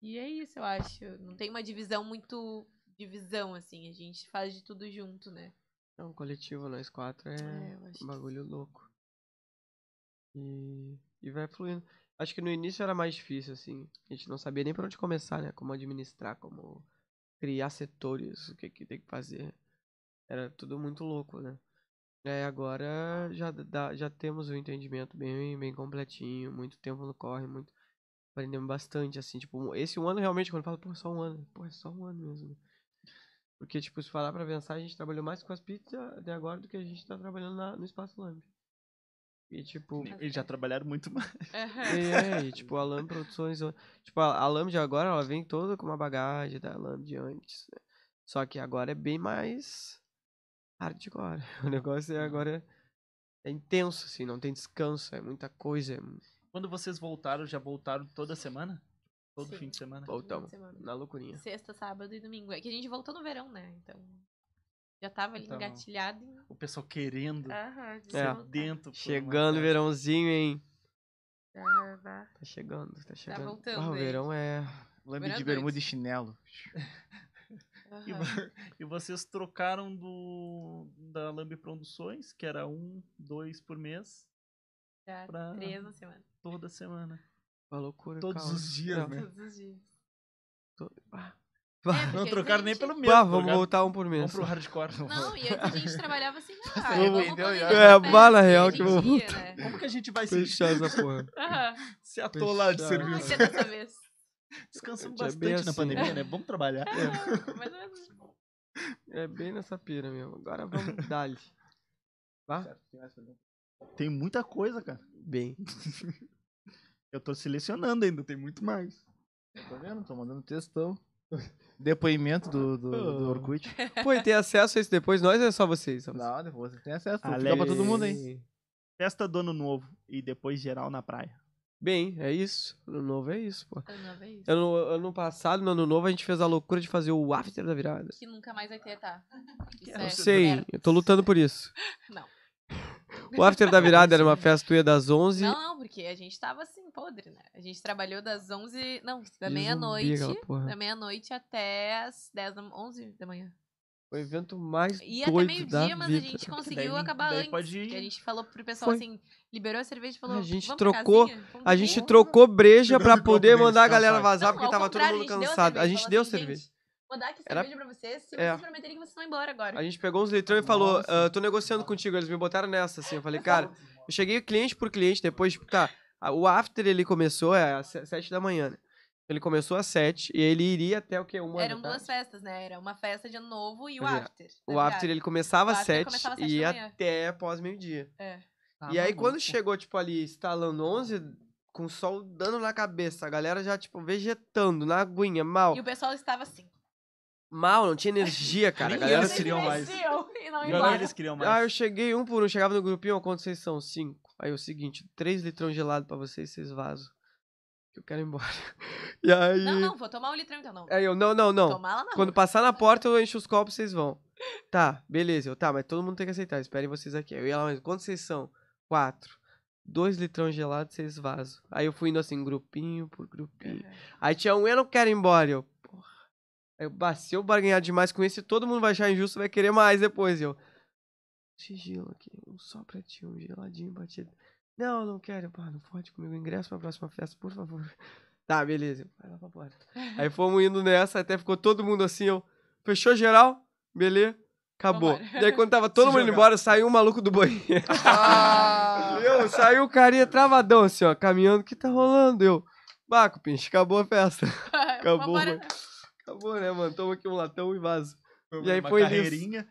D: E é isso, eu acho. Não tem uma divisão muito divisão, assim. A gente faz de tudo junto, né?
C: É um coletivo, nós quatro é
D: É, eu acho
C: um
D: que
C: bagulho louco. E, e vai fluindo. Acho que no início era mais difícil, assim. A gente não sabia nem por onde começar, né? Como administrar, como criar setores, o que, que tem que fazer. Era tudo muito louco, né? É, agora já, dá, já temos o entendimento bem, bem completinho, muito tempo no corre, muito. Aprendemos bastante, assim, tipo, um- esse um ano realmente, quando eu falo, pô, é só um ano, pô, é só um ano mesmo. né? Porque, tipo, se falar pra pensar, a gente trabalhou mais com as pizzas até agora do que a gente tá trabalhando na- no Espaço Lamb. E, tipo,
B: Eles já trabalharam muito mais.
C: é, é, e, tipo, a Lamb Produções. ó, Tipo, a, a Lamb de agora, ela vem toda com uma bagagem da Lamb de antes. né? Só que agora é bem mais hardcore. O negócio é
B: Hum.
C: agora é intenso, assim, não tem descanso, é muita coisa. é mu-
B: Quando vocês voltaram, já voltaram toda semana? Todo
D: Sim.
B: fim de semana?
C: Voltamos
D: semana.
C: na loucurinha.
D: Sexta, sábado e domingo. É que a gente voltou no verão, né? Então. Já tava ali
B: Então-
D: engatilhado em.
B: O pessoal querendo,
D: Aham,
B: dentro.
C: Chegando o verãozinho, hein?
D: Aham,
C: Tá chegando, tá chegando.
D: voltando
C: Ah, o
D: aí.
C: verão é.
A: Lambe
D: Era
A: de
D: doido.
A: bermuda e chinelo.
B: E, vo- e vocês trocaram do da Lambe Produções, que era um, dois por mês,
D: já
B: pra
D: três na semana.
B: toda semana.
C: Uma loucura.
B: Todos
C: caos.
B: os dias,
C: Não,
B: né?
D: Todos os dias.
C: to- Ah,
D: É, porque
B: Não
D: antes a
B: trocaram nem
D: gente-
B: pelo mês.
C: Bah, vamos
B: trocaram-
C: voltar um por mês.
B: Vamos pro hardcore.
D: Não, e antes a gente trabalhava assim, ah,
A: Você
D: vamos
A: entendeu,
D: planejar
A: Iago?
D: a
C: É,
D: festa,
C: bala
D: e a
C: real que
D: gente
C: eu vou-
D: ia, né?
B: Como que a gente vai se,
C: Fechar essa porra.
D: Aham.
B: se atolar de
C: Fechado.
D: Como
B: serviço?
D: é que é dessa vez?
B: Descansamos
C: É bem
B: bastante na
C: assim.
B: pandemia, né? Vamos trabalhar.
D: Aham, mais ou menos.
C: É bem nessa pira mesmo. Agora vamos dali.
A: Tá?
C: Vá?
B: Tem muita coisa, cara.
C: Bem.
B: Eu tô selecionando ainda, tem muito mais.
A: Tá vendo? Tô mandando textão. Depoimento do, do, do
C: Ah.
A: Orkut.
C: Pô, e tem acesso a isso depois? Nós ou é só vocês? Só vocês?
A: Não, é depois você tem acesso. Fica
B: Ale-
A: pra todo mundo, hein?
B: Festa do ano novo e depois geral na praia.
C: Bem, é isso. Ano novo é isso, pô.
D: Ano novo é isso.
C: Ano, ano passado, no ano novo, a gente fez a loucura de fazer o after da virada.
D: Que nunca mais vai ter, tá? Isso
B: Eu
D: é
C: Eu sei,
D: merda.
C: eu tô lutando por isso.
D: Não.
C: O after da virada era uma festa tu ia das 11
D: Não, não, porque a gente tava assim, podre, né? A gente trabalhou das 11, não, da
C: de zumbi,
D: meia-noite, É.
C: aquela porra.
D: da meia-noite até as 10, da, 11 da manhã.
C: O evento mais
D: E
C: doido
D: até
C: da
D: meio-dia, mas a
C: vida.
D: gente conseguiu
B: daí-
D: acabar
B: daí
D: antes.
B: pode ir.
D: Porque a gente falou pro pessoal
C: Foi.
D: assim, liberou a cerveja e falou,
C: A gente
D: "Vamos pra
C: trocou-
D: casinha? Vamos
C: A
D: dormir?"
C: gente trocou breja
B: Pegando
C: pra
B: o copo
C: poder
B: deles,
C: mandar a galera
B: cansado.
C: vazar,
D: Não,
C: porque
D: ao
C: tava todo
D: contrário,
C: mundo
D: a gente deu
C: cansado. A gente
D: falou
C: deu
D: assim,
C: cerveja.
D: "Gente, Vou dar aqui
C: Era-
D: cerveja pra vocês, se
C: É.
D: vocês prometerem que vocês vão embora agora.
C: A gente pegou uns litrão e falou,
B: Nossa.
C: "Ah, tô negociando contigo. Eles me botaram nessa, assim. Eu falei,
D: É
C: cara, eu cheguei cliente por cliente, depois, tipo, tá. a- O after ele começou é, às se- sete da manhã, né? Ele começou às sete e ele iria até o quê? Um Uma da
D: Eram
C: tarde?
D: duas festas, né? Era uma festa de ano novo e o
C: Pois é.
D: after. tá
C: O
D: na
C: after
D: virada.
C: ele começava
D: O
C: às
D: after
C: sete
D: começava às sete
C: e ia
D: da manhã.
C: até pós meio-dia.
D: É.
C: e
A: Tá
C: aí, quando chegou, tipo, ali, estalando onze, com o sol dando na cabeça, a galera já, tipo, vegetando na aguinha, mal.
D: E o pessoal estava assim.
C: Mal, não tinha energia, cara. A
B: Nem
C: galera
B: eles queriam mais.
D: E não ia
B: Não,
D: embora.
B: eles queriam mais.
C: Ah, eu cheguei um por um, chegava no grupinho, ó, quanto vocês são? Cinco. Aí o seguinte, três litrão gelado pra vocês, vocês vazam. Que eu quero ir embora. E É, aí.
D: Não, não, vou tomar um litrão então, não.
C: Aí eu, não, não, não.
D: Tomar lá na
C: Quando
D: rua.
C: passar na porta, eu encho os copos, vocês vão. Tá, beleza. Eu, tá, mas todo mundo tem que aceitar. Esperem vocês aqui. Aí Eu ia lá, mas quantos vocês são? Quatro. Dois litrão gelado, vocês vazam. Aí eu fui indo assim, grupinho por grupinho. Aí tinha um, eu não quero ir embora. Eu, porra. Aí Eu, bah, se eu barganhar demais com isso, todo mundo vai achar injusto, vai querer mais depois. E eu, esse gelo aqui, um só pra ti, um geladinho batido. Não, eu não quero, pá, não pode comigo. Ingresso pra próxima festa, por favor. Tá, beleza. Vai lá pra porta. Aí fomos indo nessa, até ficou todo mundo assim, eu. Fechou geral? Beleza? Acabou.
D: Vambora.
C: E aí quando tava todo
B: Se
C: mundo
B: jogar.
C: indo
B: Tá.
C: embora, saiu um maluco do banheiro.
E: Ah!
C: Eu, saiu o carinha travadão, assim, ó, caminhando, o que tá rolando? Eu, Baco, pinche, acabou a festa. Acabou,
D: Vambora.
C: mano. Acabou, né, mano? Toma aqui um latão e vaza. E aí
B: Uma
C: foi nisso.
B: carreirinha.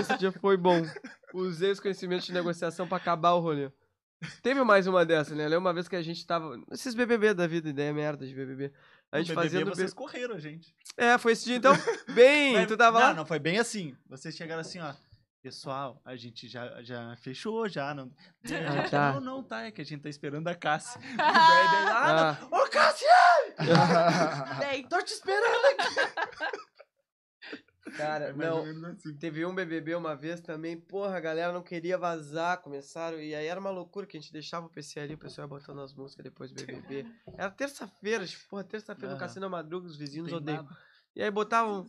C: Esse dia foi bom. Usei os conhecimentos de negociação pra acabar o rolê. Teve mais uma dessa, né? Lembra uma vez que a gente tava. Esses BBB da vida, ideia merda de BBB. A
B: No
C: gente
B: BBB,
C: fazendo.
B: vocês correram, gente.
C: É, foi esse dia então. Bem,
B: Mas-
C: tu tava
B: não,
C: lá?
B: Não, foi bem assim. Vocês chegaram assim, ó. Pessoal, a gente já, já fechou, já. Não...
C: Ah,
B: Gente,
C: tá.
B: não, não, tá. É que a gente tá esperando a Cássia.
C: Ah.
B: Ah, não. Ô, Cássia!
D: Daí,
B: Tô te esperando!
C: Cara,
B: Mais ou
C: não.
B: menos assim.
C: Teve um BBB uma vez também, porra, a galera não queria vazar, começaram, e aí era uma loucura que a gente deixava o PC ali, o pessoal ia botando as músicas depois do BBB. Era terça-feira, tipo, porra, terça-feira no
B: Aham.
C: Cassino da Madruga, os vizinhos
B: Tem
C: odeiam.
B: nada.
C: E aí botavam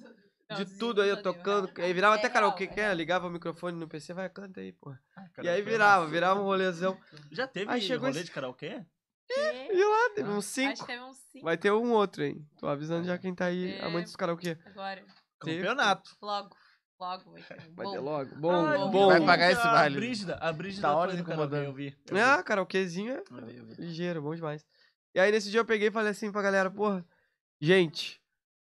D: Não,
C: de
D: os
C: tudo aí, eu
D: vizinhos odeiam,
C: tocando,
D: né?
C: aí virava
D: É
C: até
D: real,
C: karaokê,
D: é
C: que é, ligava o microfone no PC, vai, canta aí, porra.
B: Ah,
C: E aí
B: karaokê,
C: virava,
B: nossa.
C: virava um rolezão.
B: Já teve
C: Aí chegou
B: rolê
C: esse-
B: de karaokê?
D: Sim.
C: E lá, teve uns
D: Acho que
C: cinco.
D: teve uns cinco
C: Vai ter um outro, hein? Tô avisando já quem tá aí,
D: É.
C: amante dos karaokê.
D: agora.
C: Teve.
B: Campeonato. Ah,
D: Logo. Logo. Vai ter um
C: Vai ter
D: bom.
C: logo. Bom,
D: Ai,
C: bom.
D: Bom.
A: Vai pagar esse
B: A
A: vale.
B: Brígida, a Brígida
A: Tá horas
B: foi no karaokê,
A: incomodando.
B: eu vi. Eu vi.
C: Ah, karaokêzinho é
B: Eu vi, eu vi.
C: Ligeiro, bom demais. E aí nesse dia eu peguei e falei assim pra galera, porra, gente,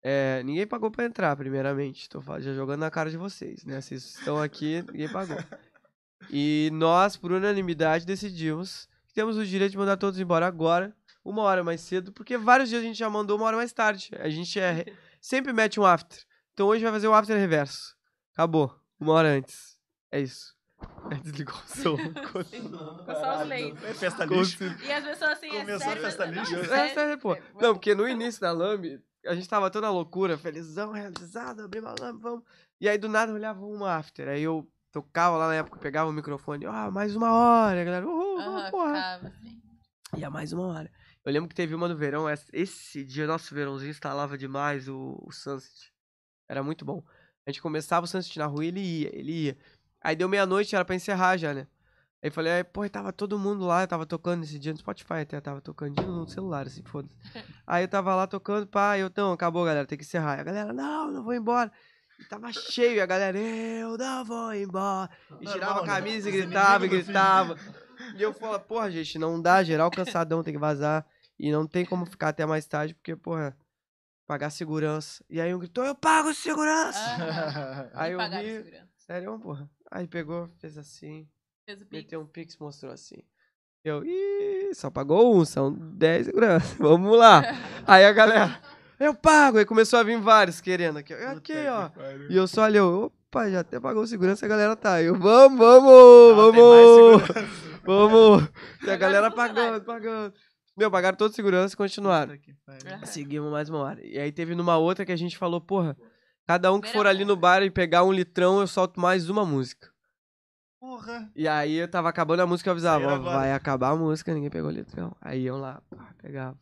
C: é, ninguém pagou pra entrar, primeiramente. Tô fa- já jogando na cara de vocês, né? Vocês estão aqui, ninguém pagou. E nós, por unanimidade, decidimos que temos o direito de mandar todos embora agora, uma hora mais cedo, porque vários dias a gente já mandou uma hora mais tarde. A gente é, re- sempre mete um after. Então hoje vai fazer o after reverso. Acabou. Uma hora antes. É isso. Desligou o som.
D: Ficou só os leitos.
B: É festa lixo.
D: E as pessoas assim,
B: Começou
D: é sério,
B: a festa né?
D: não,
B: livre.
D: sério.
C: É, sério, pô. Não, porque no início da Lamb, a gente tava toda loucura, felizão, realizado, abrimos a Lamb, vamos. E aí do nada eu olhava uma after. Aí eu tocava lá na época, pegava o microfone, ó, mais uma hora, galera. Uhul,
D: Aham,
C: porra.
D: ficava assim.
C: E é mais uma hora. Eu lembro que teve uma no verão, essa- esse dia, nosso verãozinho instalava demais o, o Sunset. Era muito bom. A gente começava o Sunset na rua e ele ia, ele ia. Aí deu meia-noite, era pra encerrar já, né? Aí eu falei, aí, pô, e tava todo mundo lá, eu tava tocando esse dia no Spotify até, eu tava tocando de novo no celular, assim, foda-se. Aí eu tava lá tocando, pá, eu, não, acabou, galera, tem que encerrar. E a galera, não, não vou embora. E tava cheio, e a galera, eu não vou embora. E
B: Normal,
C: tirava a
B: né?
C: camisa e
B: Os
C: gritava, e
B: inimigos do fim.
C: gritava. E eu falo, porra, gente, não dá, geral cansadão, tem que vazar. E não tem como ficar até mais tarde, porque, porra, pagar segurança. E aí um gritou, eu pago segurança!
D: Aham.
C: aí
D: E
C: eu
D: pagaram
C: vi,
D: segurança.
C: sério, porra. Aí pegou, fez assim,
D: Fez o pix.
C: meteu um pix, mostrou assim. Eu, ih, só pagou um, são 10 segurança, vamos lá. Aí a galera, eu pago! Aí começou a vir vários querendo aqui, ó, eu aqui, ó. E eu só olhei, eu, opa, já até pagou segurança, a galera tá. Eu, vamos, vamos, vamos! Vamos! E a
D: Agora
C: galera
D: os funcionários.
C: pagando, pagando. Meu, pagaram todos os segurança e continuaram.
B: É.
D: Aham.
C: Seguimos mais uma hora. E aí teve numa outra que a gente falou, porra, cada um que for
D: Verão.
C: ali no bar e pegar um litrão, eu solto mais uma música.
B: Porra.
C: E aí eu tava acabando a música, eu avisava,
B: Saíram
C: ó,
B: agora.
C: vai acabar a música, ninguém pegou o litrão. Aí iam lá, pá, pegava.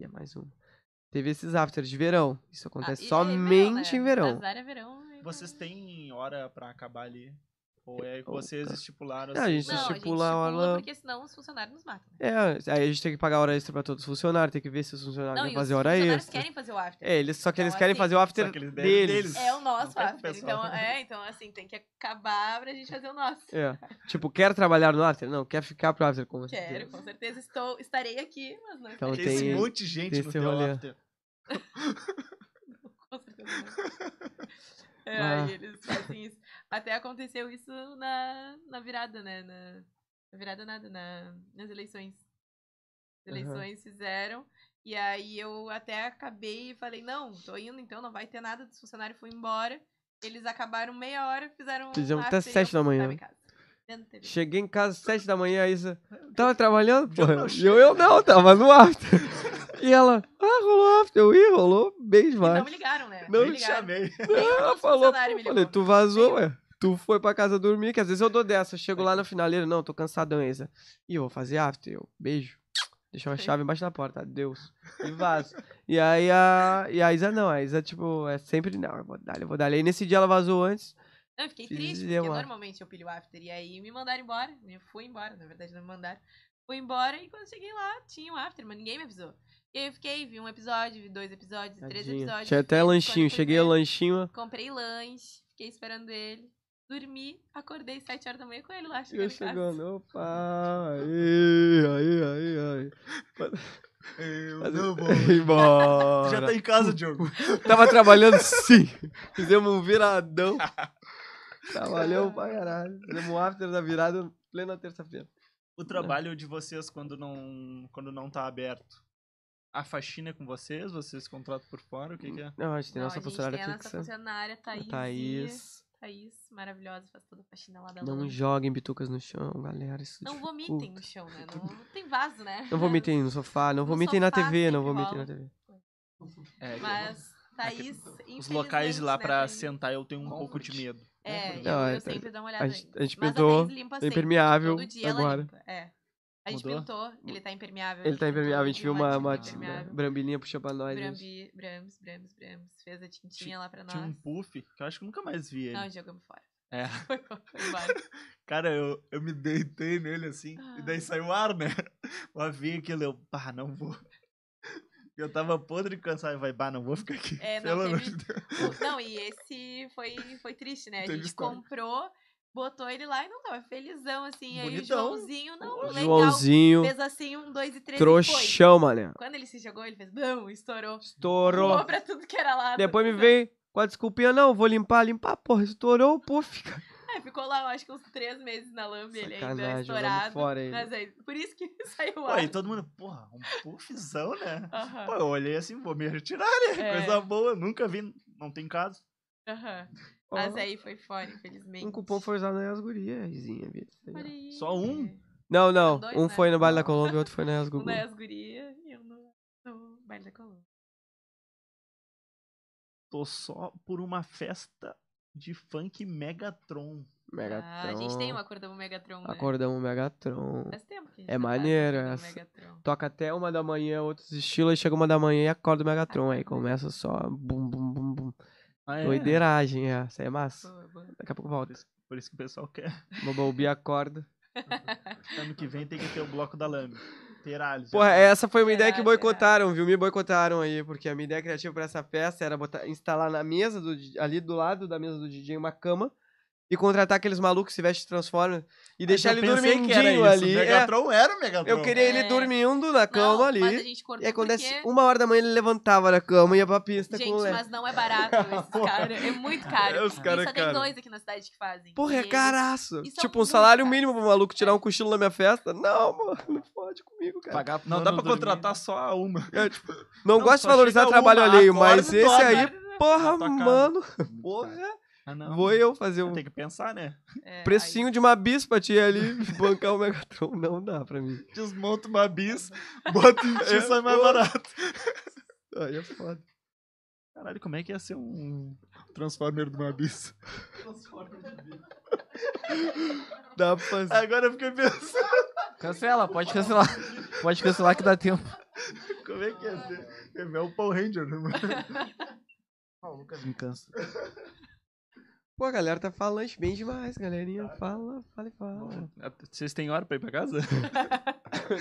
C: Ia mais uma. Teve esses afters de verão. Isso
D: Ah,
C: acontece
D: e- e
C: somente
D: né?
C: em verão.
D: Azar é verão. e-
B: Vocês têm hora pra acabar ali? Ou é que
C: Ou-
B: vocês estipularam assim,
C: Não, a gente
D: Não, a gente
C: estipula a
D: estipula
C: hora-
D: porque senão os funcionários nos matam. né?
C: É, aí a gente tem que pagar hora extra pra todos os funcionários, tem que ver se os funcionários
D: Não,
C: vão
D: e
C: fazer
D: os
C: hora
D: funcionários
C: extra.
D: querem fazer o after.
C: É, eles só que
D: Então,
C: eles querem
D: assim,
C: fazer o after
B: Só que eles devem
C: deles.
B: deles.
D: É o
B: Não
D: nosso
B: pega o
D: after.
B: pessoal.
D: Então, é, então, assim, tem que acabar pra gente fazer o nosso.
C: É. Tipo, quer trabalhar no after? Não, quer ficar pro after com certeza.
D: Quero, com certeza. Estou, estarei aqui, mas não é
C: Então
D: estarei.
B: É Esse
C: tem-
B: monte de gente
C: tem
B: no
C: esse
B: teu
C: rolê.
B: after.
D: Com certeza não. É,
C: Ah.
D: aí eles fazem isso. Até aconteceu isso na, na virada, né? Na, na virada nada, na, nas eleições. As
C: Aham.
D: eleições fizeram. E aí eu até acabei e falei, não, tô indo, então não vai ter nada. Os funcionários foram embora. Eles acabaram meia hora, fizeram um
C: Fizemos até
D: after e eu
C: sete da manhã.
D: tava em casa, vendo TV.
C: Cheguei em casa às 7 da manhã, a Isa. Tava trabalhando, pô.
B: Já não
C: E eu, eu não, tava no after. E ela, ah, rolou after. Eu, ih, rolou bem
D: E não
C: demais.
D: me ligaram, né?
C: Não
D: me
B: Eu te
D: ligaram.
B: chamei.
C: Ela
D: funcionário
C: falou,
D: me
C: pô,
D: ligou.
C: falei, tu vazou,
D: Nenhum.
C: ué. Tu foi pra casa dormir, que às vezes eu dou dessa. Eu chego lá na finaleira, não, tô cansadão, Isa. Ih, eu vou fazer after. Eu, beijo. Deixa uma chave embaixo da porta, adeus. E vazo. E aí a, e a Isa não, a Isa, tipo, é sempre, não, eu vou dar, eu vou dar. E aí nesse dia ela vazou antes.
D: Não, eu fiquei
C: Fiz
D: triste,
C: deu
D: porque
C: uma-
D: normalmente eu pilho after. E aí me mandaram embora. Eu fui embora, na verdade não me mandaram. Fui embora e quando cheguei lá, tinha o after, mas ninguém me avisou. E aí eu fiquei, vi um episódio, vi dois episódios, três
C: Tadinha.
D: episódios.
C: Tinha até
D: Quando
C: lanchinho,
D: fui
C: cheguei
D: ver,
C: ao lanchinho.
D: Comprei lanche, fiquei esperando ele. Dormi, acordei sete horas da manhã com ele lá, chegando
C: Eu
D: em casa.
C: chegando, opa, aí, aí, aí, aí.
B: Eu
C: Mas-
B: não vou.
C: Embora.
B: Já tá em casa, Diogo.
C: Tava trabalhando sim. Fizemos um viradão. Trabalhou pra caralho. Fizemos um after da virada plena terça-feira.
B: O trabalho de vocês quando não, quando não tá aberto. A faxina é com vocês? Vocês contratam por fora? O que, que é?
C: Não, a gente tem
D: Não,
C: nossa
D: a gente
C: funcionária
D: tem a nossa
C: fixa.
D: funcionária,
C: A
D: Thaís.
C: Thaís. um
D: Thaís, maravilhosa, faz toda a faxina lá da
C: Não
D: loja.
C: joguem bitucas no chão, galera. Isso
D: Não
C: dificulta.
D: vomitem no chão, né? Não, não tem vaso, né?
C: Não vomitem no sofá, não
D: No
C: vomitem na
D: sofá
C: TV, não
D: sempre
C: vomitem na
D: rola.
C: TV.
B: É, eu-
D: Mas, Thaís,
B: Os locais de lá
D: infelizmente, né,
B: pra
D: Thaís?
B: sentar eu tenho um pouco de medo.
D: É, eu,
C: Não,
D: eu
C: é, tá-
D: sempre dou uma olhada.
C: a gente-
D: ainda.
C: a gente
D: Mas
C: pintou
D: Thaís limpa
C: É
D: sempre,
C: impermeável
D: Todo dia ela
C: agora.
D: limpa, é. A gente
B: Mudou?
D: pintou, ele tá impermeável.
C: Ele tá
D: pintou,
C: impermeável, a gente viu uma, uma
D: tinta
B: tinta
D: impermeável.
C: brambilinha puxou pra nós. a gente-
D: Brambi, Brams, Brams, Brams. Fez a tintinha lá pra
B: Tinha um
D: nós.
B: puff, que eu acho que eu nunca mais vi ele.
D: Não, jogamos fora.
B: É.
D: Foi, foi embora.
B: Cara, eu, eu me deitei nele assim, e daí
D: Ah.
B: saiu ar, né? Mas vi aquilo, eu, pá, não vou. Eu tava podre de cansado, eu vai, bah, não vou ficar aqui.
D: É, não,
B: Pelo amor
D: teve-
B: de Deus.
D: O- Não, e esse foi, foi triste, né? A
B: Teve
D: gente
B: história.
D: comprou, botou ele lá e não tava felizão, assim. Aí o
B: Bonitão.
D: Joãozinho, não, legal.
C: Joãozinho,
D: Fez assim, um, dois e três e foi.
C: trouxão, mané.
D: Quando ele se jogou, ele fez, não, estourou.
C: Estourou.
D: Voou pra tudo que era lado.
C: Depois me veio com a desculpinha, não, vou limpar, limpar, porra, estourou o puff, cara.
D: Aí ficou lá, eu acho que uns três meses na Lamb, ele ainda é
C: Sacanagem, jogamos
D: estourado.
C: fora ele.
D: Mas é, por isso que saiu
B: Pô,
D: lá.
B: e todo mundo, porra, um puffzão, né?
D: Aham,
B: Pô, eu olhei assim, vou me retirar, né?
D: Ah. É.
B: Coisa boa, nunca vi, não tem caso.
D: aham.
C: Ó,
D: Mas é aí foi fora, infelizmente.
C: Um cupom foi usado nas gurias, Izinha, viu?
D: Olha aí.
B: Só um?
C: Não,
D: Não,
C: não,
D: dois,
C: um
D: né?
C: foi no baile da
D: Não.
C: Colômbia, outro foi nas
D: Um
C: Gugu.
D: das gurias e eu no, no baile da coluna.
B: Tô só por uma festa de funk Megatron.
C: Megatron.
D: Ah, a gente tem um Acordamos Megatron, né?
C: Acordamos Megatron.
D: Faz tempo que a gente
C: É
D: não faz um
C: maneiro
D: Acordamos
C: essa.
D: Megatron.
C: Toca até uma da manhã, outros estilos, aí chega uma da manhã e acorda o Megatron. Aí começa só bum, bum, bum, bum.
B: Ah, é?
C: Doideiragem, é. Isso aí é massa.
D: Boa, boa.
C: Daqui a pouco volta.
B: Por isso que o pessoal quer.
C: Bobobi acorda.
B: Ano que vem tem que ter o bloco da Lamb. Teralhos.
C: Porra, é, essa foi uma ideia que
D: Então, Será,
C: boicotaram, viu? Me boicotaram aí, porque a minha ideia criativa pra essa festa era botar, instalar na mesa, do, di- ali do lado da mesa do DJ, uma cama e contratar aqueles malucos que se vestem transforma
B: Ah,
C: e deixar
B: então
C: ele dormindinho ali.
B: O
C: É,
B: Megatron era o Megatron.
C: eu queria ele
D: É.
C: dormindo na cama
D: não,
C: ali.
D: Mas a gente cortou
C: E aí, É quando desse
D: porque...
C: uma hora da manhã, ele levantava da cama e ia pra pista
D: Gente,
C: tá com um o Léo.
D: mas não é barato esses caras. É muito caro.
B: Os cara
D: e
B: é
D: só tem
B: caro.
D: dois aqui na cidade que fazem.
C: Porra,
D: E
C: é
D: eles-
C: caraço.
D: e são
C: Tipo, um
D: muito
C: salário
D: caros.
C: mínimo pro maluco tirar um cochilo na minha festa? Não, mano, não pode comigo, cara.
A: Pagar
B: Não dá pra contratar só uma.
C: Não,
B: Não,
C: gosto de
B: só
C: valorizar
B: chega
C: trabalho
B: uma,
C: alheio,
B: acorda
C: mas
B: e
C: esse
B: dorme.
C: aí, porra,
B: Na tua casa.
C: mano,
A: Porra.
C: porra.
B: Ah, não.
C: Vou eu fazer um
B: Tem que pensar, né?
D: É,
C: precinho de uma bispa tia ali, bancar o Megatron. Não dá pra mim.
B: Desmonta uma bis, bota em ti, sai mais barato.
C: Aí é foda.
B: Caralho, como é que ia ser um Transformer de uma bis?
C: Dá pra fazer.
B: Agora eu fiquei pensando
A: Cancela, pode cancelar. Pode cancelar que dá tempo.
B: como é que ia ser. É o Paul Ranger, né, mano?
A: Nunca me canso.
C: Pô, a galera tá falante bem demais, galerinha. Fala, fala e fala.
B: Então, Vocês têm hora pra ir pra casa?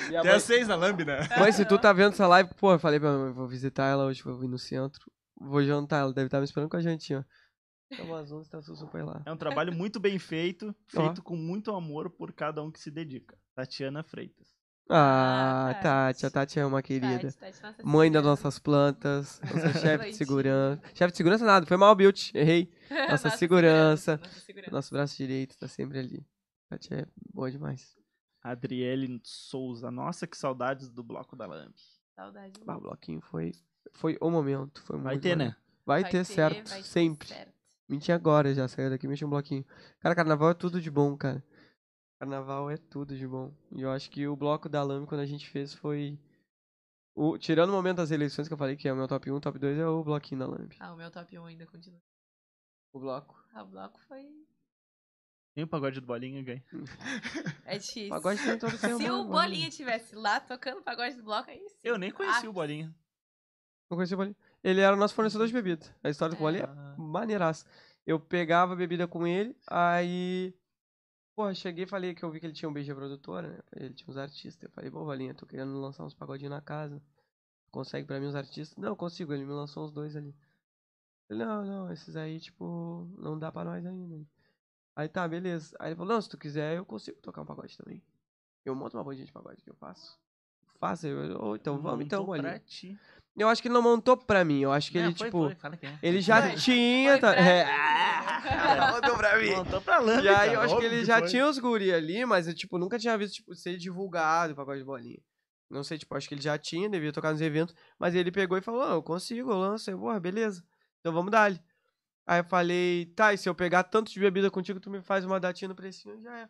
C: Minha
B: Até
C: mãe-
B: às seis na Lamb, né?
A: É.
C: Mas se tu tá vendo essa live, pô, eu falei pra minha mãe, vou visitar ela hoje, vou ir no centro, vou jantar, ela deve estar me esperando com a jantinha. Então às 11 tá Suzu pra ir lá.
B: É um trabalho muito bem feito,
C: Ó.
B: feito com muito amor por cada um que se dedica. Tatiana Freitas.
C: Ah,
D: Ah, Tati.
C: Tati, a Tati é uma querida.
D: Tati, Tati, nossa
C: Mãe das
D: senhora.
C: nossas plantas, nossa chefe
D: Doidinha.
C: de segurança. Chefe de segurança nada, foi mal, Built, errei. Nossa segurança.
D: Nossa segurança.
C: Nosso braço direito tá sempre ali. Tati é boa demais.
B: Adriele Souza. Nossa, que saudades do bloco da Lamb.
D: Saudade.
C: Ah, o bloquinho foi, foi o momento, foi
B: Vai
C: muito
B: ter,
C: maneiro.
B: né?
C: Vai, ter, certo,
D: vai ter
C: sempre.
D: certo.
C: Menti agora já, saiu daqui e mexi um bloquinho. Cara, carnaval é tudo de bom, cara. Carnaval é tudo de bom. E eu acho que o bloco da Lame, quando a gente fez, foi. O... Tirando o momento das eleições que eu falei que é o meu top 1, top 2 é o bloquinho da Lamb.
D: Ah, o meu top 1 ainda continua.
C: O bloco.
D: Ah, o bloco foi.
B: Tem o pagode do Bolinha, ganha.
D: É difícil.
C: Pagode tá tem todo
D: Se
C: semana,
D: o
C: mano.
D: Bolinha estivesse lá tocando pagode do bloco, aí sim.
B: Eu nem conheci
D: Ah,
B: o Bolinha.
C: Não conhecia o Bolinha. Ele era o nosso fornecedor de bebida. A história do
D: É.
C: Bolinha
B: Ah,
C: maneiraça. Eu pegava bebida com ele, aí. Porra, cheguei e falei que eu vi que ele tinha um BG produtora, né? Ele tinha uns artistas. Eu falei, pô, Valinha, tô querendo lançar uns pagodinhos na casa. Consegue pra mim uns artistas? Não, consigo. Ele me lançou uns dois ali. Ele, não, não, esses aí, tipo, não dá pra nós ainda. Aí tá, beleza. Aí ele falou, não, se tu quiser, eu consigo tocar um pagode também. Eu monto uma bandinha de pagode que eu faço. Faço, eu, eu, "Ô, então vamos, então,
B: Ah, montou pra
C: Bolinha.
B: ti.
C: Eu acho que ele não montou pra mim, eu acho que
B: É,
C: ele,
B: foi,
C: tipo.
B: foi, fala quem é.
C: Ele já
D: Foi.
C: tinha.
D: Foi
C: tá-
D: pra
C: é,
D: mim. né?
C: ah, mandou pra mim.
B: Montou pra lã,
C: E aí eu acho que ele já tinha os guri ali, mas eu, tipo, nunca tinha visto tipo, ser divulgado o pacote de bolinha. Não sei, tipo, acho que ele já tinha, devia tocar nos eventos, mas ele pegou e falou, não, eu consigo, eu lanço, eu, porra, beleza. Então vamos dar ali. Aí eu falei, tá, e se eu pegar tanto de bebida contigo, tu me faz uma datinha no precinho, já é.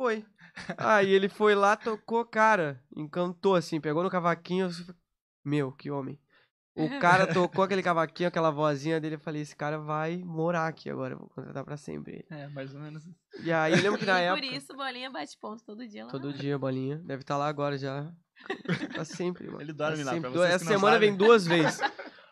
C: Foi. aí ele foi lá, tocou, cara, encantou, assim, pegou no cavaquinho, eu falei, meu, que homem. O cara tocou aquele cavaquinho, aquela vozinha dele, eu falei, esse cara vai morar aqui agora, eu vou contratar pra sempre ele.
B: É, mais ou menos.
C: E aí eu lembro que na
D: E
C: época.
D: por isso, né? bolinha bate ponto todo dia lá.
C: Todo dia, bolinha. Deve estar lá agora já. Tá sempre, mano.
B: Ele dorme
C: tá
B: lá, pra
C: sempre.
B: vocês que
C: Essa
B: não
C: semana
B: sabem.
C: vem duas vezes.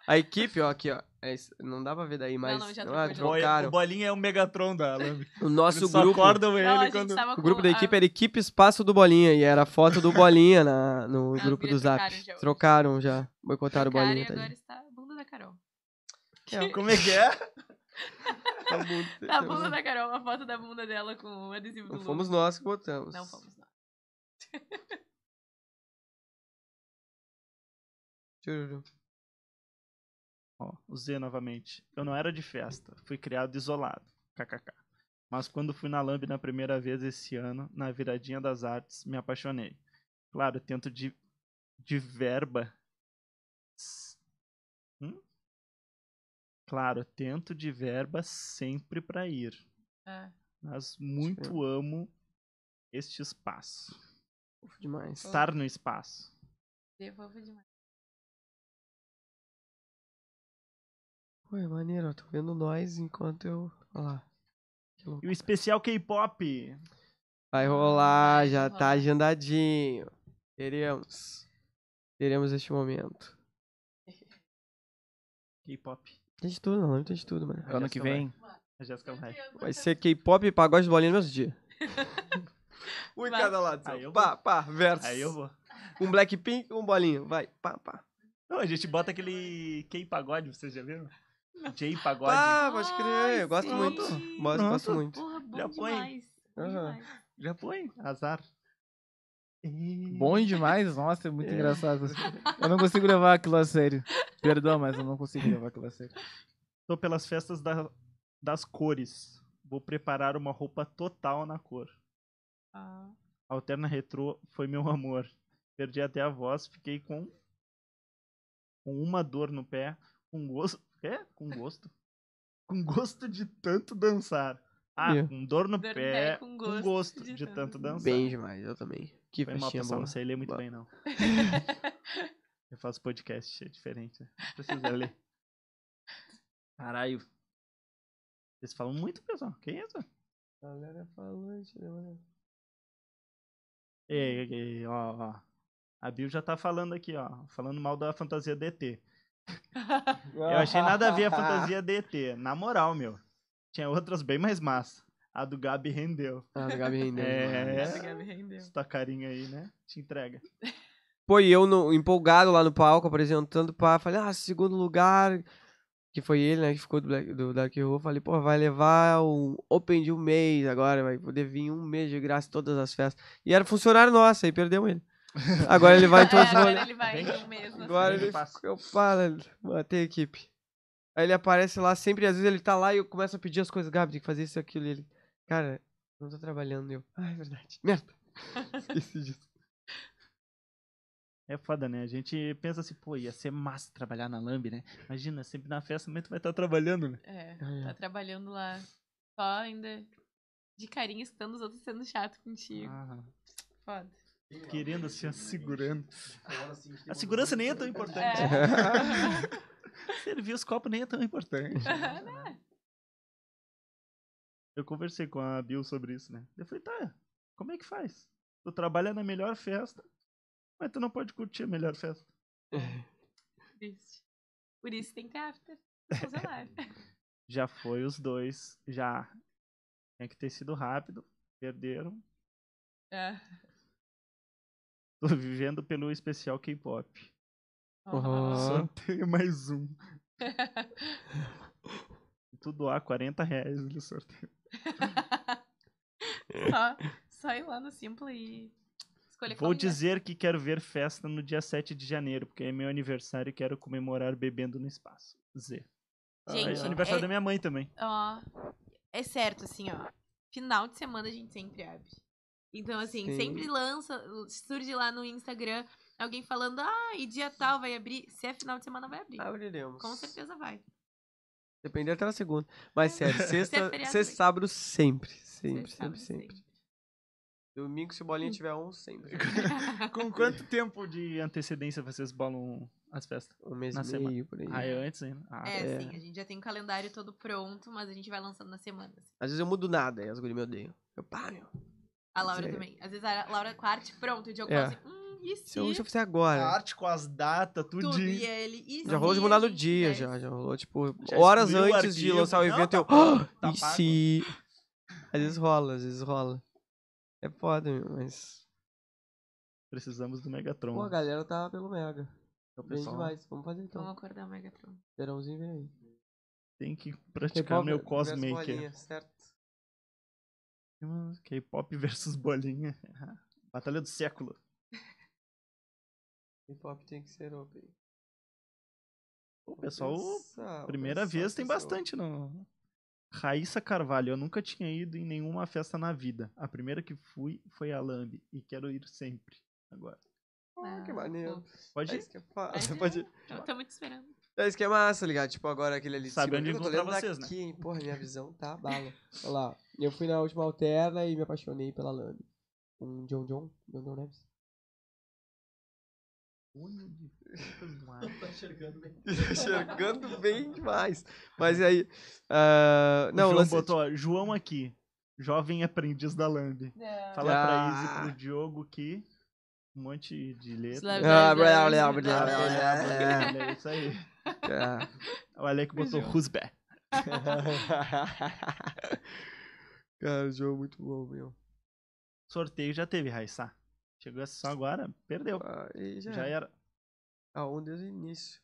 C: A equipe, ó, aqui, ó. é isso, não dá pra ver daí, mas.
D: não,
C: ah,
D: já trocou, já.
B: Boy-
C: trocaram.
B: O bolinha é o Megatron da Alambi.
C: O nosso
B: Eles só
C: grupo.
B: acordam ele
D: Não, a gente
B: quando.
D: tava
C: O grupo
D: com
C: da
D: a-
C: equipe é era Equipe Espaço do Bolinha. E era a foto do Bolinha na, no
D: As
C: grupo do
D: gurias
C: Zap.
D: trocaram já hoje.
C: Trocaram já. Boicotaram o
D: Cara, e
C: Bolinha. Tá
D: agora
C: aí.
D: está a bunda da Carol.
B: Como é que é?
C: Tá bom,
D: A
C: tá
D: bunda
C: bom.
D: da Carol, uma foto da bunda dela com o adesivo do
C: Não fomos
D: Lucas.
C: nós que botamos.
D: Não fomos nós.
C: Tchururu.
B: Ó, o Z novamente. Eu não era de festa, fui criado isolado. KKK. Mas quando fui na Lamb na primeira vez esse ano, na viradinha das artes, me apaixonei. Claro, tento de, de verba. Hum? Claro, tento de verba sempre pra ir.
D: É.
B: Mas muito amo este espaço.
C: Fofo demais.
B: Estar no espaço.
D: Devolvo é demais.
C: Pô, é maneiro, ó. Tô vendo nós enquanto eu. Olha lá. Que louco.
B: E o especial K-pop.
C: Vai rolar,
D: vai
C: já tá
D: rolar.
C: agendadinho. Teremos. Teremos este momento.
B: K-pop.
C: Tem de tudo, não, não tem de tudo, mano.
A: Ano que vem.
B: A Jéssica vai.
C: Vai
D: é
C: ser K-pop e pagode de bolinha no mesmo dia. um em
D: Vai.
C: cada lado.
B: Aí eu
C: pá, pá, verso.
B: Aí eu vou.
C: Um Blackpink, um bolinho. Vai, pá, pá.
B: Não, a gente bota aquele K-pagode, vocês já viram? J-pagode.
C: Ah, pode crer.
D: Ai,
C: Eu gosto
D: sim.
C: muito. Mas
B: Pronto.
C: gosto muito.
D: Porra, bom
B: Já põe.
D: demais. Bom
C: Aham.
D: demais.
B: Já foi, azar.
A: Bom demais, nossa, é muito engraçado. Eu não consigo levar aquilo a sério. Perdão, mas eu não consigo levar aquilo a sério.
B: Tô pelas festas da- das cores. Vou preparar uma roupa total na cor.
D: Ah.
B: Alterna retrô foi meu amor. Perdi até a voz, fiquei com com uma dor no pé, com gosto, é, com gosto. Com gosto de tanto dançar. Ah,
C: Yeah.
B: com dor no
D: Dor
B: pé,
D: no pé,
B: com
D: com gosto
B: gosto,
D: de
B: de,
D: tanto
B: tanto dançar.
C: Bem demais, eu também. Que
B: Foi mal,
C: festinha
B: pessoal, Tipo,
C: boa.
B: não sei ler muito
C: Boa.
B: bem, não. Eu faço podcast, é diferente. né? Não precisa ler. Caralho. Vocês falam muito, pessoal. Que isso?
C: Galera falante, né, mano?
B: Ei, ei, ei, ó, ó. A Bill já tá falando aqui, ó. Falando mal da fantasia DT. Eu achei nada a ver a fantasia DT. Na moral, meu. Tinha outras bem mais massa. A do Gabi rendeu.
C: Ah, do Gabi rendeu.
B: É.
C: demais.
D: Essa Gabi rendeu.
B: Essa tua carinha aí, né? Te entrega.
C: Pô, e eu no- empolgado lá no palco, apresentando pá, falei, ah, segundo lugar, que foi ele, né, que ficou do, Black- do Dark Hole, falei, pô, vai levar o Open de um mês agora, vai poder vir um mês de graça em todas as festas. E era funcionário nosso, aí perdeu ele. Agora ele vai em
D: É,
C: todos os
D: agora
C: rolês.
D: ele vai
B: Vem.
D: em um mês. assim.
C: Agora ele
B: Passa.
C: eu falo, matei a equipe. Aí ele aparece lá sempre, às vezes ele tá lá e eu começo a pedir as coisas, Gabi, tem que fazer isso e aquilo, e ele, cara, não tô trabalhando, eu, ah, é verdade, merda. Esqueci disso.
B: É foda, né? A gente pensa assim, pô, ia ser massa trabalhar na Lamb, né? Imagina, sempre na festa, mas tu vai estar trabalhando, né?
D: É,
C: Ah, é.
D: tá trabalhando lá. Só ainda de carinho, escutando os outros sendo chato contigo.
B: Ah,
D: Foda.
B: querendo assim, a segurando. A segurança nem é tão importante.
D: É.
B: Servir os copos nem é tão importante.
D: Né?
B: Eu conversei com a Bill sobre isso, né? Eu falei, tá, como é que faz?
D: Tá.
B: Tu trabalha na melhor festa, mas tu não pode curtir a melhor festa.
D: Triste. Por isso tem que ter after. Funcionário.
B: Já foi os dois. Já. Tinha que ter sido rápido. Perderam.
D: É.
B: Tô vivendo pelo especial K-pop.
C: Aham.
B: Só tenho mais um. Se tu doar 40 reais, ele sorteio.
D: só, só ir lá no Simpla e escolher
B: Vou
D: qual lugar.
B: dizer que quero ver festa no dia 7 de janeiro, porque é meu aniversário e quero comemorar bebendo no espaço. Z.
D: Gente,
B: Ah, é o aniversário
D: é-
B: da minha mãe também.
D: Ó, é certo, assim, ó. Final de semana a gente sempre abre. Então, assim,
C: Sim.
D: sempre lança, surge lá no Instagram alguém falando, ah, e dia tal vai abrir. Se é final de semana, vai
C: Ah,
D: abrir.
C: Abriremos.
D: Com certeza vai.
C: Depender até na segunda. Mas sério, sexta,
D: feriado
C: sexta
D: também.
C: sábado sempre. Sempre,
D: Vocês sabem,
C: sempre, sempre. Domingo, se o
D: Hum.
C: bolinha tiver um, sempre.
D: sempre.
B: Com quanto tempo de antecedência vocês bolam as festas?
C: Um mês
B: Na
C: e
B: semana.
C: meio, por aí.
B: Ah, é antes ainda? Ah,
D: É,
C: É.
D: sim, a gente já tem o calendário todo pronto, mas a gente vai lançando na semana. assim.
C: Às vezes eu mudo nada e as gurias me odeiam. Eu, pá, meu.
D: A Laura
C: Sim.
D: também. Às vezes a Laura parte pronto, o Diogo
C: É.
D: fala assim, hum, e se,
C: Se eu, se eu fizer agora.
B: arte com as datas,
D: tudo e é. ele, e se
C: Já rolou de mudar
D: a
C: no
D: gente
C: dia,
D: fizesse?"
C: já. Já rolou, tipo,
B: Já
C: horas
B: excluiu o
C: antes de
B: arquivo.
C: lançar o
B: Não,
C: evento.
B: tá
C: eu,
B: pago, tá
C: "Ah, e
B: pago."
C: se. Às vezes rola, às vezes rola. É foda, meu, mas.
B: Precisamos do
C: Pô, a
B: Megatron.
C: galera tá pelo Mega.
B: Então,
C: Bem
B: pessoal,
C: demais. Vamos fazer
D: Vamos
C: então.
D: acordar o Megatron.
C: Verãozinho vem aí.
B: tem que praticar meu cosmaker.
C: certo?
B: K-pop versus bolinha. Batalha do século.
C: Hip hop tem que ser open.
B: Pô, pessoal, primeira vez tem bastante no. Raíssa Carvalho, eu nunca tinha ido em nenhuma festa na vida. A primeira que fui foi a Lambi e quero ir sempre. Agora.
C: Ah, que
D: Ah,
C: maneiro.
B: Pode
C: É
B: ir.
C: isso que é foda.
D: Pode ir.
C: Pode ir.
D: Eu tô muito esperando.
C: É isso que é massa, ligado? Tipo, agora aquele ali. de
B: Sabe
C: cima.
B: onde
C: Eu tô
B: encontrar
C: lendo
B: vocês, né?
C: daqui, hein? Porra, minha visão tá bala. Olha lá. Eu fui na última alterna e me apaixonei pela Lame. Um John John. John John Neves. Tá enxergando bem. enxergando bem demais. Mas e aí. ah,
B: O
C: não,
B: João
C: lance-
B: botou, ó, João aqui, jovem aprendiz da Lambi. Fala pra
C: Ah.
B: Izzy e pro Diogo que. Um monte de letra.
D: Slav-
C: Ah, blá, blá, blá, blá,
B: Blá, blá,
C: blá, blá,
B: blá, É isso aí.
C: blá.
B: O Alec botou who's back.
C: Cara, o jogo é muito bom, meu.
B: Sorteio já teve, Raíssa. Chegou essa só agora, perdeu.
C: Ah, e já, Ah,
B: Já é. era.
C: A onda desde o início.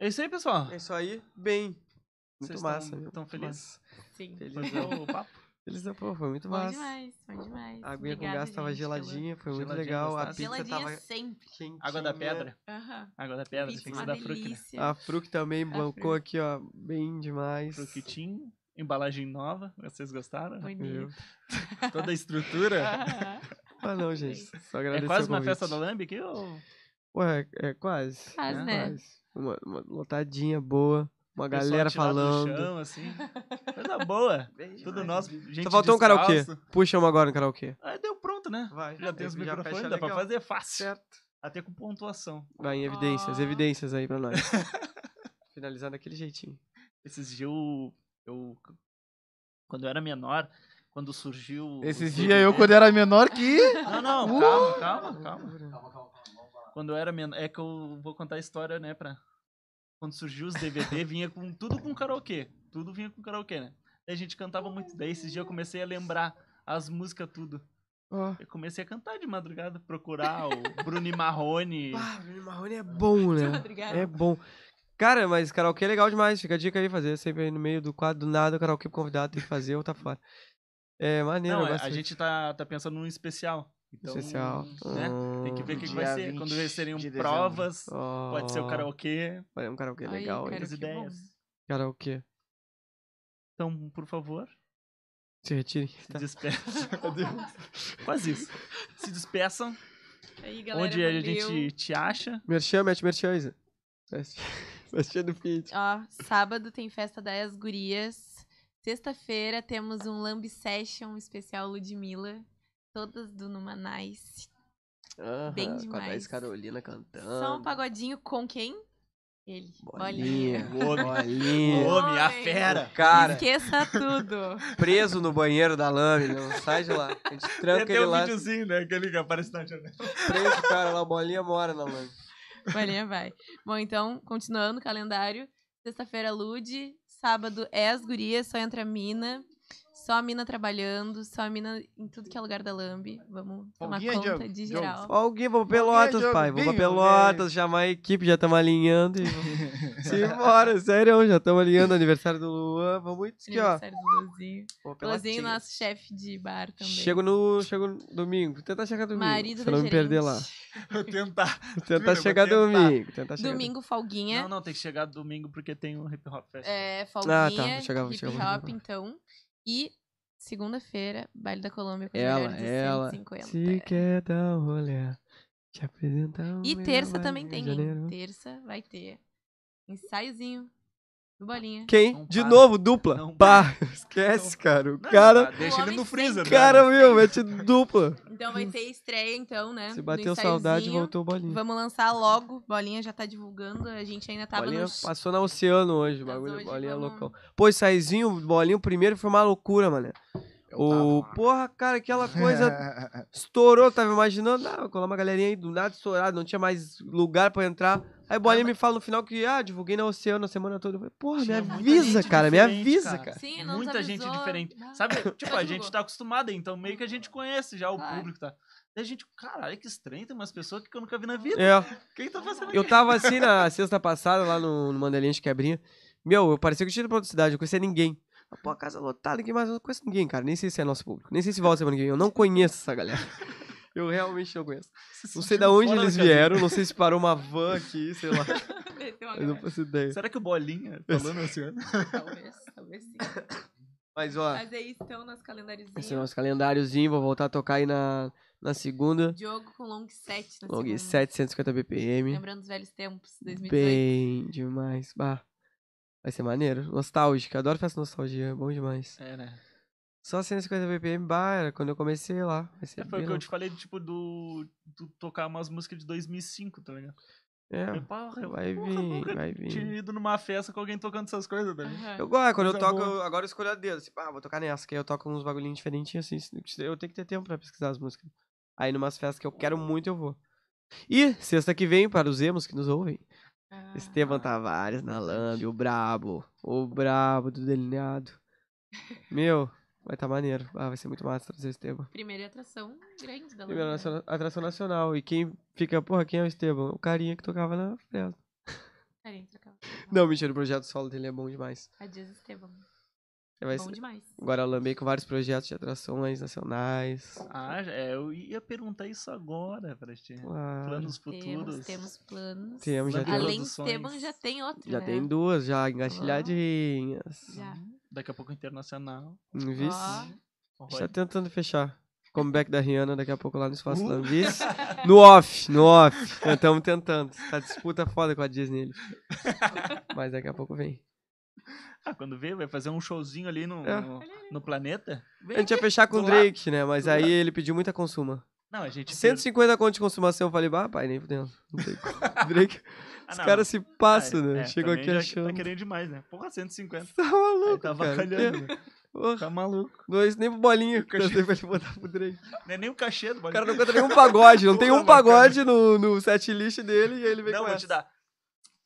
B: É isso aí, pessoal.
C: É isso aí, bem. Muito
B: Vocês tão-
C: massa, meu.
B: tão
C: muito
B: felizes?
C: massa.
D: Sim.
B: Pois é,
C: Felizão.
B: o papo.
C: Felizão, né? pô, foi muito
D: Bom
C: massa.
D: demais, bom demais.
C: A aguinha com
D: Obrigada,
C: gás tava
D: gente, pela-
C: geladinha, foi muito
B: Geladinha,
C: legal. A
B: gostosa.
C: pizza
D: Geladinha
C: tava É,
D: sempre.
C: quentinha.
B: Água da pedra.
D: Aham.
B: Água da pedra,
D: Pizza
B: tem que
D: uma
B: ser da fruta, né?
D: delícia.
C: A Fruc também bancou
D: Fruc.
C: aqui, ó. Bem demais.
B: Fruquitinho, embalagem nova, vocês gostaram?
C: Viu?
D: Bonito.
B: Toda a estrutura.
D: Aham.
C: Ah, não, gente. Só agradecer
B: é
C: o
B: quase uma
C: convite.
B: festa da Lamb aqui ou...
C: Ué, é quase.
D: Quase,
B: É,
D: né?
C: Quase. Uma, uma lotadinha boa. Uma galera
B: Pessoal tirado do
C: falando.
B: Chão, assim. Coisa boa. Tudo nosso. Gente
C: Só faltou um karaokê.
B: descalço.
C: Puxa uma agora no karaokê.
B: Ah, deu pronto, né?
C: Vai.
B: Já tem os
C: já
B: microfones,
C: fecha
B: dá pra
C: legal.
B: fazer fácil.
C: Certo.
B: Até com pontuação.
C: Vai em evidências,
B: Ah.
D: Ó.
C: evidências aí pra nós. Finalizar daquele jeitinho.
B: Esses dias eu... eu- Quando eu era menor, quando surgiu...
A: Esses
B: o-
A: dias eu, quando era menor que.
B: Não, não, calma, calma, calma. Quando eu era menor. É que eu vou contar a história, né? Pra... Quando surgiu os DVD, vinha com tudo com karaokê. Tudo vinha com karaokê, né? Daí a gente cantava muito. Daí esses dias eu comecei a lembrar as músicas, tudo.
C: Ó.
B: Eu comecei a cantar de madrugada, procurar o Bruni Marrone.
C: Ah, Bruno Marrone é bom, né?
D: Obrigada.
C: É bom. Cara, mas karaokê é legal demais. Fica a dica aí, fazer sempre aí no meio do quadro, do nada, o karaokê pro convidado tem que fazer ou tá fora. É maneiro,
B: Não,
C: eu
B: a-
C: gosto
B: a gente tá, tá pensando num especial.
C: muito
B: Então,
C: especial. Ah.
B: Né? Tem que ver o que, que vai
A: Dia
B: ser. Quando
A: 20
B: eles seriam
A: de dezembro.
B: provas,
C: Ó.
B: pode ser o karaokê,
C: Vai, Um karaokê
D: Aí,
C: legal. aí.
D: cara,
B: as
D: que
B: ideias.
D: bom.
C: Karaokê.
B: Então, por favor,
C: Se retirem.
B: se
C: Tá.
B: despeçam. Quase isso. Se despeçam.
D: Aí, galera,
B: onde a
D: valeu.
B: gente te acha.
C: Merchan, mete merchan, Isa. Mete- Merchan do feed.
D: Ó, sábado tem festa das gurias. Sexta-feira temos um Lamb Session especial Ludmilla. Todas do Numa Nice.
C: Aham,
D: Bem
C: Com a Thaís
D: demais.
C: Carolina cantando.
D: Só um pagodinho com quem? Ele.
C: Bolinha.
D: Bolinha.
B: O
C: Bolinha.
B: homem, a
D: Oi.
C: É
B: fera.
C: Cara,
D: Esqueça tudo.
C: preso no banheiro da lâmina, não sai de lá. A gente
B: Tem
C: tranca
B: até
C: ele
B: um
C: lá,
B: videozinho, né? Aquele que aparece na janela.
C: preso, cara, lá, o bolinha mora na lâmina.
D: Bolinha vai. Bom, então, continuando o calendário. Sexta-feira, Lude. Sábado é as gurias, só entra a mina. Só a mina trabalhando, só a mina em tudo que é lugar da Lambi. Vamos tomar
A: Folguinha,
D: conta
A: Diogo?
D: de
A: Diogo.
D: geral.
C: Ó, o Gui, vamos pra
A: Alguém
C: Pelotas,
A: joga
C: pai. Vamos
A: vinho,
C: pra
D: né?
C: Pelotas, chamar a equipe, já estamos alinhando. e vamos- Simbora, sério, já estamos alinhando. Aniversário do Luan, vamos isso aqui, ó.
D: Aniversário do Luzinho.
C: Pô, Pelotinhas.
D: Luzinho, nosso chefe de bar também.
C: Chego no, chego no domingo. Vou Tentar chegar domingo.
D: Marido
C: pra
D: da
C: não me perder
D: gerente.
C: lá.
B: Vou tentar.
C: Vou
B: Filho, eu
C: Tentar
B: vou
C: chegar
B: tentar.
C: domingo. Tentar chegar
D: Domingo, folguinha.
B: Não, não, tem que chegar domingo porque tem o Hip Hop Fest.
D: É, folguinha,
C: tá, vou chegar, vou
D: hip
C: chegar, vou chegar.
D: hop, então. E segunda-feira, Baile da Colômbia com os
C: Ela,
D: melhores dos
C: ela.
D: 150.
C: Se quer dar um rolê, te apresentar o
D: é. E
C: melhor
D: terça
C: baile
D: também
C: de
D: tem,
C: janeiro.
D: hein? Terça vai ter ensaiozinho do Bolinha.
C: Quem?
B: Não
C: de
B: para.
C: novo, dupla.
B: Não
C: Pá, esquece, cara. O
B: Não,
C: cara,
B: tá, deixa
D: O
B: ele
D: homem
B: no freezer,
D: sem
B: né?
C: cara, meu, mete dupla.
D: Então vai ter estreia, então, né?
C: Se
D: do
C: bateu saudade,
D: ensaiozinho.
C: voltou o bolinho.
D: Vamos lançar logo. Bolinha já tá divulgando. A gente ainda tava
C: bolinha é
D: no...
C: passou na oceano hoje, o
D: Mas
C: bagulho,
D: hoje
C: bolinha
D: vamos-
C: loucão. Pô, esse saizinho, o bolinho primeiro foi uma loucura, mano. O, porra, cara, aquela coisa Estourou, tava imaginando, ah, colar uma galerinha aí do nada estourado, não tinha mais lugar pra entrar. Aí Bolinha me fala no final que, ah, divulguei na Oceano a semana toda. Eu falei, Porra, me
B: Tinha muita
C: avisa,
B: gente
C: cara, me
B: diferente,
C: avisa,
B: cara.
C: cara.
D: Sim, não nos
B: Muita gente
D: avisou.
B: diferente.
D: Ah,
B: Sabe, tipo, a
D: divulgou.
B: gente tá acostumada, então meio que a gente conhece já o
D: Claro.
B: público, tá? Daí a gente, caralho, que estranho, tem umas pessoas que eu nunca vi na vida.
C: É,
B: Quem tá fazendo
C: eu tava assim na sexta passada, lá no, no Mandelinha de Quebrinha. Meu, eu parecia que eu tinha ido pra outra cidade, eu conhecia ninguém. Ah, Pô, a casa lotada, ninguém mais, eu não conheço ninguém, cara. Nem sei se é nosso público, nem sei se volta semana que vem, eu não conheço essa galera. Eu realmente não conheço.
B: isso?
C: Não sei de onde
B: Fora da
C: eles
B: casinha.
C: vieram, não sei se parou uma van aqui, sei lá.
D: Meteu uma
C: Eu não
D: galera.
C: faço ideia.
B: Será que o Bolinha é assim? falou no oceano?
D: Talvez, talvez sim.
C: Mas, ó.
D: Mas é isso, então, nosso calendáriozinho.
C: Tá. Esse é o nosso calendáriozinho, vou voltar a tocar aí na, na segunda.
D: Diogo com long set na
C: Long
D: segunda.
C: 750 BPM.
D: Lembrando os velhos tempos, 2018.
C: Bem demais. Bah. Vai ser maneiro. Nostálgica. Adoro festa nostalgia. é Bom demais.
B: É, né?
C: Só 150 BPM, bah, era quando eu comecei lá. Vai ser
B: É, foi o
C: bem
B: que eu
C: louco.
B: te falei, tipo, do, do tocar umas músicas de 2005, tá ligado? Eu,
C: É,
B: porra, eu
C: vai
B: porra,
C: vir,
B: nunca
C: vai
B: tinha
C: vir.
B: ido numa festa com alguém tocando essas coisas, tá ligado?
D: Aham.
C: Eu gosto, é, quando eu
B: Coisa
C: toco,
B: boa.
C: eu- agora eu escolho a dedo. Tipo, ah, vou tocar nessa, que aí eu toco uns bagulhinhos diferentinhos assim. se- Eu tenho que ter tempo pra pesquisar as músicas. Aí, numas festas que eu quero muito, eu vou. E, sexta que vem, para os emos que nos ouvem,
D: Ah.
C: Esteban Tavares na Lambe, o brabo. O brabo do delineado. Meu, vai tá maneiro. Ah, vai ser muito massa trazer o Esteban.
D: Primeira atração grande da
C: Primeira
D: Lambda.
C: naciona- atração nacional. E quem fica, porra, quem é o Esteban? O carinha que tocava na
D: Ah.
C: festa.
D: Peraí, trocar.
C: Não, mentira, o projeto solo dele é bom demais.
D: Adias Esteban.
C: Vai
D: Bom
C: ser-
D: demais.
C: Agora eu lambei com vários projetos de atrações nacionais.
B: Ah, já- é, eu ia perguntar isso agora pra ti.
C: Claro.
B: Planos
D: Temos,
B: futuros.
D: temos planos.
C: Temos, já
B: Planos.
C: tem,
D: Além de Esteban, já tem outro,
C: Ah, já
D: né?
C: tem duas, já engatilhadinhas.
D: Já.
B: Daqui a pouco internacional.
C: Vice.
D: Ó.
C: A gente tá tentando fechar. Comeback da Rihanna daqui a pouco lá no Espaço
B: Uh.
C: Lambice. No off, no off. Estamos tentando. Tá disputa foda com a Disney. ali. Mas daqui a pouco vem.
B: Ah, quando vê, vai fazer um showzinho ali no,
C: É.
B: no, no planeta.
C: A gente ia fechar com o
B: Do
C: Drake, né? Mas
B: Do
C: aí
B: lado.
C: ele pediu muita consuma.
B: Não, a gente.
C: 150 conto de consumação. Eu falei, bah, pai, nem fudendo. Não tem como. Drake,
B: Ah,
C: os
B: não.
C: caras se passam,
B: Ah,
C: né?
B: é,
C: Chegou
B: também
C: aqui
B: já
C: achando.
B: Tá É. querendo demais, né? Porra, 150.
C: Tá
B: Aí
C: maluco,
B: tava
C: cara.
B: calhando. né?
C: Porra,
B: Tá maluco.
C: Não é isso nem pro bolinho que
B: Eu
C: eu pra ele botar pro Drake.
B: Não é nem o cachê do
C: O
B: bagulho.
C: cara não canta nenhum pagode. Não tem
B: Porra,
C: um pagode no, no set list dele e ele vem
B: Não,
C: com
B: vou
C: essa.
B: te dar.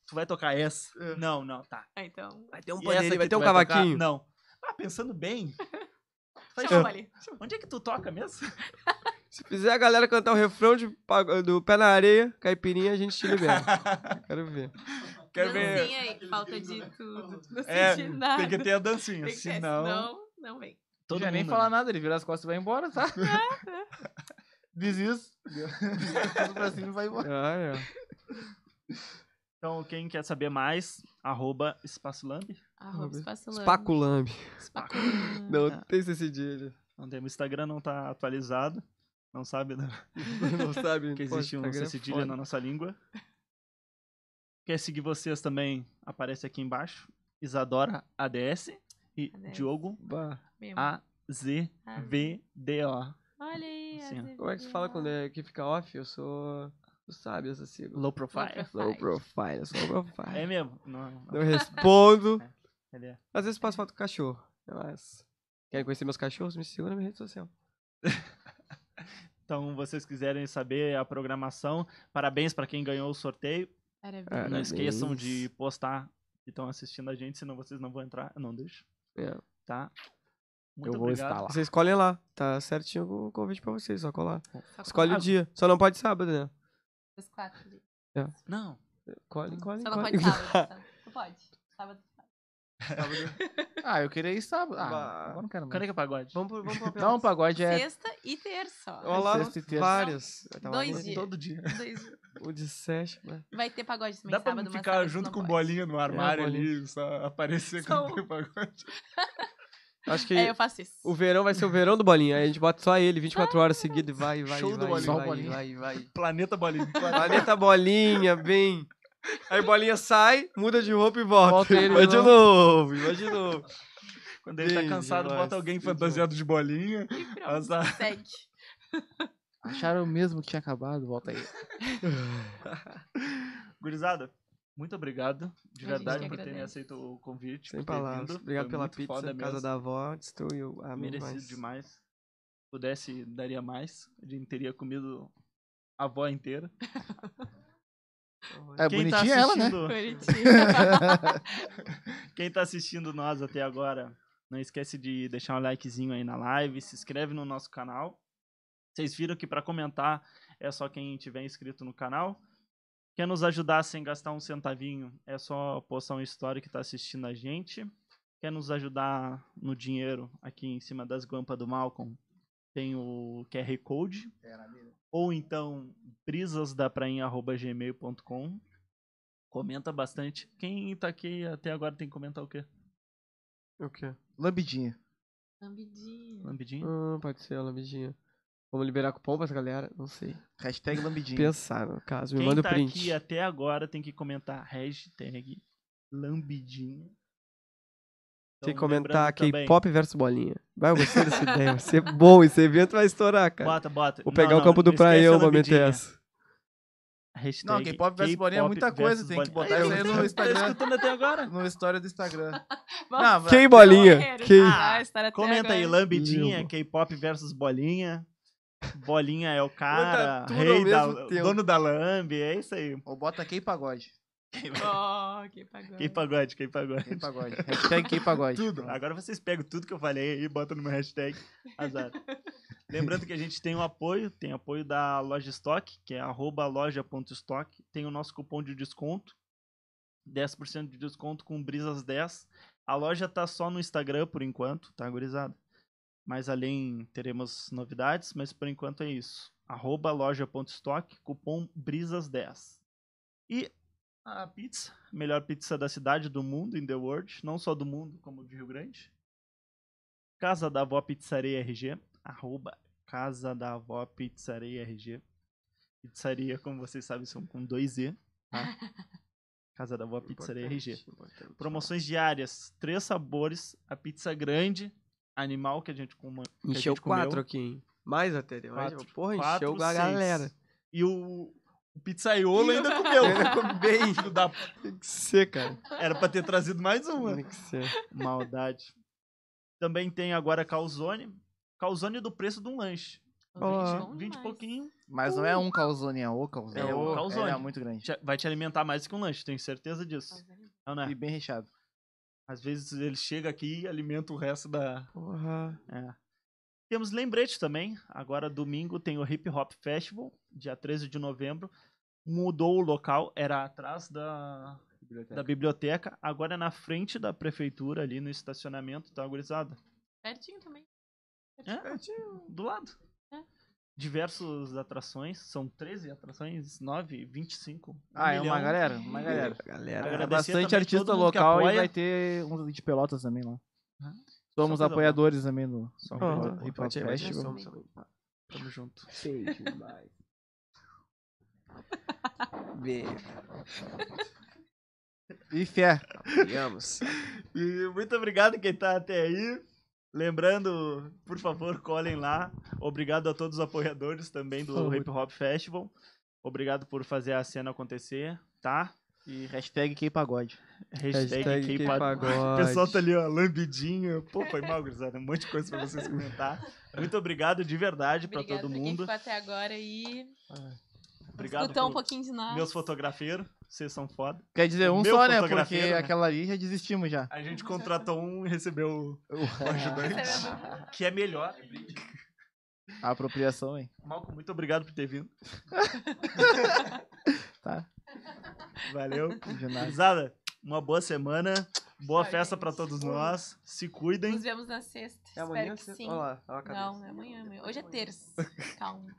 B: Tu vai tocar essa?
C: É.
B: Não, não, tá.
D: Ah, então.
C: Vai ter um
B: E
C: pandeiro,
B: essa
C: vai
B: aqui
C: ter
B: tu
C: um
B: tocar?
C: cavaquinho.
B: Não. Ah, pensando bem. Faz
D: Chama
B: show.
D: o ali.
B: Onde é que tu toca mesmo?
C: Se fizer a galera cantar o refrão de pa- do Pé na Areia, Caipirinha, a gente te libera. Quero ver.
B: Quero ver.
D: Dancinha aí, falta de tudo. Não
B: É,
D: senti nada.
B: tem que ter a dancinha.
D: Tem que ter,
B: senão.
D: senão, não vem.
B: Todo
A: já nem
B: mundo,
A: fala
B: né?
A: nada, ele vira as costas e vai embora, tá? Desisto. Tudo pra cima e vai embora.
C: Ah,
B: Então, quem quer saber mais, arroba espaçolamb.
D: Arroba
C: Arroba.
D: espaculando.
C: Spaculambe.
D: Espaculando.
C: Não
B: Ah.
C: tem esse dia.
B: Não tem, o Instagram não tá atualizado. Não sabe, né?
C: Não sabe.
B: Que
C: pô,
B: existe um
C: Instagram é
B: cedilha
C: foda.
B: na nossa língua. Quer seguir vocês também? Aparece aqui embaixo. Isadora ADS e
D: ADS.
B: Diogo
C: Bah.
D: Mesmo.
B: Ah,
D: Ah,
B: AZVDO.
D: Olha aí.
C: é Como é que se fala quando é que fica off? Eu sou. Tu sabe essa sigla.
B: Low profile.
C: Low profile, eu sou low profile.
B: É mesmo? Não, não.
C: Não respondo.
B: Ele é.
C: Às vezes passo foto com cachorro. Elas querem conhecer meus cachorros? Me segura na minha rede social.
B: Então, vocês quiserem saber a programação, parabéns pra quem ganhou o sorteio.
D: Maravilha.
B: Não
C: Parabéns.
B: esqueçam de postar que estão assistindo a gente, senão vocês não vão entrar. Não deixa,
C: É.
B: tá? Muito
A: Eu vou
B: obrigado.
A: estar lá.
C: Vocês escolhem lá. Tá certinho o convite pra vocês, só colar.
D: Só
C: Escolhe
D: com
C: o dia. Só não pode sábado, né?
D: os quatro dias.
B: Não,
C: Colhe, colhe,
D: Só não
C: colhe.
D: pode sábado. tá? Tu pode. Sábado.
A: Ah, eu queria ir sábado. Ah,
C: Bah.
A: agora não quero mais.
B: cadê que é pagode?
C: Vamos pro, vamos pro
A: Não, um pagode é
D: Sexta e terça. ó.
C: Olha lá,
A: Sexta e terça.
C: vários. tá Eu tava
D: Dois
C: vendo
D: dias.
B: Todo dia.
D: Dois dias.
C: O de Sesh, né?
D: Vai ter pagode também
B: Dá pra
D: sábado, mas
B: ficar
D: sábado
B: junto
D: não
B: com
D: pode. É,
B: bolinha no armário
C: É, bolinha.
B: ali, só aparecer
D: Só um
B: com o pagode.
C: Acho que
D: É, eu faço isso.
C: o verão vai ser o verão do Bolinha. Aí a gente bota só ele, 24 horas seguidas e vai, vai,
B: Show do
C: vai,
B: Bolinha.
C: vai,
A: Só um o Bolinha.
C: vai, vai.
B: Planeta bolinha.
C: Planeta Bolinha, bem. Aí Bolinha sai, muda de roupa e volta.
A: Volta ele
C: vai
A: de
C: de novo, vai de novo.
B: Quando ele tá
C: Gente,
B: cansado,
C: demais.
B: bota alguém
C: Muito bom.
B: fantasiado de bolinha.
D: E pronto.
B: Azar.
D: Segue.
A: Acharam mesmo que tinha acabado? Volta aí.
B: Gurizada, muito obrigado, de
D: A gente
B: verdade,
D: que
B: por terem
D: agradece.
B: aceito o convite.
C: Sem
B: por ter
C: palavras.
B: vindo.
C: Obrigado
B: Foi
C: pela
B: muito
C: pizza,
B: foda
C: casa
B: mesmo.
C: da avó, destruiu a minha
B: Merecido
C: mais.
B: demais. Pudesse, daria mais. A gente teria comido a avó inteira.
A: É
B: Quem tá
A: bonitinha ela, né?
B: assistindo-
D: Bonitinho.
B: Quem tá assistindo nós até agora, não esquece de deixar um likezinho aí na live, se inscreve no nosso canal. Vocês viram que pra comentar é só quem tiver inscrito no canal. Quer nos ajudar sem gastar um centavinho, é só postar um story que tá assistindo a gente. Quer nos ajudar no dinheiro, aqui em cima das guampas do Malcolm, tem o QR Code. Ou então, brisasdaprainha.gmail.com Comenta bastante. Quem tá aqui até agora tem que comentar o quê?
C: O quê?
A: Lambidinha.
D: Lambidinho.
B: Lambidinho?
C: Ah, pode ser, Lambidinha. Vamos liberar cupom pra essa galera? Não sei.
A: Hashtag lambidinha.
C: Pensar, no caso. Me
B: Quem
C: manda o
B: tá
C: print.
B: aqui até agora tem que comentar hashtag lambidinha.
C: Tem que
B: Então,
C: comentar
B: lembrando também-
C: K-pop versus bolinha. Vai, eu gostei dessa ideia. Vai ser bom, esse evento vai estourar, cara.
B: Bota, bota.
C: Vou
B: Não,
C: pegar
B: não,
C: o campo do
B: não esquece
C: Praião
B: a
C: pra meter
B: lambidinha.
C: essa.
B: Hashtag
A: Não, K-pop versus bolinha é
B: K-pop
A: muita coisa,
B: versus
A: tem que
B: bolinha.
A: botar
B: Ai,
A: isso aí no
B: você tá
A: Instagram.
B: escutando até agora?
A: No história do Instagram.
D: Vamos.
B: Ah,
A: Não, vai-
C: Quem bolinha?
D: Guerreiros.
C: Quem?
D: Ah, estar até
B: Comenta aí,
D: agora.
B: lambidinha,
C: Lindo.
B: K-pop versus bolinha. Bolinha é o cara,
C: Manda tudo
B: rei da,
C: ao mesmo tempo.
B: dono da lambe, é isso aí.
A: Ou bota quem pagode.
D: Ó, quem
A: É.
D: pagou.
B: Quem pagode, quem pagode.
A: Quem pagode. Hashtag quem pagode.
B: Tudo. Agora vocês pegam tudo que eu falei e botam numa hashtag. Azar. Lembrando que a gente tem o apoio, tem apoio da loja estoque, que é arroba loja.stock. Tem o nosso cupom de desconto. 10% de desconto com brisas10. A loja tá só no Instagram por enquanto, tá gurizada? Mais além teremos novidades, mas por enquanto é isso. Arroba loja.stock, cupom brisas10. E a pizza, melhor pizza da cidade, do mundo, in the world, não só do mundo, como de Rio Grande. Casa da Avó Pizzaria RG, arroba Casa da Avó Pizzaria RG. Pizzaria, como vocês sabem, são com dois E, tá? Casa da Avó Pizzaria RG. Promoções diárias, três sabores, a pizza grande, animal que a gente come. que a
C: Encheu
B: gente comeu,
C: quatro aqui, hein? Mais até, deu.
B: Quatro.
C: Porra,
B: Quatro,
C: encheu a
B: seis.
C: galera.
B: E o, o pizzaiolo ainda comeu.
C: Ainda come bem.
B: Filho da p-
C: Tem que ser, cara.
B: Era pra ter trazido mais uma.
C: Tem que ser.
B: Maldade. Também tem agora calzone. Calzone do preço de um lanche.
C: Ó.
D: um
B: 20, 20 e pouquinho.
A: Mas não é um calzone, é o calzone.
B: Uh. É o calzone.
A: É, muito grande.
B: Te- Vai te alimentar mais que um lanche, tenho certeza disso. Não, né?
A: E bem recheado.
B: Às vezes ele chega aqui e alimenta o resto da.
C: Porra.
B: É. Temos lembrete também. Agora, domingo, tem o Hip Hop Festival, dia 13 de novembro. Mudou o local, era atrás da, da biblioteca, agora é na frente da prefeitura, ali no estacionamento, tá gurizada?
D: Pertinho também.
B: É, do lado.
D: É.
B: Diversas atrações, são 13 atrações, 9, 25.
A: Ah, é uma
B: um milhão.
A: galera, uma galera.
C: Galera.
A: É
B: Agradecer
A: bastante
B: também
A: artista
B: todo mundo que
A: local e
B: apoia.
A: vai ter uns de pelotas também lá.
B: Ah,
A: Somos
B: só coisa
A: apoiadores também do
B: Só
A: do
B: coisa
A: Hip
B: boa.
A: Hop Festival.
B: Tamo junto.
C: Beijo.
A: E fé.
C: Digamos.
B: E muito obrigado quem tá até aí. Lembrando, por favor, colhem lá. Obrigado a todos os apoiadores também do
C: Por favor.
B: Hip Hop Festival. Obrigado por fazer a cena acontecer, tá?
A: E hashtag quem pagode.
B: Hashtag, quem
C: quem
B: pa- O
C: pagode.
B: pessoal tá ali, ó, lambidinho. Pô, foi mal, gurizada. Um monte de coisa pra vocês comentar. Muito obrigado de verdade pra
D: Obrigada
B: todo
D: pra quem
B: mundo. É.
D: ficou até agora e
B: Obrigado
D: escutou um
B: por
D: pouquinho de nós.
B: meus fotografeiros. Vocês são foda.
A: Quer dizer, um
B: Meu
A: só, né?
B: fotografeiro,
A: Porque
B: né?
A: aquela ali já desistimos já.
B: A gente contratou um e recebeu o ajudante, que é melhor.
A: A apropriação, hein?
B: Malco, muito obrigado por ter vindo.
A: Tá.
B: Valeu.
A: De nada.
B: Gurizada, uma boa semana. Boa
D: Tchau,
B: festa
D: gente.
B: pra todos nós. Se cuidem.
D: Nos vemos na sexta.
C: É
D: Espero
C: amanhã?
D: que
C: você-
D: sim.
C: Olha lá, olha a cabeça.
D: Não, é amanhã, amanhã. Hoje é terça. Calma.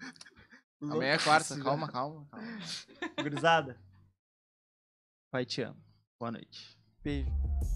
A: Amanhã é quarta, calma, calma. calma.
B: Gurizada. Pai te ama. Boa noite.
C: Beijo.